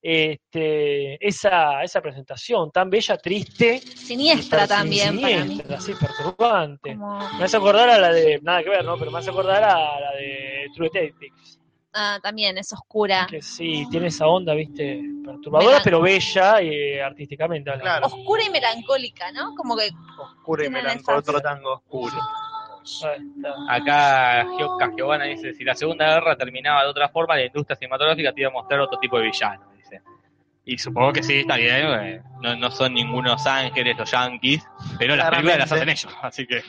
[SPEAKER 3] este, esa, esa presentación tan bella, triste. y
[SPEAKER 1] Siniestra
[SPEAKER 3] per-
[SPEAKER 1] también para mí.
[SPEAKER 3] siniestra, así perturbante.
[SPEAKER 1] Como-
[SPEAKER 3] Me hace acordar a la de. Nada que ver, ¿no? Pero me hace acordar a la de True Detective.
[SPEAKER 1] ah, también es oscura.
[SPEAKER 3] Que
[SPEAKER 1] Ah.
[SPEAKER 3] sí, tiene esa onda, viste, perturbadora,
[SPEAKER 1] Melan-
[SPEAKER 3] pero bella y artísticamente. hablando.
[SPEAKER 2] Claro.
[SPEAKER 1] oscura y melancólica, ¿no? Como que
[SPEAKER 2] Oscuro y
[SPEAKER 1] Tienen
[SPEAKER 2] melancólico,
[SPEAKER 1] esas.
[SPEAKER 2] otro tango oscuro.
[SPEAKER 3] Ahí está.
[SPEAKER 4] Acá Gio- Giovanna dice, si la Segunda Guerra terminaba de otra forma, la industria cinematográfica te iba a mostrar otro tipo de villano, dice. Y supongo que sí, está bien, eh, no, no son ningunos ángeles los yankees, pero las películas las hacen
[SPEAKER 2] Claramente.
[SPEAKER 4] ellos, así que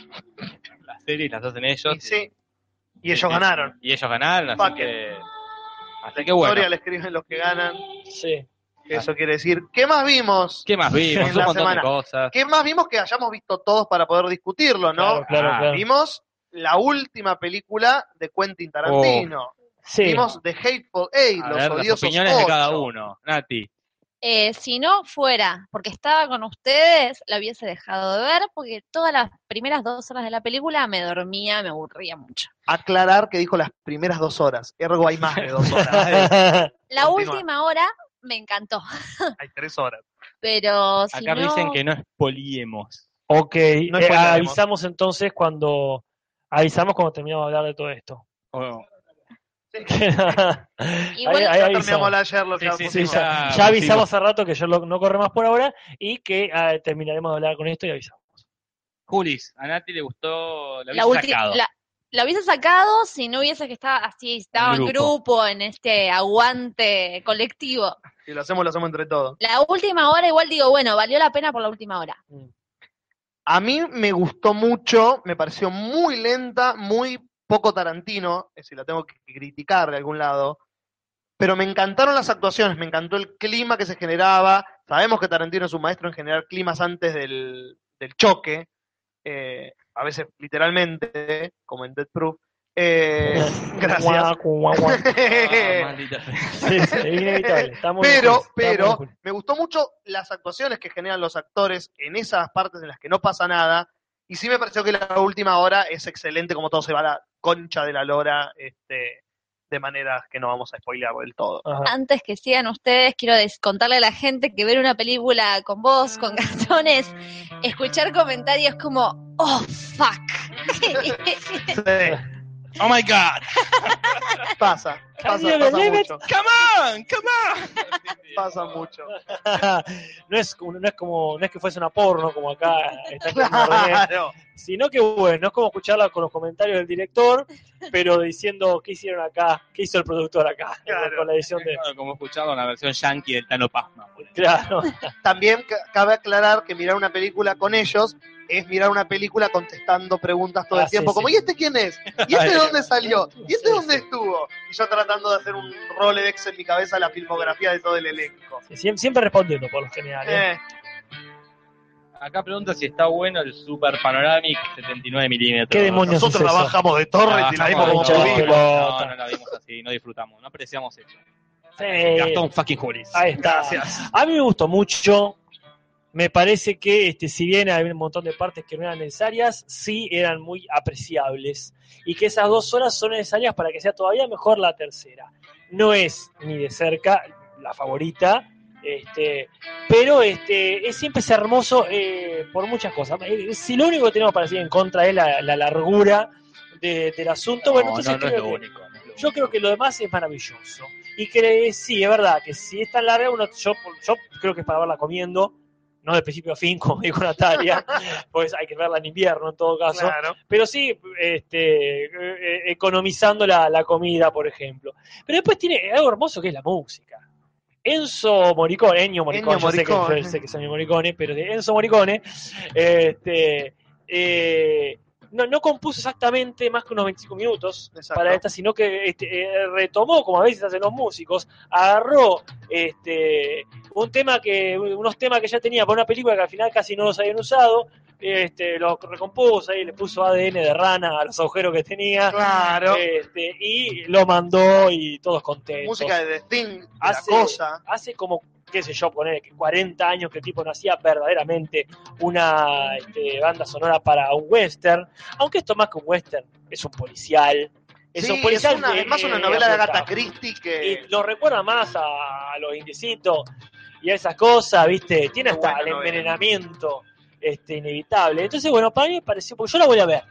[SPEAKER 4] las series las hacen ellos.
[SPEAKER 2] Y sí, y ellos ganaron.
[SPEAKER 4] Y ellos ganaron, así
[SPEAKER 2] Fuck it.
[SPEAKER 4] que... Así que
[SPEAKER 2] La historia
[SPEAKER 4] bueno,
[SPEAKER 2] la escriben los que ganan.
[SPEAKER 3] Sí.
[SPEAKER 2] Eso quiere decir. Ah. ¿Qué más vimos?
[SPEAKER 4] ¿qué más vimos?
[SPEAKER 2] En
[SPEAKER 4] Un
[SPEAKER 2] la
[SPEAKER 4] montón de
[SPEAKER 2] semana.
[SPEAKER 4] cosas.
[SPEAKER 2] ¿Qué más vimos que hayamos visto todos para poder discutirlo, no?
[SPEAKER 3] Claro, claro,
[SPEAKER 4] Ah,
[SPEAKER 3] claro.
[SPEAKER 2] Vimos la última película de Quentin Tarantino.
[SPEAKER 3] Sí.
[SPEAKER 2] Vimos The Hateful Eight,
[SPEAKER 4] A
[SPEAKER 2] Los
[SPEAKER 4] ver, las
[SPEAKER 2] Odiosos
[SPEAKER 4] opiniones de
[SPEAKER 2] Ocho.
[SPEAKER 4] cada uno. Nati,
[SPEAKER 1] eh, si no fuera porque estaba con ustedes, la hubiese dejado de ver porque todas las primeras dos horas de la película me dormía, me aburría mucho.
[SPEAKER 2] Aclarar que dijo las primeras dos horas. Ergo hay más de dos horas.
[SPEAKER 1] La
[SPEAKER 2] Continúa.
[SPEAKER 1] última hora me encantó,
[SPEAKER 2] hay tres horas.
[SPEAKER 1] pero si
[SPEAKER 4] acá
[SPEAKER 1] no,
[SPEAKER 4] dicen que no expoliemos.
[SPEAKER 3] Ok,
[SPEAKER 2] No
[SPEAKER 3] eh,
[SPEAKER 2] spoileremos.
[SPEAKER 3] avisamos entonces cuando avisamos cuando terminamos de hablar de todo esto.
[SPEAKER 4] Oh,
[SPEAKER 1] Igual-
[SPEAKER 3] Ahí- ahí
[SPEAKER 2] Ya
[SPEAKER 3] avisamos.
[SPEAKER 2] terminamos la ayer, lo que
[SPEAKER 4] Sí, sí,
[SPEAKER 3] Sí,
[SPEAKER 4] sí,
[SPEAKER 2] pusimos.
[SPEAKER 3] ya,
[SPEAKER 4] ya
[SPEAKER 3] ya avisamos
[SPEAKER 4] pusimos.
[SPEAKER 3] hace rato que yo lo- no corre más por ahora y que ah, terminaremos de hablar con esto y avisamos.
[SPEAKER 4] Julis, a Nati le gustó la,
[SPEAKER 1] la
[SPEAKER 4] hubiese
[SPEAKER 1] ulti-
[SPEAKER 4] sacado.
[SPEAKER 1] la- la hubiese sacado si no hubiese que estaba así, estaba en
[SPEAKER 4] En grupo.
[SPEAKER 1] grupo, en este aguante colectivo.
[SPEAKER 2] Si lo hacemos, lo hacemos entre todos.
[SPEAKER 1] La última hora igual digo, bueno, valió la pena por la última hora.
[SPEAKER 2] A mí me gustó mucho, me pareció muy lenta, muy poco Tarantino, es decir, la tengo que criticar de algún lado, pero me encantaron las actuaciones, me encantó el clima que se generaba. Sabemos que Tarantino es un maestro en generar climas antes del, del choque, eh, a veces literalmente, como en Dead Proof. Eh, gracias.
[SPEAKER 3] Guau, guau, guau.
[SPEAKER 4] Ah, maldita sea.
[SPEAKER 3] Sí, sí, es inevitable. Estamos
[SPEAKER 2] Pero,
[SPEAKER 3] estamos
[SPEAKER 2] pero,
[SPEAKER 3] juntos.
[SPEAKER 2] me gustó mucho las actuaciones que generan los actores en esas partes en las que no pasa nada. Y sí me pareció que la última hora es excelente, como todo se va a la concha de la lora, este, de maneras que no vamos a spoilear del todo.
[SPEAKER 3] Ajá.
[SPEAKER 1] Antes que sigan ustedes, quiero des- contarle a la gente que ver una película con vos, con cartones, escuchar comentarios como, oh, fuck.
[SPEAKER 2] Sí,
[SPEAKER 4] Oh my god.
[SPEAKER 2] pasa,
[SPEAKER 3] Can
[SPEAKER 2] pasa,
[SPEAKER 3] you
[SPEAKER 2] pasa
[SPEAKER 3] believe it?
[SPEAKER 2] mucho,
[SPEAKER 4] Come on, come on.
[SPEAKER 2] pasa mucho.
[SPEAKER 3] no, es, como- no es como, no es que fuese una porno como acá está haciendo René,
[SPEAKER 2] Claro,
[SPEAKER 3] sino que bueno, es como escucharla con los comentarios del director, pero diciendo qué hicieron acá, qué hizo el productor acá,
[SPEAKER 2] Claro.
[SPEAKER 3] con la edición de...
[SPEAKER 4] Ah, Como escuchaba en la versión yankee del Tano Pasma. por ejemplo.
[SPEAKER 3] Claro,
[SPEAKER 2] También ca- cabe aclarar que mirar una película con ellos es mirar una película contestando preguntas todo
[SPEAKER 3] Ah,
[SPEAKER 2] el tiempo,
[SPEAKER 3] sí,
[SPEAKER 2] como
[SPEAKER 3] sí.
[SPEAKER 2] ¿y este quién es? ¿Y este de dónde salió? ¿Y este
[SPEAKER 3] Sí,
[SPEAKER 2] dónde
[SPEAKER 3] sí.
[SPEAKER 2] estuvo? Y yo tratando de hacer un Rolodex en mi cabeza la filmografía de todo el elenco.
[SPEAKER 3] siempre, siempre respondiendo por lo general. ¿eh?
[SPEAKER 2] Eh,
[SPEAKER 4] Acá pregunta si está bueno el Super Panoramic 79 milímetros.
[SPEAKER 3] ¿Qué demonios
[SPEAKER 2] nosotros
[SPEAKER 3] es
[SPEAKER 2] la
[SPEAKER 3] eso?
[SPEAKER 2] bajamos de torre y la vimos como
[SPEAKER 3] de torre.
[SPEAKER 2] pudimos.
[SPEAKER 4] No, no la vimos así, no disfrutamos, no apreciamos eso.
[SPEAKER 3] Sí.
[SPEAKER 4] Gastón fucking Julis.
[SPEAKER 3] Ahí está.
[SPEAKER 2] Gracias.
[SPEAKER 3] A mí me gustó mucho. Me parece que, este, si bien hay un montón de partes que no eran necesarias, sí eran muy apreciables. Y que esas dos horas son necesarias para que sea todavía mejor la tercera. No es ni de cerca la favorita, este, pero este, es siempre es hermoso eh, por muchas cosas. Eh, Si lo único que tenemos para decir en contra es la, la largura de- del asunto, bueno,
[SPEAKER 4] no,
[SPEAKER 3] entonces
[SPEAKER 4] no, no es
[SPEAKER 3] creo
[SPEAKER 4] lo
[SPEAKER 3] que-
[SPEAKER 4] único. no es lo
[SPEAKER 3] yo
[SPEAKER 4] único.
[SPEAKER 3] creo que lo demás es maravilloso. Y que eh, sí, es verdad que si es tan larga, uno, yo, yo creo que es para verla comiendo, no de principio a fin, como dijo Natalia, pues hay que verla en invierno en todo caso.
[SPEAKER 2] Claro.
[SPEAKER 3] Pero sí, este, eh, eh, economizando la, la comida, por ejemplo. Pero después tiene algo hermoso que es la música. Enzo Morricone, Ennio Morricone,
[SPEAKER 2] Ennio
[SPEAKER 3] yo sé que- yo Sé,
[SPEAKER 2] Morricone.
[SPEAKER 3] que, es Ennio Morricone, pero de Enzo Morricone, este, eh, no, no compuso exactamente más que unos 25 minutos
[SPEAKER 2] Exacto.
[SPEAKER 3] para esta, sino que este, eh, retomó, como a veces hacen los músicos, agarró este, un tema que, unos temas que ya tenía para una película que al final casi no los habían usado, este, los recompuso y le puso ADN de rana a los agujeros que tenía,
[SPEAKER 2] Claro.
[SPEAKER 3] este, y lo mandó y todos contentos.
[SPEAKER 2] Música de The Sting, de
[SPEAKER 3] Hace-
[SPEAKER 2] la cosa.
[SPEAKER 3] Hace como, qué sé yo, poner que 40 años que el tipo no hacía verdaderamente una este, banda sonora para un western, aunque esto más que un western, es un policial. Es
[SPEAKER 2] Sí,
[SPEAKER 3] un policial.
[SPEAKER 2] es una,
[SPEAKER 3] de-
[SPEAKER 2] es más una
[SPEAKER 3] eh,
[SPEAKER 2] novela de Agatha
[SPEAKER 3] ambientado.
[SPEAKER 2] Christie que...
[SPEAKER 3] Y lo recuerda más a, a los indiecitos y a esas cosas, ¿viste? Tiene
[SPEAKER 2] Qué
[SPEAKER 3] hasta
[SPEAKER 2] buena
[SPEAKER 3] el
[SPEAKER 2] novela.
[SPEAKER 3] envenenamiento este, inevitable. Entonces, bueno, para mí me pareció, porque yo la voy a ver.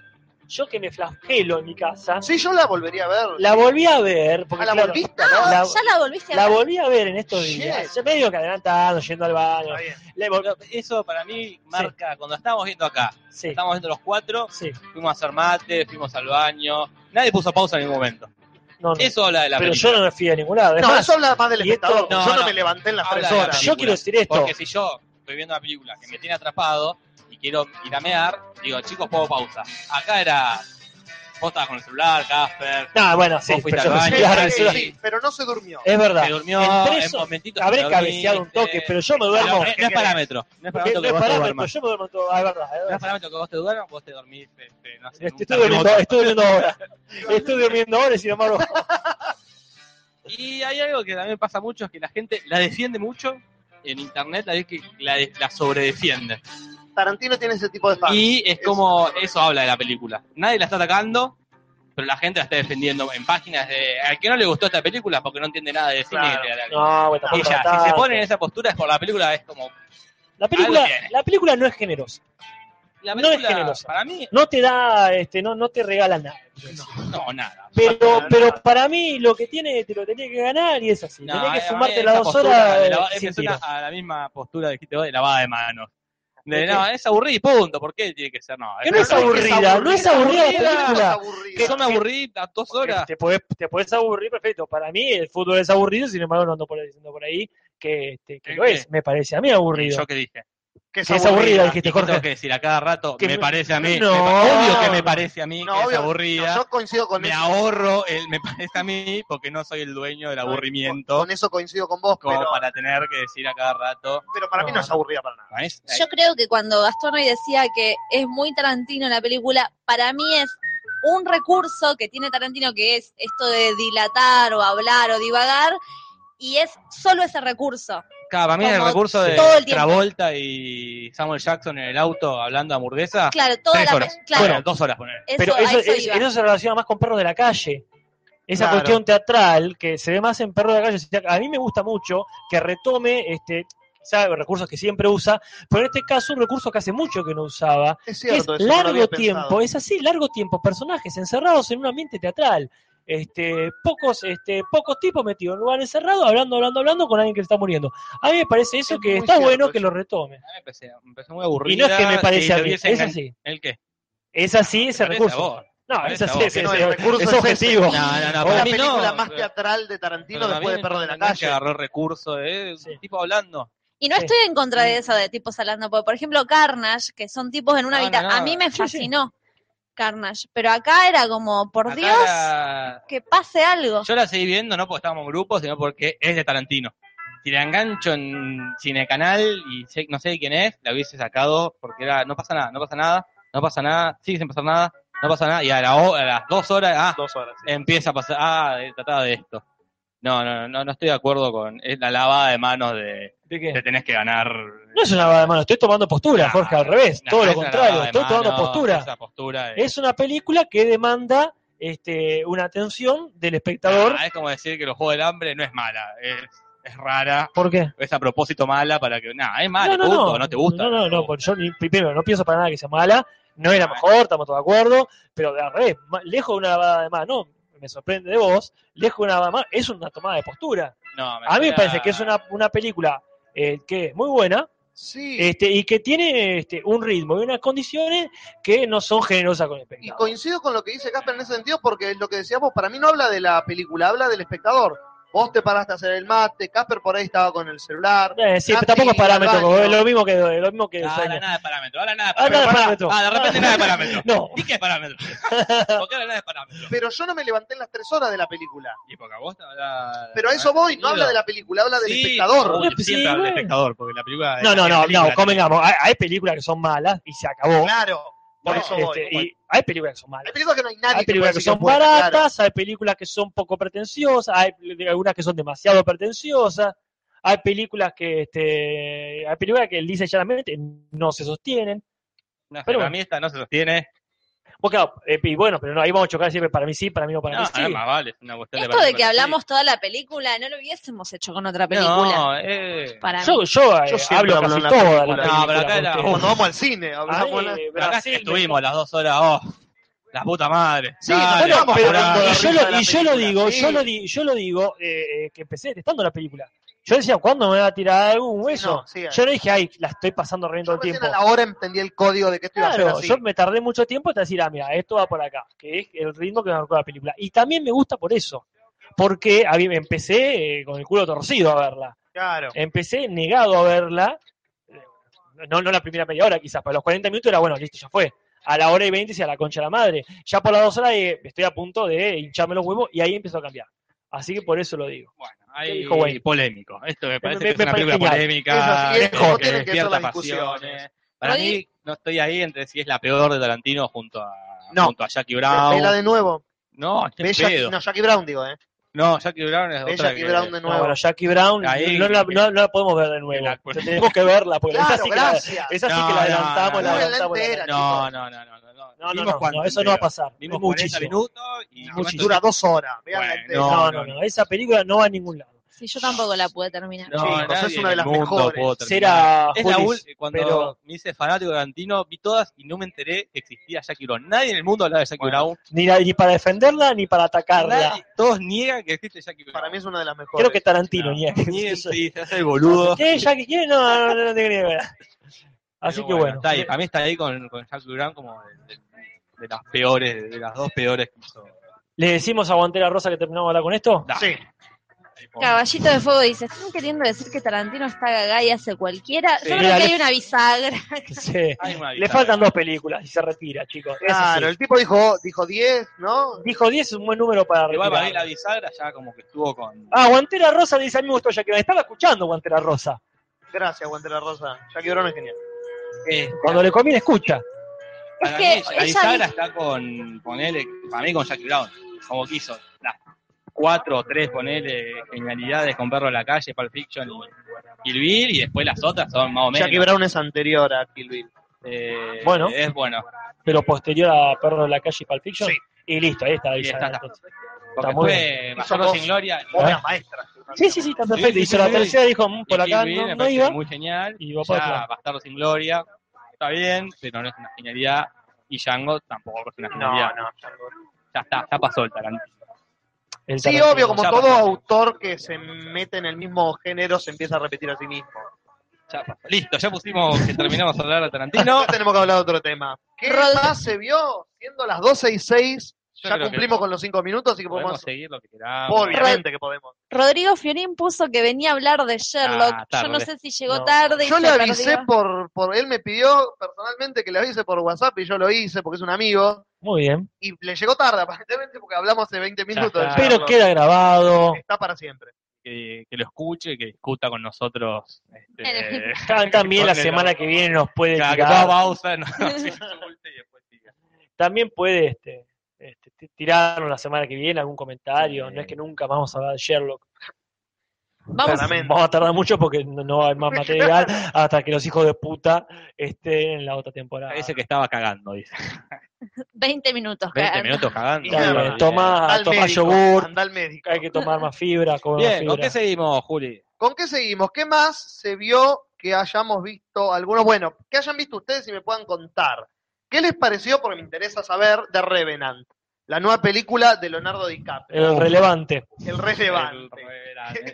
[SPEAKER 3] Yo que me flagelo en mi casa,
[SPEAKER 2] Sí, yo la volvería a ver.
[SPEAKER 3] la volví a ver. Porque,
[SPEAKER 2] ¿A la
[SPEAKER 3] claro, Ah.
[SPEAKER 2] volviste a ver?
[SPEAKER 3] la-
[SPEAKER 1] ya la volviste a
[SPEAKER 3] la
[SPEAKER 1] ver.
[SPEAKER 3] volví a ver en estos
[SPEAKER 2] Shit.
[SPEAKER 3] días. Ya medio que adelantando, yendo al baño.
[SPEAKER 2] Está bien.
[SPEAKER 3] Le volví a-
[SPEAKER 4] Eso para mí marca, cuando estábamos viendo acá,
[SPEAKER 3] Sí,
[SPEAKER 4] estábamos viendo los cuatro,
[SPEAKER 3] sí.
[SPEAKER 4] fuimos a hacer mate, fuimos al baño, nadie puso pausa en ningún momento.
[SPEAKER 3] No, no.
[SPEAKER 4] Eso habla de la
[SPEAKER 3] Pero
[SPEAKER 4] película.
[SPEAKER 3] yo no me fui a ningún lado. Es
[SPEAKER 2] No,
[SPEAKER 3] más,
[SPEAKER 2] eso habla más del
[SPEAKER 3] y esto-
[SPEAKER 2] espectador. porque
[SPEAKER 4] no,
[SPEAKER 2] yo no,
[SPEAKER 4] no.
[SPEAKER 2] me levanté en las
[SPEAKER 4] Habla
[SPEAKER 2] tres
[SPEAKER 4] de la
[SPEAKER 2] horas.
[SPEAKER 4] película.
[SPEAKER 3] yo quiero decir esto.
[SPEAKER 4] Porque si yo estoy viendo una película que me tiene atrapado y quiero ir a mear, digo, chicos, puedo pausa. Acá era. Vos estabas con el celular, Casper,
[SPEAKER 3] No, bueno, sí.
[SPEAKER 4] Vos fuiste
[SPEAKER 3] pero-
[SPEAKER 4] al baño,
[SPEAKER 3] claro,
[SPEAKER 2] Sí, sí,
[SPEAKER 3] eso-
[SPEAKER 2] sí, pero no se durmió.
[SPEAKER 3] Es verdad.
[SPEAKER 4] se durmió,
[SPEAKER 3] En
[SPEAKER 4] en
[SPEAKER 3] tres horas
[SPEAKER 4] momentitos. te
[SPEAKER 3] Habré
[SPEAKER 4] dormiste.
[SPEAKER 3] cabeceado un toque, pero yo me
[SPEAKER 4] No,
[SPEAKER 3] duermo.
[SPEAKER 4] no, no es parámetro. No
[SPEAKER 3] Porque
[SPEAKER 4] es parámetro
[SPEAKER 3] no
[SPEAKER 4] que
[SPEAKER 3] es
[SPEAKER 4] vos te
[SPEAKER 3] parámetro,
[SPEAKER 4] duermas.
[SPEAKER 3] yo Eh, me duermo todo. Ah, es verdad. es
[SPEAKER 4] No es
[SPEAKER 3] verdad.
[SPEAKER 4] parámetro que vos te duermas, vos te dormís. este, no sé, en un
[SPEAKER 3] Estoy durmiendo,
[SPEAKER 4] terremoto.
[SPEAKER 3] estoy durmiendo ahora. Estoy durmiendo ahora y sin embargo.
[SPEAKER 4] Y hay algo que también pasa mucho, es que la gente la defiende mucho en internet, la, es que la, de- la sobredefiende.
[SPEAKER 2] Tarantino tiene ese tipo de fans.
[SPEAKER 4] Y es
[SPEAKER 2] Eso
[SPEAKER 4] como,
[SPEAKER 2] es lo que-
[SPEAKER 4] eso habla de la película. Nadie la está atacando, pero la gente la está defendiendo en páginas de... Al que no le gustó esta película porque no entiende nada de cine.
[SPEAKER 2] Claro.
[SPEAKER 4] de la-
[SPEAKER 3] No, bueno,
[SPEAKER 4] y
[SPEAKER 3] tampoco
[SPEAKER 4] ya,
[SPEAKER 3] tanto.
[SPEAKER 4] si se pone en esa postura es por la película, es como...
[SPEAKER 3] La película,
[SPEAKER 4] Algo tiene.
[SPEAKER 3] la película no es generosa.
[SPEAKER 4] La
[SPEAKER 3] No es
[SPEAKER 4] película,
[SPEAKER 3] generosa.
[SPEAKER 4] para mí,
[SPEAKER 3] No te da, este, no, no te regala nada.
[SPEAKER 4] no, nada.
[SPEAKER 3] Pero, pero para mí lo que tiene te lo tenía que ganar y es así.
[SPEAKER 4] No,
[SPEAKER 3] tenés
[SPEAKER 4] a
[SPEAKER 3] que
[SPEAKER 4] mí
[SPEAKER 3] fumarte
[SPEAKER 4] esa
[SPEAKER 3] las dos
[SPEAKER 4] postura
[SPEAKER 3] horas
[SPEAKER 4] de
[SPEAKER 3] eh,
[SPEAKER 4] lava-
[SPEAKER 3] sin
[SPEAKER 4] me suena
[SPEAKER 3] tiro.
[SPEAKER 4] a la misma postura que dijiste vos de lavada de manos. De,
[SPEAKER 3] ¿De
[SPEAKER 4] no, es aburrido y punto. ¿Por qué tiene que ser? No,
[SPEAKER 3] Que no es aburrida, no es aburrida la
[SPEAKER 2] Es
[SPEAKER 3] película.
[SPEAKER 2] aburrida.
[SPEAKER 4] Yo me aburrí a dos horas.
[SPEAKER 3] Te podés, te podés aburrir, perfecto. Para mí el fútbol es aburrido, sin embargo no ando por ahí, diciendo por ahí que, este, que
[SPEAKER 4] ¿En
[SPEAKER 3] lo
[SPEAKER 4] qué?
[SPEAKER 3] es. Me parece a mí aburrido.
[SPEAKER 4] Yo que dije.
[SPEAKER 2] Que
[SPEAKER 3] que es aburrida,
[SPEAKER 4] Y
[SPEAKER 3] dijiste,
[SPEAKER 4] que tengo
[SPEAKER 3] Jorge.
[SPEAKER 4] que decir a cada rato,
[SPEAKER 3] Que
[SPEAKER 4] me
[SPEAKER 3] me-
[SPEAKER 4] parece a mí.
[SPEAKER 3] No.
[SPEAKER 4] me pa- obvio que me parece a mí
[SPEAKER 2] No,
[SPEAKER 4] que es
[SPEAKER 2] obvio,
[SPEAKER 4] aburrida.
[SPEAKER 2] no, yo coincido con
[SPEAKER 4] me
[SPEAKER 2] eso.
[SPEAKER 4] ahorro el me parece a mí porque no soy el dueño del aburrimiento
[SPEAKER 2] Con eso coincido con vos,
[SPEAKER 4] como
[SPEAKER 2] pero,
[SPEAKER 4] para tener que decir a cada rato.
[SPEAKER 2] pero para mí no es aburrida para nada.
[SPEAKER 4] ¿no es? eh,
[SPEAKER 1] Yo creo que cuando Gastón hoy decía que es muy Tarantino la película, para mí es un recurso que tiene Tarantino que es esto de dilatar o hablar o divagar y es solo ese recurso.
[SPEAKER 4] Claro, para mí el
[SPEAKER 1] Como
[SPEAKER 4] recurso de
[SPEAKER 1] todo el tiempo.
[SPEAKER 4] Travolta y Samuel Jackson en el auto hablando de hamburguesa,
[SPEAKER 1] Claro, toda
[SPEAKER 4] tres
[SPEAKER 1] la
[SPEAKER 4] horas.
[SPEAKER 1] claro,
[SPEAKER 4] Bueno, dos horas poner.
[SPEAKER 1] eso,
[SPEAKER 3] Pero
[SPEAKER 1] a
[SPEAKER 3] eso,
[SPEAKER 1] eso
[SPEAKER 3] es-
[SPEAKER 1] iba.
[SPEAKER 3] eso se relaciona más con perros de la calle. Esa
[SPEAKER 2] Claro.
[SPEAKER 3] cuestión teatral que se ve más en perros de la calle. O sea, A mí me gusta mucho que retome este quizá recursos que siempre usa, pero en este caso un recurso que hace mucho que no usaba,
[SPEAKER 2] Es
[SPEAKER 3] que
[SPEAKER 2] cierto,
[SPEAKER 3] es
[SPEAKER 2] eso no lo había
[SPEAKER 3] largo tiempo,
[SPEAKER 2] pensado.
[SPEAKER 3] es así, largo tiempo, personajes encerrados en un ambiente teatral. Este, pocos, este, pocos tipos metidos en un lugar encerrado, hablando, hablando, hablando con alguien que está muriendo. A mí me parece eso
[SPEAKER 2] Es
[SPEAKER 3] que
[SPEAKER 2] muy
[SPEAKER 3] está
[SPEAKER 2] cierto
[SPEAKER 3] bueno que
[SPEAKER 2] eso.
[SPEAKER 3] lo retome.
[SPEAKER 4] Me empezó muy aburrida.
[SPEAKER 3] Y no es que me
[SPEAKER 4] si
[SPEAKER 3] parece
[SPEAKER 4] lo
[SPEAKER 3] a mí,
[SPEAKER 4] hubiese
[SPEAKER 3] es
[SPEAKER 4] engan-
[SPEAKER 3] así.
[SPEAKER 4] ¿El qué?
[SPEAKER 3] Es así ese
[SPEAKER 4] Parece a
[SPEAKER 3] recurso.
[SPEAKER 4] vos.
[SPEAKER 3] No, es
[SPEAKER 4] Parece a
[SPEAKER 3] así
[SPEAKER 4] vos.
[SPEAKER 3] ese
[SPEAKER 2] Que no, el recurso
[SPEAKER 3] Es
[SPEAKER 2] es
[SPEAKER 3] objetivo.
[SPEAKER 4] No, no, no,
[SPEAKER 2] Es
[SPEAKER 4] para
[SPEAKER 2] la
[SPEAKER 4] mí no,
[SPEAKER 2] película más
[SPEAKER 4] pero-
[SPEAKER 2] teatral de Tarantino
[SPEAKER 4] pero
[SPEAKER 2] después de
[SPEAKER 4] también
[SPEAKER 2] Perro de la
[SPEAKER 4] no es que
[SPEAKER 2] Calle.
[SPEAKER 4] agarró recursos, ¿eh?
[SPEAKER 3] Sí.
[SPEAKER 4] Un tipo hablando.
[SPEAKER 1] Y no
[SPEAKER 3] Sí.
[SPEAKER 1] estoy en contra
[SPEAKER 4] Mm.
[SPEAKER 1] de eso de tipos hablando, porque por ejemplo Carnage, que son tipos en una
[SPEAKER 4] No, no,
[SPEAKER 1] habitación,
[SPEAKER 4] no.
[SPEAKER 1] a mí me
[SPEAKER 3] sí.
[SPEAKER 1] fascinó Carnage, pero acá era como, por
[SPEAKER 4] Acá
[SPEAKER 1] Dios,
[SPEAKER 4] la-
[SPEAKER 1] que pase algo.
[SPEAKER 4] Yo la seguí viendo no porque estábamos en grupo, sino porque es de Tarantino. Si la engancho en Cinecanal y sé- no sé quién es, la hubiese sacado porque era, no pasa nada, no pasa nada, no pasa nada, sigue sin pasar nada, no pasa nada, y a, la ho- a las dos horas, ah,
[SPEAKER 2] Dos horas. sí.
[SPEAKER 4] empieza a pasar, ah, de- trataba de esto. No, no, no, no estoy de acuerdo con es la lavada de manos de
[SPEAKER 3] ¿De qué?
[SPEAKER 4] te tenés que ganar.
[SPEAKER 3] No es una lavada de manos, estoy tomando postura, Jorge, al revés.
[SPEAKER 4] Nah,
[SPEAKER 3] todo lo
[SPEAKER 4] esa
[SPEAKER 3] contrario,
[SPEAKER 4] lavada de
[SPEAKER 3] estoy tomando
[SPEAKER 4] manos,
[SPEAKER 3] postura.
[SPEAKER 4] esa postura de-
[SPEAKER 3] Es una película que demanda este, una atención del espectador.
[SPEAKER 4] Nah, ah, es como decir que los Juegos del Hambre no es mala, es, es rara,
[SPEAKER 3] ¿Por qué?
[SPEAKER 4] es a propósito mala para que, nada, es mala, punto, no, te Ah, gusta.
[SPEAKER 3] No, no,
[SPEAKER 4] te
[SPEAKER 3] no,
[SPEAKER 4] gusta.
[SPEAKER 3] porque yo ni- primero no pienso para nada que sea mala, no
[SPEAKER 4] Ah,
[SPEAKER 3] era mejor, estamos todos de acuerdo, pero de al revés, ma- lejos de una lavada de mano, me sorprende de vos, lejos de una lavada de mano, es una tomada de postura.
[SPEAKER 4] No,
[SPEAKER 3] A mí me
[SPEAKER 4] suena-
[SPEAKER 3] parece que es una, una película eh, que es muy buena
[SPEAKER 2] Sí,
[SPEAKER 3] este, y que tiene este, un ritmo y unas condiciones que no son generosas con el
[SPEAKER 2] y
[SPEAKER 3] espectador.
[SPEAKER 2] coincido con lo que dice Casper en ese sentido, porque lo que decíamos, para mí no habla de la película, habla del espectador. Vos te paraste a hacer el mate, Casper por ahí estaba con el celular.
[SPEAKER 3] Eh, sí, pero
[SPEAKER 2] Nati,
[SPEAKER 3] tampoco es parámetro,
[SPEAKER 2] al baño.
[SPEAKER 3] porque es lo mismo que lo mismo que
[SPEAKER 4] Ah,
[SPEAKER 3] Sueño.
[SPEAKER 4] Ahora nada de parámetro, ahora nada de
[SPEAKER 3] Ah, nada de
[SPEAKER 4] parámetro.
[SPEAKER 3] parámetro.
[SPEAKER 4] Ah, de repente nada de parámetro.
[SPEAKER 3] No.
[SPEAKER 4] ¿Y qué es parámetro? Porque ahora nada de parámetro.
[SPEAKER 2] Pero yo no me levanté en las tres horas de la película.
[SPEAKER 4] Y porque a vos te habrá-
[SPEAKER 2] Pero a eso voy, no
[SPEAKER 4] Mira.
[SPEAKER 2] habla de la película, habla del
[SPEAKER 4] Sí,
[SPEAKER 2] espectador.
[SPEAKER 4] obvio,
[SPEAKER 3] Sí,
[SPEAKER 4] siempre habla del
[SPEAKER 3] bueno.
[SPEAKER 4] espectador, porque la película.
[SPEAKER 3] No, no,
[SPEAKER 4] la
[SPEAKER 3] no,
[SPEAKER 4] película
[SPEAKER 3] no, convengamos. Hay, hay películas que son malas y se acabó.
[SPEAKER 2] Claro, por
[SPEAKER 3] No,
[SPEAKER 2] eso
[SPEAKER 3] este,
[SPEAKER 2] voy.
[SPEAKER 3] y hay películas que son malas.
[SPEAKER 2] Hay películas que no hay nadie
[SPEAKER 3] Hay
[SPEAKER 2] que pueda
[SPEAKER 3] películas que
[SPEAKER 2] decir
[SPEAKER 3] son
[SPEAKER 2] que es buena, claro.
[SPEAKER 3] baratas, hay películas que son poco pretenciosas, hay pel- algunas que son demasiado pretenciosas, hay películas que este, hay películas que dice llanamente no se sostienen.
[SPEAKER 4] No, sé,
[SPEAKER 3] Pero
[SPEAKER 4] para
[SPEAKER 3] bueno.
[SPEAKER 4] mí esta no se sostiene.
[SPEAKER 3] Vos, claro, eh, y bueno, pero no, ahí vamos a chocar siempre para mí sí, para mí no, para
[SPEAKER 4] no,
[SPEAKER 3] mí sí.
[SPEAKER 4] nada más vale. es una cuestión
[SPEAKER 1] Esto de que
[SPEAKER 4] parámetro,
[SPEAKER 1] hablamos toda la película, no lo hubiésemos hecho con otra
[SPEAKER 4] sí.
[SPEAKER 1] película.
[SPEAKER 4] No, eh.
[SPEAKER 1] para mí.
[SPEAKER 3] Yo, yo, eh,
[SPEAKER 2] Yo siempre
[SPEAKER 3] hablo
[SPEAKER 2] hablo
[SPEAKER 3] casi
[SPEAKER 2] en la
[SPEAKER 3] todas
[SPEAKER 2] película.
[SPEAKER 3] las
[SPEAKER 4] No, pero
[SPEAKER 3] películas
[SPEAKER 4] acá
[SPEAKER 3] con
[SPEAKER 4] la-
[SPEAKER 3] ustedes.
[SPEAKER 2] Cuando vamos al cine,
[SPEAKER 3] Ay,
[SPEAKER 2] hablamos. la-
[SPEAKER 4] pero acá sí
[SPEAKER 3] Brasil,
[SPEAKER 4] estuvimos las dos horas, oh, la puta madre.
[SPEAKER 2] Sí,
[SPEAKER 4] Dale,
[SPEAKER 2] bueno,
[SPEAKER 4] vamos,
[SPEAKER 2] pero-
[SPEAKER 4] pará.
[SPEAKER 2] Cuando
[SPEAKER 3] y yo
[SPEAKER 2] arranca
[SPEAKER 3] lo,
[SPEAKER 2] la
[SPEAKER 3] y yo lo
[SPEAKER 2] película,
[SPEAKER 3] digo,
[SPEAKER 2] sí.
[SPEAKER 3] yo lo, di- yo lo digo, eh, eh, que empecé detestando la película. Yo decía, ¿cuándo me va a tirar algún hueso?
[SPEAKER 2] no, sí, eh.
[SPEAKER 3] yo no dije, ay, la estoy pasando re bien
[SPEAKER 2] Yo
[SPEAKER 3] todo el
[SPEAKER 2] recién
[SPEAKER 3] tiempo.
[SPEAKER 2] a la hora entendí el código de que estoy haciendo
[SPEAKER 3] Claro,
[SPEAKER 2] así.
[SPEAKER 3] yo me tardé mucho tiempo hasta decir, ah, mira, esto va por acá, que es el ritmo que me marcó la película. Y también me gusta por eso, porque a mí me empecé eh, con el culo torcido a verla.
[SPEAKER 2] Claro.
[SPEAKER 3] Empecé negado a verla, eh, no, no la primera media hora quizás, para los 40 minutos era, bueno, listo, ya fue. A la hora y 20 decía, la concha de la madre. Ya por las dos horas eh, estoy a punto de hincharme los huevos y ahí empezó a cambiar. Así que por eso lo digo.
[SPEAKER 4] Bueno,
[SPEAKER 3] ¿Qué
[SPEAKER 4] ahí
[SPEAKER 3] dijo Wayne?
[SPEAKER 4] polémico. Esto me parece
[SPEAKER 3] Me-
[SPEAKER 4] que
[SPEAKER 3] me
[SPEAKER 4] es una
[SPEAKER 3] parece
[SPEAKER 4] película
[SPEAKER 3] genial.
[SPEAKER 2] Eso
[SPEAKER 4] polémica.
[SPEAKER 2] sí,
[SPEAKER 4] que
[SPEAKER 2] es como tienen que ser
[SPEAKER 4] despierta
[SPEAKER 2] las discusiones.
[SPEAKER 4] pasiones.
[SPEAKER 1] Pero
[SPEAKER 4] Para
[SPEAKER 1] ahí-
[SPEAKER 4] mí, no estoy ahí entre si es la peor de Tarantino junto a,
[SPEAKER 2] No.
[SPEAKER 4] junto a Jackie
[SPEAKER 2] Vela
[SPEAKER 4] Brown.
[SPEAKER 2] de nuevo.
[SPEAKER 4] No, qué
[SPEAKER 2] Bella,
[SPEAKER 4] pedo.
[SPEAKER 2] no, Jackie Brown, digo, ¿eh?
[SPEAKER 4] No, Jackie Brown es
[SPEAKER 2] Ve
[SPEAKER 4] otra
[SPEAKER 2] Jackie
[SPEAKER 4] que-
[SPEAKER 2] Brown de
[SPEAKER 3] No,
[SPEAKER 2] nuevo.
[SPEAKER 3] pero Jackie Brown
[SPEAKER 4] Ahí-
[SPEAKER 3] no, la, no- no la podemos ver de nuevo.
[SPEAKER 4] La-
[SPEAKER 3] Tenemos que verla, porque esa
[SPEAKER 2] claro,
[SPEAKER 3] sí que la,
[SPEAKER 2] gracias.
[SPEAKER 3] esa sí
[SPEAKER 4] No,
[SPEAKER 3] que la
[SPEAKER 4] no,
[SPEAKER 3] adelantamos. la
[SPEAKER 4] no, no.
[SPEAKER 3] adelantamos, la
[SPEAKER 2] Entera.
[SPEAKER 3] adelantamos.
[SPEAKER 4] No, no, no, no, no, no.
[SPEAKER 3] No, no,
[SPEAKER 4] Vimos
[SPEAKER 3] no,
[SPEAKER 4] cuánto
[SPEAKER 3] no, eso no va a
[SPEAKER 4] entero.
[SPEAKER 3] pasar.
[SPEAKER 4] Vimos
[SPEAKER 3] Es
[SPEAKER 4] 40
[SPEAKER 3] muchísimo.
[SPEAKER 4] minutos y
[SPEAKER 3] Muchísimo.
[SPEAKER 2] Dura dos horas. Vean
[SPEAKER 4] Bueno,
[SPEAKER 2] la entera.
[SPEAKER 3] No,
[SPEAKER 4] no,
[SPEAKER 3] no, no, Esa película no va a ningún lado.
[SPEAKER 1] Sí, yo tampoco la pude terminar.
[SPEAKER 4] No,
[SPEAKER 2] Chicos,
[SPEAKER 4] nadie
[SPEAKER 2] es una de
[SPEAKER 4] en el
[SPEAKER 2] las
[SPEAKER 4] mundo
[SPEAKER 2] mejores.
[SPEAKER 4] pudo terminar.
[SPEAKER 3] Será
[SPEAKER 4] Es la
[SPEAKER 3] Julis,
[SPEAKER 4] última. Cuando
[SPEAKER 3] pero-
[SPEAKER 4] me hice fanático de Tarantino, vi todas y no me enteré que existía Jackie Brown. Nadie en el mundo hablaba de Jackie Brown.
[SPEAKER 3] ni, la- ni para defenderla ni para atacarla.
[SPEAKER 4] Nadie- todos niegan que existe Jackie Brown.
[SPEAKER 2] Para mí es una de las mejores.
[SPEAKER 3] Creo que Tarantino.
[SPEAKER 4] No,
[SPEAKER 3] ni a-
[SPEAKER 4] ni en- sí, se hace el boludo.
[SPEAKER 3] ¿Qué? ¿Jackie? ¿Quién? No, no, no, no tengo ni idea. Así
[SPEAKER 4] Pero
[SPEAKER 3] que bueno.
[SPEAKER 4] está ahí. Para mí está ahí con, con Jackie Brown como de, de- de las peores, de las dos peores que hizo.
[SPEAKER 3] ¿Le decimos a Guantera Rosa que terminamos de hablar con esto?
[SPEAKER 4] Da.
[SPEAKER 2] Sí.
[SPEAKER 4] Ahí pon-
[SPEAKER 1] Caballito de Fuego dice, ¿están queriendo decir que Tarantino está gaga y hace cualquiera?
[SPEAKER 4] Sí.
[SPEAKER 1] Yo creo
[SPEAKER 3] Mira,
[SPEAKER 1] que
[SPEAKER 3] le-
[SPEAKER 1] hay una bisagra.
[SPEAKER 3] Sí.
[SPEAKER 4] Hay una
[SPEAKER 3] Le
[SPEAKER 4] guitarra.
[SPEAKER 3] faltan dos películas y se retira, chicos. Eso
[SPEAKER 2] Claro,
[SPEAKER 3] sí.
[SPEAKER 2] el tipo dijo dijo 10, ¿no?
[SPEAKER 3] Dijo 10 es un buen número para
[SPEAKER 4] Igual para mí la
[SPEAKER 3] retirar.
[SPEAKER 4] bisagra ya como que estuvo con.
[SPEAKER 3] Ah, Guantera Rosa dice, a mí me gustó Jackie Brown. Estaba escuchando Guantera Rosa.
[SPEAKER 2] Gracias, Guantera Rosa. Jackie Brown es genial.
[SPEAKER 4] Eh,
[SPEAKER 3] Cuando le conviene, escucha.
[SPEAKER 1] Es
[SPEAKER 4] para
[SPEAKER 1] que
[SPEAKER 4] mí,
[SPEAKER 1] ella
[SPEAKER 4] la bisagra
[SPEAKER 1] dijo-
[SPEAKER 4] está con, ponele, para mí con Jackie Brown, como quiso. Las cuatro o tres, ponele, genialidades con Perro de la Calle, Pulp Fiction y Kill Bill, y después las otras son más o menos.
[SPEAKER 2] Jackie Brown es anterior a Kill Bill.
[SPEAKER 4] Eh,
[SPEAKER 3] Bueno.
[SPEAKER 4] Es bueno.
[SPEAKER 3] Pero posterior a Perro de la Calle y Pulp Fiction.
[SPEAKER 2] Sí.
[SPEAKER 3] Y listo, ahí está. Ahí
[SPEAKER 4] Y está,
[SPEAKER 3] está,
[SPEAKER 4] está.
[SPEAKER 3] entonces.
[SPEAKER 4] Porque
[SPEAKER 3] Está muy
[SPEAKER 4] fue
[SPEAKER 2] Hizo
[SPEAKER 4] Bastardo
[SPEAKER 2] dos.
[SPEAKER 4] sin Gloria.
[SPEAKER 3] ¿Eh?
[SPEAKER 2] Obras maestras.
[SPEAKER 3] Sí, sí, sí, está perfecto.
[SPEAKER 4] sí,
[SPEAKER 3] y se
[SPEAKER 4] sí,
[SPEAKER 3] la
[SPEAKER 4] sí.
[SPEAKER 3] tercera dijo, mm,
[SPEAKER 4] y
[SPEAKER 3] por
[SPEAKER 4] Kill
[SPEAKER 3] acá
[SPEAKER 4] Bill
[SPEAKER 3] no,
[SPEAKER 4] me
[SPEAKER 3] no
[SPEAKER 4] parece
[SPEAKER 3] iba.
[SPEAKER 4] Muy genial.
[SPEAKER 3] Y va para otro
[SPEAKER 4] Ya,
[SPEAKER 3] lado.
[SPEAKER 4] Bastardo sin Gloria. Está bien, pero no es una genialidad. Y Django tampoco es una
[SPEAKER 2] No,
[SPEAKER 4] genialidad.
[SPEAKER 2] no.
[SPEAKER 4] Ya está, ya pasó el talento.
[SPEAKER 3] El
[SPEAKER 2] Sí,
[SPEAKER 3] Tarantino.
[SPEAKER 2] obvio, como
[SPEAKER 4] Ya
[SPEAKER 2] todo
[SPEAKER 4] pasó.
[SPEAKER 2] autor que se mete en el mismo género se empieza a repetir a sí mismo.
[SPEAKER 4] Chapa. Listo, ya pusimos que terminamos de hablar a Tarantino.
[SPEAKER 2] Después tenemos que hablar de otro tema. ¿Qué
[SPEAKER 1] Rod-
[SPEAKER 2] más se vio? Siendo las 12 y 6,
[SPEAKER 4] Yo
[SPEAKER 2] ya
[SPEAKER 4] creo que
[SPEAKER 2] cumplimos con los 5 minutos, así que
[SPEAKER 4] Podemos
[SPEAKER 2] podemos.
[SPEAKER 4] seguir lo que queramos.
[SPEAKER 2] Obviamente que podemos.
[SPEAKER 1] Rodrigo Fiorín puso que venía a hablar de Sherlock.
[SPEAKER 4] Ah,
[SPEAKER 1] Yo no
[SPEAKER 4] tarde.
[SPEAKER 1] sé si llegó
[SPEAKER 3] No.
[SPEAKER 1] tarde. y
[SPEAKER 2] Yo
[SPEAKER 1] se
[SPEAKER 2] le avisé
[SPEAKER 1] perdió.
[SPEAKER 2] por, por. Él me pidió personalmente que le avise por WhatsApp y yo lo hice porque es un amigo.
[SPEAKER 3] Muy bien.
[SPEAKER 2] Y le llegó tarde, aparentemente, porque hablamos hace 20 minutos.
[SPEAKER 4] está.
[SPEAKER 2] de
[SPEAKER 3] Pero
[SPEAKER 2] Sherlock.
[SPEAKER 3] queda grabado.
[SPEAKER 2] Está para siempre.
[SPEAKER 4] que, que lo escuche, que discuta con nosotros. Este,
[SPEAKER 3] Ta- También la
[SPEAKER 4] Ponle
[SPEAKER 3] semana que viene nos puede
[SPEAKER 4] Cada que
[SPEAKER 3] tirar.
[SPEAKER 4] ponga pausa, no, no se insulte y después siga.
[SPEAKER 3] También puede este, este, ti- tirarnos la semana que viene algún comentario.
[SPEAKER 4] Sí.
[SPEAKER 3] No es que nunca vamos a hablar de Sherlock.
[SPEAKER 1] Vamos,
[SPEAKER 2] Claramente.
[SPEAKER 3] Vamos a tardar mucho porque no, no va a haber más material hasta que los hijos de puta estén en la otra temporada.
[SPEAKER 4] Parece que estaba cagando, dice.
[SPEAKER 1] 20 minutos.
[SPEAKER 4] 20
[SPEAKER 1] claro.
[SPEAKER 4] minutos cagando.
[SPEAKER 3] Está bien,
[SPEAKER 2] Claro. Anda
[SPEAKER 3] Toma,
[SPEAKER 2] al
[SPEAKER 3] toma
[SPEAKER 2] médico,
[SPEAKER 3] yogur,
[SPEAKER 2] anda al médico.
[SPEAKER 3] hay que tomar más fibra, comer más
[SPEAKER 4] Bien,
[SPEAKER 3] fibra.
[SPEAKER 4] ¿con qué seguimos, Juli?
[SPEAKER 2] ¿Con qué seguimos? ¿Qué más se vio que hayamos visto algunos? Bueno, que hayan visto ustedes y me puedan contar. ¿Qué les pareció? Porque me interesa saber de Revenant, la nueva película de Leonardo DiCaprio,
[SPEAKER 3] El relevante.
[SPEAKER 2] el relevante.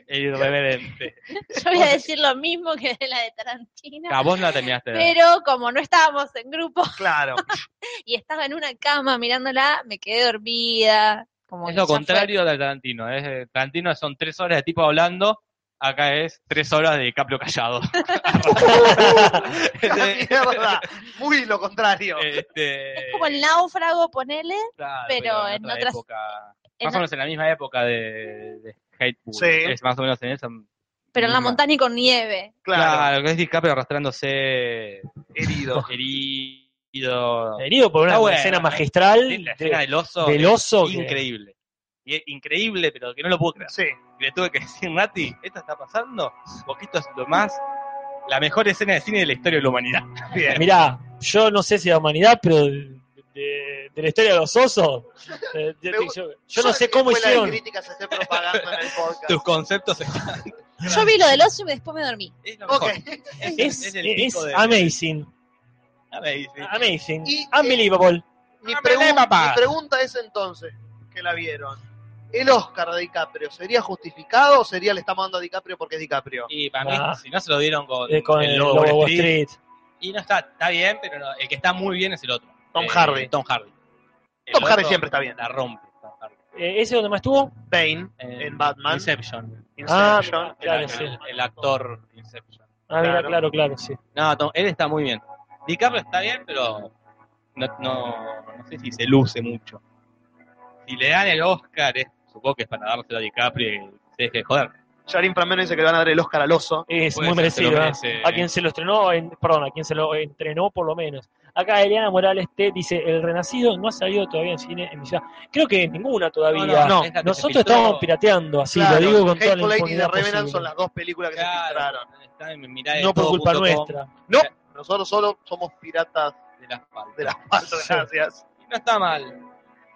[SPEAKER 4] El irreverente.
[SPEAKER 1] Yo voy a decir lo mismo que de la de Tarantino.
[SPEAKER 4] A vos no la terminaste de ver.
[SPEAKER 1] Pero como no estábamos en grupo
[SPEAKER 2] Claro,
[SPEAKER 1] y estaba en una cama mirándola, me quedé dormida. Como
[SPEAKER 4] Es
[SPEAKER 1] que ya
[SPEAKER 4] lo
[SPEAKER 1] fue.
[SPEAKER 4] contrario de Tarantino. es- eh, Tarantino son tres horas de tipo hablando. Acá es tres horas de caplo callado. Este,
[SPEAKER 2] mierda, muy lo contrario.
[SPEAKER 4] este,
[SPEAKER 1] Como el náufrago, ponele.
[SPEAKER 4] claro,
[SPEAKER 1] pero en otras-
[SPEAKER 4] época-
[SPEAKER 1] en
[SPEAKER 4] más o menos en la misma época de, de Hateful.
[SPEAKER 2] Sí.
[SPEAKER 4] Es más o menos en esa.
[SPEAKER 1] Pero en la
[SPEAKER 4] misma-
[SPEAKER 1] montaña y con nieve.
[SPEAKER 4] Claro,
[SPEAKER 2] Claro,
[SPEAKER 4] que es DiCaprio arrastrándose
[SPEAKER 2] herido.
[SPEAKER 4] herido.
[SPEAKER 3] Herido por una
[SPEAKER 4] Ah, bueno.
[SPEAKER 3] escena magistral
[SPEAKER 4] La
[SPEAKER 3] de-
[SPEAKER 4] escena del oso.
[SPEAKER 3] del
[SPEAKER 4] es
[SPEAKER 3] oso que-
[SPEAKER 4] Increíble. Y es increíble, pero que no lo puedo creer.
[SPEAKER 2] Sí,
[SPEAKER 4] Y le tuve que decir, Nati, esto está pasando. Poquito es lo más. La mejor escena de cine de la historia de la humanidad.
[SPEAKER 2] bien.
[SPEAKER 3] Mirá, yo no sé si la humanidad, pero de, de- de la historia de los osos, eh, de-
[SPEAKER 2] Me-
[SPEAKER 3] yo, yo no sé cómo
[SPEAKER 2] Escuela de
[SPEAKER 3] hicieron.
[SPEAKER 2] críticas se esté propagando en el podcast.
[SPEAKER 4] Tus conceptos están.
[SPEAKER 1] Yo vi lo del ocio y después me dormí.
[SPEAKER 4] Es lo
[SPEAKER 2] Ok,
[SPEAKER 4] mejor. Es,
[SPEAKER 3] Es,
[SPEAKER 4] es el
[SPEAKER 3] es
[SPEAKER 4] pico de.
[SPEAKER 3] amazing,
[SPEAKER 4] Amazing.
[SPEAKER 3] amazing,
[SPEAKER 2] Y- eh,
[SPEAKER 3] unbelievable.
[SPEAKER 2] mi,
[SPEAKER 4] Dámele,
[SPEAKER 2] pregun-
[SPEAKER 4] papá.
[SPEAKER 2] mi pregunta es entonces, que la vieron, ¿el Oscar de DiCaprio sería justificado o sería le estamos dando a DiCaprio porque es DiCaprio?
[SPEAKER 4] Y para mí,
[SPEAKER 3] Ah.
[SPEAKER 4] si no se lo dieron con,
[SPEAKER 3] eh, con el
[SPEAKER 4] Lobo
[SPEAKER 3] Lobo
[SPEAKER 4] Wall
[SPEAKER 3] Wall
[SPEAKER 4] Street,
[SPEAKER 3] Street.
[SPEAKER 4] Y no está, está bien, pero no, el que está muy bien es el otro. Eh,
[SPEAKER 2] Tom Hardy.
[SPEAKER 4] Tom Hardy. El
[SPEAKER 2] Tom
[SPEAKER 4] otro
[SPEAKER 2] Hardy siempre está bien.
[SPEAKER 4] La rompe. Tom Hardy. Eh,
[SPEAKER 3] Eh, ¿Ese donde más estuvo?
[SPEAKER 2] Bane en, Batman,
[SPEAKER 4] Inception.
[SPEAKER 3] Ah,
[SPEAKER 2] Inception,
[SPEAKER 3] mirá, claro,
[SPEAKER 4] el,
[SPEAKER 3] sí.
[SPEAKER 4] el- el actor Inception.
[SPEAKER 3] Ah, mira,
[SPEAKER 2] Claro.
[SPEAKER 3] claro, claro, sí.
[SPEAKER 4] No, Tom- él está muy bien. DiCaprio está bien, pero no, no, no sé si se luce mucho. Si le dan el Oscar, es- supongo que es para dárselo a DiCaprio y se deje de joder.
[SPEAKER 2] Jarin Frameno dice que le van a dar el Oscar al oso.
[SPEAKER 3] Es
[SPEAKER 4] Puede
[SPEAKER 3] muy
[SPEAKER 4] ser, se lo
[SPEAKER 3] merecido. ¿eh?
[SPEAKER 4] merece.
[SPEAKER 3] A quien se lo estrenó, en- perdón, a quien se lo entrenó por lo menos. Acá Eliana Morales T dice, El Renacido no ha salido todavía en cine en mi ciudad. Creo que ninguna todavía.
[SPEAKER 4] No, no,
[SPEAKER 2] no.
[SPEAKER 4] es la que
[SPEAKER 3] Nosotros
[SPEAKER 4] se filtró.
[SPEAKER 3] estamos pirateando, así
[SPEAKER 2] Claro,
[SPEAKER 3] lo digo con toda la
[SPEAKER 2] Hateful Eight y The
[SPEAKER 3] impunidad
[SPEAKER 2] Revenant
[SPEAKER 3] posible.
[SPEAKER 2] son las dos películas que se
[SPEAKER 4] Claro,
[SPEAKER 2] filtraron.
[SPEAKER 4] está en mirada
[SPEAKER 2] Eh,
[SPEAKER 4] de
[SPEAKER 3] No por
[SPEAKER 4] todo
[SPEAKER 3] culpa
[SPEAKER 4] punto com
[SPEAKER 3] nuestra.
[SPEAKER 2] No, nosotros solo somos piratas
[SPEAKER 4] De las palmas.
[SPEAKER 2] de las patas,
[SPEAKER 3] Sí.
[SPEAKER 2] gracias.
[SPEAKER 4] Y no está mal.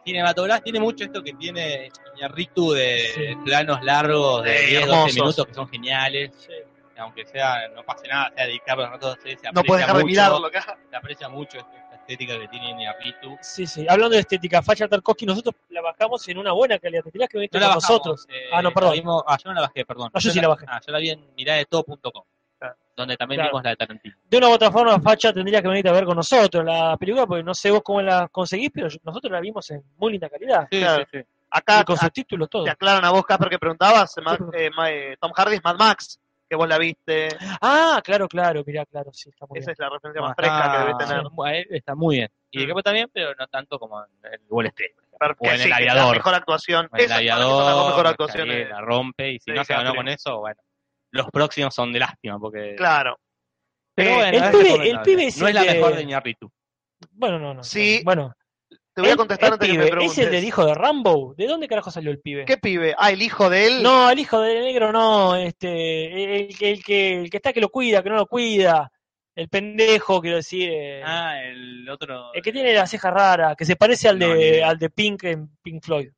[SPEAKER 4] Cinematográfico tiene mucho esto que tiene Iñarritu de
[SPEAKER 3] Sí.
[SPEAKER 4] planos largos de
[SPEAKER 2] Sí,
[SPEAKER 4] 10,
[SPEAKER 2] hermosos.
[SPEAKER 4] 12 minutos que son geniales. Aunque sea, no pase nada, sea dedicado no todo, se, se
[SPEAKER 2] No puedes
[SPEAKER 4] aprecia
[SPEAKER 2] dejar de
[SPEAKER 4] mucho,
[SPEAKER 2] mirarlo acá.
[SPEAKER 4] Se aprecia mucho esta estética que tiene Iñarritu.
[SPEAKER 3] Sí, sí. Hablando de estética, Facha Tarkovsky, nosotros la bajamos en una buena calidad. Te tirás que viniste con
[SPEAKER 4] bajamos,
[SPEAKER 3] nosotros.
[SPEAKER 4] eh,
[SPEAKER 3] ah, no, perdón.
[SPEAKER 4] vimos- ah, yo no la bajé, perdón.
[SPEAKER 3] No, yo sí la bajé.
[SPEAKER 4] Ah, yo la vi en miradeto.com,
[SPEAKER 2] Ah. Claro.
[SPEAKER 4] donde también
[SPEAKER 3] Claro.
[SPEAKER 4] vimos la de Tarantino.
[SPEAKER 3] De una u otra forma, Facha tendría que venirte a ver con nosotros la película, porque no sé vos cómo la conseguís, pero yo- nosotros la vimos en muy linda calidad.
[SPEAKER 4] Sí,
[SPEAKER 2] Claro.
[SPEAKER 4] sí, sí.
[SPEAKER 2] Acá
[SPEAKER 3] y con sus títulos, todo.
[SPEAKER 2] te aclaran a vos, Casper, que preguntabas, Ma- eh, Ma- eh, Tom Hardy es Mad Max, que vos la viste.
[SPEAKER 3] Ah, claro, claro, mirá, claro, sí, está muy
[SPEAKER 2] Esa
[SPEAKER 3] bien.
[SPEAKER 2] es la referencia más
[SPEAKER 4] Ah,
[SPEAKER 2] fresca que debe tener.
[SPEAKER 4] sí, bueno, eh, Está muy bien. Y de
[SPEAKER 2] Mm.
[SPEAKER 4] Capo también, pero no tanto como en el Wall Street.
[SPEAKER 2] Porque sí,
[SPEAKER 4] O en el
[SPEAKER 2] que es La
[SPEAKER 4] aviador.
[SPEAKER 2] mejor actuación.
[SPEAKER 4] El
[SPEAKER 2] Esa es para mí son las dos
[SPEAKER 4] aviador,
[SPEAKER 2] mejores
[SPEAKER 4] Javier,
[SPEAKER 2] actuaciones.
[SPEAKER 4] la rompe, y si
[SPEAKER 2] de
[SPEAKER 4] no se ganó
[SPEAKER 2] DiCaprio.
[SPEAKER 4] con eso, bueno, los próximos son de lástima, porque...
[SPEAKER 2] Claro.
[SPEAKER 4] Pero
[SPEAKER 2] Eh,
[SPEAKER 4] bueno,
[SPEAKER 3] el
[SPEAKER 4] es
[SPEAKER 3] pibe-
[SPEAKER 4] recomendable.
[SPEAKER 3] el pibe es
[SPEAKER 4] No
[SPEAKER 3] el
[SPEAKER 4] es la
[SPEAKER 3] de-
[SPEAKER 4] mejor de Iñárritu.
[SPEAKER 3] Bueno, no, no.
[SPEAKER 2] Sí,
[SPEAKER 3] bueno,
[SPEAKER 2] Te voy a
[SPEAKER 3] el-
[SPEAKER 2] contestar
[SPEAKER 3] el
[SPEAKER 2] antes que
[SPEAKER 3] pibe,
[SPEAKER 2] me
[SPEAKER 3] ¿Es el del
[SPEAKER 2] preguntes.
[SPEAKER 3] hijo de Rambo? ¿De dónde carajo salió el pibe?
[SPEAKER 2] ¿Qué pibe? Ah, el hijo de él.
[SPEAKER 3] No, el hijo del negro no, este, el, que- el que, el que está que lo cuida, que no lo cuida, el pendejo, quiero decir, eh,
[SPEAKER 4] Ah, el otro... Ah,
[SPEAKER 3] el que tiene la ceja rara, que se parece al
[SPEAKER 4] No, ni
[SPEAKER 3] de,
[SPEAKER 4] idea.
[SPEAKER 3] al de Pink en Pink Floyd.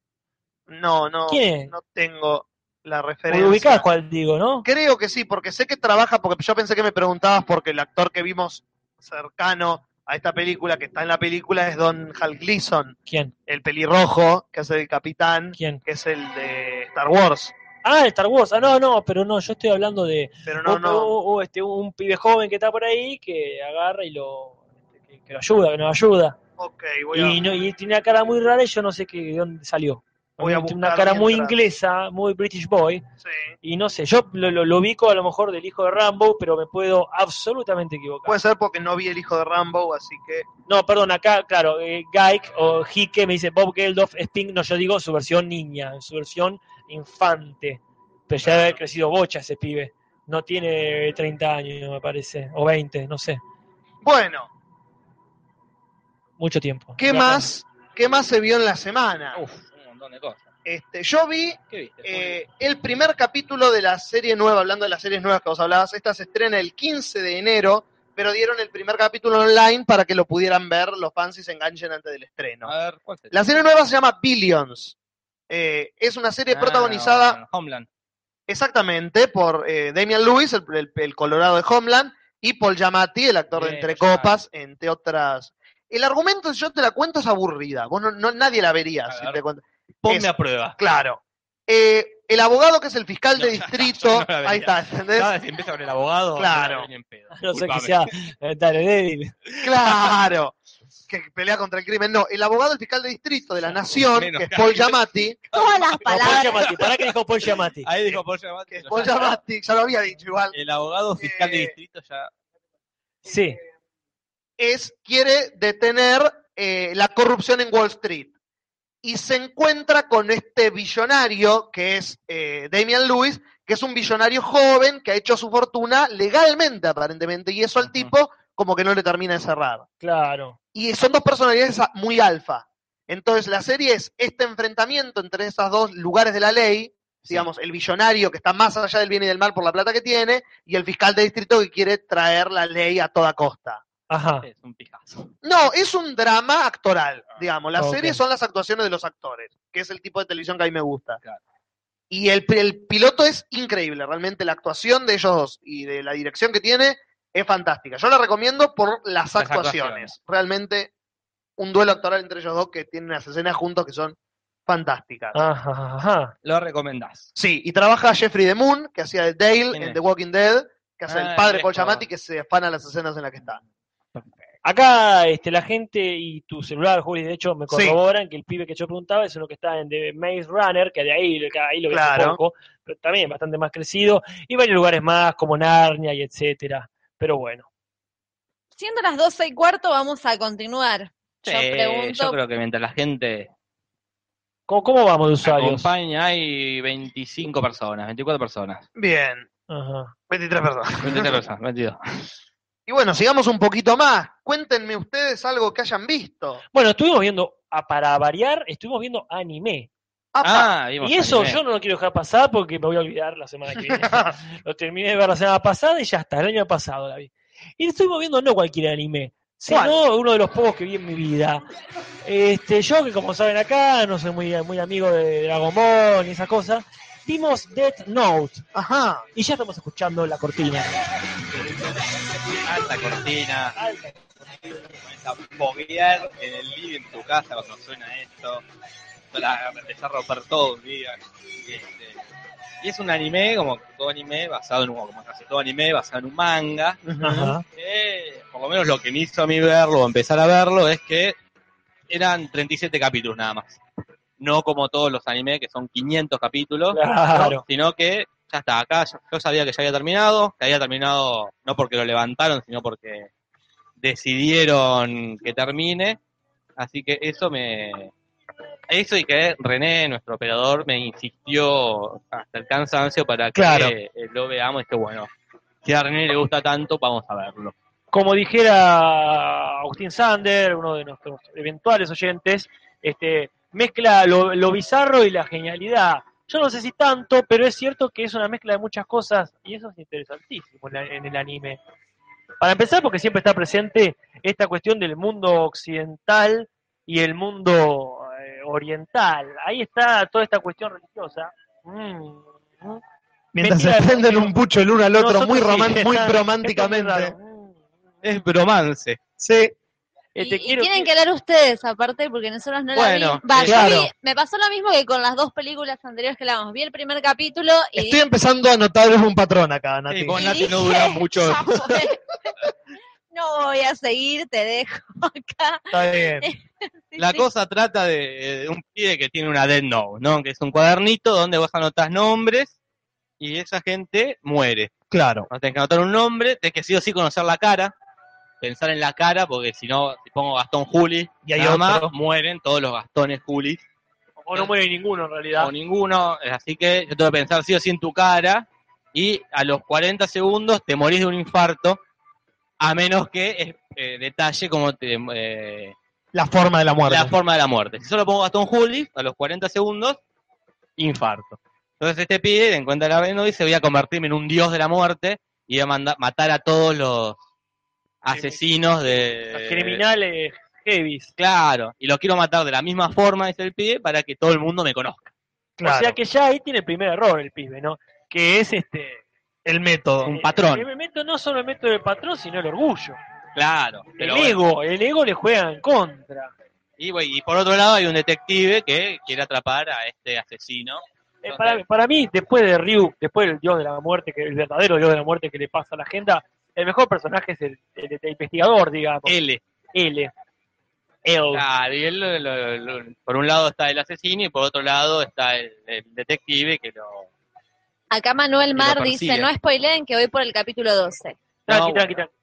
[SPEAKER 2] No, no,
[SPEAKER 3] ¿Quién es?
[SPEAKER 2] no tengo la
[SPEAKER 3] Ubicás
[SPEAKER 2] referencia.
[SPEAKER 3] cuál digo, ¿no?
[SPEAKER 2] Creo que sí, porque sé que trabaja, porque yo pensé que me preguntabas porque el actor que vimos cercano a esta película, que está en la película, es Don Hal Gleason,
[SPEAKER 3] ¿Quién?
[SPEAKER 2] el pelirrojo, que hace el capitán,
[SPEAKER 3] ¿Quién?
[SPEAKER 2] que es el de Star Wars.
[SPEAKER 3] Ah, Star Wars. Ah, no, no, pero no, yo estoy hablando de
[SPEAKER 2] Pero no,
[SPEAKER 3] un,
[SPEAKER 2] no.
[SPEAKER 3] un- un- este, un pibe joven que está por ahí que agarra y lo, este, que, que lo ayuda, que nos ayuda.
[SPEAKER 2] Ok, voy a.
[SPEAKER 3] Y, no, y tiene una cara muy rara y yo no sé qué, de dónde salió.
[SPEAKER 2] Voy a
[SPEAKER 3] tiene una
[SPEAKER 2] buscar
[SPEAKER 3] cara muy
[SPEAKER 2] mientras.
[SPEAKER 3] inglesa, muy British Boy.
[SPEAKER 2] sí.
[SPEAKER 3] Y no sé, yo lo, lo, lo ubico a lo mejor del hijo de Rambo, pero me puedo absolutamente equivocar.
[SPEAKER 2] Puede ser porque no vi el hijo de Rambo, así que.
[SPEAKER 3] no, perdón, acá, claro, eh, Gaik o Hike me dice Bob Geldof, Spink, no, yo digo su versión niña, su versión infante. Pero ya debe haber crecido bocha ese pibe. No tiene 30 años, me parece, o 20, no sé,
[SPEAKER 2] Bueno,
[SPEAKER 3] mucho tiempo.
[SPEAKER 2] ¿qué
[SPEAKER 3] Ya
[SPEAKER 2] más? ¿Qué más se vio en la semana?
[SPEAKER 4] Uf, un montón de cosas.
[SPEAKER 2] Este, yo vi
[SPEAKER 4] ¿Qué viste?
[SPEAKER 2] eh, el primer capítulo de la serie nueva, hablando de las series nuevas que vos hablabas, esta se estrena el 15 de enero, pero dieron el primer capítulo online para que lo pudieran ver los fans y se enganchen antes del estreno.
[SPEAKER 4] A ver, ¿cuál
[SPEAKER 2] La serie nueva se llama Billions. Eh, es una
[SPEAKER 4] Ah,
[SPEAKER 2] serie protagonizada
[SPEAKER 4] Homeland.
[SPEAKER 2] exactamente por eh, Damian Lewis, el, el- el colorado de Homeland, y Paul Giamatti, el actor de
[SPEAKER 4] Bien,
[SPEAKER 2] Entre
[SPEAKER 4] Paul
[SPEAKER 2] Copas, entre otras. El argumento, si yo te la cuento, es aburrida. Vos no, no- nadie la vería.
[SPEAKER 4] A
[SPEAKER 2] si
[SPEAKER 4] ver.
[SPEAKER 2] te cuento.
[SPEAKER 4] Ponme
[SPEAKER 2] Es-
[SPEAKER 4] a prueba.
[SPEAKER 2] Claro. Eh, el abogado que es el fiscal de
[SPEAKER 4] No, ya está,
[SPEAKER 2] distrito.
[SPEAKER 4] yo no la vería.
[SPEAKER 2] ahí está, ¿entendés?
[SPEAKER 4] Cada vez que empieza con el abogado,
[SPEAKER 2] Claro.
[SPEAKER 4] no la ven en pedo.
[SPEAKER 3] No sé que
[SPEAKER 4] Disculpame.
[SPEAKER 3] sea eh, Daredevil.
[SPEAKER 2] Claro. Que pelea contra el crimen. No, el abogado, el fiscal de distrito de la Nación,
[SPEAKER 4] Menos
[SPEAKER 2] que es
[SPEAKER 4] que-
[SPEAKER 2] Paul Giamatti.
[SPEAKER 1] Todas las
[SPEAKER 3] No, Paul
[SPEAKER 1] palabras.
[SPEAKER 3] Giamatti, ¿para qué dijo Paul Giamatti?
[SPEAKER 4] Ahí dijo Paul Giamatti,
[SPEAKER 2] Que es
[SPEAKER 4] lo
[SPEAKER 2] Paul
[SPEAKER 4] ya-
[SPEAKER 2] Giamatti, ya lo había dicho igual.
[SPEAKER 4] El abogado fiscal de
[SPEAKER 2] Eh,
[SPEAKER 4] distrito ya.
[SPEAKER 3] Sí,
[SPEAKER 2] es quiere detener eh, la corrupción en Wall Street. Y se encuentra con este billonario que es eh, Damian Lewis, que es un billonario joven que ha hecho su fortuna legalmente, aparentemente, y eso al
[SPEAKER 4] Ujú.
[SPEAKER 2] tipo como que no le termina de cerrar.
[SPEAKER 3] claro.
[SPEAKER 2] Y son dos personalidades a- muy alfa. Entonces la serie es este enfrentamiento entre esos dos lugares de la ley, digamos, el billonario que está más allá del bien y del mal por la plata que tiene, y el fiscal de distrito que quiere traer la ley a toda costa.
[SPEAKER 3] Ajá.
[SPEAKER 4] Es un pijazo.
[SPEAKER 2] No, es un drama actoral,
[SPEAKER 4] Ah,
[SPEAKER 2] digamos. La
[SPEAKER 3] Ok.
[SPEAKER 2] serie son las actuaciones de los actores, que es el tipo de televisión que a mí me gusta.
[SPEAKER 4] Claro.
[SPEAKER 2] Y el, el piloto es increíble, realmente la actuación de ellos dos y de la dirección que tiene es fantástica. Yo la recomiendo por las, actuaciones.
[SPEAKER 4] actuaciones.
[SPEAKER 2] Realmente un duelo actoral entre ellos dos que tienen las escenas juntos que son fantásticas.
[SPEAKER 3] Ajá, ajá, ajá.
[SPEAKER 4] Lo recomendás.
[SPEAKER 2] Sí, y trabaja Jeffrey de Moon, que hacía de Dale
[SPEAKER 4] ¿Quién
[SPEAKER 2] en
[SPEAKER 4] es?
[SPEAKER 2] The Walking Dead, que hace
[SPEAKER 4] Ah,
[SPEAKER 2] el padre
[SPEAKER 4] el
[SPEAKER 2] Paul
[SPEAKER 4] viejo.
[SPEAKER 2] Giamatti, que se afana las escenas en las que está.
[SPEAKER 3] Acá este, la gente y tu celular, Juli, de hecho, me
[SPEAKER 2] Sí.
[SPEAKER 3] corroboran que el pibe que yo preguntaba es uno que está en The Maze Runner, que de ahí, que ahí lo vi hace
[SPEAKER 2] Claro.
[SPEAKER 3] poco, pero también bastante más crecido, y varios lugares más, como Narnia y etcétera. Pero bueno,
[SPEAKER 1] Siendo las 12 y cuarto, vamos a continuar. yo
[SPEAKER 4] Sí,
[SPEAKER 1] pregunto.
[SPEAKER 4] Eh, yo creo que mientras la gente
[SPEAKER 3] ¿cómo, cómo vamos de usuarios?
[SPEAKER 4] acompaña, hay 25 personas, 24 personas.
[SPEAKER 2] Bien,
[SPEAKER 3] Ajá.
[SPEAKER 2] 23 personas.
[SPEAKER 4] 23 personas, 22.
[SPEAKER 2] Y bueno, sigamos un poquito más. Cuéntenme ustedes algo que hayan visto.
[SPEAKER 3] Bueno, estuvimos viendo, a- para variar, estuvimos viendo anime.
[SPEAKER 2] Apa.
[SPEAKER 4] Ah, vimos
[SPEAKER 3] Y eso
[SPEAKER 4] anime.
[SPEAKER 3] yo no lo quiero dejar pasar porque me voy a olvidar la semana que viene. lo terminé de ver la semana pasada y ya está, el año pasado la vi. Y estuvimos viendo no cualquier anime, sino uno de los pocos que vi en mi vida. Este, yo, que como saben acá, no soy muy, muy amigo de Dragon Ball y esas cosas, vimos Death Note
[SPEAKER 2] Ajá.
[SPEAKER 3] y ya estamos escuchando la cortina.
[SPEAKER 4] Alta cortina,
[SPEAKER 3] Alta.
[SPEAKER 4] comienza a bobear en el living en tu casa cuando suena esto. Para empezar a romper todo un día. Este, y es un anime, como todo anime, basado en un, como casi todo anime, basado en un manga.
[SPEAKER 3] Ajá.
[SPEAKER 4] que, Eh, por lo menos lo que me hizo a mí verlo o empezar a verlo es que eran 37 capítulos nada más. No como todos los animes que son 500 capítulos,
[SPEAKER 3] Claro.
[SPEAKER 4] sino que ya está, acá yo, yo sabía que ya había terminado, que había terminado no porque lo levantaron, sino porque decidieron que termine. Así que eso me... Eso y que René, nuestro operador, me insistió hasta el cansancio para que
[SPEAKER 3] Claro.
[SPEAKER 4] eh, lo veamos. Y que bueno, si a René le gusta tanto, vamos a verlo.
[SPEAKER 3] como dijera Agustín Sander, uno de nuestros eventuales oyentes, este, mezcla lo, lo bizarro y la genialidad. Yo no sé si tanto, pero es cierto que es una mezcla de muchas cosas y eso es interesantísimo en la- en el anime. Para empezar, porque siempre está presente esta cuestión del mundo occidental y el mundo eh, oriental. Ahí está toda esta cuestión religiosa. Mm, mm.
[SPEAKER 2] Mientras se
[SPEAKER 3] Mentira,
[SPEAKER 2] prenden
[SPEAKER 3] no,
[SPEAKER 2] un pucho el uno al otro
[SPEAKER 3] Nosotros
[SPEAKER 2] muy,
[SPEAKER 3] sí,
[SPEAKER 2] román- muy
[SPEAKER 3] está-
[SPEAKER 2] románticamente.
[SPEAKER 3] esto es muy raro. Mm.
[SPEAKER 4] Es bromance.
[SPEAKER 2] Sí.
[SPEAKER 1] Y,
[SPEAKER 4] Eh,
[SPEAKER 3] Este,
[SPEAKER 4] te
[SPEAKER 1] y
[SPEAKER 4] quiero-
[SPEAKER 1] tienen que hablar ustedes aparte porque nosotros no la
[SPEAKER 4] Bueno,
[SPEAKER 1] vi. Va, yo
[SPEAKER 6] claro.
[SPEAKER 1] vi- me pasó lo mismo que con las dos películas anteriores que hablamos. Vi el primer capítulo y
[SPEAKER 2] Estoy empezando a notar un patrón acá, Nati.
[SPEAKER 4] Sí, vos,
[SPEAKER 1] Y
[SPEAKER 4] Nati, no
[SPEAKER 1] dije,
[SPEAKER 4] dura mucho.
[SPEAKER 1] "Ya fue". No voy a seguir, te dejo acá.
[SPEAKER 2] Está bien.
[SPEAKER 1] Sí,
[SPEAKER 4] La
[SPEAKER 1] sí.
[SPEAKER 4] cosa trata de, eh, de un pibe que tiene una Dead Note, ¿no? Que es un cuadernito donde vos anotás nombres y esa gente muere.
[SPEAKER 2] Claro.
[SPEAKER 4] No tenés que anotar un nombre, tenés que sí o sí conocer la cara, pensar en la cara, porque si no, si pongo Gastón Juli,
[SPEAKER 2] Y hay
[SPEAKER 4] nada más,
[SPEAKER 2] otro.
[SPEAKER 4] mueren todos los Gastones Juli,
[SPEAKER 3] O no muere ninguno en realidad.
[SPEAKER 4] o ninguno, eh, así que yo tengo que pensar sí o sí en tu cara, y a los 40 segundos te morís de un infarto, a menos que eh, eh, detalle como te... eh,
[SPEAKER 2] La forma de la muerte.
[SPEAKER 4] la forma de la muerte. Si solo pongo Gastón Juli, a los 40 segundos, infarto. Entonces este pibe encuentra la veneno y dice, voy a convertirme en un dios de la muerte y voy a manda- matar a todos los asesinos
[SPEAKER 3] Los
[SPEAKER 4] de...
[SPEAKER 3] criminales heavies.
[SPEAKER 4] Claro, y los quiero matar de la misma forma, dice el pibe, para que todo el mundo me conozca.
[SPEAKER 2] Claro.
[SPEAKER 3] O sea que ya ahí tiene el primer error el pibe, ¿no? Que es este.
[SPEAKER 2] el método.
[SPEAKER 4] Un patrón.
[SPEAKER 3] El método no solo el método del patrón, sino el orgullo.
[SPEAKER 4] Claro.
[SPEAKER 3] El
[SPEAKER 4] pero bueno.
[SPEAKER 3] ego. El ego le juega en contra.
[SPEAKER 4] Y, bueno, y por otro lado hay un detective que quiere atrapar a este asesino.
[SPEAKER 3] Eh, para, para mí, después de Ryu, después del dios de la muerte, que el verdadero dios de la muerte que le pasa a la agenda, el mejor personaje es el, el- el investigador, digamos.
[SPEAKER 4] L.
[SPEAKER 3] L. L.
[SPEAKER 4] Eh. Claro, y él, lo- lo- lo- por un lado está el asesino y por otro lado está el, el detective que lo...
[SPEAKER 1] Acá Manuel
[SPEAKER 4] lo
[SPEAKER 1] Mar
[SPEAKER 4] persigue.
[SPEAKER 1] dice, no spoileen que voy por el capítulo 12.
[SPEAKER 3] Tranqui,
[SPEAKER 4] No,
[SPEAKER 3] tranqui, tranqui.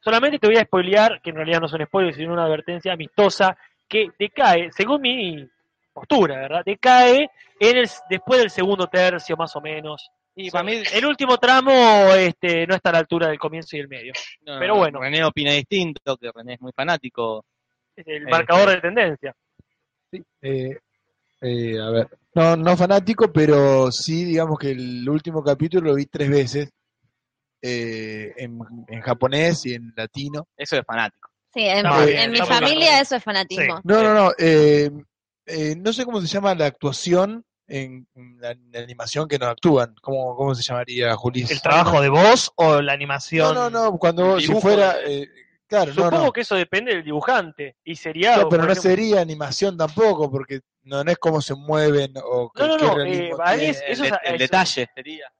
[SPEAKER 3] Solamente te voy a spoilear, que en realidad no son spoilers, sino una advertencia amistosa, que decae, según mi postura, ¿verdad? Decae en el, después del segundo tercio, más o menos.
[SPEAKER 4] Y para mí,
[SPEAKER 3] El último tramo este, no está a la altura del comienzo y el medio.
[SPEAKER 4] no,
[SPEAKER 3] pero bueno.
[SPEAKER 4] René opina distinto, que René es muy fanático.
[SPEAKER 3] Es el
[SPEAKER 2] Eh,
[SPEAKER 3] marcador de tendencia.
[SPEAKER 6] Sí, eh, eh, a ver, no, no fanático, pero sí, digamos que el último capítulo lo vi tres veces, eh, en, en japonés y en latino.
[SPEAKER 4] Eso es fanático.
[SPEAKER 1] Sí, en,
[SPEAKER 3] Está
[SPEAKER 2] bien,
[SPEAKER 1] en mi
[SPEAKER 3] está muy
[SPEAKER 1] familia
[SPEAKER 3] marcado.
[SPEAKER 1] eso es fanatismo.
[SPEAKER 6] No, no, no, eh, eh, no sé cómo se llama la actuación en, la, en la animación que nos actúan. ¿Cómo, cómo se llamaría, Julis?
[SPEAKER 2] ¿El trabajo de voz o la animación?
[SPEAKER 6] No, no, no, cuando si
[SPEAKER 4] Dibujo
[SPEAKER 6] fuera...
[SPEAKER 4] de-
[SPEAKER 6] eh, claro, no,
[SPEAKER 3] Supongo
[SPEAKER 6] no.
[SPEAKER 3] que eso depende del dibujante y
[SPEAKER 6] No,
[SPEAKER 3] seriado.
[SPEAKER 6] pero
[SPEAKER 3] por
[SPEAKER 6] no
[SPEAKER 3] ejemplo.
[SPEAKER 6] sería animación tampoco, porque no, no es cómo se mueven o
[SPEAKER 3] No, no,
[SPEAKER 6] qué
[SPEAKER 3] no,
[SPEAKER 6] realismo
[SPEAKER 3] eh, para mí
[SPEAKER 6] tiene.
[SPEAKER 3] es- eso
[SPEAKER 4] el,
[SPEAKER 3] es-
[SPEAKER 4] el
[SPEAKER 3] eso-
[SPEAKER 4] detalle sería.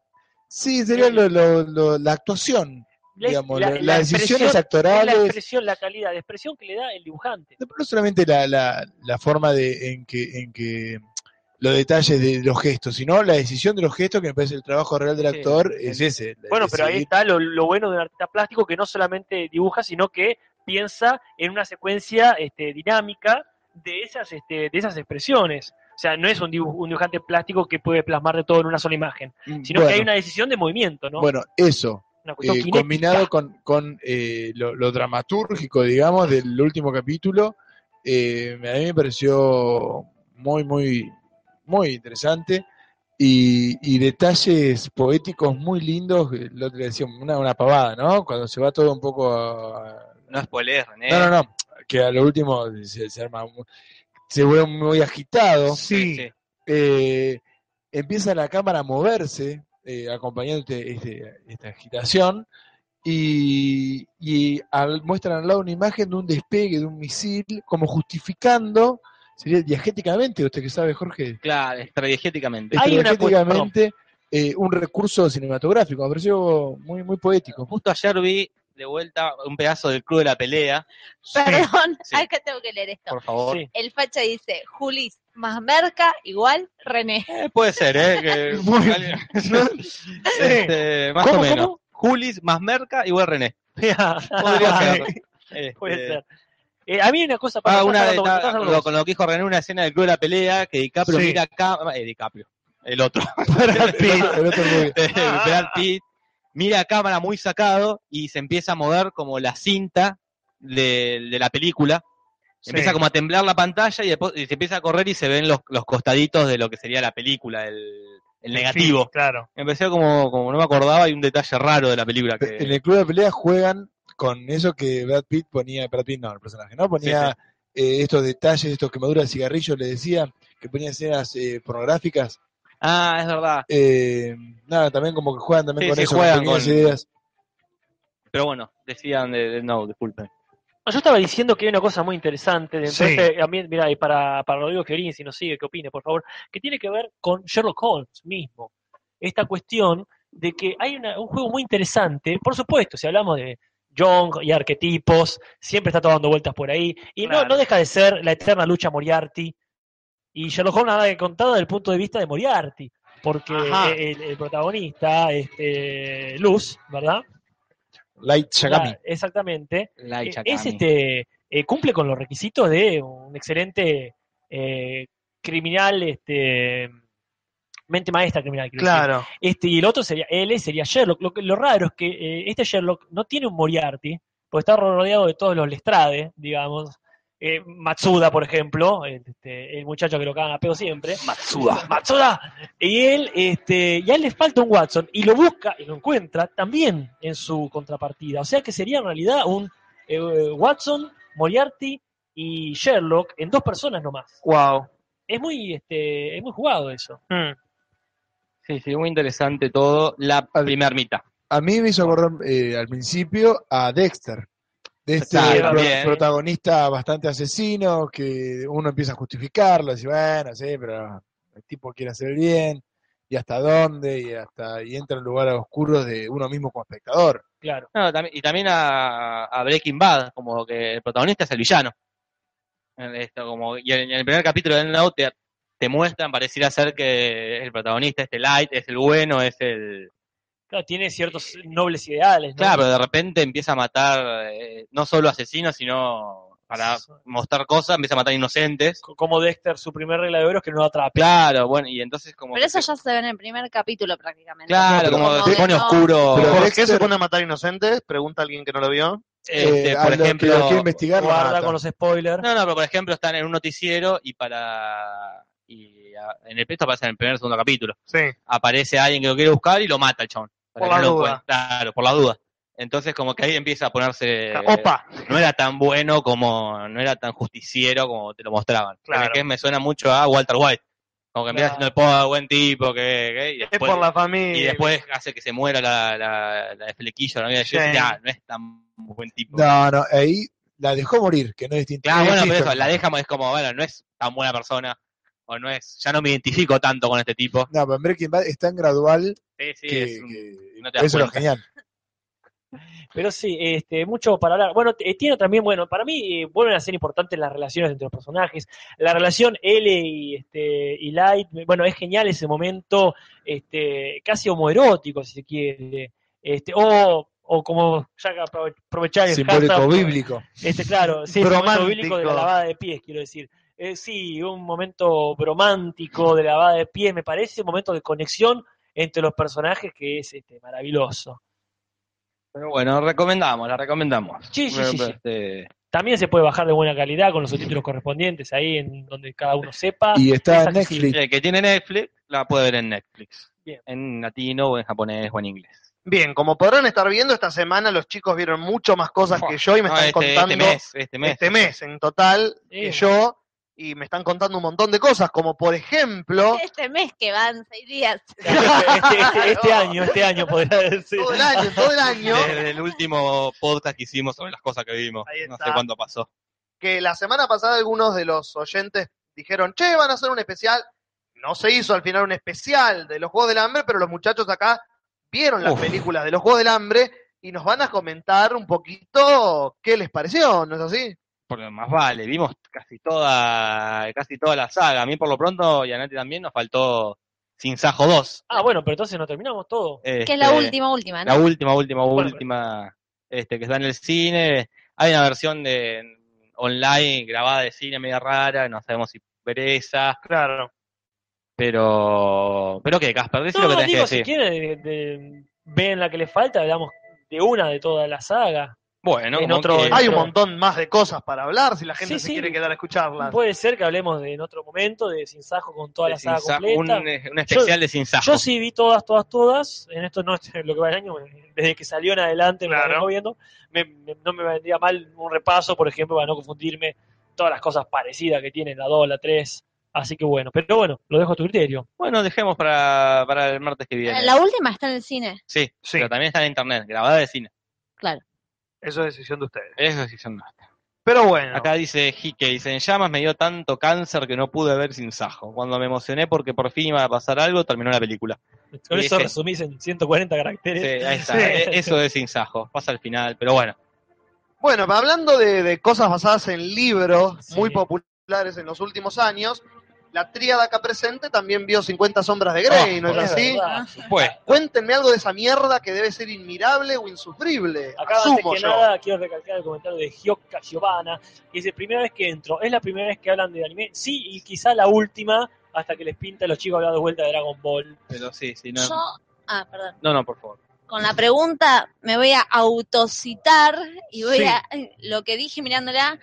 [SPEAKER 6] Sí, sería lo- lo- lo- la actuación,
[SPEAKER 3] La-
[SPEAKER 6] digamos,
[SPEAKER 3] la-
[SPEAKER 6] lo-
[SPEAKER 3] la
[SPEAKER 6] las decisiones
[SPEAKER 3] expresión- es la
[SPEAKER 6] actorales,
[SPEAKER 3] expresión, la calidad de expresión que le da el dibujante.
[SPEAKER 6] no, no solamente la, la- la forma de en que, en que los detalles de los gestos, sino la decisión de los gestos, que me parece el trabajo real del
[SPEAKER 4] Sí,
[SPEAKER 6] actor,
[SPEAKER 4] sí.
[SPEAKER 6] es ese. el
[SPEAKER 3] Bueno, pero ahí
[SPEAKER 6] decidir.
[SPEAKER 3] está lo, lo bueno de un artista plástico que no solamente dibuja, sino que piensa en una secuencia este, dinámica de esas, este, de esas expresiones. O sea, no es un, dibu- un dibujante plástico que puede plasmar de todo en una sola imagen,
[SPEAKER 4] Mm,
[SPEAKER 3] sino que
[SPEAKER 6] Bueno,
[SPEAKER 3] hay una decisión de movimiento, ¿no?
[SPEAKER 6] Bueno, eso,
[SPEAKER 3] una cuestión
[SPEAKER 6] eh,
[SPEAKER 3] kinética.
[SPEAKER 6] combinado con, con eh, lo, lo dramatúrgico, digamos, del último capítulo, eh, a mí me pareció muy, muy, muy interesante y, y detalles poéticos muy lindos, eh, lo que decía, una, una pavada, ¿no? Cuando se va todo un poco a...
[SPEAKER 4] No spoilees, René.
[SPEAKER 6] No, no, no, que a lo último se, se arma, un- se vuelve muy agitado
[SPEAKER 2] Sí.
[SPEAKER 6] eh, empieza la cámara a moverse, eh, acompañando este- este- esta agitación, y, y al- muestran al lado una imagen de un despegue de un misil, como justificando, sería diegéticamente, usted que sabe, Jorge,
[SPEAKER 4] Claro, estrategéticamente.
[SPEAKER 3] Hay una
[SPEAKER 6] estrategéticamente, eh, un recurso cinematográfico, me pareció muy, muy poético.
[SPEAKER 4] Justo ayer vi de vuelta un pedazo del Club de la Pelea,
[SPEAKER 1] Perdón,
[SPEAKER 4] sí.
[SPEAKER 1] acá tengo que leer esto.
[SPEAKER 4] por favor.
[SPEAKER 3] Sí.
[SPEAKER 1] El facha dice, Julis más merca igual René.
[SPEAKER 4] Eh, puede ser, ¿eh? que-
[SPEAKER 6] Muy-
[SPEAKER 4] Este, más
[SPEAKER 3] ¿Cómo,
[SPEAKER 4] o menos.
[SPEAKER 3] cómo?
[SPEAKER 4] Julis más Merca, igual René. Podría ser. Este,
[SPEAKER 3] Puede ser. Eh, a mí una cosa
[SPEAKER 4] Ah, una de-
[SPEAKER 3] hablando-
[SPEAKER 4] ta-
[SPEAKER 3] estás hablando-
[SPEAKER 4] lo, con lo que dijo René, una escena del Club de la Pelea, que DiCaprio
[SPEAKER 2] Sí.
[SPEAKER 4] mira acá, eh, DiCaprio, el otro,
[SPEAKER 6] El otro muy-
[SPEAKER 4] este, Brad Pitt, mira a cámara muy sacado y se empieza a mover como la cinta de, de la película,
[SPEAKER 2] Sí.
[SPEAKER 4] empieza como a temblar la pantalla y, después, y se empieza a correr y se ven los, los costaditos de lo que sería la película, el, el negativo.
[SPEAKER 2] Sí, claro.
[SPEAKER 4] Empecé como, como no me acordaba, hay un detalle raro de la película que...
[SPEAKER 6] E-, En el club de pelea juegan con eso que Brad Pitt ponía, Brad Pitt no, el personaje, ¿no? Ponía eh, estos detalles, estos quemaduras de cigarrillo, le decía, que ponía escenas eh, pornográficas.
[SPEAKER 4] Ah, es verdad.
[SPEAKER 6] Eh, nada, también como que juegan también
[SPEAKER 4] Sí,
[SPEAKER 6] con
[SPEAKER 4] sí,
[SPEAKER 6] eso,
[SPEAKER 4] juegan
[SPEAKER 6] con pequeñas
[SPEAKER 4] con-
[SPEAKER 6] ideas.
[SPEAKER 4] Pero bueno, decían de, de- no, disculpen.
[SPEAKER 3] No, Ah, yo estaba diciendo que hay una cosa muy interesante dentro de
[SPEAKER 2] Sí.
[SPEAKER 3] este ambiente, mirá, y para, para Rodrigo Querín, si nos sigue, que opine, por favor, que tiene que ver con Sherlock Holmes mismo. Esta cuestión de que hay una- un juego muy interesante, por supuesto, si hablamos de Young y arquetipos, siempre está todo dando vueltas por ahí, y no,
[SPEAKER 4] Claro.
[SPEAKER 3] no deja de ser la eterna lucha Moriarty, y Sherlock Holmes nada que contar desde el punto de vista de Moriarty, porque
[SPEAKER 2] Ajá.
[SPEAKER 3] el, el protagonista, este, Luz, ¿verdad?
[SPEAKER 6] Light Yagami.
[SPEAKER 3] La- exactamente,
[SPEAKER 4] La
[SPEAKER 3] eh, es este eh, cumple con los requisitos de un excelente eh, criminal este mente maestra criminal quiero decir.
[SPEAKER 2] Claro.
[SPEAKER 3] este y el otro sería él sería Sherlock lo, que- lo raro es que eh, este Sherlock no tiene un Moriarty porque está rodeado de todos los Lestrade digamos Eh, Matsuda por ejemplo el- este, el muchacho que lo cagan a pedo siempre
[SPEAKER 4] Matsuda.
[SPEAKER 3] Matsuda. Y él, este, ya le falta un Watson y lo busca y lo encuentra también en su contrapartida. O sea que sería en realidad un eh, Watson, Moriarty y Sherlock en dos personas nomás.
[SPEAKER 2] Wow.
[SPEAKER 3] Es muy, este, es muy jugado eso.
[SPEAKER 4] Sí, sí, muy interesante todo. La primera mitad.
[SPEAKER 6] A mí me hizo acordar eh, al principio a Dexter, de este
[SPEAKER 4] Sí,
[SPEAKER 6] pro-
[SPEAKER 4] también.
[SPEAKER 6] protagonista bastante asesino que uno empieza a justificarlo, decir, bueno, sí, pero el tipo quiere hacer el bien y hasta dónde y hasta y entra en lugares oscuros de uno mismo como espectador.
[SPEAKER 3] Claro.
[SPEAKER 4] No, también- y también a, a Breaking Bad, como que el protagonista es el villano. En Esto, como, y en, en el primer capítulo de Now te, te muestran, pareciera ser que el protagonista es el light, es el bueno, es el...
[SPEAKER 3] Claro, tiene ciertos nobles ideales. ¿no?
[SPEAKER 4] Claro, pero de repente empieza a matar eh, no solo asesinos, sino para mostrar cosas, empieza a matar inocentes.
[SPEAKER 3] C- Como Dexter, su primer regla de oro es que no lo atrape.
[SPEAKER 4] Claro, bueno, y entonces como...
[SPEAKER 1] Pero
[SPEAKER 4] que
[SPEAKER 1] eso
[SPEAKER 4] se-
[SPEAKER 1] ya se ve en el primer capítulo prácticamente.
[SPEAKER 4] Claro, como,
[SPEAKER 1] Como
[SPEAKER 4] se
[SPEAKER 1] de
[SPEAKER 4] pone
[SPEAKER 1] no-
[SPEAKER 4] oscuro.
[SPEAKER 6] Pero
[SPEAKER 2] ¿Por qué
[SPEAKER 6] Dexter-
[SPEAKER 2] se pone a matar inocentes? Pregunta alguien que no lo vio.
[SPEAKER 4] este,
[SPEAKER 6] Eh, a
[SPEAKER 4] por
[SPEAKER 6] lo que lo
[SPEAKER 4] ejemplo,
[SPEAKER 6] quiere investigar lo
[SPEAKER 3] Guarda
[SPEAKER 6] mata.
[SPEAKER 3] con los spoilers.
[SPEAKER 4] No, no, pero por ejemplo están en un noticiero y para... Y a- en el texto aparece en el primer o segundo capítulo.
[SPEAKER 2] Sí.
[SPEAKER 4] Aparece alguien que lo quiere buscar y lo mata el chabón. para
[SPEAKER 2] Por la
[SPEAKER 4] que no lo
[SPEAKER 2] duda.
[SPEAKER 4] encuentre. Claro, por la duda. Entonces como que ahí empieza a ponerse...
[SPEAKER 2] Opa.
[SPEAKER 4] No era tan bueno como... No era tan justiciero como te lo mostraban.
[SPEAKER 2] Claro.
[SPEAKER 4] Claro. Que me suena mucho a Walter White. Como que empieza
[SPEAKER 3] Claro.
[SPEAKER 4] siendo el pobre buen tipo, que... que- y,
[SPEAKER 2] Es
[SPEAKER 4] después,
[SPEAKER 2] por la familia.
[SPEAKER 4] y después hace que se muera la, la, la de flequillo, la amiga de
[SPEAKER 2] Sí.
[SPEAKER 4] Jesse. Ah, no es tan buen tipo.
[SPEAKER 6] No, no, ahí la dejó morir, que no es distinto.
[SPEAKER 4] Claro,
[SPEAKER 6] es
[SPEAKER 4] Ah, bueno, pero
[SPEAKER 6] distinto.
[SPEAKER 4] eso, la dejamos, es como, bueno, no es tan buena persona, o no es, ya no me identifico tanto con este tipo.
[SPEAKER 6] No, pero en Breaking Bad es tan gradual
[SPEAKER 4] Sí, sí,
[SPEAKER 6] que,
[SPEAKER 4] es un-
[SPEAKER 6] que-
[SPEAKER 4] no te das
[SPEAKER 6] eso es lo
[SPEAKER 4] cuenta.
[SPEAKER 6] genial.
[SPEAKER 3] Pero sí, este, mucho para hablar. Bueno, eh, tiene también, bueno, para mí eh, vuelven a ser importantes las relaciones entre los personajes. La relación L y, este, y Light, bueno, es genial ese momento este, casi homoerótico, si se quiere. Este, o, o como ya que aprove- aprovechar el
[SPEAKER 6] Simbólico
[SPEAKER 3] hashtag,
[SPEAKER 6] bíblico.
[SPEAKER 3] Este, claro, sí, ese momento
[SPEAKER 2] Bromántico.
[SPEAKER 3] bíblico de la lavada de pies, quiero decir. Eh, sí, un momento bromántico de la lavada de pies, me parece, un momento de conexión entre los personajes que es este, maravilloso.
[SPEAKER 4] Pero bueno, recomendamos, la recomendamos.
[SPEAKER 3] Sí, sí, sí, sí.
[SPEAKER 4] Este,
[SPEAKER 3] También se puede bajar de buena calidad con los subtítulos correspondientes ahí en donde cada uno sepa.
[SPEAKER 6] Y está
[SPEAKER 3] Esa
[SPEAKER 6] en
[SPEAKER 3] que sí.
[SPEAKER 6] Netflix.
[SPEAKER 4] el que tiene Netflix, la puede ver en Netflix.
[SPEAKER 3] Bien.
[SPEAKER 4] En latino, o en japonés, o en inglés.
[SPEAKER 2] Bien, como podrán estar viendo, esta semana los chicos vieron mucho más cosas que yo y me
[SPEAKER 4] No,
[SPEAKER 2] están
[SPEAKER 4] este,
[SPEAKER 2] contando
[SPEAKER 4] este mes, este mes.
[SPEAKER 2] este mes en total
[SPEAKER 3] Eh.
[SPEAKER 2] que yo y me están contando un montón de cosas, como por ejemplo
[SPEAKER 1] Este mes que van seis días.
[SPEAKER 3] Este, este- este- este año, este año podría decir.
[SPEAKER 2] todo el año, todo el año,
[SPEAKER 4] Desde el último podcast que hicimos sobre las cosas que vimos.
[SPEAKER 2] Ahí
[SPEAKER 4] No
[SPEAKER 2] está.
[SPEAKER 4] sé cuándo pasó.
[SPEAKER 2] que la semana pasada algunos de los oyentes dijeron, che, van a hacer un especial. No se hizo al final un especial de los Juegos del Hambre, pero los muchachos acá vieron las
[SPEAKER 4] Uf.
[SPEAKER 2] películas de los Juegos del Hambre y nos van a comentar un poquito qué les pareció, ¿no es así?
[SPEAKER 4] Porque más vale, vimos casi toda, casi toda la saga. A mí por lo pronto, y a Nati también, nos faltó Sin Sajo 2.
[SPEAKER 3] Ah, bueno, pero entonces no terminamos todo.
[SPEAKER 1] Que es la
[SPEAKER 4] Este,
[SPEAKER 1] última,
[SPEAKER 3] Ah,
[SPEAKER 1] última,
[SPEAKER 4] La
[SPEAKER 1] ¿no?
[SPEAKER 4] última, última,
[SPEAKER 3] Bueno,
[SPEAKER 4] última, este, que está en el cine. Hay una versión de online grabada de cine media rara, no sabemos si pereza,
[SPEAKER 2] Claro.
[SPEAKER 4] pero pero qué, Casper, decí
[SPEAKER 3] No,
[SPEAKER 4] lo que tenés
[SPEAKER 3] digo,
[SPEAKER 4] que
[SPEAKER 3] si
[SPEAKER 4] decir.
[SPEAKER 3] quieren, de- de- ven la que les falta, le damos de una de toda la saga.
[SPEAKER 4] Bueno,
[SPEAKER 3] en
[SPEAKER 4] como
[SPEAKER 3] otro-
[SPEAKER 4] que-
[SPEAKER 3] en
[SPEAKER 2] Hay un
[SPEAKER 3] otro-
[SPEAKER 2] montón más de cosas para hablar si la gente
[SPEAKER 3] Sí,
[SPEAKER 2] se
[SPEAKER 3] sí.
[SPEAKER 2] quiere quedar a escucharlas.
[SPEAKER 3] Puede ser que hablemos de, en otro momento de Sin Sajo con toda
[SPEAKER 4] de
[SPEAKER 3] la saga
[SPEAKER 4] Sin Sa-
[SPEAKER 3] completa.
[SPEAKER 4] un, un especial de Sin Sajo.
[SPEAKER 3] Yo sí vi todas, todas, todas. En esto no es lo que va el año, desde que salió en adelante me la
[SPEAKER 2] Claro.
[SPEAKER 3] vengo viendo. Me- me- no me vendría mal un repaso, por ejemplo, para no confundirme todas las cosas parecidas que tienen la 2, la 3. Así que bueno, pero bueno, lo dejo a tu criterio.
[SPEAKER 4] Bueno, dejemos para, para el martes que
[SPEAKER 3] Eh,
[SPEAKER 4] viene.
[SPEAKER 1] La última está en el cine.
[SPEAKER 4] Sí,
[SPEAKER 2] Sí.
[SPEAKER 4] pero también está en internet, grabada de cine.
[SPEAKER 2] Eso es decisión de ustedes.
[SPEAKER 4] Eso sí son
[SPEAKER 2] Pero bueno,
[SPEAKER 4] Acá dice Jique, dice, en llamas me dio tanto cáncer que no pude ver sin sajo. Cuando me emocioné porque por fin iba a pasar algo, terminó la película.
[SPEAKER 3] Con eso
[SPEAKER 4] Dije-
[SPEAKER 3] resumís en 140
[SPEAKER 4] Sí,
[SPEAKER 3] caracteres.
[SPEAKER 4] ahí está. E- Eso es sin sajo. Pasa al final, pero bueno.
[SPEAKER 2] bueno hablando de, de cosas basadas en libros
[SPEAKER 3] Sí.
[SPEAKER 2] muy populares en los últimos años, la tríada acá presente también vio 50 sombras de Grey, ¿no es
[SPEAKER 3] Es
[SPEAKER 2] así?
[SPEAKER 3] verdad.
[SPEAKER 4] Pues,
[SPEAKER 2] Cuéntenme algo de esa mierda que debe ser inmirable o insufrible.
[SPEAKER 3] Acá,
[SPEAKER 2] Asumo
[SPEAKER 3] antes que
[SPEAKER 2] yo.
[SPEAKER 3] nada, quiero recalcar el comentario de Gioca Giovanna, que dice, primera vez que entro, ¿es la primera vez que hablan de anime? Sí, y quizá la última, hasta que les pinta a los chicos hablar de vuelta de Dragon Ball.
[SPEAKER 4] pero sí, sí, no.
[SPEAKER 1] Yo, ah, perdón.
[SPEAKER 4] No, no, por favor.
[SPEAKER 1] Con la pregunta me voy a autocitar y voy
[SPEAKER 3] Sí.
[SPEAKER 1] a lo que dije mirándola.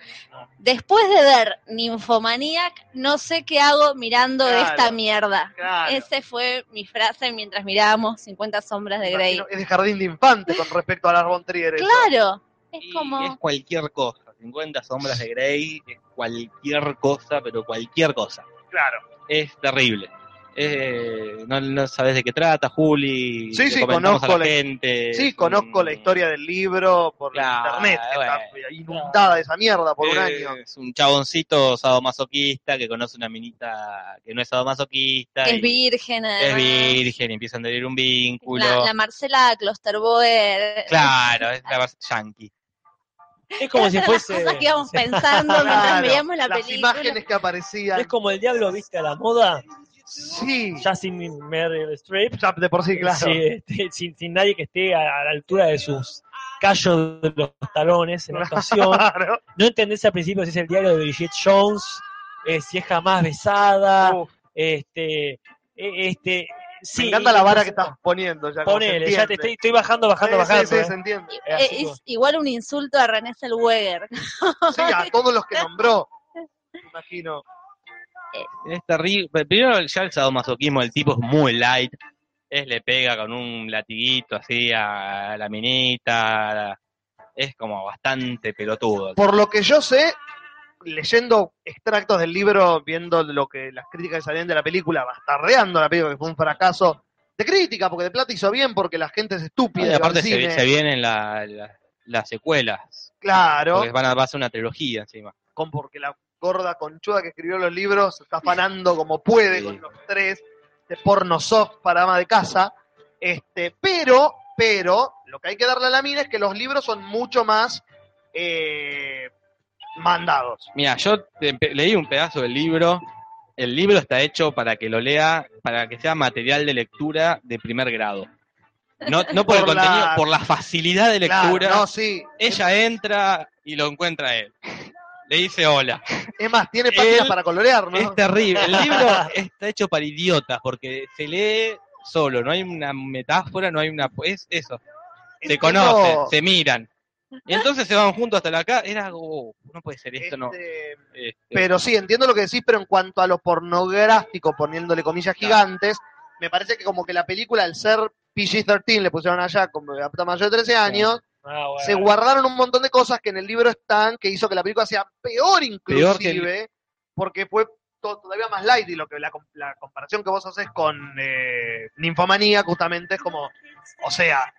[SPEAKER 1] Después de ver Ninfomaniac, no sé qué hago mirando
[SPEAKER 2] Claro.
[SPEAKER 1] esta mierda.
[SPEAKER 2] Claro.
[SPEAKER 1] Esa fue mi frase mientras mirábamos 50 sombras de Grey.
[SPEAKER 2] Imagino, Es de jardín de infante con respecto a las von Trier. eso.
[SPEAKER 1] Claro, es
[SPEAKER 4] Y es
[SPEAKER 1] como...
[SPEAKER 4] cualquier cosa. 50 sombras de Grey es cualquier cosa, pero cualquier cosa.
[SPEAKER 2] Claro.
[SPEAKER 4] Es terrible. Eh, no, no sabes de qué trata, Juli.
[SPEAKER 2] Sí,
[SPEAKER 4] le
[SPEAKER 2] sí,
[SPEAKER 4] comentamos
[SPEAKER 2] conozco
[SPEAKER 4] a la,
[SPEAKER 2] la-
[SPEAKER 4] gente.
[SPEAKER 2] Sí,
[SPEAKER 4] Es
[SPEAKER 2] conozco
[SPEAKER 4] un-
[SPEAKER 2] la historia del libro por
[SPEAKER 4] Claro,
[SPEAKER 2] internet, que
[SPEAKER 4] bueno.
[SPEAKER 2] está inundada de esa mierda por un
[SPEAKER 4] Eh,
[SPEAKER 2] año.
[SPEAKER 4] Es un chaboncito sadomasoquista que conoce una minita que no es sadomasoquista.
[SPEAKER 1] que
[SPEAKER 4] y
[SPEAKER 1] es virgen,
[SPEAKER 4] es
[SPEAKER 1] además.
[SPEAKER 4] virgen y empiezan a tener un vínculo.
[SPEAKER 1] La, la Marcela Klosterboer.
[SPEAKER 4] Claro, es la versión yankee.
[SPEAKER 3] Es como si
[SPEAKER 1] Las
[SPEAKER 3] fuese...
[SPEAKER 1] cosas que íbamos pensando mientras
[SPEAKER 2] Claro,
[SPEAKER 1] veíamos la
[SPEAKER 2] las
[SPEAKER 1] película.
[SPEAKER 2] imágenes que aparecían.
[SPEAKER 3] Es como el diablo viste a la moda,
[SPEAKER 2] Sí,
[SPEAKER 3] ya sin Meryl Streep,
[SPEAKER 2] ya de por sí, claro.
[SPEAKER 3] Sí, este, sin, sin nadie que esté a, a la altura de sus callos de los talones en la actuación.
[SPEAKER 2] Claro.
[SPEAKER 3] No entendés al principio si es el diario de Bridget Jones, eh, si es jamás besada,
[SPEAKER 2] Uf,
[SPEAKER 3] este, eh, este,
[SPEAKER 2] Uh.
[SPEAKER 3] sí,
[SPEAKER 2] me encanta la vara que
[SPEAKER 3] entonces,
[SPEAKER 2] estás poniendo. Ya como se
[SPEAKER 3] Ponele, ya te estoy,
[SPEAKER 2] entiende.
[SPEAKER 3] estoy bajando, bajando,
[SPEAKER 2] Sí,
[SPEAKER 3] bajando.
[SPEAKER 2] sí, sí,
[SPEAKER 3] eh.
[SPEAKER 2] se entiende.
[SPEAKER 1] Eh,
[SPEAKER 3] así
[SPEAKER 1] es
[SPEAKER 3] como-
[SPEAKER 1] igual un insulto a René Zellweger.
[SPEAKER 2] Sí, a todos los que nombró. Me Imagino.
[SPEAKER 4] Es terrible. Primero, ya el sadomasoquismo del tipo es muy light. Es le pega con un latiguito así a la minita. Es como bastante pelotudo.
[SPEAKER 2] Por lo que yo sé, leyendo extractos del libro, viendo lo que las críticas que salían de la película, bastardeando la película, que fue un fracaso de crítica, porque de plata hizo bien, porque la gente es estúpida.
[SPEAKER 4] Y
[SPEAKER 2] y va
[SPEAKER 4] aparte
[SPEAKER 2] al
[SPEAKER 4] se,
[SPEAKER 2] cine.
[SPEAKER 4] se vienen la- la- las secuelas.
[SPEAKER 2] Claro,
[SPEAKER 4] Porque van a, va a ser una trilogía encima.
[SPEAKER 2] con, porque la gorda conchuda que escribió los libros se está afanando como puede
[SPEAKER 4] Sí.
[SPEAKER 2] con los tres de porno soft para ama de casa. Este, pero, pero, lo que hay que darle a la mina es que los libros son mucho más eh, mandados.
[SPEAKER 4] Mira, yo te- empe- leí un pedazo del libro. El libro está hecho para que lo lea, para que sea material de lectura de primer grado. No, no por, el
[SPEAKER 2] Por la-
[SPEAKER 4] contenido, por la facilidad de lectura.
[SPEAKER 2] Claro, no, sí.
[SPEAKER 4] Ella entra y lo encuentra él. Le dice hola.
[SPEAKER 2] Es más, tiene páginas
[SPEAKER 4] Él
[SPEAKER 2] para colorear, ¿no?
[SPEAKER 4] Es terrible. El libro está hecho para idiotas porque se lee solo. No hay una metáfora, no hay una. Es eso. Se
[SPEAKER 2] Entiendo-
[SPEAKER 4] conocen, se miran. Y entonces se van juntos hasta la acá. Era, oh, no puede ser esto, no.
[SPEAKER 2] Este,
[SPEAKER 4] Este,
[SPEAKER 2] Pero sí, entiendo lo que decís, pero en cuanto a lo pornográfico, poniéndole comillas gigantes, me parece que como que la película, al ser PG-13, le pusieron allá como apta mayor de 13 años,
[SPEAKER 3] Ah, bueno.
[SPEAKER 2] se guardaron un montón de cosas que en el libro están, que hizo que la película sea peor inclusive,
[SPEAKER 4] Peor que el-
[SPEAKER 2] porque fue to- todavía más light y lo que la, com- la comparación que vos haces con eh, Ninfomanía justamente es como, o sea,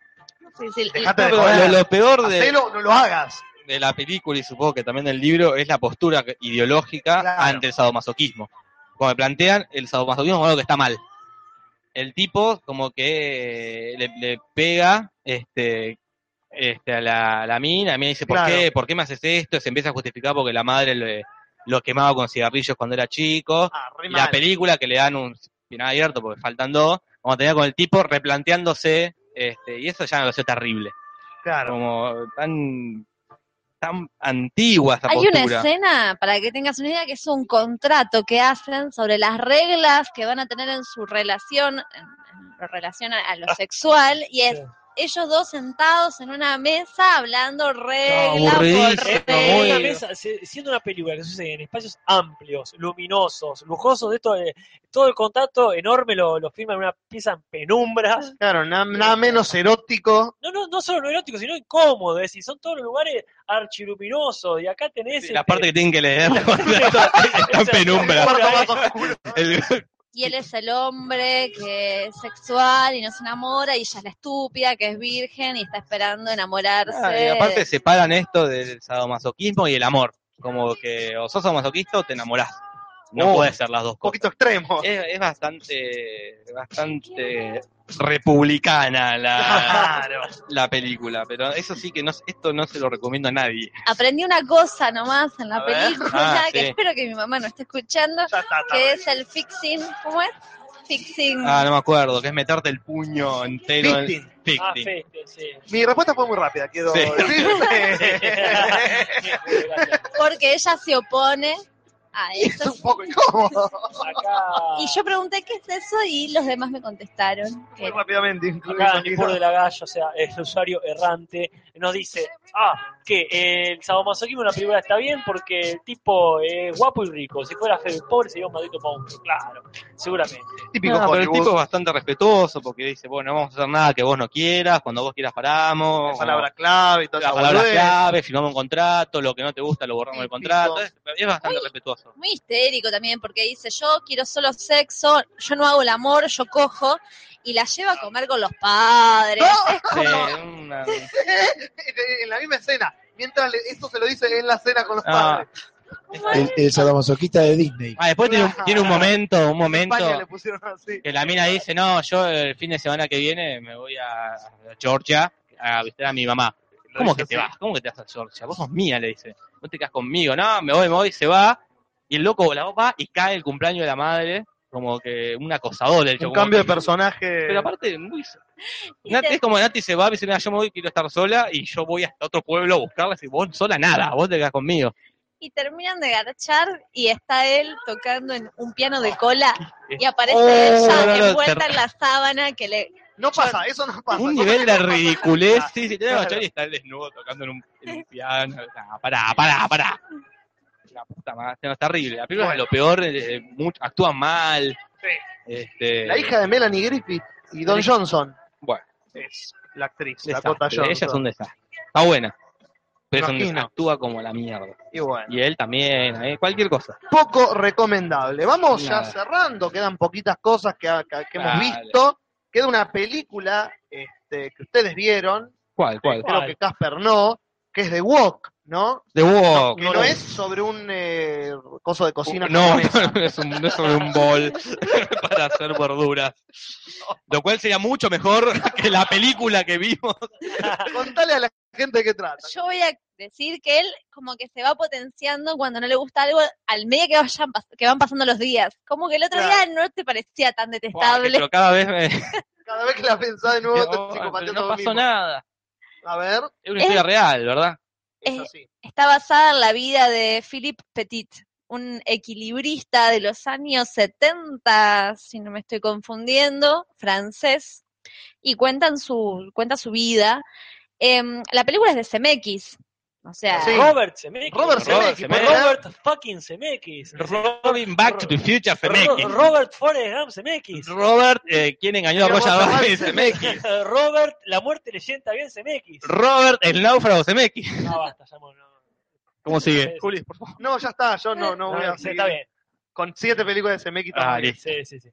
[SPEAKER 1] Sí, sí,
[SPEAKER 4] No,
[SPEAKER 2] dejate de
[SPEAKER 4] pero lo,
[SPEAKER 2] joder,
[SPEAKER 4] lo peor de,
[SPEAKER 2] hacelo, no lo hagas.
[SPEAKER 4] de la película y supongo que también del libro es la postura que- ideológica
[SPEAKER 2] Claro.
[SPEAKER 4] ante el sadomasoquismo. Como plantean el sadomasoquismo como algo que está mal. El tipo como que eh, le, le pega este, este, a la, a la mina, la mina dice, ¿por
[SPEAKER 2] Claro.
[SPEAKER 4] qué? ¿Por qué me haces esto? Se empieza a justificar porque la madre le- lo quemaba con cigarrillos cuando era chico.
[SPEAKER 2] Ah, re
[SPEAKER 4] Y
[SPEAKER 2] mal.
[SPEAKER 4] la película que le dan un final abierto porque faltan dos, vamos a tener con el tipo replanteándose, este, y eso ya me pareció terrible
[SPEAKER 2] Claro.
[SPEAKER 4] como tan tan antigua esa
[SPEAKER 1] Hay una
[SPEAKER 4] postura.
[SPEAKER 1] escena, para que tengas una idea, que es un contrato que hacen sobre las reglas que van a tener en su relación, en en relación a, a
[SPEAKER 4] Ah,
[SPEAKER 1] lo sexual, y es
[SPEAKER 3] Sí.
[SPEAKER 1] ellos dos sentados en una mesa hablando regla por
[SPEAKER 4] aburridísimo,
[SPEAKER 3] Eh, una
[SPEAKER 4] muy-
[SPEAKER 1] regla.
[SPEAKER 3] mesa, se- siendo una película que sucede en espacios amplios, luminosos, lujosos, de esto, eh, todo el contacto enorme lo, lo firma en una pieza en penumbra.
[SPEAKER 2] Claro, na- nada menos erótico.
[SPEAKER 3] No, no, no solo no erótico, sino incómodo, es decir, son todos los lugares archiluminosos, y acá tenés...
[SPEAKER 4] Sí, la
[SPEAKER 3] este,
[SPEAKER 4] parte que tienen que leer está
[SPEAKER 3] Esa-
[SPEAKER 4] en penumbra.
[SPEAKER 2] Cuarto más oscuro.
[SPEAKER 4] El-
[SPEAKER 1] y él es el hombre que es sexual y no se enamora, y ella es la estúpida, que es virgen y está esperando enamorarse.
[SPEAKER 4] Ah, y aparte separan esto del sadomasoquismo y el amor. Como que o sos sadomasoquista o te enamorás. No
[SPEAKER 2] Oh.
[SPEAKER 4] puede ser las dos
[SPEAKER 2] Un
[SPEAKER 4] cosas.
[SPEAKER 2] poquito extremo.
[SPEAKER 4] Es, es bastante, bastante republicana la, la película, pero eso sí que no, esto no se lo recomiendo a nadie.
[SPEAKER 1] Aprendí una cosa nomás en la
[SPEAKER 4] A ver.
[SPEAKER 1] película,
[SPEAKER 4] Ah,
[SPEAKER 1] que
[SPEAKER 4] sí.
[SPEAKER 1] espero que mi mamá no esté escuchando,
[SPEAKER 2] Ya está, está.
[SPEAKER 1] que es el fixing, ¿cómo es? Fixing.
[SPEAKER 4] Ah, no me acuerdo, que es meterte el puño entero en
[SPEAKER 2] Fisting.
[SPEAKER 3] Ah,
[SPEAKER 4] Fisting.
[SPEAKER 3] Feste, sí.
[SPEAKER 2] Mi respuesta fue muy rápida, quiero
[SPEAKER 4] Sí.
[SPEAKER 2] decirte.
[SPEAKER 3] Sí, gracias.
[SPEAKER 1] porque ella se opone a
[SPEAKER 2] es
[SPEAKER 1] eso.
[SPEAKER 2] un poco incómodo.
[SPEAKER 3] Acá,
[SPEAKER 1] Y yo pregunté qué es eso y los demás me contestaron. que
[SPEAKER 2] Muy rápidamente,
[SPEAKER 3] acá Nipur de
[SPEAKER 2] incluso.
[SPEAKER 3] la Gallo, o sea, el usuario errante, nos dice, ah, que el sadomasoquismo en la película está bien porque el tipo es guapo y rico, si fuera feo y pobre sería un maldito monstruo, claro, seguramente.
[SPEAKER 2] Típico
[SPEAKER 4] No, pero el
[SPEAKER 2] Hollywood.
[SPEAKER 4] tipo es bastante respetuoso porque dice, bueno, no vamos a hacer nada que vos no quieras, cuando vos quieras paramos.
[SPEAKER 2] la palabra clave y toda
[SPEAKER 4] la
[SPEAKER 2] esa
[SPEAKER 4] palabra
[SPEAKER 2] boludez.
[SPEAKER 4] clave, firmamos un contrato, lo que no te gusta lo borramos del
[SPEAKER 2] Típico.
[SPEAKER 4] contrato. Es, es bastante respetuoso.
[SPEAKER 1] muy histérico también porque dice yo quiero solo sexo, yo no hago el amor, yo cojo y la lleva a comer con los padres. Es como,
[SPEAKER 4] Sí, una-
[SPEAKER 2] en la misma escena. Mientras le- eso se lo dice en la escena con los
[SPEAKER 4] Ah.
[SPEAKER 2] padres.
[SPEAKER 6] El, el sadomasoquista de Disney.
[SPEAKER 4] Ah, después tiene un, tiene un momento, un
[SPEAKER 2] En España
[SPEAKER 4] momento
[SPEAKER 2] le pusieron así.
[SPEAKER 4] que la mina dice, no, yo el fin de semana que viene me voy a Georgia a visitar a mi mamá.
[SPEAKER 2] Lo
[SPEAKER 4] ¿Cómo
[SPEAKER 2] dice
[SPEAKER 4] que te
[SPEAKER 2] así.
[SPEAKER 4] vas? ¿Cómo que te vas a Georgia? Vos sos mía, le dice. Vos te quedas conmigo. No, me voy, me voy, se va. Y el loco la va y cae el cumpleaños de la madre, como que un acosador. le dice,
[SPEAKER 2] Un
[SPEAKER 4] como
[SPEAKER 2] cambio de
[SPEAKER 4] que-
[SPEAKER 2] personaje.
[SPEAKER 4] Pero aparte, muy...
[SPEAKER 1] Y
[SPEAKER 4] Nati-
[SPEAKER 1] te-
[SPEAKER 4] es como Nati se va y dice, mira, yo me voy, quiero estar sola, y yo voy hasta otro pueblo a buscarla, y vos sola nada, vos te quedás conmigo.
[SPEAKER 1] y terminan de garchar y está él tocando en un piano de cola y aparece
[SPEAKER 4] Oh,
[SPEAKER 1] ella
[SPEAKER 4] no, no,
[SPEAKER 1] envuelta
[SPEAKER 4] ter-
[SPEAKER 1] en la sábana que le
[SPEAKER 2] no pasa, eso no pasa.
[SPEAKER 4] un
[SPEAKER 2] Cosa
[SPEAKER 4] nivel
[SPEAKER 2] que
[SPEAKER 4] de
[SPEAKER 2] no pasa.
[SPEAKER 4] ridiculez, sí, sí, te
[SPEAKER 2] Claro.
[SPEAKER 4] y está el desnudo tocando en un, en un piano, nah, pará, pará, pará. La puta madre, no, es terrible, la película es lo peor, eh, mu- actúan mal.
[SPEAKER 2] Sí.
[SPEAKER 4] Este,
[SPEAKER 2] La hija de Melanie Griffith y Don
[SPEAKER 4] Sí.
[SPEAKER 2] Johnson
[SPEAKER 4] Bueno,
[SPEAKER 2] es la actriz,
[SPEAKER 4] desastre,
[SPEAKER 2] Dakota Johnson.
[SPEAKER 4] ella es un desastre. Está buena, pero es un
[SPEAKER 2] Imagino.
[SPEAKER 4] desastre, actúa como la mierda.
[SPEAKER 2] Y bueno,
[SPEAKER 4] Y él también, eh, cualquier cosa.
[SPEAKER 2] poco recomendable. Vamos ya
[SPEAKER 4] Nada.
[SPEAKER 2] cerrando, quedan poquitas cosas que, que- que hemos
[SPEAKER 4] Dale.
[SPEAKER 2] visto. Queda una película este, que ustedes vieron,
[SPEAKER 4] ¿Cuál, cuál?
[SPEAKER 2] creo que Casper no, que es The Walk, ¿no?
[SPEAKER 4] The Walk.
[SPEAKER 2] Que no, es sobre un eh, coso de cocina.
[SPEAKER 4] Uh, No,
[SPEAKER 2] japonesa.
[SPEAKER 4] no es, un, no es sobre un bol para hacer verduras. Lo cual sería mucho mejor que la película que vimos.
[SPEAKER 2] Contale a la gente que trata.
[SPEAKER 1] yo voy a decir que él como que se va potenciando cuando no le gusta algo al medio que vayan pas- que van pasando los días. Como que el otro
[SPEAKER 2] Claro.
[SPEAKER 1] día no te parecía tan detestable.
[SPEAKER 4] Pero cada vez me...
[SPEAKER 2] Cada vez que la pensás de nuevo, te
[SPEAKER 4] no
[SPEAKER 2] psicopateando
[SPEAKER 4] pasó
[SPEAKER 2] lo mismo.
[SPEAKER 4] nada.
[SPEAKER 2] A ver,
[SPEAKER 4] Es una historia real, ¿verdad?
[SPEAKER 2] es
[SPEAKER 1] Eh,
[SPEAKER 2] así.
[SPEAKER 1] Está basada en la vida de Philippe Petit, un equilibrista de los años 70, si no me estoy confundiendo, francés, y cuentan su, cuenta su vida. Em, la película es de Zemeckis, o sea,
[SPEAKER 2] Sí.
[SPEAKER 3] Robert Zemeckis.
[SPEAKER 2] Robert
[SPEAKER 4] Robert
[SPEAKER 2] Zemeckis,
[SPEAKER 4] Zemeckis.
[SPEAKER 2] ¿verdad?
[SPEAKER 3] Robert fucking Zemeckis.
[SPEAKER 4] Robin Back to the Future Zemeckis.
[SPEAKER 3] Ro- Robert Forrest Gump Zemeckis.
[SPEAKER 4] Robert, eh, ¿quién engañó a
[SPEAKER 2] Digamos,
[SPEAKER 4] Roger Rabbit?
[SPEAKER 2] avance.
[SPEAKER 4] Zemeckis.
[SPEAKER 3] Robert, la muerte le sienta bien Zemeckis.
[SPEAKER 4] Robert, el náufrago Zemeckis.
[SPEAKER 3] No, basta, ya mo- no.
[SPEAKER 4] ¿Cómo sigue?
[SPEAKER 3] Sí,
[SPEAKER 4] Juli, por favor.
[SPEAKER 2] No, ya está, yo no, no
[SPEAKER 3] No,
[SPEAKER 2] voy a
[SPEAKER 3] sí,
[SPEAKER 2] seguir.
[SPEAKER 3] está bien.
[SPEAKER 2] Con siete películas de CMX
[SPEAKER 4] Ah, listo.
[SPEAKER 3] Sí, sí, sí.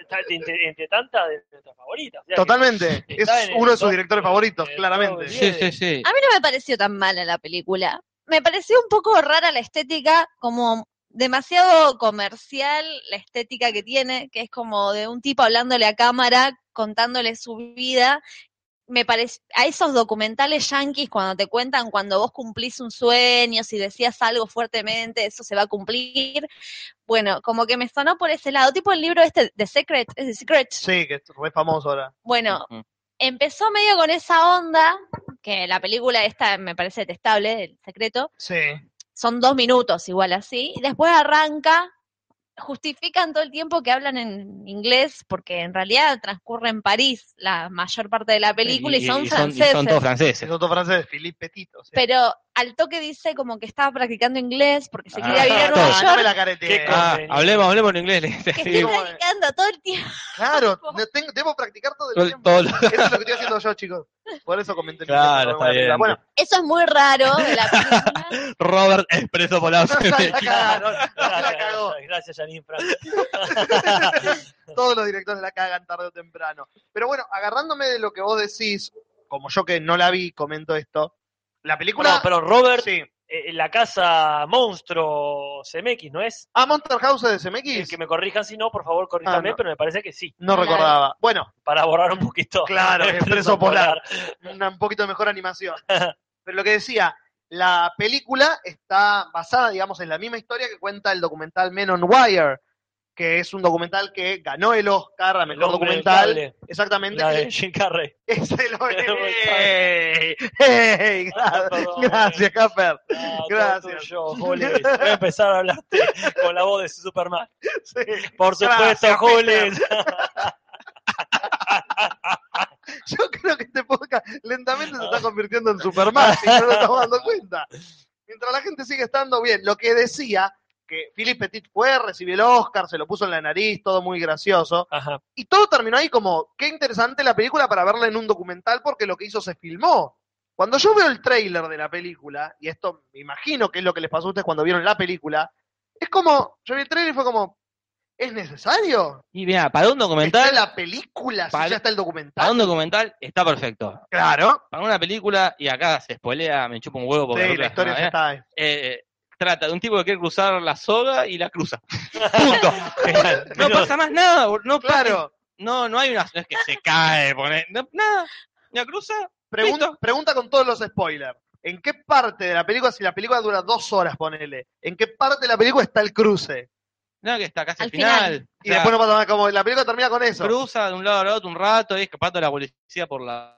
[SPEAKER 3] Está entre, entre tantas de nuestras favoritas. o sea que-
[SPEAKER 2] Totalmente. Es
[SPEAKER 3] Está en el
[SPEAKER 2] uno de sus
[SPEAKER 3] top-
[SPEAKER 2] directores favoritos,
[SPEAKER 3] en el top
[SPEAKER 2] claramente.
[SPEAKER 3] diez.
[SPEAKER 4] Sí, sí, sí.
[SPEAKER 1] A mí no me pareció tan mala la película. Me pareció un poco rara la estética, como demasiado comercial la estética que tiene, que es como de un tipo hablándole a cámara, contándole su vida. Me parece a esos documentales yanquis cuando te cuentan cuando vos cumplís un sueño, si decías algo fuertemente, eso se va a cumplir. Bueno, como que me sonó por ese lado, tipo el libro este The Secret, es The Secret.
[SPEAKER 2] Sí, que es re famoso ahora.
[SPEAKER 1] Bueno,
[SPEAKER 4] Ujú.
[SPEAKER 1] empezó medio con esa onda, que la película esta me parece detestable, El Secreto,
[SPEAKER 2] Sí.
[SPEAKER 1] son dos minutos igual así, y después arranca, justifican todo el tiempo que hablan en inglés, porque en realidad transcurre en París la mayor parte de la película y, son
[SPEAKER 4] y
[SPEAKER 1] franceses.
[SPEAKER 4] son todos franceses.
[SPEAKER 2] Es otro francés, Philippe Petit. o sea.
[SPEAKER 1] pero al toque dice como que estaba practicando inglés porque se
[SPEAKER 4] Ah,
[SPEAKER 1] quería vivir a
[SPEAKER 2] no,
[SPEAKER 1] Nueva
[SPEAKER 2] no me
[SPEAKER 1] York.
[SPEAKER 2] la caretees.
[SPEAKER 3] Qué cosa.
[SPEAKER 4] Ah, hablemos, hablemos en inglés. le dice
[SPEAKER 1] Que
[SPEAKER 4] así,
[SPEAKER 1] estoy practicando todo el tiempo.
[SPEAKER 2] Claro, no tengo, debo practicar todo el
[SPEAKER 4] todo-
[SPEAKER 2] tiempo.
[SPEAKER 4] todo lo-
[SPEAKER 2] Eso es lo que estoy haciendo yo, chicos. Por eso comenté. en mi
[SPEAKER 4] Claro,
[SPEAKER 2] teléfono
[SPEAKER 4] está
[SPEAKER 2] alguna
[SPEAKER 4] bien.
[SPEAKER 2] película. Bueno,
[SPEAKER 1] Eso es muy raro de la película.
[SPEAKER 4] Robert expreso por la
[SPEAKER 2] la cagaron, la cagó.
[SPEAKER 3] Gracias, Gracias, Janine Franco.
[SPEAKER 2] Todos los directores la cagan tarde o temprano. Pero bueno, agarrándome de lo que vos decís, como yo que no la vi, comento esto. La película.
[SPEAKER 3] Pero, pero Robert,
[SPEAKER 2] sí.
[SPEAKER 3] eh, la casa monstruo CMX, ¿no es?
[SPEAKER 2] Ah, Monster House de
[SPEAKER 3] Eh,
[SPEAKER 2] CMX.
[SPEAKER 3] Que me corrijan si no, por favor, corríjame,
[SPEAKER 2] Ah, no.
[SPEAKER 3] pero me parece que sí,
[SPEAKER 2] No recordaba. Bueno,
[SPEAKER 3] para borrar un poquito.
[SPEAKER 2] Claro,
[SPEAKER 3] el
[SPEAKER 2] Expreso Polar. una- un poquito de mejor animación. Pero lo que decía, la película está basada, digamos, en la misma historia que cuenta el documental Men on Wire, que es un documental que ganó el Oscar a
[SPEAKER 3] El
[SPEAKER 2] mejor
[SPEAKER 3] hombre del
[SPEAKER 2] documental.
[SPEAKER 3] cable,
[SPEAKER 2] Exactamente.
[SPEAKER 3] La de Jim Carrey.
[SPEAKER 2] Es el hombre.
[SPEAKER 3] El hombre del
[SPEAKER 2] ¡Ey! ¡Ey!
[SPEAKER 3] Ah, perdón.
[SPEAKER 2] Gracias, Capper.
[SPEAKER 3] Ah, todo
[SPEAKER 2] Gracias.
[SPEAKER 3] tuyo, Jules. Voy a empezar a hablarte con la voz de Superman.
[SPEAKER 2] Sí.
[SPEAKER 3] Por supuesto,
[SPEAKER 2] Gracias,
[SPEAKER 3] Jules.
[SPEAKER 2] Yo creo que este podcast lentamente se está convirtiendo en Superman y no nos estamos dando cuenta. Mientras la gente sigue estando bien, lo que decía que Philip Petit fue, recibió el Oscar, se lo puso en la nariz, todo muy gracioso.
[SPEAKER 3] Ajá.
[SPEAKER 2] Y todo terminó ahí como, qué interesante la película para verla en un documental porque lo que hizo se filmó. Cuando yo veo el tráiler de la película, y esto me imagino que es lo que les pasó a ustedes cuando vieron la película, es como, yo vi el tráiler y fue como, ¿es necesario?
[SPEAKER 4] Y mira, para un
[SPEAKER 2] ¿Está
[SPEAKER 4] documental,
[SPEAKER 2] la película? Si
[SPEAKER 4] Para-
[SPEAKER 2] ya está el
[SPEAKER 4] para
[SPEAKER 2] documental.
[SPEAKER 4] un documental está perfecto.
[SPEAKER 2] Claro.
[SPEAKER 4] Para una película, y acá se spoilea, me chupa un huevo porque
[SPEAKER 2] Sí,
[SPEAKER 4] creo que
[SPEAKER 2] la historia
[SPEAKER 4] una
[SPEAKER 2] ya
[SPEAKER 4] vez,
[SPEAKER 2] está ahí.
[SPEAKER 4] eh, trata de un tipo que quiere cruzar la soga y la cruza. Punto. no pasa más nada, bol- no pasa-
[SPEAKER 2] Claro.
[SPEAKER 4] No, no hay una. No es que se cae, pone. no, nada. La cruza.
[SPEAKER 2] Pregun-
[SPEAKER 4] Listo.
[SPEAKER 2] pregunta con todos los spoilers. ¿En qué parte de la película, si la película dura dos horas, ponele, en qué parte de la película está el cruce?
[SPEAKER 4] No, que está casi al
[SPEAKER 1] Al
[SPEAKER 4] final.
[SPEAKER 1] final.
[SPEAKER 2] Y después no pasa nada, como la película termina con eso.
[SPEAKER 4] cruza de un lado al otro un rato, y escapando de la policía por la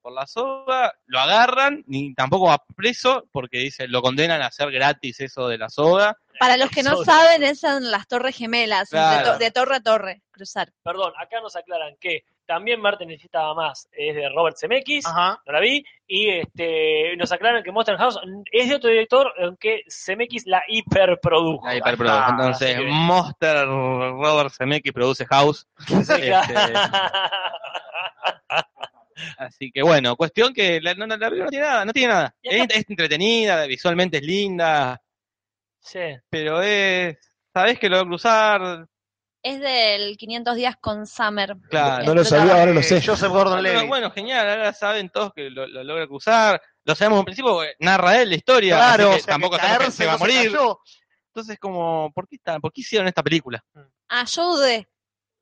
[SPEAKER 4] por la soga, lo agarran, ni tampoco va preso, porque dice, lo condenan a hacer gratis eso de la soga.
[SPEAKER 1] Para los que no
[SPEAKER 3] Eso-
[SPEAKER 1] saben, es en las Torres Gemelas, de
[SPEAKER 4] Claro.
[SPEAKER 1] to- de torre a torre, cruzar.
[SPEAKER 3] Perdón, acá nos aclaran que también Marte necesitaba más. Es de Robert Zemeckis.
[SPEAKER 2] Ajá.
[SPEAKER 3] no la vi. Y este, nos aclaran que Monster House es de otro director, aunque CMX la hiperprodujo.
[SPEAKER 4] Ahí para el producto.
[SPEAKER 2] Ah,
[SPEAKER 4] Entonces,
[SPEAKER 3] sí.
[SPEAKER 4] Monster Robert Zemeckis produce House. Este, así que bueno, cuestión que la, no, no- la película no tiene nada, no tiene nada.
[SPEAKER 3] Y acá-
[SPEAKER 4] Es, es entretenida, visualmente es linda,
[SPEAKER 3] Sí.
[SPEAKER 4] pero es... ¿Sabés que lo va a cruzar?
[SPEAKER 1] Es del 500 días con Summer.
[SPEAKER 4] Claro.
[SPEAKER 6] Ah, No lo sabía, ahora lo
[SPEAKER 2] Eh,
[SPEAKER 6] sé.
[SPEAKER 2] Joseph Gordon
[SPEAKER 4] Bueno,
[SPEAKER 2] Levy.
[SPEAKER 4] bueno, genial, ahora saben todos que lo, lo logra cruzar. Lo sabemos en principio, porque narra él la historia.
[SPEAKER 2] Claro,
[SPEAKER 4] así que
[SPEAKER 2] o sea,
[SPEAKER 4] tampoco
[SPEAKER 2] que
[SPEAKER 4] sabemos que
[SPEAKER 2] caerse
[SPEAKER 4] se va a
[SPEAKER 2] no
[SPEAKER 4] morir.
[SPEAKER 2] cayó.
[SPEAKER 4] Entonces, como, ¿por qué, está, ¿por qué hicieron esta película?
[SPEAKER 1] Ayude Ah,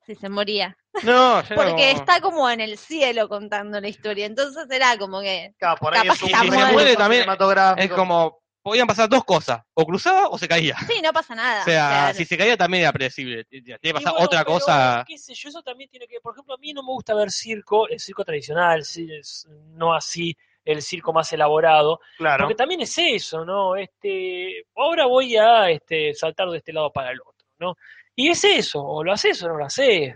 [SPEAKER 1] si se moría.
[SPEAKER 4] No, yo no-
[SPEAKER 1] Porque está como en el cielo contando la historia. Entonces era como que.
[SPEAKER 2] Claro, por ahí
[SPEAKER 1] Capaz
[SPEAKER 2] es un
[SPEAKER 1] que está
[SPEAKER 2] recurso
[SPEAKER 1] muerto.
[SPEAKER 4] Muere también,
[SPEAKER 2] cinematográfico.
[SPEAKER 4] Es como, podían pasar dos cosas: o cruzaba o se caía.
[SPEAKER 1] Sí, no pasa nada.
[SPEAKER 4] O sea,
[SPEAKER 1] Claro.
[SPEAKER 4] si se caía también era predecible. Tiene que pasar
[SPEAKER 3] Ah, Y bueno,
[SPEAKER 4] otra
[SPEAKER 3] pero,
[SPEAKER 4] cosa.
[SPEAKER 3] qué sé yo, eso también tiene que ver. Por ejemplo, a mí no me gusta ver circo, el circo tradicional, sí, es- no así el circo más elaborado.
[SPEAKER 2] Claro.
[SPEAKER 3] Porque también es eso, ¿no? Este, ahora voy a este, saltar de este lado para el otro, ¿no? Y es eso, o lo haces o no lo haces.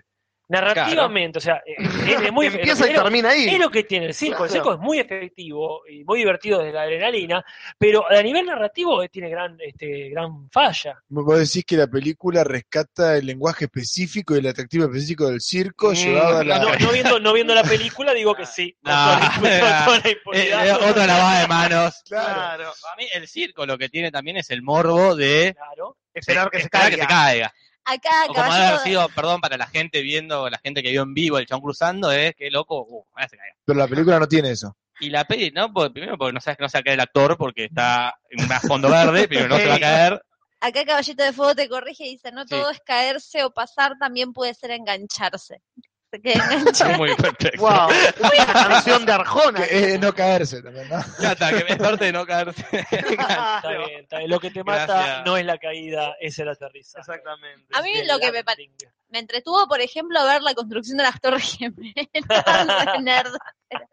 [SPEAKER 3] Narrativamente, o sea, e, es, es muy
[SPEAKER 2] Empieza y
[SPEAKER 3] es lo-
[SPEAKER 2] termina ahí.
[SPEAKER 3] Es lo que tiene el circo. El
[SPEAKER 2] Claro.
[SPEAKER 3] circo es muy efectivo y muy divertido desde la adrenalina, pero a nivel narrativo eh, tiene gran, este, gran falla.
[SPEAKER 6] Vos decís que la película rescata el lenguaje específico y el atractivo específico del circo,
[SPEAKER 4] Mm,
[SPEAKER 6] llevado a la...
[SPEAKER 3] No, no viendo, no viendo la película, digo que sí. Con toda la-
[SPEAKER 4] Ah,
[SPEAKER 3] con toda la
[SPEAKER 4] Eh,
[SPEAKER 3] impunidad.
[SPEAKER 4] eh, otra lavada de manos.
[SPEAKER 6] Claro.
[SPEAKER 4] Para mí, el circo lo que tiene también es el morbo de.
[SPEAKER 3] Claro.
[SPEAKER 2] Esperar que se
[SPEAKER 4] esperar
[SPEAKER 2] caiga.
[SPEAKER 4] se caiga.
[SPEAKER 1] Acá,
[SPEAKER 4] O como ha de haber
[SPEAKER 1] caballero.
[SPEAKER 4] sido, perdón, para la gente viendo, la gente que vio en vivo el chabón cruzando, es que loco, uh, ahora se caiga.
[SPEAKER 6] Pero la película no tiene eso.
[SPEAKER 4] Y la peli, ¿no? Porque, primero porque no sabes que no se va a caer el actor porque está en un fondo verde, pero no se va a caer.
[SPEAKER 1] Acá Caballito de Fuego te corrige y dice, no todo es caerse o pasar, también puede ser engancharse. Se queda enganchado.
[SPEAKER 4] Muy perfecto.
[SPEAKER 2] Wow, una canción de Arjona.
[SPEAKER 6] Que es no caerse también, ¿no?
[SPEAKER 4] Ya está, que es parte de no caerse.
[SPEAKER 3] Está
[SPEAKER 2] Claro,
[SPEAKER 3] bien, está bien. Lo que te mata
[SPEAKER 4] Gracias.
[SPEAKER 3] no es la caída, es el aterrizaje.
[SPEAKER 2] Exactamente.
[SPEAKER 1] A mí
[SPEAKER 3] Del
[SPEAKER 1] lo que me
[SPEAKER 3] landing.
[SPEAKER 1] Me entretuvo, por ejemplo, ver la construcción de las Torres Gemelas. de nerd. Pero,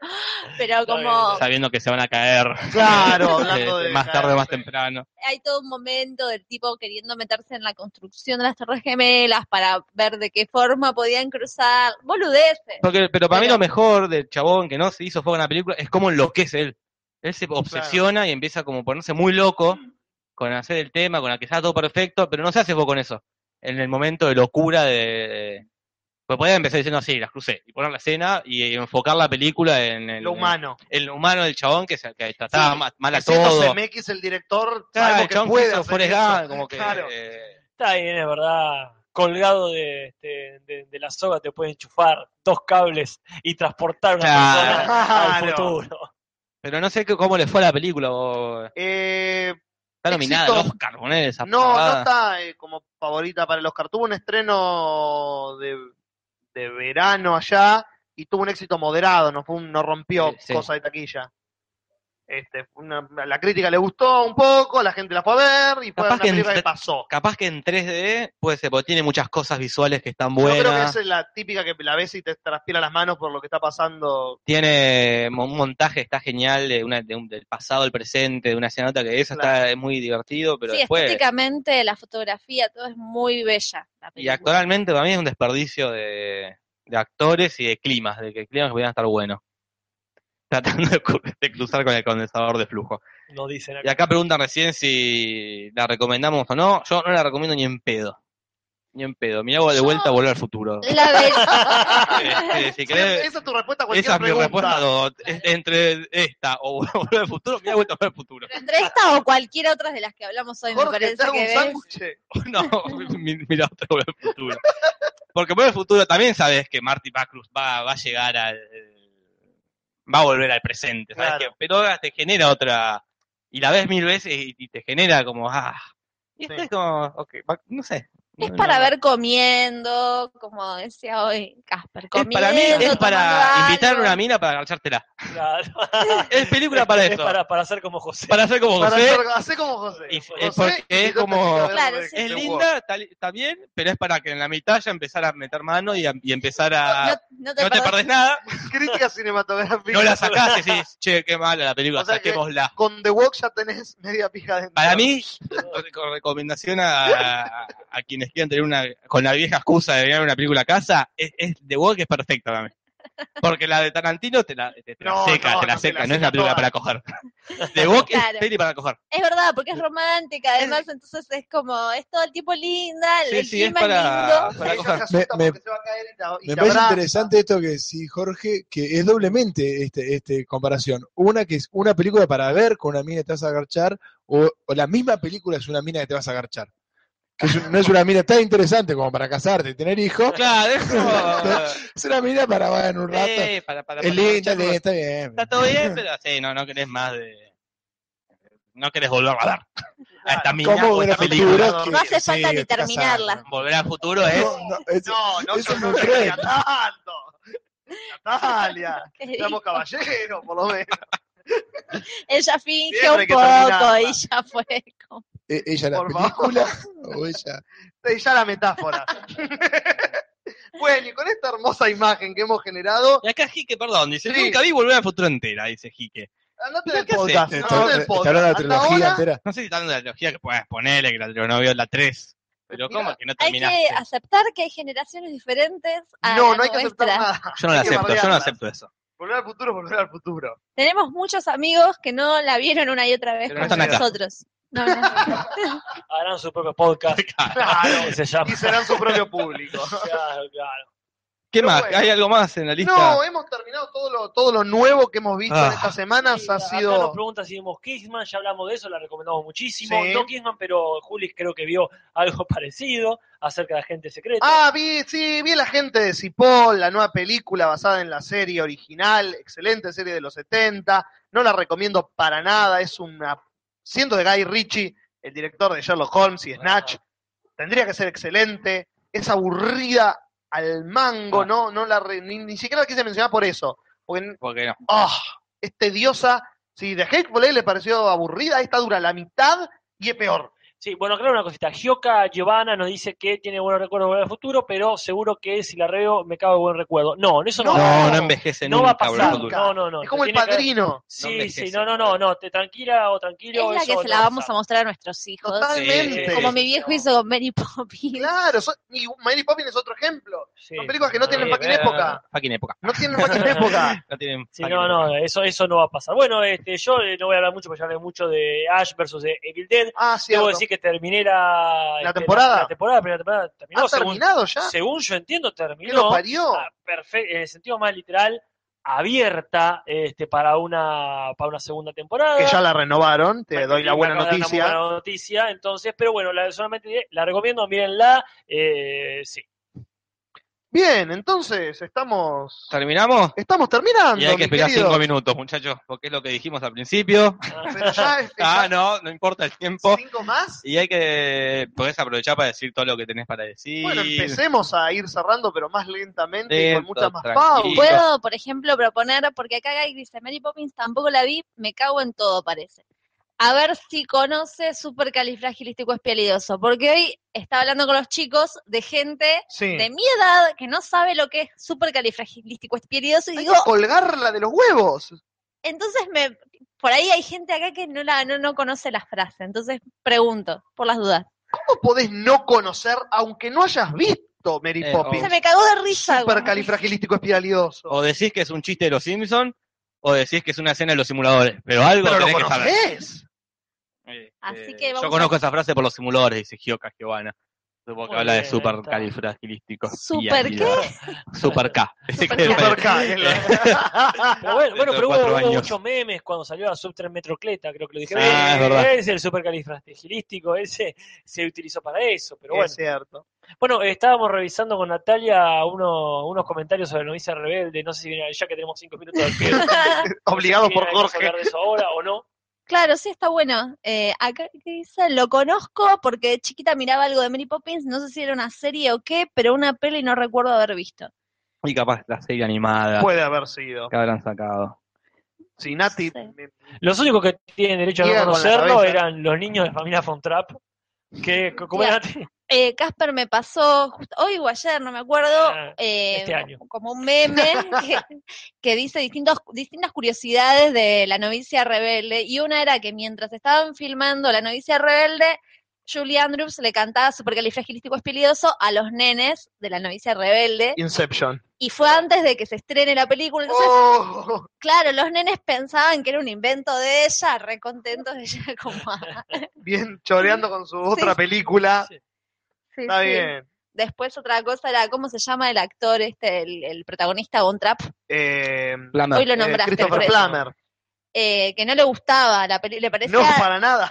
[SPEAKER 1] pero como
[SPEAKER 4] Sabiendo que se van a caer.
[SPEAKER 2] Claro, hablando
[SPEAKER 4] Eh,
[SPEAKER 2] de
[SPEAKER 4] más tarde o más
[SPEAKER 2] caerse.
[SPEAKER 4] temprano.
[SPEAKER 1] hay todo un momento del tipo queriendo meterse en la construcción de las Torres Gemelas para ver de qué forma podían cruzar. Boludeces.
[SPEAKER 4] Porque, pero para mí
[SPEAKER 1] Pero-
[SPEAKER 4] lo mejor del chabón que no se hizo fuego en la película es cómo enloquece él. Él se obsesiona y empieza como a ponerse muy loco con hacer el tema, con la que sea todo perfecto, pero no se hace vos con eso. En el momento de locura de... Pues podías empezar diciendo así, las crucé, y poner la escena y enfocar la película en el,
[SPEAKER 2] Lo humano.
[SPEAKER 4] el humano del chabón que, se, que trataba
[SPEAKER 2] Sí,
[SPEAKER 4] ma- mal a
[SPEAKER 2] Haciendo
[SPEAKER 4] todo.
[SPEAKER 2] CMX el director,
[SPEAKER 4] Claro,
[SPEAKER 2] algo
[SPEAKER 4] el
[SPEAKER 2] que
[SPEAKER 4] chabón
[SPEAKER 2] pueda
[SPEAKER 4] quiso
[SPEAKER 2] hacer
[SPEAKER 4] Forrest
[SPEAKER 2] eso.
[SPEAKER 4] Gump, como que,
[SPEAKER 2] Claro.
[SPEAKER 4] eh,
[SPEAKER 3] Está bien, es verdad. Colgado de, de- de- de la soga te puede enchufar dos cables y transportar a una
[SPEAKER 4] Claro.
[SPEAKER 3] persona al
[SPEAKER 2] Claro.
[SPEAKER 3] futuro.
[SPEAKER 4] pero no sé qué- cómo le fue a la película. o-
[SPEAKER 2] Eh,
[SPEAKER 4] Está nominada al
[SPEAKER 2] Éxito.
[SPEAKER 4] Oscar, poné esa
[SPEAKER 2] no, no
[SPEAKER 4] pavada.
[SPEAKER 2] está eh, como favorita para los Oscar. Tuvo un estreno de, de verano allá y tuvo un éxito moderado, no, fue un- no rompió
[SPEAKER 4] Sí, sí.
[SPEAKER 2] cosa de taquilla. Este, fue una- la crítica le gustó un poco, la gente la fue a ver y fue
[SPEAKER 4] Capaz
[SPEAKER 2] una
[SPEAKER 4] que en
[SPEAKER 2] película que
[SPEAKER 4] tre-
[SPEAKER 2] pasó.
[SPEAKER 4] Capaz que en 3D puede ser, porque tiene muchas cosas visuales que están
[SPEAKER 2] Yo creo que
[SPEAKER 4] buenas.
[SPEAKER 2] esa es la típica que la ves y te transpira las manos por lo que está pasando.
[SPEAKER 4] Tiene mo- un montaje, está genial, de una, de un- del pasado al presente, de una escena a otra, que esa está, es muy divertido, pero
[SPEAKER 1] sí,
[SPEAKER 4] después...
[SPEAKER 1] estéticamente, la fotografía, todo es muy bella. la
[SPEAKER 4] Y
[SPEAKER 1] película.
[SPEAKER 4] actualmente para mí es un desperdicio de, de actores y de climas, de que climas pudieran estar buenos. Tratando de, cu- de cruzar con el condensador de flujo.
[SPEAKER 3] No dicen
[SPEAKER 4] Y
[SPEAKER 3] acá.
[SPEAKER 4] acá preguntan recién si la recomendamos o no. Yo no la recomiendo ni en pedo. Ni en pedo. Mirá de vuelta a volver al futuro.
[SPEAKER 1] La
[SPEAKER 4] Este,
[SPEAKER 1] ver-
[SPEAKER 4] si
[SPEAKER 2] Sí,
[SPEAKER 4] querés,
[SPEAKER 2] esa es tu respuesta a cualquier
[SPEAKER 4] esa es mi
[SPEAKER 2] pregunta.
[SPEAKER 4] respuesta. no, es- entre esta o volver al futuro, mirá de vuelta a volver al futuro.
[SPEAKER 1] Pero entre esta o cualquier otra de las que hablamos hoy, me
[SPEAKER 2] Jorge,
[SPEAKER 1] parece
[SPEAKER 2] te hago
[SPEAKER 1] que
[SPEAKER 2] un
[SPEAKER 1] ves.
[SPEAKER 2] sándwich.
[SPEAKER 4] No, mi- mira otra volver al futuro. Porque volver al futuro también sabes que Marty Bacruz va, va a llegar al. va a volver al presente, ¿sabes?
[SPEAKER 2] Claro.
[SPEAKER 4] Que, pero ahora te genera otra. Y la ves mil veces y, y te genera como. ah. Y esto
[SPEAKER 2] Sí.
[SPEAKER 4] es como. ok, va- no sé.
[SPEAKER 1] Es
[SPEAKER 4] No,
[SPEAKER 1] para
[SPEAKER 4] no.
[SPEAKER 1] ver comiendo, como decía hoy Casper.
[SPEAKER 4] Es
[SPEAKER 1] Comiendo,
[SPEAKER 4] para mí, es para
[SPEAKER 1] tomando
[SPEAKER 4] invitar a
[SPEAKER 1] algo.
[SPEAKER 4] una mina para agachártela.
[SPEAKER 3] Claro.
[SPEAKER 4] Es película para
[SPEAKER 3] Es
[SPEAKER 4] eso. Para,
[SPEAKER 3] para, para hacer como José.
[SPEAKER 4] hacer como
[SPEAKER 2] Para
[SPEAKER 4] José.
[SPEAKER 2] hacer- hacé como José.
[SPEAKER 4] Y-
[SPEAKER 2] José
[SPEAKER 4] es porque es
[SPEAKER 2] invitó a
[SPEAKER 4] como-
[SPEAKER 2] Tacita a ver
[SPEAKER 1] Claro,
[SPEAKER 2] de-
[SPEAKER 1] sí.
[SPEAKER 4] Es
[SPEAKER 2] de
[SPEAKER 4] linda, está, li- está bien, pero es para que en la mitad ya empezar a meter mano y, a- y empezar a.
[SPEAKER 1] No, no te
[SPEAKER 4] no te
[SPEAKER 1] perdés.
[SPEAKER 4] perdés nada.
[SPEAKER 2] Word. Crítica cinematográfica.
[SPEAKER 4] no la sacaste, sí, che, qué mala la película,
[SPEAKER 2] O sea que-
[SPEAKER 4] saquémosla.
[SPEAKER 2] Con The Walk ya tenés media pija dentro.
[SPEAKER 4] Para mí, con recomendación a, a- a quienes quieran tener una, con la vieja excusa de ver una película a casa, es, es The Walk es perfecta para mí. Porque la de Tarantino te la, te- te la
[SPEAKER 2] No,
[SPEAKER 4] seca,
[SPEAKER 2] no,
[SPEAKER 4] te la
[SPEAKER 2] no, te
[SPEAKER 4] seca,
[SPEAKER 2] la
[SPEAKER 4] no es
[SPEAKER 2] seca
[SPEAKER 4] una película
[SPEAKER 2] toda.
[SPEAKER 4] para coger. The Walk
[SPEAKER 1] Claro.
[SPEAKER 4] es peli para coger.
[SPEAKER 1] Es verdad, porque es romántica, además, entonces es como, es todo el tiempo linda, el
[SPEAKER 4] Sí, sí, es
[SPEAKER 1] clima
[SPEAKER 4] para,
[SPEAKER 1] lindo.
[SPEAKER 4] para
[SPEAKER 2] Ella
[SPEAKER 4] coger.
[SPEAKER 2] se asusta
[SPEAKER 6] Me- me-
[SPEAKER 2] porque se va a caer y la- y
[SPEAKER 6] Me
[SPEAKER 2] te
[SPEAKER 6] parece
[SPEAKER 2] abraza.
[SPEAKER 6] interesante esto que sí, Jorge, que es doblemente este, este comparación. Una que es una película para ver con una mina que te vas a agarchar, o, o la misma película es una mina que te vas a agarchar. Que es un- no es una mina tan interesante como para casarte y tener hijos,
[SPEAKER 4] Claro, es como-
[SPEAKER 6] es una mina para bueno, un rato.
[SPEAKER 4] Eh, para- para-
[SPEAKER 6] es
[SPEAKER 4] para-
[SPEAKER 6] linda,
[SPEAKER 4] para-
[SPEAKER 6] está bien.
[SPEAKER 4] Está todo bien, pero sí, no, no querés más de. No querés volver a ver a esta mina
[SPEAKER 6] ¿Cómo
[SPEAKER 4] o esta
[SPEAKER 6] una
[SPEAKER 4] película.
[SPEAKER 6] película que-
[SPEAKER 1] No hace falta
[SPEAKER 6] que
[SPEAKER 1] ni
[SPEAKER 6] te casás?
[SPEAKER 1] terminarla.
[SPEAKER 4] Volver al futuro es.
[SPEAKER 6] No, ¿Eh? no, es-
[SPEAKER 2] No, no,
[SPEAKER 6] Eso
[SPEAKER 2] yo
[SPEAKER 6] es
[SPEAKER 2] no
[SPEAKER 6] muy
[SPEAKER 2] quería
[SPEAKER 6] cruel.
[SPEAKER 2] tanto. Natalia,
[SPEAKER 1] Que
[SPEAKER 2] seamos caballeros, por lo menos.
[SPEAKER 1] Ella finge
[SPEAKER 2] Siempre
[SPEAKER 1] un
[SPEAKER 2] hay que terminarla.
[SPEAKER 1] poco y ya fue como...
[SPEAKER 6] e- ella la
[SPEAKER 2] Por favor.
[SPEAKER 6] película o ella.
[SPEAKER 2] Y ya la metáfora. bueno, y con esta hermosa imagen que hemos generado,
[SPEAKER 4] Y acá Jique, perdón, dice,
[SPEAKER 2] Sí.
[SPEAKER 4] nunca vi volver al futuro entera, dice Jique.
[SPEAKER 2] andate
[SPEAKER 4] Mirá
[SPEAKER 2] del
[SPEAKER 4] qué
[SPEAKER 2] podcast.
[SPEAKER 4] haces,
[SPEAKER 6] Está,
[SPEAKER 2] Andate del
[SPEAKER 6] está
[SPEAKER 2] podcast.
[SPEAKER 6] hablando de la
[SPEAKER 2] Hasta
[SPEAKER 6] trilogía
[SPEAKER 2] ahora,
[SPEAKER 6] entera.
[SPEAKER 4] No sé si está hablando de la trilogía que puedes ponerle, que la trilogía no vio la 3, pero
[SPEAKER 2] Mirá,
[SPEAKER 4] ¿cómo que no
[SPEAKER 1] Hay que
[SPEAKER 4] terminaste?
[SPEAKER 1] aceptar que hay generaciones diferentes a
[SPEAKER 2] no,
[SPEAKER 1] la
[SPEAKER 2] no hay que aceptar
[SPEAKER 1] nuestra.
[SPEAKER 2] nada.
[SPEAKER 4] Ah, Yo no la
[SPEAKER 2] hay que
[SPEAKER 4] acepto, yo no
[SPEAKER 2] bardearla.
[SPEAKER 4] acepto eso.
[SPEAKER 2] Volver al futuro, volver al futuro.
[SPEAKER 1] Tenemos muchos amigos que no la vieron una y otra vez
[SPEAKER 4] Pero
[SPEAKER 2] no
[SPEAKER 1] como
[SPEAKER 2] están acá.
[SPEAKER 1] nosotros. No, no.
[SPEAKER 3] Harán su propio podcast.
[SPEAKER 2] Claro.
[SPEAKER 3] que se llama.
[SPEAKER 2] Y serán su propio público.
[SPEAKER 3] Claro, claro.
[SPEAKER 4] ¿Qué
[SPEAKER 2] Pero
[SPEAKER 4] más?
[SPEAKER 2] bueno.
[SPEAKER 4] ¿Hay algo más en la lista?
[SPEAKER 2] No, hemos terminado todo lo, todo lo nuevo que hemos visto en
[SPEAKER 4] Ah.
[SPEAKER 2] estas semanas.
[SPEAKER 3] Sí,
[SPEAKER 2] ha
[SPEAKER 3] acá
[SPEAKER 2] sido.
[SPEAKER 3] nos pregunta si vimos Kingsman, ya hablamos de eso, la recomendamos muchísimo.
[SPEAKER 2] Sí.
[SPEAKER 3] No Kingsman, pero Juli creo que vio algo parecido acerca de Agente Secreto.
[SPEAKER 2] Ah, vi, sí, vi la gente de Cipoll, la nueva película basada en la serie original, excelente serie de los 70. No la recomiendo para nada, es una. Siendo de Guy Ritchie, el director de Sherlock Holmes y Snatch, tendría que ser excelente. Es aburrida al mango, no, no la re- ni, ni siquiera la quise mencionar por eso. Porque
[SPEAKER 4] Porque no.
[SPEAKER 2] ah, es tediosa. Si The Hateful Eight le pareció aburrida, esta dura la mitad y es peor.
[SPEAKER 3] Sí, bueno, claro, una cosita. Gioca Giovanna nos dice que tiene buenos recuerdos de Volver al futuro, pero seguro que si la reo me cago de buen recuerdo. No, eso no,
[SPEAKER 2] No,
[SPEAKER 3] va a
[SPEAKER 4] No,
[SPEAKER 3] pasar.
[SPEAKER 4] no envejece
[SPEAKER 3] No
[SPEAKER 4] nunca.
[SPEAKER 3] va a pasar.
[SPEAKER 4] Volver al Futuro.
[SPEAKER 3] No, no, no.
[SPEAKER 2] Es como el
[SPEAKER 3] Tiene que-
[SPEAKER 2] padrino.
[SPEAKER 3] Sí,
[SPEAKER 4] envejece.
[SPEAKER 3] sí, no, no, no, no. Te tranquila o
[SPEAKER 1] Es
[SPEAKER 3] tranquilo.
[SPEAKER 1] la que
[SPEAKER 3] eso
[SPEAKER 1] se
[SPEAKER 3] no
[SPEAKER 1] la
[SPEAKER 3] va a
[SPEAKER 1] vamos a
[SPEAKER 3] pasar.
[SPEAKER 1] mostrar a nuestros hijos.
[SPEAKER 2] Totalmente.
[SPEAKER 1] Como mi viejo hizo con Mary Poppins.
[SPEAKER 2] Claro, son- y Mary Poppins es otro ejemplo.
[SPEAKER 3] Sí.
[SPEAKER 2] Son películas que no tienen
[SPEAKER 4] Sí,
[SPEAKER 2] fucking
[SPEAKER 4] no, no, no,
[SPEAKER 2] época.
[SPEAKER 4] no, Fucking época.
[SPEAKER 2] No tienen fucking época.
[SPEAKER 4] No tienen
[SPEAKER 3] Sí,
[SPEAKER 4] fucking
[SPEAKER 3] no,
[SPEAKER 4] época.
[SPEAKER 3] no, eso, eso no va a pasar. Bueno, este, yo eh, no voy a hablar mucho, porque ya hablé mucho de Ash versus de Evil Dead.
[SPEAKER 2] Ah,
[SPEAKER 3] Debo
[SPEAKER 2] cierto.
[SPEAKER 3] decir que terminé la, este,
[SPEAKER 2] temporada?
[SPEAKER 3] La, temporada, la primera temporada terminó.
[SPEAKER 2] ¿Ha
[SPEAKER 3] según,
[SPEAKER 2] terminado ya?
[SPEAKER 3] según yo entiendo,
[SPEAKER 2] ¿Qué lo
[SPEAKER 3] terminó.
[SPEAKER 2] parió?
[SPEAKER 3] Ah, perfe- en el sentido más literal, abierta este, para, una, para una segunda temporada.
[SPEAKER 2] Que ya la renovaron, te
[SPEAKER 3] Bueno,
[SPEAKER 2] doy la
[SPEAKER 3] me
[SPEAKER 2] buena
[SPEAKER 3] acaba de dar
[SPEAKER 2] noticia.
[SPEAKER 3] Una buena noticia, entonces, pero bueno, la, solamente diré, la recomiendo, mírenla. Eh, sí.
[SPEAKER 2] Bien, entonces estamos
[SPEAKER 4] ¿Terminamos?
[SPEAKER 2] estamos terminando,
[SPEAKER 4] Y hay que
[SPEAKER 2] mi
[SPEAKER 4] esperar
[SPEAKER 2] querido.
[SPEAKER 4] cinco minutos, muchachos, porque es lo que dijimos al principio.
[SPEAKER 2] Pero ya es,
[SPEAKER 4] Ah,
[SPEAKER 2] ya-
[SPEAKER 4] no, no importa el tiempo.
[SPEAKER 2] cinco más.
[SPEAKER 4] Y hay que. Podés aprovechar para decir todo lo que tenés para decir.
[SPEAKER 2] Bueno, empecemos a ir cerrando, pero más lentamente y con
[SPEAKER 4] Lento,
[SPEAKER 2] mucha más
[SPEAKER 4] tranquilo.
[SPEAKER 2] pausa.
[SPEAKER 1] Puedo, por ejemplo, proponer, porque acá Guy dice, Mary Poppins tampoco la vi, me cago en todo, parece. A ver si conoce Supercalifragilístico Espialidoso, porque hoy estaba hablando con los chicos de gente
[SPEAKER 2] Sí.
[SPEAKER 1] de mi edad que no sabe lo que es Supercalifragilístico Espialidodoso y
[SPEAKER 2] Hay
[SPEAKER 1] digo,
[SPEAKER 2] que colgarla de los huevos.
[SPEAKER 1] entonces me por ahí hay gente acá que no la no, no conoce las frases, entonces pregunto por las dudas.
[SPEAKER 2] ¿Cómo podés no conocer, aunque no hayas visto Mary
[SPEAKER 4] Eh,
[SPEAKER 1] Se
[SPEAKER 2] Poppins?
[SPEAKER 1] me cagó de risa. güey.
[SPEAKER 2] Supercalifragilístico espiralidoso.
[SPEAKER 4] O decís que es un chiste de los Simpsons, o decís que es una escena de los simuladores. Pero algo
[SPEAKER 2] Pero lo
[SPEAKER 4] tenés que saber.
[SPEAKER 2] conocés.
[SPEAKER 4] Eh,
[SPEAKER 1] Así
[SPEAKER 4] eh,
[SPEAKER 1] que vamos
[SPEAKER 4] yo
[SPEAKER 1] a-
[SPEAKER 4] conozco esa frase por los simuladores, dice Gioca Giovanna. Supongo que
[SPEAKER 3] Muy
[SPEAKER 4] habla de
[SPEAKER 3] bien, ahí
[SPEAKER 4] super
[SPEAKER 3] está.
[SPEAKER 4] califragilístico.
[SPEAKER 1] ¿Super qué?
[SPEAKER 4] Super K. Ese
[SPEAKER 1] Super
[SPEAKER 4] que-
[SPEAKER 2] Super K, es lo-
[SPEAKER 3] Pero bueno, bueno,
[SPEAKER 4] Dentro de
[SPEAKER 3] pero hubo,
[SPEAKER 4] cuatro
[SPEAKER 3] hubo
[SPEAKER 4] años.
[SPEAKER 3] muchos memes cuando salió la sub 3 metrocleta, creo que lo dije.
[SPEAKER 4] Ah, es verdad.
[SPEAKER 3] Es el supercalifragilístico, ese se utilizó para eso, pero bueno.
[SPEAKER 2] Es cierto.
[SPEAKER 3] Bueno, eh, estábamos revisando con Natalia uno- unos comentarios sobre Novicia Rebelde, no sé si viene- ya que tenemos cinco minutos al pie.
[SPEAKER 2] Obligado
[SPEAKER 3] si
[SPEAKER 2] por
[SPEAKER 3] viene- vamos a
[SPEAKER 2] Jorge.
[SPEAKER 3] hablar de eso ahora o no.
[SPEAKER 1] Claro, sí, está bueno. Eh, acá que dice, lo conozco porque de chiquita miraba algo de Mary Poppins, no sé si era una serie o qué, pero una peli no recuerdo haber visto.
[SPEAKER 4] Y capaz la serie animada
[SPEAKER 2] Puede haber sido.
[SPEAKER 4] que habrán sacado.
[SPEAKER 2] Si Nati
[SPEAKER 1] Sí.
[SPEAKER 2] me-
[SPEAKER 3] Los únicos que tienen derecho a no
[SPEAKER 2] Llega con la
[SPEAKER 3] conocerlo
[SPEAKER 2] cabeza.
[SPEAKER 3] eran los niños de la familia Fontrap, que, como era
[SPEAKER 1] Eh, Casper me pasó justo hoy o ayer, no me acuerdo,
[SPEAKER 3] Ah,
[SPEAKER 1] eh,
[SPEAKER 3] este año.
[SPEAKER 1] como un meme que, que dice distintos, distintas curiosidades de la novicia rebelde. Y una era que mientras estaban filmando la novicia rebelde, Julie Andrews le cantaba supercalifragilístico espilidoso a los nenes de la novicia rebelde.
[SPEAKER 2] Inception.
[SPEAKER 1] Y fue antes de que se estrene la película. Entonces,
[SPEAKER 2] Oh,
[SPEAKER 1] claro, los nenes pensaban que era un invento de ella, recontentos de ella como... ah,
[SPEAKER 2] bien choreando con su otra película.
[SPEAKER 3] Sí.
[SPEAKER 1] sí,
[SPEAKER 2] Está
[SPEAKER 1] sí.
[SPEAKER 2] bien.
[SPEAKER 1] Después otra cosa era, ¿cómo se llama el actor, este, el, el protagonista Von Trapp?
[SPEAKER 2] Eh,
[SPEAKER 1] Hoy lo
[SPEAKER 2] eh,
[SPEAKER 1] nombraste. por
[SPEAKER 2] Christopher
[SPEAKER 1] eso.
[SPEAKER 2] Plummer.
[SPEAKER 1] Eh, que no le gustaba la peli, le parecía,
[SPEAKER 2] No,
[SPEAKER 1] no,
[SPEAKER 2] para nada.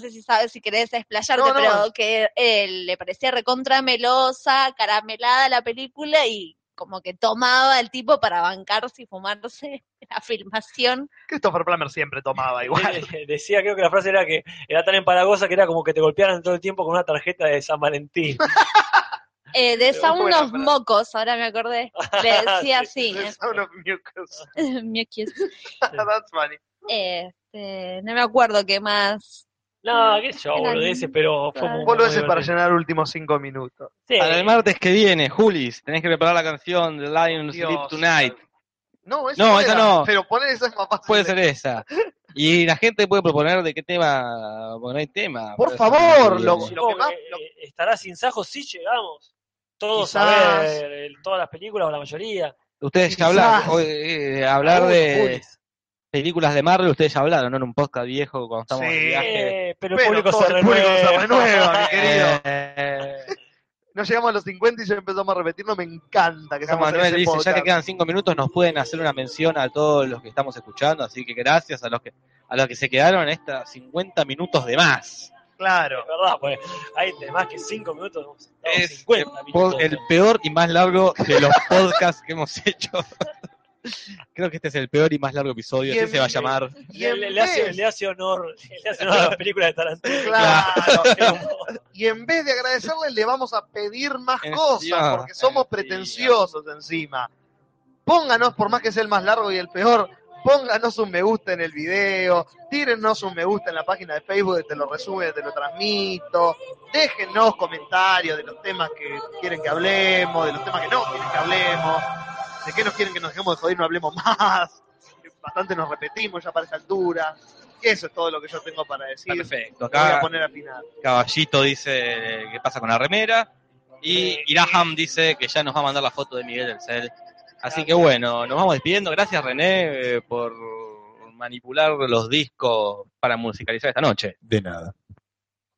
[SPEAKER 1] sé si sabes si querés desplayarte,
[SPEAKER 2] No, no.
[SPEAKER 1] pero que eh, le parecía recontra melosa, caramelada la película y como que tomaba el tipo para bancarse y fumarse la filmación.
[SPEAKER 2] Christopher Plummer siempre tomaba igual.
[SPEAKER 3] Eh, Decía, creo que la frase era que era tan empalagosa que era como que te golpearan todo el tiempo con una tarjeta de San Valentín.
[SPEAKER 1] Eh, de
[SPEAKER 2] Pero
[SPEAKER 1] esa
[SPEAKER 2] bueno,
[SPEAKER 1] unos
[SPEAKER 2] para-
[SPEAKER 1] mocos, ahora me acordé. Le decía así.
[SPEAKER 2] The Sound of Mucus.
[SPEAKER 1] eh. Miokis.
[SPEAKER 2] That's funny.
[SPEAKER 1] Este, no me acuerdo qué más.
[SPEAKER 3] No, qué sé yo,
[SPEAKER 1] Eran-
[SPEAKER 3] boludeces, pero fue muy,
[SPEAKER 2] Vos lo
[SPEAKER 3] muy
[SPEAKER 2] haces para
[SPEAKER 3] divertido.
[SPEAKER 2] llenar últimos cinco minutos.
[SPEAKER 3] Sí.
[SPEAKER 4] Para el martes que viene, Julis, tenés que preparar la canción The Lion
[SPEAKER 2] Dios.
[SPEAKER 4] Sleep Tonight.
[SPEAKER 2] No, esa
[SPEAKER 4] No,
[SPEAKER 2] no,
[SPEAKER 4] esa
[SPEAKER 2] era,
[SPEAKER 4] no.
[SPEAKER 2] Pero poner esa es más fácil.
[SPEAKER 4] Puede ser esa. Y la gente puede proponer de qué tema, porque no hay tema.
[SPEAKER 2] Por
[SPEAKER 4] Puede
[SPEAKER 2] favor,
[SPEAKER 4] ser-
[SPEAKER 2] loco.
[SPEAKER 3] Supongo
[SPEAKER 2] Lo que más-
[SPEAKER 3] que, eh, estará sin sajo si llegamos. Todos a
[SPEAKER 2] Quizás.
[SPEAKER 3] ver eh, todas las películas o la mayoría.
[SPEAKER 4] Ustedes ya
[SPEAKER 2] Quizás.
[SPEAKER 4] hablaron, hoy, eh, hablar
[SPEAKER 3] Algunos,
[SPEAKER 4] de
[SPEAKER 3] Julis.
[SPEAKER 4] películas de Marvel, ustedes ya hablaron, ¿no? En un podcast viejo cuando estamos
[SPEAKER 2] Sí.
[SPEAKER 4] en viaje.
[SPEAKER 3] Eh, pero el
[SPEAKER 2] Pero
[SPEAKER 3] público,
[SPEAKER 2] todo
[SPEAKER 3] se,
[SPEAKER 2] el público
[SPEAKER 3] renueva.
[SPEAKER 2] se renueva, mi querido.
[SPEAKER 4] Eh,
[SPEAKER 2] No llegamos a los 50 y ya empezamos a repetirnos. Me encanta que
[SPEAKER 4] Acá
[SPEAKER 2] estamos en
[SPEAKER 4] Manuel
[SPEAKER 2] ese
[SPEAKER 4] dice, ya
[SPEAKER 2] podcast.
[SPEAKER 4] que quedan cinco minutos, nos pueden hacer una mención a todos los que estamos escuchando, así que gracias a los que a los que se quedaron estas 50 minutos de más.
[SPEAKER 2] Claro.
[SPEAKER 3] Es verdad, pues hay de más que 5 minutos. hemos estado
[SPEAKER 4] Es
[SPEAKER 3] 50 minutos.
[SPEAKER 4] El peor y más largo de los podcasts que hemos hecho. Creo que este es el peor y más largo episodio, así se va a llamar.
[SPEAKER 2] Y
[SPEAKER 3] le,
[SPEAKER 2] en
[SPEAKER 3] le- le hace,
[SPEAKER 2] vez-
[SPEAKER 3] le hace honor, le hace honor a las películas de Tarantino.
[SPEAKER 2] Claro.
[SPEAKER 3] Pero,
[SPEAKER 2] Y en vez de agradecerle, le vamos a pedir más
[SPEAKER 4] Encima, eh,
[SPEAKER 2] cosas, porque somos
[SPEAKER 4] encima.
[SPEAKER 2] pretenciosos encima. Pónganos, por más que sea el más largo y el peor, pónganos un me gusta en el video, tírennos un me gusta en la página de Facebook de Te lo resume, de Te lo transmito, déjennos comentarios de los temas que quieren que hablemos, de los temas que no quieren que hablemos, de qué nos quieren que nos dejemos de joder y no hablemos más, bastante nos repetimos ya para esa altura, y eso es todo lo que yo tengo para decir.
[SPEAKER 4] Perfecto.
[SPEAKER 2] Me Voy a
[SPEAKER 4] Acá
[SPEAKER 2] poner a final.
[SPEAKER 4] Caballito dice qué pasa con la remera. Y Iraham dice que ya nos va a mandar la foto de Miguel del Cel. Así que bueno, nos vamos despidiendo. Gracias René eh, por manipular los discos para musicalizar esta noche.
[SPEAKER 6] De nada.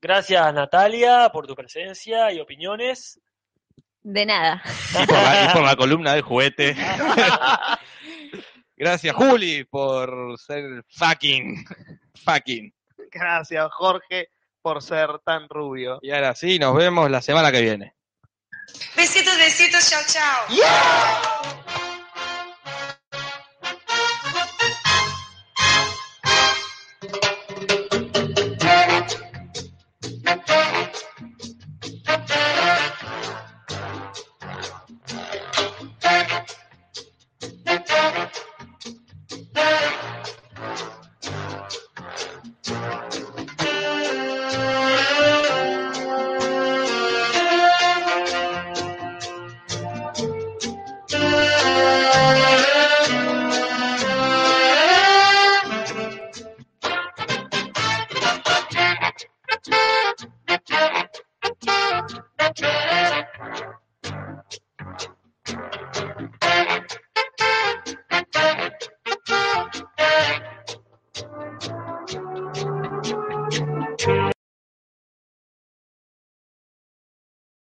[SPEAKER 3] Gracias, Natalia, por tu presencia y opiniones.
[SPEAKER 1] De nada.
[SPEAKER 4] Y por la, y por la columna del juguete. Gracias Juli por ser fucking. Fucking.
[SPEAKER 2] Gracias, Jorge, por ser tan rubio.
[SPEAKER 4] Y ahora sí, nos vemos la semana que viene.
[SPEAKER 7] Besitos, besitos, chao, chao.